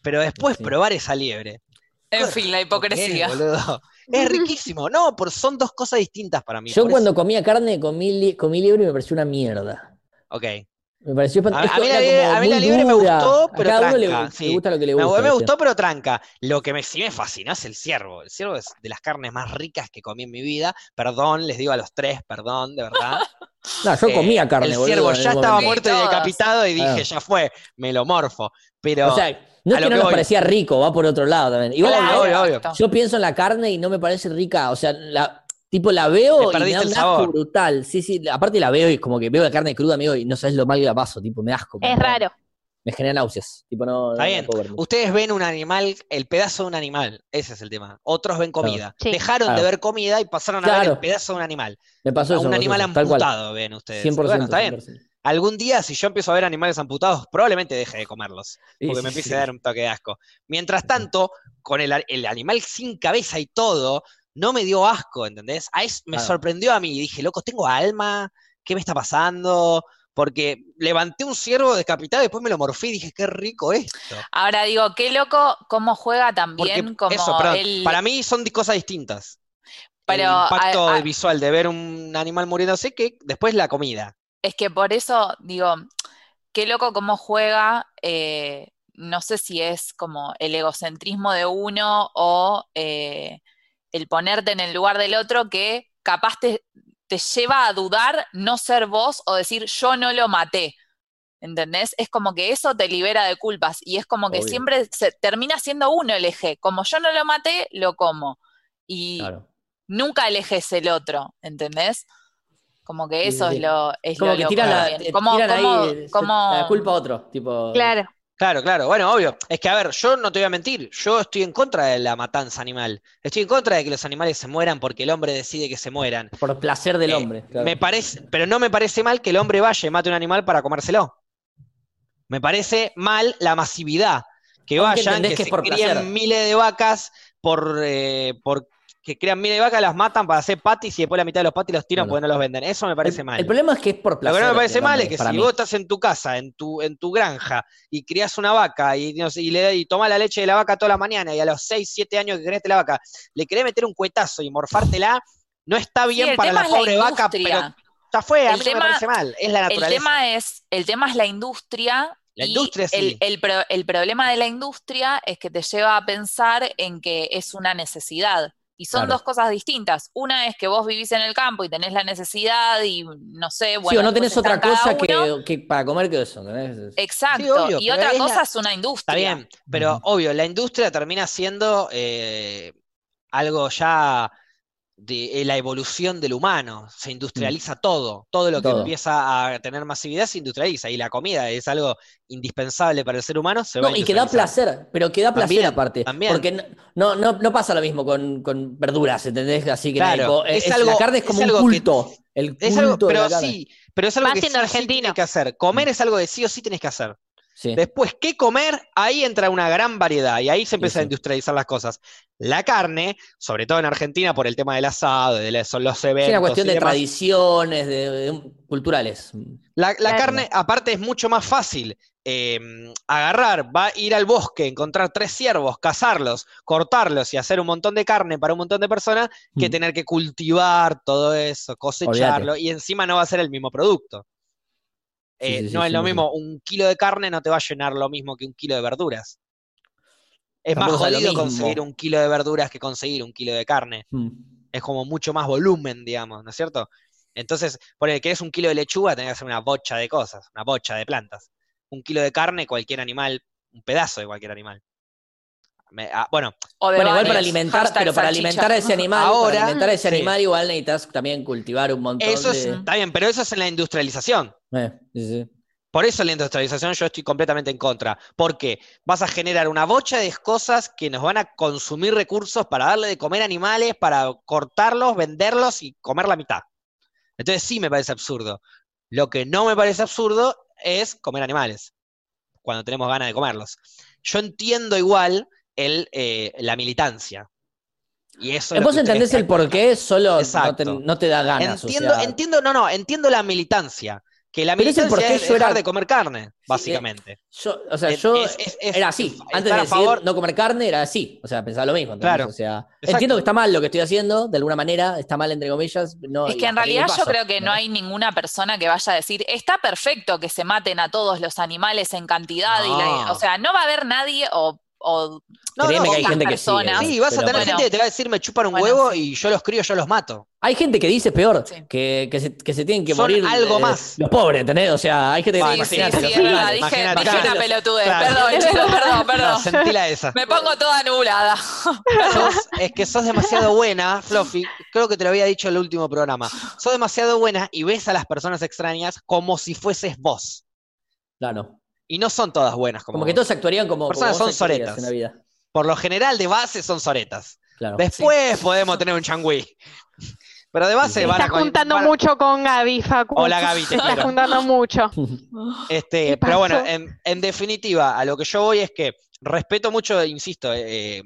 Speaker 1: Pero después
Speaker 2: Sí.
Speaker 1: probar esa liebre.
Speaker 4: En fin, la
Speaker 1: ¿por qué,
Speaker 4: hipocresía.
Speaker 1: boludo? Es riquísimo. No, por, son dos cosas distintas para mí.
Speaker 2: Yo
Speaker 1: por
Speaker 2: cuando
Speaker 1: eso-
Speaker 2: comía carne comí, li- comí liebre y me pareció una mierda.
Speaker 1: Ok.
Speaker 2: Me pareció
Speaker 1: A- a
Speaker 2: espantoso.
Speaker 1: mí la liebre- a mí la liebre me gustó, pero
Speaker 2: cada uno le,
Speaker 1: tranca,
Speaker 2: le
Speaker 1: sí.
Speaker 2: gusta lo que le
Speaker 1: Me,
Speaker 2: gusta.
Speaker 1: me
Speaker 2: ¿viste?
Speaker 1: gustó, pero tranca. Lo que me, sí me fascinó es el ciervo. El ciervo es de las carnes más ricas que comí en mi vida. Perdón, les digo a los tres, perdón, de verdad.
Speaker 2: No, yo
Speaker 1: Eh,
Speaker 2: comía carne,
Speaker 1: El
Speaker 2: boludo,
Speaker 1: ciervo
Speaker 2: en
Speaker 1: ya
Speaker 2: algún
Speaker 1: estaba
Speaker 2: momento.
Speaker 1: muerto y
Speaker 4: Todas.
Speaker 1: decapitado y dije,
Speaker 2: Ah.
Speaker 1: ya fue, me lo morfo. Pero,
Speaker 2: O sea,
Speaker 1: a
Speaker 2: no es
Speaker 1: lo
Speaker 2: que no
Speaker 1: que
Speaker 2: nos
Speaker 1: voy.
Speaker 2: parecía rico, va por otro lado también. Igual
Speaker 1: Claro,
Speaker 2: ahora
Speaker 1: obvio, obvio.
Speaker 4: exacto.
Speaker 2: yo pienso en la carne y no me parece rica. O sea, la, tipo la veo
Speaker 1: Le
Speaker 2: y me da
Speaker 1: perdiste el
Speaker 2: un
Speaker 1: sabor.
Speaker 2: asco brutal. Sí, sí, aparte la veo y como que veo la carne cruda, amigo, y no sabes lo mal que la paso, tipo, me da asco.
Speaker 3: Es
Speaker 2: me-
Speaker 3: raro.
Speaker 2: Me genera náuseas. Tipo, no,
Speaker 1: Está
Speaker 2: no
Speaker 1: bien.
Speaker 2: puedo verlo.
Speaker 1: ustedes ven un animal, el pedazo de un animal. Ese es el tema. Otros ven comida.
Speaker 3: Sí.
Speaker 1: Dejaron
Speaker 2: Claro.
Speaker 1: de ver comida y pasaron a ver
Speaker 2: Claro.
Speaker 1: el pedazo de un animal.
Speaker 2: Me pasó
Speaker 1: A
Speaker 2: eso.
Speaker 1: un
Speaker 2: me pasó
Speaker 1: animal
Speaker 2: eso, tal cual.
Speaker 1: amputado ven ustedes.
Speaker 2: 100%.
Speaker 1: Bueno, está bien.
Speaker 2: 100%.
Speaker 1: Algún día, si yo empiezo a ver animales amputados, probablemente deje de comerlos.
Speaker 2: Sí,
Speaker 1: Porque
Speaker 2: sí,
Speaker 1: me empiece
Speaker 2: sí.
Speaker 1: a dar un toque de asco. Mientras tanto, con el, a- el animal sin cabeza y todo, no me dio asco, ¿entendés? A es- me
Speaker 2: Claro.
Speaker 1: sorprendió a mí. y Dije, loco, ¿tengo alma? ¿Qué me está pasando? Porque levanté un ciervo decapitado y después me lo morfé y dije, qué rico esto.
Speaker 4: Ahora digo, qué loco cómo juega
Speaker 1: Porque
Speaker 4: también como
Speaker 1: eso, perdón,
Speaker 4: el-
Speaker 1: para mí son di- cosas distintas.
Speaker 4: Pero,
Speaker 1: el impacto
Speaker 4: a- a-
Speaker 1: visual de ver un animal muriéndose que después la comida.
Speaker 4: Es que por eso digo, qué loco cómo juega, eh, no sé si es como el egocentrismo de uno o eh, el ponerte en el lugar del otro que capaz te, te lleva a dudar no ser vos o decir yo no lo maté. ¿Entendés? Es como que eso te libera de culpas y es como que
Speaker 2: Obvio.
Speaker 4: siempre se termina siendo uno el eje. Como yo no lo maté, lo como. Y
Speaker 2: Claro.
Speaker 4: nunca eleges el otro, ¿entendés? Como que
Speaker 2: Sí,
Speaker 4: eso
Speaker 2: sí,
Speaker 4: es
Speaker 2: sí.
Speaker 4: lo, es
Speaker 2: Como
Speaker 4: lo
Speaker 2: que
Speaker 4: loco
Speaker 2: tiran, la,
Speaker 4: también.
Speaker 2: te-
Speaker 4: Como-
Speaker 2: tiran
Speaker 4: como-
Speaker 2: ahí
Speaker 4: como-
Speaker 2: la culpa a otro. Tipo,
Speaker 3: Claro.
Speaker 1: Claro, claro. Bueno, obvio. Es que, a ver, yo no te voy a mentir. Yo estoy en contra de la matanza animal. Estoy en contra de que los animales se mueran porque el hombre decide que se mueran.
Speaker 2: Por placer del
Speaker 1: Eh,
Speaker 2: hombre. claro.
Speaker 1: Me parece, pero no me parece mal que el hombre vaya y mate un animal para comérselo. Me parece mal la masividad. Que
Speaker 2: Aunque
Speaker 1: vayan,
Speaker 2: entendés
Speaker 1: que,
Speaker 2: que es
Speaker 1: se
Speaker 2: por
Speaker 1: críen
Speaker 2: placer.
Speaker 1: miles de vacas, por, eh, por que crean miles de vacas, las matan para hacer patis y después la mitad de los patis los tiran porque
Speaker 2: Bueno.
Speaker 1: no los venden. Eso me parece
Speaker 2: el,
Speaker 1: mal.
Speaker 2: el problema es que es por
Speaker 1: Lo
Speaker 2: placer.
Speaker 1: que no me parece
Speaker 2: del
Speaker 1: mal
Speaker 2: hombre,
Speaker 1: es que si
Speaker 2: para mí.
Speaker 1: vos estás en tu casa, en tu, en tu granja, y criás una vaca y, no sé, y, le, y tomás la leche de la vaca toda la mañana y a los 6, 7 años que criaste la vaca, le querés meter un cuetazo y morfártela, no está
Speaker 4: Sí,
Speaker 1: bien
Speaker 4: el
Speaker 1: para
Speaker 4: tema
Speaker 1: la
Speaker 4: es la
Speaker 1: pobre vaca, pero
Speaker 4: industria.
Speaker 1: ya fue, a mí
Speaker 4: El
Speaker 1: no
Speaker 4: tema-
Speaker 1: me parece mal, es la
Speaker 4: El
Speaker 1: naturaleza.
Speaker 4: tema es, el tema es la industria
Speaker 1: La
Speaker 4: y
Speaker 1: industria,
Speaker 4: el,
Speaker 1: sí.
Speaker 4: el pro- el problema de la industria es que te lleva a pensar en que es una necesidad. Y son
Speaker 2: Claro.
Speaker 4: dos cosas distintas. Una es que vos vivís en el campo y tenés la necesidad y no sé,
Speaker 2: sí,
Speaker 4: bueno,
Speaker 2: o no
Speaker 4: después
Speaker 2: tenés otra
Speaker 4: están cada
Speaker 2: cosa
Speaker 4: uno. Eh,
Speaker 2: que, que para comer que eso. ¿entendés?
Speaker 4: Exacto.
Speaker 1: Sí, obvio,
Speaker 4: y
Speaker 1: pero
Speaker 4: otra
Speaker 1: es la-
Speaker 4: cosa es una
Speaker 1: Está
Speaker 4: industria.
Speaker 1: bien, pero
Speaker 2: Ujú.
Speaker 1: obvio, la industria termina siendo eh, algo ya de eh, la evolución del humano. Se industrializa todo. Todo lo que
Speaker 2: Todo.
Speaker 1: empieza a tener masividad se industrializa. Y la comida es algo indispensable para el ser humano. Se va
Speaker 2: No, y que da
Speaker 1: industrializando.
Speaker 2: placer, pero que da placer
Speaker 1: También,
Speaker 2: aparte.
Speaker 1: también.
Speaker 2: Porque no, no, no, no pasa lo mismo con, con verduras, ¿entendés? Así que
Speaker 1: Claro,
Speaker 2: tipo, eh,
Speaker 1: es
Speaker 2: es- la
Speaker 1: algo-
Speaker 2: carne es
Speaker 1: es
Speaker 2: como
Speaker 1: algo
Speaker 2: un
Speaker 1: que-
Speaker 2: culto. el
Speaker 1: Es algo,
Speaker 2: culto de
Speaker 1: pero
Speaker 2: la carne.
Speaker 1: sí, pero es algo
Speaker 3: Más
Speaker 1: que sí,
Speaker 3: siendo
Speaker 1: o sí
Speaker 3: argentino.
Speaker 1: tienes que hacer. Comer es algo de sí o sí tienes que hacer.
Speaker 2: Sí.
Speaker 1: Después, ¿qué comer? Ahí entra una gran variedad y ahí se empieza a
Speaker 2: sí.
Speaker 1: industrializar las cosas. La carne, sobre todo en Argentina, por el tema del asado, de la- son los eventos.
Speaker 2: Es una cuestión
Speaker 1: y
Speaker 2: de
Speaker 1: demás.
Speaker 2: tradiciones, de, de- culturales.
Speaker 1: La, la
Speaker 3: Claro.
Speaker 1: carne, aparte, es mucho más fácil eh, agarrar, va a ir al bosque, encontrar tres ciervos, cazarlos, cortarlos y hacer un montón de carne para un montón de personas que
Speaker 2: Mm.
Speaker 1: tener que cultivar todo eso, cosecharlo y encima no va a ser el mismo producto.
Speaker 2: Sí,
Speaker 1: Eh,
Speaker 2: sí, sí,
Speaker 1: no es lo
Speaker 2: 100%.
Speaker 1: mismo, un kilo de carne no te va a llenar lo mismo que un kilo de verduras. Es más
Speaker 2: Tampoco sabe lo
Speaker 1: jodido
Speaker 2: mismo.
Speaker 1: conseguir un kilo de verduras que conseguir un kilo de carne
Speaker 2: Mm.
Speaker 1: es como mucho más volumen, digamos, ¿no es cierto? Entonces, por el que es un kilo de lechuga, tenés que hacer una bocha de cosas, una bocha de plantas. Un kilo de carne, cualquier animal, un pedazo de cualquier animal. Me- ah, bueno,
Speaker 4: O de
Speaker 2: Bueno, igual
Speaker 4: varios.
Speaker 2: para alimentar,
Speaker 4: Hashtag
Speaker 2: pero para
Speaker 4: salchicha.
Speaker 2: alimentar a ese animal, para
Speaker 1: Ahora,
Speaker 2: alimentar a ese
Speaker 1: sí.
Speaker 2: animal igual necesitas también cultivar un montón
Speaker 1: eso
Speaker 2: de.
Speaker 1: es- está bien, pero eso es en la industrialización.
Speaker 2: Eh, sí, sí.
Speaker 1: Por eso en la industrialización yo estoy completamente en contra. Porque vas a generar una bocha de cosas que nos van a consumir recursos para darle de comer animales, para cortarlos, venderlos y comer la mitad. Entonces sí me parece absurdo. Lo que no me parece absurdo es comer animales, cuando tenemos ganas de comerlos. Yo entiendo igual el, eh, la militancia. Y eso es lo
Speaker 2: Vos
Speaker 1: que ustedes
Speaker 2: entendés el
Speaker 1: están
Speaker 2: por qué, solo no te,
Speaker 1: Exacto.
Speaker 2: no te da ganas. o
Speaker 1: Entiendo,
Speaker 2: sea,
Speaker 1: entiendo, no, no, entiendo la militancia. Que la
Speaker 2: Pero ese
Speaker 1: militancia
Speaker 2: porqué
Speaker 1: es
Speaker 2: yo
Speaker 1: dejar
Speaker 2: era-
Speaker 1: de comer carne, básicamente.
Speaker 2: Yo, o sea,
Speaker 1: Es-
Speaker 2: yo
Speaker 1: es- es- es
Speaker 2: era así.
Speaker 1: estar
Speaker 2: Antes
Speaker 1: a
Speaker 2: de decidir
Speaker 1: favor-
Speaker 2: no comer carne, era así. O sea, pensaba lo mismo. ¿entendés?
Speaker 1: Claro.
Speaker 2: O sea,
Speaker 1: Exacto.
Speaker 2: entiendo que está mal lo que estoy haciendo, de alguna manera, está mal entre comillas. No,
Speaker 4: Es
Speaker 2: y
Speaker 4: que en
Speaker 2: hasta ahí
Speaker 4: realidad yo
Speaker 2: paso,
Speaker 4: creo que no hay ninguna persona que vaya a decir, está perfecto que se maten a todos los animales en cantidad, y la-
Speaker 1: No.
Speaker 4: o sea, no va a haber nadie o, o
Speaker 1: No,
Speaker 2: Créeme
Speaker 1: no,
Speaker 2: que hay
Speaker 1: con-
Speaker 2: gente que
Speaker 4: personas.
Speaker 2: sí.
Speaker 1: sí, vas a
Speaker 2: pero
Speaker 1: tener
Speaker 4: bueno.
Speaker 1: gente que te va a decir me chupan un
Speaker 4: Bueno,
Speaker 1: huevo y yo los crío, yo los mato.
Speaker 2: Hay gente que dice peor,
Speaker 4: Sí.
Speaker 2: que, que, se, que se tienen que
Speaker 1: Son
Speaker 2: morir.
Speaker 1: algo
Speaker 2: eh,
Speaker 1: más.
Speaker 2: Los pobres, ¿entendés? O sea, hay gente que
Speaker 1: Sí,
Speaker 2: dice,
Speaker 1: sí,
Speaker 2: imagínate,
Speaker 1: sí,
Speaker 2: los
Speaker 1: es verdad,
Speaker 2: animales.
Speaker 4: dije,
Speaker 1: imagínate.
Speaker 4: dije una
Speaker 1: Claro.
Speaker 4: pelotudez,
Speaker 1: Claro.
Speaker 4: perdón, chicos, perdón,
Speaker 1: No,
Speaker 4: perdón.
Speaker 1: sentí la esa.
Speaker 4: Me pongo toda nublada.
Speaker 1: Sos- es que sos demasiado buena, Fluffy. Creo que te lo había dicho en el último programa. Sos demasiado buena y ves a las personas extrañas como si fueses vos.
Speaker 2: Claro.
Speaker 1: Y no son todas buenas como,
Speaker 2: Como, que
Speaker 1: vos.
Speaker 2: todos actuarían como. como
Speaker 1: Personas
Speaker 2: vos
Speaker 1: son
Speaker 2: actuarías
Speaker 1: soretas.
Speaker 2: En la vida.
Speaker 1: Por lo general, de base son soretas.
Speaker 2: Claro.
Speaker 1: Después podemos tener un changüí. Pero de base
Speaker 2: Te
Speaker 1: van
Speaker 3: Estás
Speaker 1: a con-
Speaker 3: juntando
Speaker 1: van-
Speaker 3: mucho con Gaby, Facu.
Speaker 1: Hola, Gaby, te
Speaker 3: Te estás
Speaker 1: quiero.
Speaker 3: juntando mucho.
Speaker 1: Este,
Speaker 3: ¿Qué
Speaker 1: pero bueno,
Speaker 3: pasó?
Speaker 1: en, en definitiva, a lo que yo voy es que respeto mucho, insisto, eh,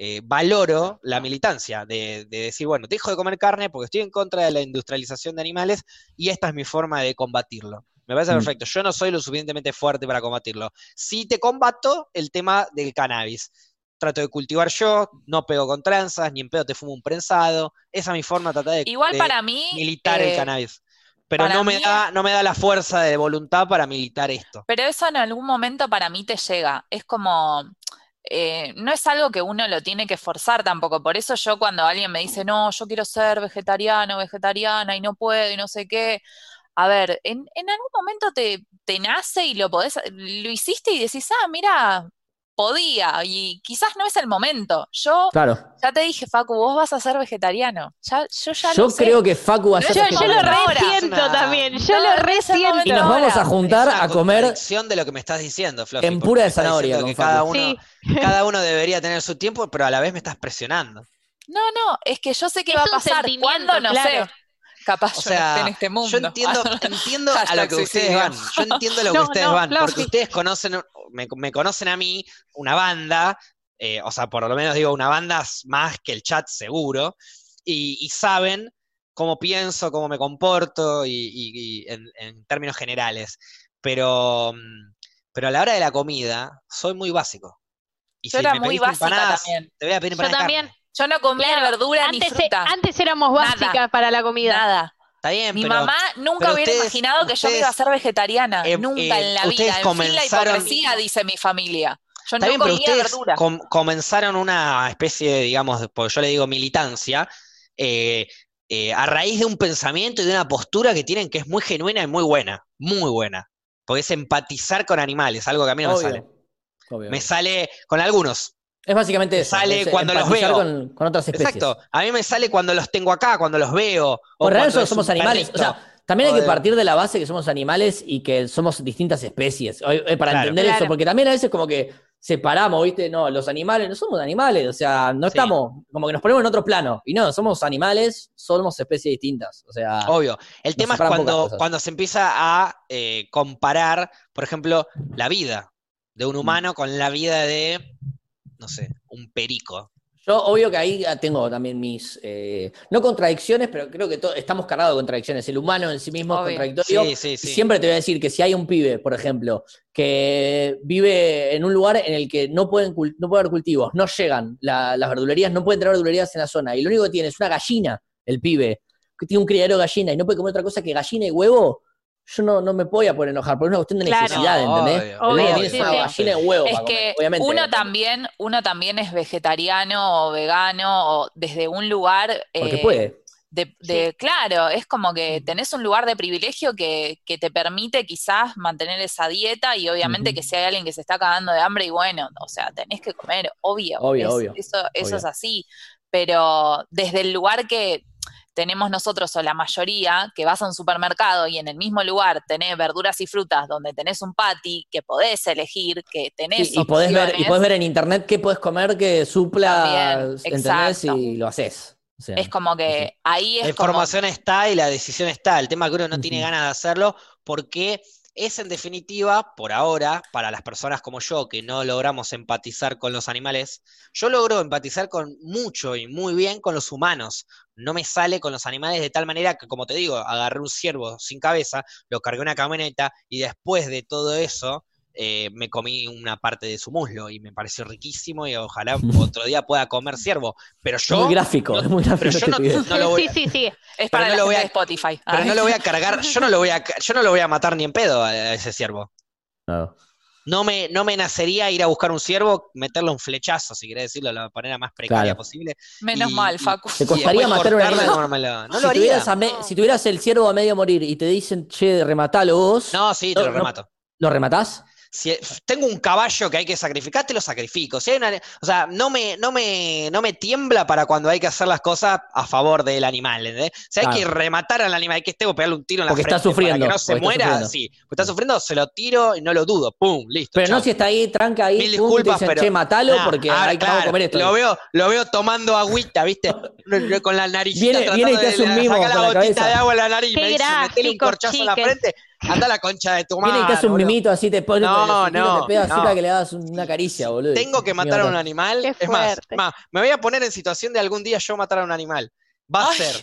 Speaker 1: eh, valoro la militancia de, de decir, bueno, dejo de comer carne porque estoy en contra de la industrialización de animales y esta es mi forma de combatirlo. Me parece
Speaker 2: Mm.
Speaker 1: perfecto. Yo no soy lo suficientemente fuerte para combatirlo. Sí te combato el tema del cannabis. Trato de cultivar yo, no pego con tranzas, ni en pedo te fumo un prensado. Esa es mi forma de tratar de,
Speaker 4: Igual
Speaker 1: de
Speaker 4: para mí,
Speaker 1: eh, militar el
Speaker 4: eh,
Speaker 1: cannabis. Pero
Speaker 4: para
Speaker 1: no me,
Speaker 4: mí-
Speaker 1: da, no me da la fuerza de voluntad para militar esto.
Speaker 4: Pero eso en algún momento para mí te llega. Es como, eh, no es algo que uno lo tiene que forzar tampoco. Por eso yo cuando alguien me dice, no, yo quiero ser vegetariano, vegetariana y no puedo y no sé qué. A ver, en, en algún momento te, te nace y lo podés, lo hiciste y decís, ah, mira, podía y quizás no es el momento. Yo
Speaker 2: Claro.
Speaker 4: ya te dije, Facu, vos vas a ser vegetariano. Ya, yo ya
Speaker 2: Yo
Speaker 4: lo sé.
Speaker 2: creo que Facu va a
Speaker 4: No,
Speaker 2: ser
Speaker 3: Yo, yo lo
Speaker 2: vegetariano.
Speaker 1: ahora.
Speaker 3: resiento
Speaker 1: Es una-
Speaker 3: también. Yo
Speaker 4: No,
Speaker 3: lo
Speaker 4: en ese
Speaker 3: resiento.
Speaker 4: momento
Speaker 2: Y nos vamos a juntar
Speaker 1: Es una
Speaker 2: a comer
Speaker 1: contradicción de lo que me estás diciendo, Fluffy.
Speaker 2: en
Speaker 1: porque
Speaker 2: pura
Speaker 1: me estás
Speaker 2: zanahoria
Speaker 1: diciendo que
Speaker 2: con
Speaker 1: cada
Speaker 2: Facu.
Speaker 1: uno, cada uno debería tener su tiempo, pero a la vez me estás presionando.
Speaker 4: No, no, es que yo sé que
Speaker 3: Es
Speaker 4: va a
Speaker 3: un
Speaker 4: pasar.
Speaker 3: sentimiento,
Speaker 4: ¿Cuándo? No
Speaker 3: claro.
Speaker 4: sé. Capaz
Speaker 1: O
Speaker 4: yo no esté
Speaker 1: sea,
Speaker 4: en este mundo.
Speaker 1: yo entiendo, entiendo a lo
Speaker 4: Hashtag
Speaker 1: que ustedes
Speaker 4: suicidio.
Speaker 1: van. Yo entiendo a lo que
Speaker 3: No,
Speaker 1: ustedes
Speaker 3: no,
Speaker 1: van, porque
Speaker 3: Fluffy.
Speaker 1: ustedes conocen, me, me conocen a mí, una banda, eh, o sea, por lo menos digo, una banda más que el chat seguro, y, y saben cómo pienso, cómo me comporto y, y- y en, en términos generales. Pero, mm, pero a la hora de la comida, soy muy básico. Y
Speaker 4: Yo
Speaker 1: si
Speaker 4: era
Speaker 1: me
Speaker 4: muy
Speaker 1: pediste
Speaker 4: básica
Speaker 1: empanadas,
Speaker 4: también.
Speaker 1: Te voy a pedir
Speaker 3: Yo
Speaker 1: empanadas de carne.
Speaker 3: también.
Speaker 4: Yo no comía
Speaker 3: Claro,
Speaker 4: verdura ni
Speaker 3: Antes, e-
Speaker 4: fruta.
Speaker 3: antes éramos
Speaker 4: Nada.
Speaker 3: básicas para la comida.
Speaker 4: nada.
Speaker 1: Está bien,
Speaker 4: Mi
Speaker 1: pero-
Speaker 4: mamá nunca
Speaker 1: pero
Speaker 4: hubiera
Speaker 1: ustedes-
Speaker 4: imaginado que yo me iba a
Speaker 1: ustedes-
Speaker 4: ser vegetariana.
Speaker 1: eh,
Speaker 4: nunca
Speaker 1: eh,
Speaker 4: en la
Speaker 1: ustedes
Speaker 4: vida. En fin, la
Speaker 1: comenzaron-
Speaker 4: hipocresía, dice mi familia. Yo
Speaker 1: Está
Speaker 4: no
Speaker 1: bien, pero
Speaker 4: comía
Speaker 1: ustedes
Speaker 4: verdura.
Speaker 1: com- comenzaron una especie de, digamos, de- porque yo le digo militancia, eh, eh, a raíz de un pensamiento y de una postura que tienen que es muy genuina y muy buena, muy buena. Porque es empatizar con animales, algo que a mí no me sale.
Speaker 2: Obvio. Obvio.
Speaker 1: Me sale con algunos.
Speaker 2: Es básicamente
Speaker 1: me
Speaker 2: eso.
Speaker 1: sale
Speaker 2: es
Speaker 1: cuando los
Speaker 2: empatizar
Speaker 1: veo.
Speaker 2: Con, con otras especies.
Speaker 1: Exacto. A mí me sale cuando los tengo acá, cuando los veo. o
Speaker 2: Por
Speaker 1: cuando
Speaker 2: real
Speaker 1: es
Speaker 2: somos
Speaker 1: un
Speaker 2: animales. O
Speaker 1: perrito.
Speaker 2: sea, también hay que
Speaker 1: Joder.
Speaker 2: partir de la base que somos animales y que somos distintas especies. O- eh, Para
Speaker 1: Claro.
Speaker 2: entender
Speaker 3: Claro.
Speaker 2: eso, porque también a veces como que separamos, ¿viste? No, los animales no somos animales. O sea, no
Speaker 1: Sí.
Speaker 2: estamos, como que nos ponemos en otro plano. Y no, somos animales, somos especies distintas. O sea,
Speaker 1: Obvio. El tema es
Speaker 2: separan pocas
Speaker 1: cuando,
Speaker 2: cosas.
Speaker 1: cuando se empieza a eh, comparar, por ejemplo, la vida de un humano con la vida de, no sé, un perico.
Speaker 2: yo obvio que ahí ah, tengo también mis, eh, no contradicciones, pero creo que to- estamos cargados de contradicciones. El humano en sí mismo
Speaker 4: Obvio.
Speaker 2: es contradictorio.
Speaker 1: Sí, sí, sí.
Speaker 2: Siempre te voy a decir que si hay un pibe, por ejemplo, que vive en un lugar en el que no pueden cul- no puede haber cultivos, no llegan la- las verdulerías, no pueden tener verdulerías en la zona, y lo único que tiene es una gallina, el pibe, que tiene un criadero de gallina y no puede comer otra cosa que gallina y huevo, yo no, no me voy a poder enojar, porque es una cuestión de
Speaker 3: Claro.
Speaker 2: necesidad,
Speaker 1: No,
Speaker 2: ¿entendés?
Speaker 1: obvio,
Speaker 2: Lo único que
Speaker 3: obvio,
Speaker 2: tiene es
Speaker 3: sí,
Speaker 2: una
Speaker 3: sí.
Speaker 2: gallina y huevo.
Speaker 4: Es
Speaker 2: para comer,
Speaker 4: que
Speaker 2: obviamente. eh,
Speaker 4: uno también, uno también es vegetariano o vegano o desde un lugar
Speaker 2: Porque
Speaker 4: eh,
Speaker 2: puede.
Speaker 4: de, de- claro, es como que tenés un lugar de privilegio que, que te permite quizás mantener esa dieta y obviamente
Speaker 2: Ujú.
Speaker 4: que si hay alguien que se está cagando de hambre y bueno, o sea, tenés que comer, obvio,
Speaker 2: Obvio,
Speaker 4: es-
Speaker 2: obvio,
Speaker 4: eso, eso
Speaker 2: obvio.
Speaker 4: es así, pero desde el lugar que tenemos nosotros o la mayoría, que vas a un supermercado y en el mismo lugar tenés verduras y frutas donde tenés un patty, que podés elegir, que tenés
Speaker 2: Y, y podés ver, y
Speaker 4: opciones,
Speaker 2: podés ver en internet qué podés comer que supla,
Speaker 4: También,
Speaker 2: ¿entendés?
Speaker 4: exacto.
Speaker 2: Y lo haces. O sea,
Speaker 4: es como que ahí
Speaker 1: La
Speaker 4: es como...
Speaker 1: información está y la decisión está. El tema es que uno no tiene
Speaker 2: Ujú.
Speaker 1: ganas de hacerlo porque es en definitiva, por ahora, para las personas como yo que no logramos empatizar con los animales, yo logro empatizar con mucho y muy bien con los humanos. No me sale con los animales de tal manera que, como te digo, agarré un ciervo sin cabeza, lo cargué a una camioneta y después de todo eso eh, me comí una parte de su muslo y me pareció riquísimo y ojalá otro día pueda comer ciervo. Pero yo...
Speaker 2: muy gráfico,
Speaker 1: no-
Speaker 2: es muy gráfico.
Speaker 1: pero yo
Speaker 2: este
Speaker 1: no-
Speaker 2: pibe.
Speaker 1: no lo voy
Speaker 3: sí,
Speaker 1: a-
Speaker 3: sí, sí.
Speaker 4: Es para
Speaker 1: no
Speaker 4: la
Speaker 1: lo voy
Speaker 4: gente
Speaker 1: a-
Speaker 4: de Spotify.
Speaker 1: Pero
Speaker 4: Ah.
Speaker 1: no lo voy a cargar, yo no lo voy a, ca- yo no lo voy a matar ni en pedo a- a ese ciervo.
Speaker 2: No.
Speaker 1: No me, no me nacería ir a buscar un ciervo, meterle un flechazo, si querés decirlo de la manera más precaria
Speaker 2: Claro.
Speaker 1: posible.
Speaker 4: Menos
Speaker 1: y-
Speaker 4: mal, Facu.
Speaker 2: Te costaría
Speaker 1: y después
Speaker 2: matar a un
Speaker 1: cortarle
Speaker 2: animal.
Speaker 1: comérmelo. No
Speaker 2: si,
Speaker 1: lo haría.
Speaker 2: Tuvieras a me- si tuvieras el ciervo a medio morir y te dicen, che, rematalo vos,
Speaker 1: No, sí, te
Speaker 2: No,
Speaker 1: lo
Speaker 2: no.
Speaker 1: remato.
Speaker 2: ¿lo rematás?
Speaker 1: Si f- tengo un caballo que hay que sacrificar, te lo sacrifico. Si hay una- o sea, no me, no, me, no me tiembla para cuando hay que hacer las cosas a favor del animal. ¿entendés? Si hay
Speaker 2: Claro.
Speaker 1: que rematar al animal que esté o pegarle un tiro en la
Speaker 2: Porque está
Speaker 1: frente para
Speaker 2: sufriendo,
Speaker 1: que no se
Speaker 2: porque está
Speaker 1: muera,
Speaker 2: sufriendo.
Speaker 1: sí. Porque está sufriendo, se lo tiro y no lo dudo. Pum, listo.
Speaker 2: Pero no
Speaker 1: chao.
Speaker 2: si está ahí, tranca ahí,
Speaker 1: Mil
Speaker 2: pum, y te
Speaker 1: disculpas,
Speaker 2: dicen,
Speaker 1: pero-
Speaker 2: che, matalo
Speaker 1: Nah,
Speaker 2: porque
Speaker 1: ah,
Speaker 2: hay que vamos a
Speaker 1: claro,
Speaker 2: comer esto.
Speaker 1: Lo veo, lo veo tomando agüita, ¿viste? Con la naricita.
Speaker 2: Viene-
Speaker 1: tratando
Speaker 2: viene y te
Speaker 1: de
Speaker 2: hace un
Speaker 1: la-
Speaker 2: mimo
Speaker 1: saca
Speaker 2: con
Speaker 1: la
Speaker 2: la
Speaker 1: gotita
Speaker 2: cabeza.
Speaker 1: de agua en la nariz y
Speaker 3: Qué
Speaker 1: me dice, metele un
Speaker 3: gráficos,
Speaker 1: corchazo en la
Speaker 3: chiques.
Speaker 1: frente. Anda a la concha de tu madre.
Speaker 2: Viene y te hace un
Speaker 1: boludo.
Speaker 2: mimito así, te pone
Speaker 1: No,
Speaker 2: el hocico,
Speaker 1: no,
Speaker 2: te pega así
Speaker 1: no.
Speaker 2: para que le hagas una caricia, boludo.
Speaker 1: Tengo que
Speaker 2: Ni
Speaker 1: matar a un
Speaker 2: matar.
Speaker 1: animal.
Speaker 3: Qué
Speaker 1: Es más,
Speaker 3: fuerte.
Speaker 1: más, me voy a poner en situación de algún día yo matar a un animal. Va a
Speaker 4: Ay.
Speaker 1: ser.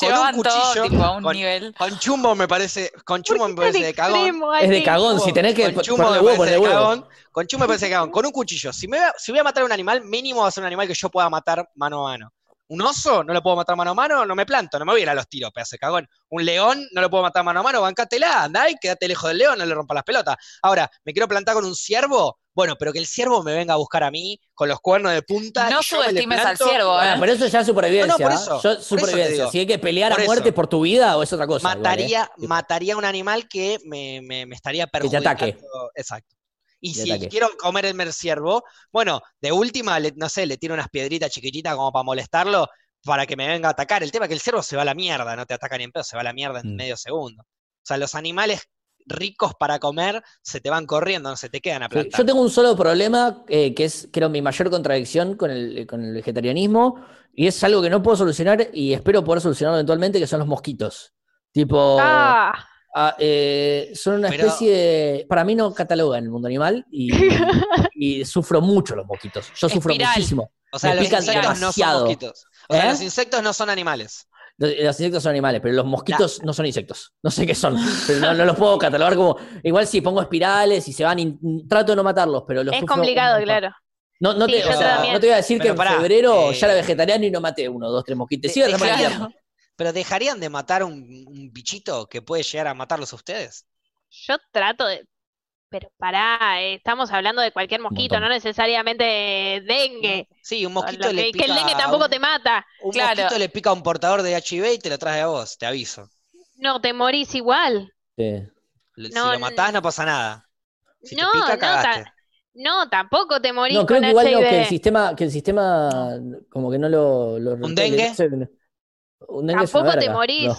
Speaker 1: Con un
Speaker 4: Llevaban todo
Speaker 1: cuchillo,
Speaker 4: tipo a un
Speaker 1: con-
Speaker 4: nivel.
Speaker 1: Con chumbo me parece. Con chumbo me
Speaker 3: ¿Por qué
Speaker 1: parece
Speaker 3: tan
Speaker 1: de cagón.
Speaker 3: extremo,
Speaker 2: Es de
Speaker 3: Ale?
Speaker 2: cagón, si tenés que
Speaker 1: Con
Speaker 2: poner
Speaker 1: chumbo me
Speaker 2: huevo,
Speaker 1: parece
Speaker 2: poner
Speaker 1: de
Speaker 2: huevo.
Speaker 1: cagón. Con chumbo me parece de cagón. Con un cuchillo. Si, me voy a- si voy a matar a un animal, mínimo va a ser un animal que yo pueda matar mano a mano. Un oso no lo puedo matar mano a mano, no me planto, no me voy a ir a los tiros, pedazo de cagón. Un león no lo puedo matar mano a mano, bancátela, andá y quédate lejos del león, no le rompa las pelotas. Ahora, me quiero plantar con un ciervo, bueno, pero que el ciervo me venga a buscar a mí con los cuernos de punta.
Speaker 4: No
Speaker 1: y Ah, yo me le
Speaker 4: subestimes al
Speaker 1: planto.
Speaker 4: ciervo,
Speaker 2: Ah,
Speaker 4: ¿eh?
Speaker 2: pero eso ya es supervivencia.
Speaker 1: No, no, por
Speaker 2: ¿ah?
Speaker 1: eso,
Speaker 2: Yo-
Speaker 1: por eso te
Speaker 2: supervivencia.
Speaker 1: digo.
Speaker 2: Si hay que pelear
Speaker 1: Por
Speaker 2: a
Speaker 1: eso.
Speaker 2: muerte por tu vida o es otra cosa. igual, ¿eh?
Speaker 1: mataría, mataría a un animal que me, me- me estaría
Speaker 2: te
Speaker 1: perjudicando.
Speaker 2: ataque.
Speaker 1: Exacto. Y
Speaker 2: Te
Speaker 1: si
Speaker 2: ataque.
Speaker 1: quiero comer el merciervo, bueno, de última, le- no sé, le tiro unas piedritas chiquititas como para molestarlo, para que me venga a atacar. El tema es que el ciervo se va a la mierda, no te ataca ni en pedo, se va a la mierda en
Speaker 2: Mm.
Speaker 1: medio segundo. O sea, los animales ricos para comer se te van corriendo, no se te quedan a
Speaker 2: Sí,
Speaker 1: plantar.
Speaker 2: Yo tengo un solo problema eh, que es, creo, mi mayor contradicción con el, eh, con el vegetarianismo y es algo que no puedo solucionar y espero poder solucionarlo eventualmente, que son los mosquitos. Tipo,
Speaker 3: Ah,
Speaker 2: ah, eh, son una
Speaker 1: Pero-
Speaker 2: especie de... Para mí no catalogan el mundo animal y, y sufro mucho los mosquitos. Yo sufro
Speaker 4: Espiral.
Speaker 2: muchísimo.
Speaker 1: O sea,
Speaker 2: me
Speaker 1: los
Speaker 2: pican
Speaker 1: insectos no son
Speaker 2: demasiado.
Speaker 1: mosquitos. O sea,
Speaker 2: ¿Eh?
Speaker 1: los insectos no son animales.
Speaker 2: Los, los insectos son animales, pero los mosquitos no son insectos. No sé qué son, pero no, no los puedo catalogar como... Igual si pongo espirales y se van, in- trato de no matarlos, pero los
Speaker 3: es
Speaker 2: sufro un
Speaker 3: complicado,
Speaker 2: montón.
Speaker 3: claro.
Speaker 2: No, no,
Speaker 3: Sí,
Speaker 2: te,
Speaker 1: yo
Speaker 2: o sea,
Speaker 3: también.
Speaker 2: no te voy a decir
Speaker 1: Pero
Speaker 2: que
Speaker 1: pará,
Speaker 2: en febrero
Speaker 1: eh,
Speaker 2: ya era vegetariano y no maté uno, dos, tres mosquitos. Sí,
Speaker 1: de-
Speaker 2: otra
Speaker 1: claro.
Speaker 2: manera.
Speaker 1: Pero ¿dejarían de matar un, un bichito que puede llegar a matarlos a ustedes?
Speaker 3: Yo trato de. Pero pará, eh, estamos hablando de cualquier mosquito,
Speaker 2: montón.
Speaker 3: no necesariamente dengue.
Speaker 1: Sí, un
Speaker 3: Lo
Speaker 1: mosquito
Speaker 3: que-
Speaker 1: le
Speaker 3: que
Speaker 1: pica.
Speaker 3: el dengue
Speaker 1: a
Speaker 3: tampoco
Speaker 1: un-
Speaker 3: te mata.
Speaker 1: Un
Speaker 4: Claro.
Speaker 1: mosquito le pica a un portador de HIV y te lo trae a vos, te aviso.
Speaker 3: No, te morís igual.
Speaker 2: Sí.
Speaker 1: L-
Speaker 3: No,
Speaker 1: si
Speaker 3: no,
Speaker 1: lo matás, no pasa nada. Si
Speaker 3: No,
Speaker 1: te
Speaker 3: no,
Speaker 1: pica, cagaste.
Speaker 3: ta- no, tampoco te morís
Speaker 2: No, creo
Speaker 3: con
Speaker 2: que igual no, que el
Speaker 3: HIV.
Speaker 2: sistema, que el sistema como que no lo. lo
Speaker 1: ¿Un
Speaker 2: repele,
Speaker 1: dengue?
Speaker 2: no sé, no. Un dengue es una
Speaker 3: Tampoco te
Speaker 2: verga,
Speaker 3: morís.
Speaker 2: no.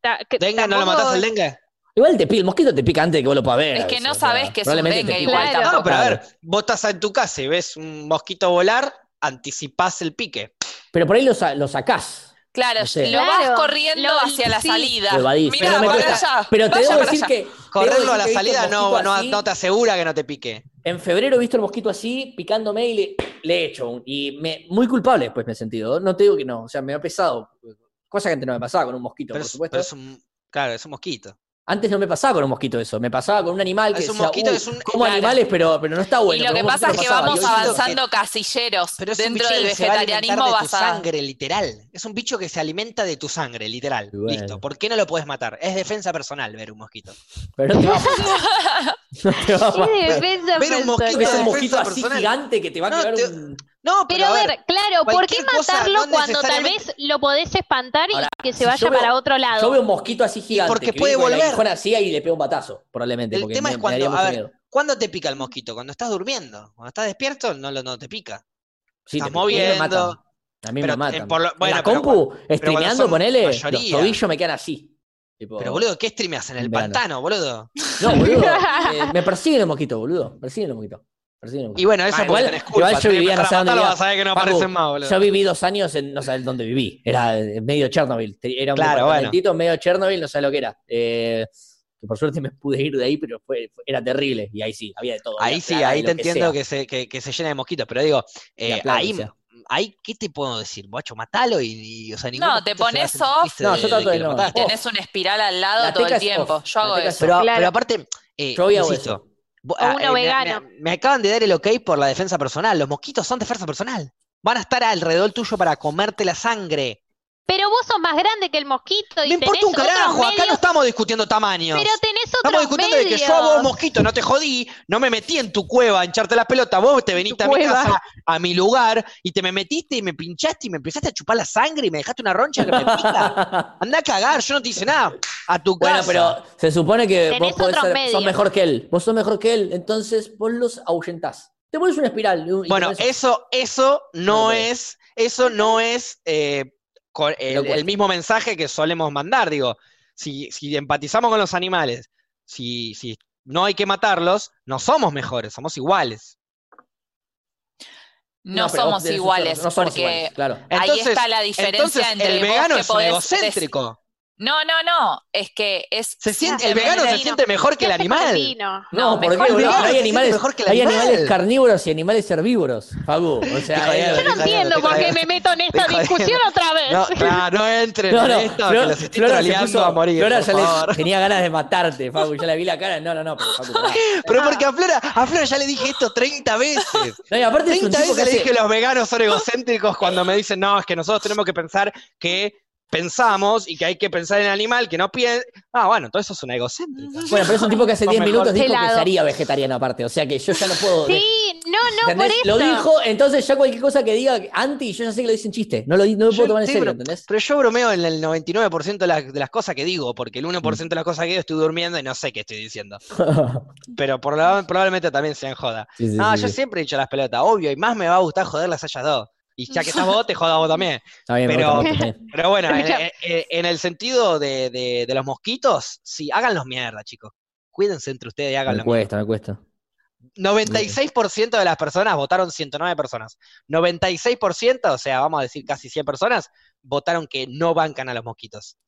Speaker 3: Ta- que-
Speaker 1: ¿Dengue no lo
Speaker 3: tampoco-
Speaker 1: matás al dengue?
Speaker 2: Igual te pica, el mosquito te pica antes de que vos lo puedas ver.
Speaker 4: Es
Speaker 2: a
Speaker 4: que
Speaker 2: veces,
Speaker 4: no
Speaker 2: o sea,
Speaker 4: sabés que es un
Speaker 2: probablemente te
Speaker 4: dengue
Speaker 2: pica.
Speaker 3: igual Claro.
Speaker 1: No,
Speaker 4: tampoco.
Speaker 1: pero a
Speaker 2: Claro.
Speaker 1: ver, vos estás en tu casa y ves un mosquito volar, anticipás el pique.
Speaker 2: Pero por ahí lo, sa- lo sacás.
Speaker 4: Claro,
Speaker 2: No sé.
Speaker 4: lo
Speaker 3: Claro,
Speaker 4: vas corriendo
Speaker 3: lo-
Speaker 4: hacia la
Speaker 3: sí.
Speaker 4: salida.
Speaker 2: Lo evadís,
Speaker 4: Mira,
Speaker 1: pero me
Speaker 4: para
Speaker 1: cuesta-
Speaker 4: allá.
Speaker 2: Pero te
Speaker 4: vaya
Speaker 2: debo
Speaker 4: para
Speaker 2: decir
Speaker 4: allá.
Speaker 2: que. te debo
Speaker 1: Correrlo
Speaker 2: decir
Speaker 1: a la
Speaker 2: que he visto
Speaker 1: salida
Speaker 2: el
Speaker 1: no,
Speaker 2: mosquito
Speaker 1: no,
Speaker 2: así.
Speaker 1: no te asegura que no te pique.
Speaker 2: En febrero he visto el mosquito así, picándome y le, le he hecho. un- Y me, muy culpable después me he sentido. No te digo que no, o sea, me ha pesado. Cosa que antes no me pasaba con un mosquito,
Speaker 1: Pero
Speaker 2: por
Speaker 1: es,
Speaker 2: supuesto.
Speaker 1: pero es un. Claro, es un mosquito.
Speaker 2: Antes no me pasaba con un mosquito eso, me pasaba con un animal que
Speaker 1: Ah, Es un
Speaker 2: decía,
Speaker 1: mosquito,
Speaker 2: "Uy,
Speaker 1: es un-
Speaker 2: como
Speaker 1: claro.
Speaker 2: animales, pero, pero no está bueno.
Speaker 4: y lo
Speaker 2: pero
Speaker 4: que
Speaker 2: un mosquito
Speaker 4: pasa es
Speaker 2: no
Speaker 4: que
Speaker 2: pasaba". Y
Speaker 4: vamos
Speaker 2: hoy siento
Speaker 4: avanzando casilleros
Speaker 1: Pero es un
Speaker 4: dentro
Speaker 1: bicho
Speaker 4: del
Speaker 1: que se va a alimentar
Speaker 4: vegetarianismo
Speaker 1: de tu
Speaker 4: basado.
Speaker 1: sangre, literal. Es un bicho que se alimenta de tu sangre, literal.
Speaker 2: Y bueno.
Speaker 1: Listo. ¿Por qué no lo puedes matar? Es defensa personal ver un mosquito.
Speaker 2: Pero no te va a pasar. No te va a pasar.
Speaker 3: ¿Qué defensa
Speaker 1: Ver un mosquito
Speaker 2: Es
Speaker 3: personal?
Speaker 2: un
Speaker 1: defensa
Speaker 2: mosquito así
Speaker 1: personal.
Speaker 2: gigante que te va a
Speaker 1: No,
Speaker 2: quedar
Speaker 1: te-
Speaker 2: un...
Speaker 1: No,
Speaker 3: Pero a ver, claro, ¿por qué
Speaker 1: cualquier cosa,
Speaker 3: matarlo
Speaker 1: no
Speaker 3: cuando tal
Speaker 1: necesariamente-
Speaker 3: vez lo podés espantar y
Speaker 2: Ahora,
Speaker 3: que se
Speaker 2: si
Speaker 3: vaya
Speaker 2: yo veo-
Speaker 3: para otro lado?
Speaker 2: Yo veo un mosquito así gigante.
Speaker 1: porque
Speaker 2: que viene
Speaker 1: puede
Speaker 2: con la
Speaker 1: volver.
Speaker 2: aguijona así y le pego un batazo, probablemente.
Speaker 1: El
Speaker 2: porque
Speaker 1: tema
Speaker 2: me-
Speaker 1: es
Speaker 2: me daría
Speaker 1: cuando-
Speaker 2: mucho
Speaker 1: a ver,
Speaker 2: miedo.
Speaker 1: ¿Cuándo te pica el mosquito? Cuando estás durmiendo. Cuando estás despierto, no, lo, no te pica. estás
Speaker 2: Sí, te- a mí me
Speaker 1: moviendo,
Speaker 2: matan. A mí me
Speaker 1: pero,
Speaker 2: matan.
Speaker 1: eh, por lo-
Speaker 2: En
Speaker 1: bueno,
Speaker 2: la
Speaker 1: pero pero
Speaker 2: compu,
Speaker 1: cuando
Speaker 2: streameando,
Speaker 1: son
Speaker 2: ponele, los
Speaker 1: mayoría.
Speaker 2: tobillos me quedan así. Tipo-
Speaker 1: Pero, boludo, ¿qué streameas en el
Speaker 2: En Oh. verano.
Speaker 1: pantano, boludo?
Speaker 2: No, boludo. eh, me persiguen los mosquitos, boludo. Persiguen los mosquitos. Persiguen los mosquitos.
Speaker 1: Y bueno, eso
Speaker 2: Ah,
Speaker 1: porque
Speaker 2: igual-
Speaker 1: tenés culpa.
Speaker 2: igual yo
Speaker 1: tenés-
Speaker 2: vivía, no
Speaker 1: para
Speaker 2: sé dónde
Speaker 1: matarlo
Speaker 2: vivía.
Speaker 1: vas a ver que no
Speaker 2: Facu,
Speaker 1: aparecen más, boludo.
Speaker 2: Yo viví dos años en no sabes dónde viví. Era eh, medio Chernobyl. Te- Era un
Speaker 1: Claro, bueno.
Speaker 2: departamentito medio Chernobyl, no sé lo que era. Eh, que por suerte me pude ir de ahí, pero fue, fue- era terrible. Y ahí sí, había de todo.
Speaker 1: Ahí
Speaker 2: había
Speaker 1: sí,
Speaker 2: plaga,
Speaker 1: ahí
Speaker 2: lo
Speaker 1: te
Speaker 2: que
Speaker 1: entiendo
Speaker 2: sea.
Speaker 1: que se, que, que se llena de mosquitos, pero digo, eh,
Speaker 2: La plaga,
Speaker 1: ahí,
Speaker 2: o sea.
Speaker 1: ahí, ¿qué te puedo decir? Guacho, matalo y, y, o sea, ningún
Speaker 4: No,
Speaker 1: mosquito
Speaker 4: te
Speaker 1: se va a
Speaker 4: pones
Speaker 1: sentir
Speaker 4: off.
Speaker 1: triste
Speaker 2: No,
Speaker 1: de-
Speaker 2: yo trato
Speaker 1: que
Speaker 2: de
Speaker 1: lo
Speaker 2: no.
Speaker 1: mataste.
Speaker 2: Off.
Speaker 4: Tenés una espiral al lado
Speaker 2: La
Speaker 4: todo
Speaker 2: teca
Speaker 4: el
Speaker 2: es
Speaker 4: tiempo.
Speaker 2: off,
Speaker 4: Yo
Speaker 2: la
Speaker 4: hago
Speaker 2: teca es
Speaker 4: eso.
Speaker 1: Pero,
Speaker 2: Claro.
Speaker 1: pero aparte, eh,
Speaker 2: Yo hago
Speaker 1: insisto,
Speaker 2: eso.
Speaker 1: vo-
Speaker 3: O
Speaker 1: ah,
Speaker 3: uno
Speaker 1: eh, me-
Speaker 3: vegano.
Speaker 1: Me, me acaban de dar el ok por la defensa personal. Los mosquitos son defensa personal. Van a estar alrededor tuyo para comerte la sangre.
Speaker 3: Pero vos sos más grande que el mosquito y
Speaker 1: Me importa
Speaker 3: tenés
Speaker 1: un carajo,
Speaker 3: otros
Speaker 1: acá no
Speaker 3: medios-
Speaker 1: estamos discutiendo tamaños.
Speaker 3: Pero tenés
Speaker 1: Estamos
Speaker 3: otros
Speaker 1: discutiendo de que yo a vos,
Speaker 3: medios.
Speaker 1: mosquito, no te jodí, no me metí en tu cueva a hincharte la pelota, vos te viniste a mi
Speaker 3: cueva.
Speaker 1: casa, a mi lugar, y te me metiste y me pinchaste y me empezaste a chupar la sangre y me dejaste una roncha que me pica. Andá a cagar, yo no te hice nada. A tu
Speaker 2: Bueno,
Speaker 1: casa.
Speaker 2: pero se supone que
Speaker 3: Tenés
Speaker 2: vos podés
Speaker 3: otros
Speaker 2: ser-
Speaker 3: medios.
Speaker 2: sos mejor que él. Vos sos mejor que él, entonces vos los ahuyentás. Te pones una espiral. y un- y
Speaker 1: Bueno,
Speaker 2: te pones-
Speaker 1: eso, eso no
Speaker 2: Ok.
Speaker 1: es, eso no es eh, con- el,
Speaker 2: cuesta.
Speaker 1: el mismo mensaje que solemos mandar, digo, si, si empatizamos con los animales, si, si no hay que matarlos, no somos mejores, somos iguales.
Speaker 4: No,
Speaker 2: pero vos
Speaker 4: somos
Speaker 2: tenés un-
Speaker 4: iguales,
Speaker 2: no somos
Speaker 4: porque
Speaker 2: iguales, claro.
Speaker 1: Entonces-
Speaker 4: ahí está la
Speaker 1: Entonces,
Speaker 4: diferencia entre
Speaker 1: el
Speaker 4: vos
Speaker 1: vegano
Speaker 4: que
Speaker 1: es un
Speaker 4: podés
Speaker 1: egocéntrico.
Speaker 4: dec- No, no, no. Es que es.
Speaker 1: Se siente, el
Speaker 4: simplemente-
Speaker 1: vegano se
Speaker 3: argentino.
Speaker 1: siente mejor que el
Speaker 3: ¿Qué hace
Speaker 1: animal.
Speaker 3: Tarantino?
Speaker 2: No,
Speaker 4: No,
Speaker 2: porque
Speaker 4: mejor
Speaker 2: boludo,
Speaker 4: el vegano
Speaker 2: hay,
Speaker 1: se
Speaker 2: animales,
Speaker 1: siente mejor que el
Speaker 2: hay
Speaker 1: animal.
Speaker 2: animales carnívoros y animales herbívoros, Fagu. O
Speaker 1: Hijo
Speaker 2: sea,
Speaker 1: de-
Speaker 2: eh,
Speaker 3: Yo no
Speaker 1: Dejá de-
Speaker 3: entiendo
Speaker 1: dejá
Speaker 3: por
Speaker 1: de-
Speaker 3: qué me meto en esta
Speaker 1: dejá de-
Speaker 3: discusión otra vez.
Speaker 1: No, claro, no entren
Speaker 2: No,
Speaker 1: en
Speaker 2: no,
Speaker 1: esto,
Speaker 2: Flor-
Speaker 1: que los estoy
Speaker 2: Flora se
Speaker 1: troleando
Speaker 2: puso-
Speaker 1: a morir,
Speaker 2: Flora
Speaker 1: por
Speaker 2: ya le-
Speaker 1: favor.
Speaker 2: tenía ganas de matarte, Facu. Ya la vi la cara. No, no, no, pero Facu, pará.
Speaker 1: Pero porque a Flora, a Flora ya le dije esto 30 veces.
Speaker 2: No, y aparte es un
Speaker 1: 30
Speaker 2: tipo que
Speaker 1: veces le dije
Speaker 2: hace...
Speaker 1: que los veganos son egocéntricos cuando me dicen, no, es que nosotros tenemos que pensar que pensamos y que hay que pensar en el animal, que no piensa. Ah, bueno, todo eso es una egocéntrica.
Speaker 2: Bueno, pero es un tipo que hace
Speaker 1: Son
Speaker 2: 10
Speaker 1: mejor
Speaker 2: minutos dijo que
Speaker 3: pelado.
Speaker 2: sería vegetariano aparte. O sea que yo ya no puedo.
Speaker 3: Sí, no, no, por
Speaker 2: ¿Entendés?
Speaker 3: eso.
Speaker 2: Lo dijo, entonces ya cualquier cosa que diga anti, yo ya sé que lo dice en chiste. No lo, di- no lo
Speaker 1: Yo
Speaker 2: puedo tomar en
Speaker 1: sí,
Speaker 2: serio,
Speaker 1: pero-
Speaker 2: ¿entendés?
Speaker 1: Pero yo bromeo en el 99% de las, de las cosas que digo, porque el 1% de las cosas que digo estoy durmiendo y no sé qué estoy diciendo. Pero por lo- probablemente también sean joda.
Speaker 2: Sí, sí,
Speaker 1: No,
Speaker 2: sí,
Speaker 1: yo
Speaker 2: sí.
Speaker 1: siempre he dicho las pelotas, obvio, y más me va a gustar joder las hayas dos. Y ya que estás vos, te jodas vos también.
Speaker 2: Está bien, me
Speaker 1: pero-
Speaker 2: gusta, me gusta, está bien.
Speaker 1: Pero bueno, en,
Speaker 3: Ya.
Speaker 1: en- en el sentido de, de- de los mosquitos, sí, háganlos mierda, chicos. Cuídense entre ustedes y
Speaker 2: me
Speaker 1: háganlo. mierda.
Speaker 2: cuesta, me cuesta.
Speaker 1: 96% de las personas votaron 109 personas. 96%, o sea, vamos a decir casi 100 personas, votaron que no bancan a los mosquitos.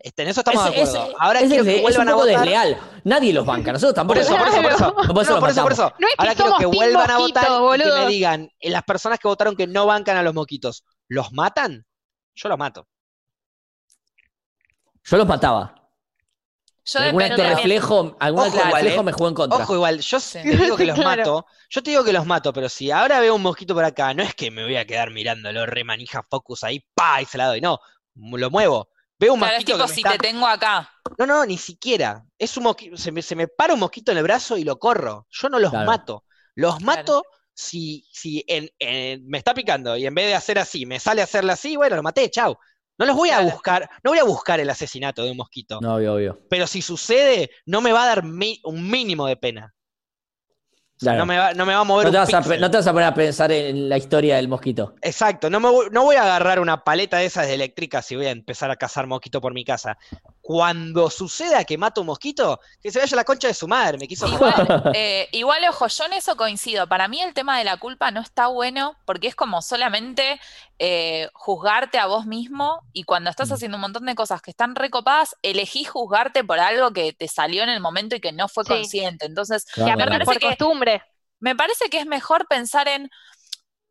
Speaker 1: Este, en eso estamos de
Speaker 2: Ese-
Speaker 1: acuerdo.
Speaker 2: ese-
Speaker 1: Ahora
Speaker 2: ese
Speaker 1: quiero
Speaker 2: es,
Speaker 1: que
Speaker 2: de- es un
Speaker 1: vuelvan a
Speaker 2: poco
Speaker 1: votar.
Speaker 2: desleal. Nadie los banca, nosotros tampoco.
Speaker 1: Por eso, por eso, por eso.
Speaker 2: No, por eso
Speaker 1: No,
Speaker 2: los
Speaker 1: por eso, por
Speaker 2: matamos.
Speaker 1: eso.
Speaker 3: No es que
Speaker 1: Ahora quiero
Speaker 3: somos
Speaker 1: que
Speaker 3: team
Speaker 1: vuelvan a votar
Speaker 3: mosquito,
Speaker 1: y que me
Speaker 3: boludo.
Speaker 1: digan, eh, las personas que votaron que no bancan a los mosquitos, ¿los matan? Yo los mato.
Speaker 2: Yo los mataba.
Speaker 4: Yo
Speaker 2: Algún acto
Speaker 4: depende
Speaker 2: de
Speaker 4: también.
Speaker 2: reflejo, algún
Speaker 1: Ojo,
Speaker 2: acto de
Speaker 1: igual,
Speaker 2: reflejo
Speaker 1: eh.
Speaker 2: me jugó en contra.
Speaker 1: Ojo, igual, yo
Speaker 4: Sí.
Speaker 1: te digo que los
Speaker 3: Claro.
Speaker 1: mato. Yo te digo que los mato, pero si ahora veo un mosquito por acá, no es que me voy a quedar mirándolo, re manija focus ahí, pa, y se la doy. No, m- lo muevo. Veo un
Speaker 4: Claro, es
Speaker 1: mosquito. que
Speaker 4: tipo,
Speaker 1: me
Speaker 4: si
Speaker 1: está-
Speaker 4: te tengo acá.
Speaker 1: No, no, ni siquiera. Es un mosquito. Se me, se me para un mosquito en el brazo y lo corro. Yo no los
Speaker 2: Claro.
Speaker 1: mato. Los
Speaker 4: Claro.
Speaker 1: mato si, si en- en- me está picando y en vez de hacer así, me sale a hacerle así, bueno, lo maté, chau. No los voy a
Speaker 4: Claro.
Speaker 1: buscar, no voy a buscar el asesinato de un mosquito.
Speaker 2: No, obvio, obvio.
Speaker 1: Pero si sucede, no me va a dar mi- un mínimo de pena.
Speaker 2: Claro.
Speaker 1: No me, va, no me va a
Speaker 2: No
Speaker 1: mover
Speaker 2: te,
Speaker 1: un
Speaker 2: vas a,
Speaker 1: píxel.
Speaker 2: no te vas a poner a pensar en la historia del mosquito.
Speaker 1: Exacto, no, me voy, no voy a agarrar una paleta de esas de eléctricas si voy a empezar a cazar mosquito por mi casa. Cuando suceda que mato un mosquito, que se vaya la concha de su madre, me quiso jugar.
Speaker 4: Igual, eh, igual, ojo, yo en eso coincido. Para mí el tema de la culpa no está bueno porque es como solamente eh, juzgarte a vos mismo y cuando estás
Speaker 2: Mm.
Speaker 4: haciendo un montón de cosas que están recopadas, elegí juzgarte por algo que te salió en el momento y que no fue
Speaker 3: Sí.
Speaker 4: consciente. Entonces,
Speaker 3: Y
Speaker 2: Claro,
Speaker 3: aparte
Speaker 2: claro.
Speaker 4: parece
Speaker 3: por
Speaker 4: que-
Speaker 3: costumbre.
Speaker 4: me parece que es mejor pensar en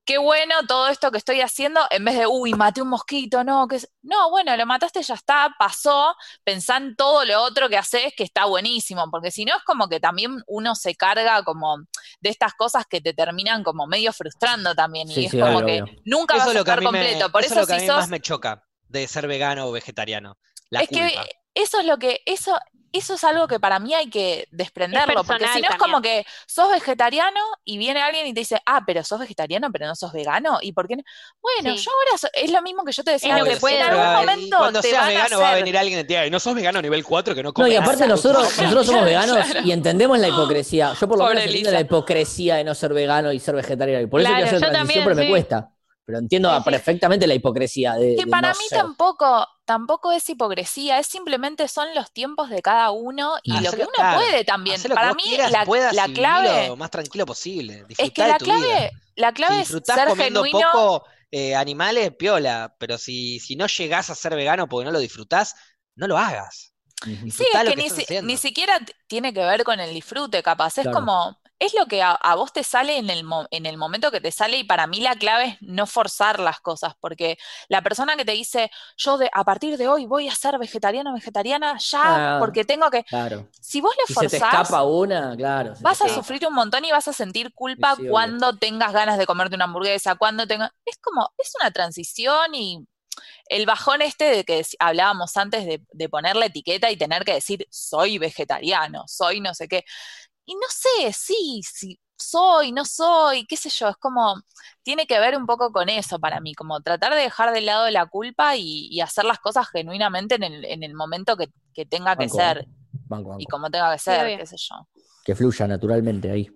Speaker 4: qué bueno todo esto que estoy haciendo en vez de, uy, maté un mosquito, no, que es... no, bueno, lo mataste, ya está, pasó, pensá en todo lo otro que haces que está buenísimo, porque si no es como que también uno se carga como de estas cosas que te terminan como medio frustrando también
Speaker 2: Sí,
Speaker 4: y es
Speaker 2: sí,
Speaker 4: como
Speaker 2: obvio,
Speaker 4: que
Speaker 2: obvio.
Speaker 4: nunca vas a estar
Speaker 1: mí me-
Speaker 4: completo, por
Speaker 1: eso
Speaker 4: eso,
Speaker 1: es lo que a
Speaker 4: si
Speaker 1: mí
Speaker 4: sos
Speaker 1: más me choca de ser vegano o vegetariano. La
Speaker 4: es
Speaker 1: culpa.
Speaker 4: que eso es lo que, eso, eso es algo que para mí hay que desprenderlo, porque si
Speaker 3: personal
Speaker 4: no es como que sos vegetariano y viene alguien y te dice, ah, pero sos vegetariano, pero no sos vegano, ¿y por qué no? Bueno,
Speaker 3: Sí.
Speaker 4: yo ahora so- es lo mismo que yo te decía
Speaker 3: Es lo que
Speaker 4: antes,
Speaker 3: puede
Speaker 4: en
Speaker 1: Siempre
Speaker 4: algún
Speaker 1: va a venir-
Speaker 4: momento
Speaker 1: Cuando
Speaker 4: te
Speaker 1: seas
Speaker 4: van a
Speaker 1: vegano va a
Speaker 4: hacer-
Speaker 1: venir alguien y te diga, "Ay, no sos vegano nivel 4 que no
Speaker 2: No,
Speaker 1: comes
Speaker 2: y aparte
Speaker 1: nada".
Speaker 2: nosotros, nosotros somos veganos
Speaker 4: Claro.
Speaker 2: y entendemos la hipocresía. Yo por lo
Speaker 4: Pobre
Speaker 2: menos entiendo
Speaker 4: Lisa.
Speaker 2: la hipocresía de no ser vegano y ser vegetariano. Y por eso
Speaker 3: Claro,
Speaker 2: quiero hacer
Speaker 3: yo
Speaker 2: transición,
Speaker 3: también,
Speaker 2: pero me
Speaker 3: sí.
Speaker 2: cuesta. Pero entiendo
Speaker 3: Sí, sí.
Speaker 2: perfectamente la hipocresía de,
Speaker 4: Que
Speaker 2: de
Speaker 4: para
Speaker 2: no
Speaker 4: mí
Speaker 2: ser.
Speaker 4: tampoco, tampoco es hipocresía, es simplemente son los tiempos de cada uno y
Speaker 1: Ah.
Speaker 4: lo que
Speaker 1: Hacelo,
Speaker 4: uno
Speaker 1: claro.
Speaker 4: puede también.
Speaker 1: Hacé lo que
Speaker 4: Para
Speaker 1: vos
Speaker 4: mí
Speaker 1: quieras,
Speaker 4: la,
Speaker 1: puedas
Speaker 4: la
Speaker 1: y
Speaker 4: clave
Speaker 1: vivilo lo más tranquilo posible.
Speaker 4: es que
Speaker 1: Disfrutá de
Speaker 4: la
Speaker 1: tu vida.
Speaker 4: clave, la clave
Speaker 1: Si
Speaker 4: es
Speaker 1: disfrutás
Speaker 4: ser
Speaker 1: comiendo
Speaker 4: genuino.
Speaker 1: poco eh, animales, piola, pero si, si no llegás a ser vegano porque no lo disfrutás, no lo hagas.
Speaker 4: Sí,
Speaker 1: Disfrutá
Speaker 4: es
Speaker 1: lo
Speaker 4: que
Speaker 1: que
Speaker 4: ni,
Speaker 1: estás
Speaker 4: si-
Speaker 1: haciendo.
Speaker 4: ni siquiera t- tiene que ver con el disfrute, capaz. Es
Speaker 2: Claro.
Speaker 4: como, es lo que a, a vos te sale en el, mo- en el momento que te sale y para mí la clave es no forzar las cosas, porque la persona que te dice, yo de, a partir de hoy voy a ser vegetariano o vegetariana ya,
Speaker 2: Ah.
Speaker 4: porque tengo que,
Speaker 2: Claro.
Speaker 4: si vos lo
Speaker 2: Si se te
Speaker 4: forzás,
Speaker 2: escapa una, claro. se te
Speaker 4: vas a
Speaker 2: escapa.
Speaker 4: sufrir un montón y vas a sentir culpa
Speaker 2: Sí, obvio.
Speaker 4: cuando tengas ganas de comerte una hamburguesa, cuando tengas... Es como, es una transición y el bajón este de que dec- hablábamos antes de, de poner la etiqueta y tener que decir, soy vegetariano, soy no sé qué. Y no sé, sí, sí, soy, no soy, qué sé yo, es como, tiene que ver un poco con eso para mí, como tratar de dejar de lado la culpa y, y hacer las cosas genuinamente en el, en el momento que, que tenga que
Speaker 2: Banco,
Speaker 4: ser
Speaker 2: ¿eh? Banco,
Speaker 4: y
Speaker 2: banco.
Speaker 4: como tenga que ser,
Speaker 3: obvio.
Speaker 4: qué sé yo.
Speaker 2: Que fluya naturalmente ahí.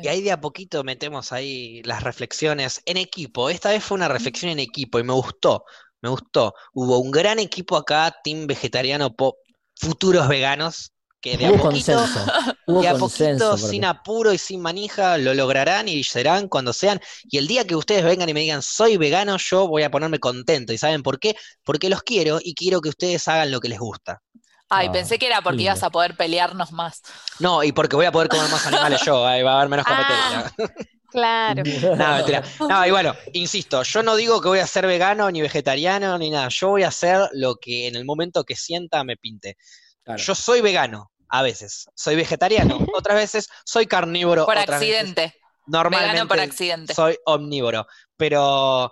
Speaker 1: Y ahí de a poquito metemos ahí las reflexiones en equipo. Esta vez fue una reflexión en equipo y me gustó, me gustó. Hubo un gran equipo acá, Team Vegetariano Pop, futuros veganos, que de a
Speaker 2: Hubo
Speaker 1: poquito,
Speaker 2: consenso. Hubo
Speaker 1: de a
Speaker 2: consenso.
Speaker 1: poquito,
Speaker 2: porque-
Speaker 1: sin apuro y sin manija, lo lograrán y serán cuando sean. Y el día que ustedes vengan y me digan, soy vegano, yo voy a ponerme contento. ¿Y saben por qué? Porque los quiero y quiero que ustedes hagan lo que les gusta.
Speaker 4: Ay,
Speaker 2: Ah,
Speaker 4: pensé que era porque
Speaker 2: lindo.
Speaker 4: ibas a poder pelearnos más.
Speaker 1: No, y porque voy a poder comer más animales yo, ahí va a haber menos competencia.
Speaker 3: Ah. Claro.
Speaker 1: No, mentira. No, y bueno, insisto, yo no digo que voy a ser vegano, ni vegetariano, ni nada. Yo voy a hacer lo que en el momento que sienta me pinte.
Speaker 2: Claro.
Speaker 1: Yo soy vegano, a veces. Soy vegetariano, otras veces. Soy carnívoro,
Speaker 4: Por
Speaker 1: otras veces.
Speaker 4: accidente. Vegano por
Speaker 1: Normalmente
Speaker 4: accidente.
Speaker 1: soy omnívoro. Pero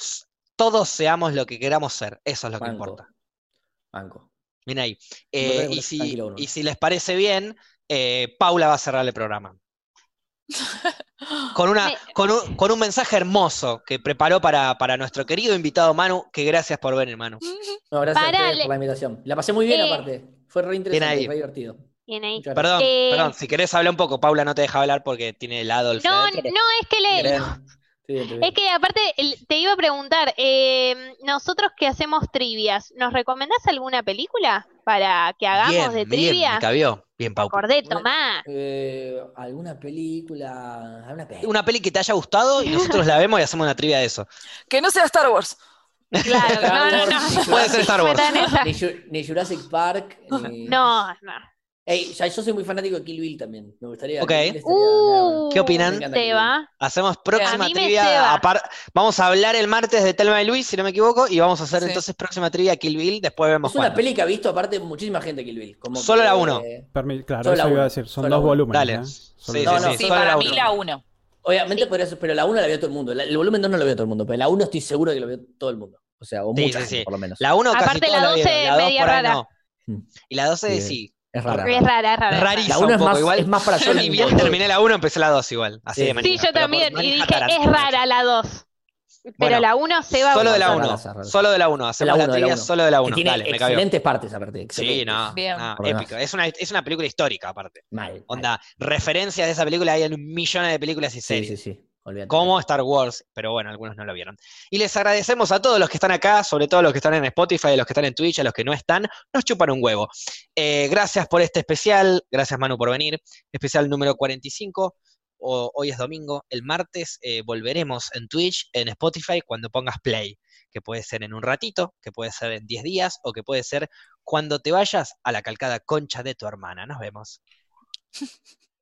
Speaker 1: s- todos seamos lo que queramos ser. Eso es lo que
Speaker 2: Banco.
Speaker 1: Ah, importa.
Speaker 2: Banco.
Speaker 1: Bien ahí.
Speaker 2: Me
Speaker 1: Eh, y,
Speaker 2: parece un
Speaker 1: si,
Speaker 2: tranquilo uno.
Speaker 1: y si les parece bien, eh, Paula va a cerrar el programa. Con, una,
Speaker 3: Me-
Speaker 1: con, un, con un mensaje hermoso que preparó para, para nuestro querido invitado Manu, que gracias por venir, Manu.
Speaker 2: No, gracias
Speaker 3: Pará,
Speaker 2: a ustedes
Speaker 3: le-
Speaker 2: por la invitación. La pasé muy bien,
Speaker 3: Eh,
Speaker 2: aparte. Fue re
Speaker 1: ahí.
Speaker 2: interesante, re divertido.
Speaker 3: Bien ahí.
Speaker 2: Muchas
Speaker 1: Perdón,
Speaker 3: Eh,
Speaker 1: perdón, si querés hablar un poco, Paula no te deja hablar porque tiene el Adolf.
Speaker 3: No,
Speaker 1: adentro, pero
Speaker 3: no, es que le,
Speaker 1: querés-
Speaker 2: Sí, te vi.
Speaker 3: Es que aparte el- te iba a preguntar, eh, nosotros que hacemos trivias, ¿nos recomendás alguna película para que
Speaker 1: Bien,
Speaker 3: hagamos de
Speaker 1: bien,
Speaker 3: trivia?
Speaker 1: me cabió. Bien, Pau.
Speaker 3: Acordé,
Speaker 2: Una-
Speaker 3: tomá.
Speaker 2: Eh, ¿Alguna película? ¿Alguna película?
Speaker 1: Una peli que te haya gustado y nosotros la vemos y hacemos una trivia de eso.
Speaker 4: Que no sea Star Wars.
Speaker 3: Claro, no, no, no.
Speaker 1: Puede ser Star
Speaker 3: Fue
Speaker 1: Wars.
Speaker 3: tan esa-
Speaker 2: Ni, Ju- ni Jurassic Park. ni-
Speaker 3: No, no.
Speaker 2: Ey, ya, yo soy muy fanático de Kill Bill también. Me gustaría.
Speaker 1: Ok.
Speaker 2: Kill Bill estaría-
Speaker 3: Uh,
Speaker 1: ¿Qué opinan?
Speaker 2: Me encanta Kill
Speaker 3: Te
Speaker 2: Bill.
Speaker 3: va.
Speaker 1: Hacemos
Speaker 3: A
Speaker 1: próxima
Speaker 3: mí me
Speaker 1: trivia.
Speaker 3: ceba.
Speaker 1: apar- vamos a hablar el martes de Telma y Luis, si no me equivoco, y vamos a hacer
Speaker 4: Sí.
Speaker 1: entonces próxima trivia Kill Bill. Después vemos
Speaker 2: Es una
Speaker 1: cuándo.
Speaker 2: peli que ha visto aparte muchísima gente Kill Bill. Como
Speaker 1: Solo
Speaker 2: que,
Speaker 1: la uno.
Speaker 2: eh,
Speaker 5: Permi- claro,
Speaker 2: Solo
Speaker 5: eso iba
Speaker 2: uno,
Speaker 5: a decir. Son
Speaker 2: solo
Speaker 5: dos
Speaker 2: uno.
Speaker 5: volúmenes.
Speaker 1: Dale.
Speaker 5: ¿eh?
Speaker 1: Sí,
Speaker 5: Solo
Speaker 1: sí,
Speaker 2: no,
Speaker 4: No,
Speaker 5: dos.
Speaker 4: no,
Speaker 2: sí,
Speaker 4: sí,
Speaker 1: solo la
Speaker 4: para mí
Speaker 1: uno.
Speaker 4: la uno.
Speaker 2: obviamente podría ser, pero la 1 la vio todo el mundo. La- el volumen 2 no lo vio todo el mundo, pero la 1 estoy seguro que lo vio todo el mundo. O sea, o
Speaker 1: Sí,
Speaker 2: mucha
Speaker 1: sí,
Speaker 2: gente,
Speaker 1: sí.
Speaker 2: por lo menos.
Speaker 1: La 1 casi
Speaker 3: Aparte,
Speaker 1: todos
Speaker 3: la
Speaker 1: la
Speaker 3: 12
Speaker 1: vieron, la 2
Speaker 3: media
Speaker 1: por ahí
Speaker 3: rara.
Speaker 1: no.
Speaker 2: Mm.
Speaker 1: Y la 12
Speaker 2: Bien.
Speaker 1: sí.
Speaker 2: Es rara.
Speaker 3: Es rara, es rara. es rara.
Speaker 1: Rarísima
Speaker 2: La 1
Speaker 1: un
Speaker 2: es
Speaker 1: poco,
Speaker 2: más,
Speaker 1: igual.
Speaker 2: es más para
Speaker 1: Yo
Speaker 2: llorar
Speaker 1: ni
Speaker 2: un
Speaker 1: bien
Speaker 2: poco.
Speaker 1: terminé la 1, empecé la 2 igual. Así
Speaker 2: Sí,
Speaker 1: de
Speaker 2: sí,
Speaker 1: manija,
Speaker 3: Sí, yo
Speaker 1: pero por
Speaker 3: también. Y
Speaker 1: manija
Speaker 3: dije, es
Speaker 1: Tarantino.
Speaker 3: rara la 2. Pero
Speaker 1: Bueno,
Speaker 3: la 1 se va.
Speaker 1: Solo de la
Speaker 2: Rara,
Speaker 1: 1.
Speaker 2: rara, rara.
Speaker 1: Solo de la 1. Hacemos
Speaker 2: De la
Speaker 1: la
Speaker 2: uno, de la
Speaker 1: trivia
Speaker 2: uno.
Speaker 1: solo de la
Speaker 2: Que
Speaker 1: 1.
Speaker 2: tiene
Speaker 1: Dale, me cabió.
Speaker 2: excelentes partes aparte. excelentes.
Speaker 1: Sí, no.
Speaker 4: Bien.
Speaker 1: no,
Speaker 2: Por demás.
Speaker 1: épico. Es una, es una película histórica aparte.
Speaker 2: Mal.
Speaker 1: Onda, referencias de esa película hay en millones de películas y
Speaker 2: Sí,
Speaker 1: series.
Speaker 2: sí, sí. Olvídate.
Speaker 1: como Star Wars, pero bueno, algunos no lo vieron. Y les agradecemos a todos los que están acá, sobre todo a los que están en Spotify, a los que están en Twitch, a los que no están, nos chupan un huevo. Eh, gracias por este especial, gracias Manu por venir, especial número 45. o- hoy es domingo, el martes eh, volveremos en Twitch, en Spotify, cuando pongas play, que puede ser en un ratito, que puede ser en 10 días o que puede ser cuando te vayas a la calcada concha de tu hermana. Nos vemos.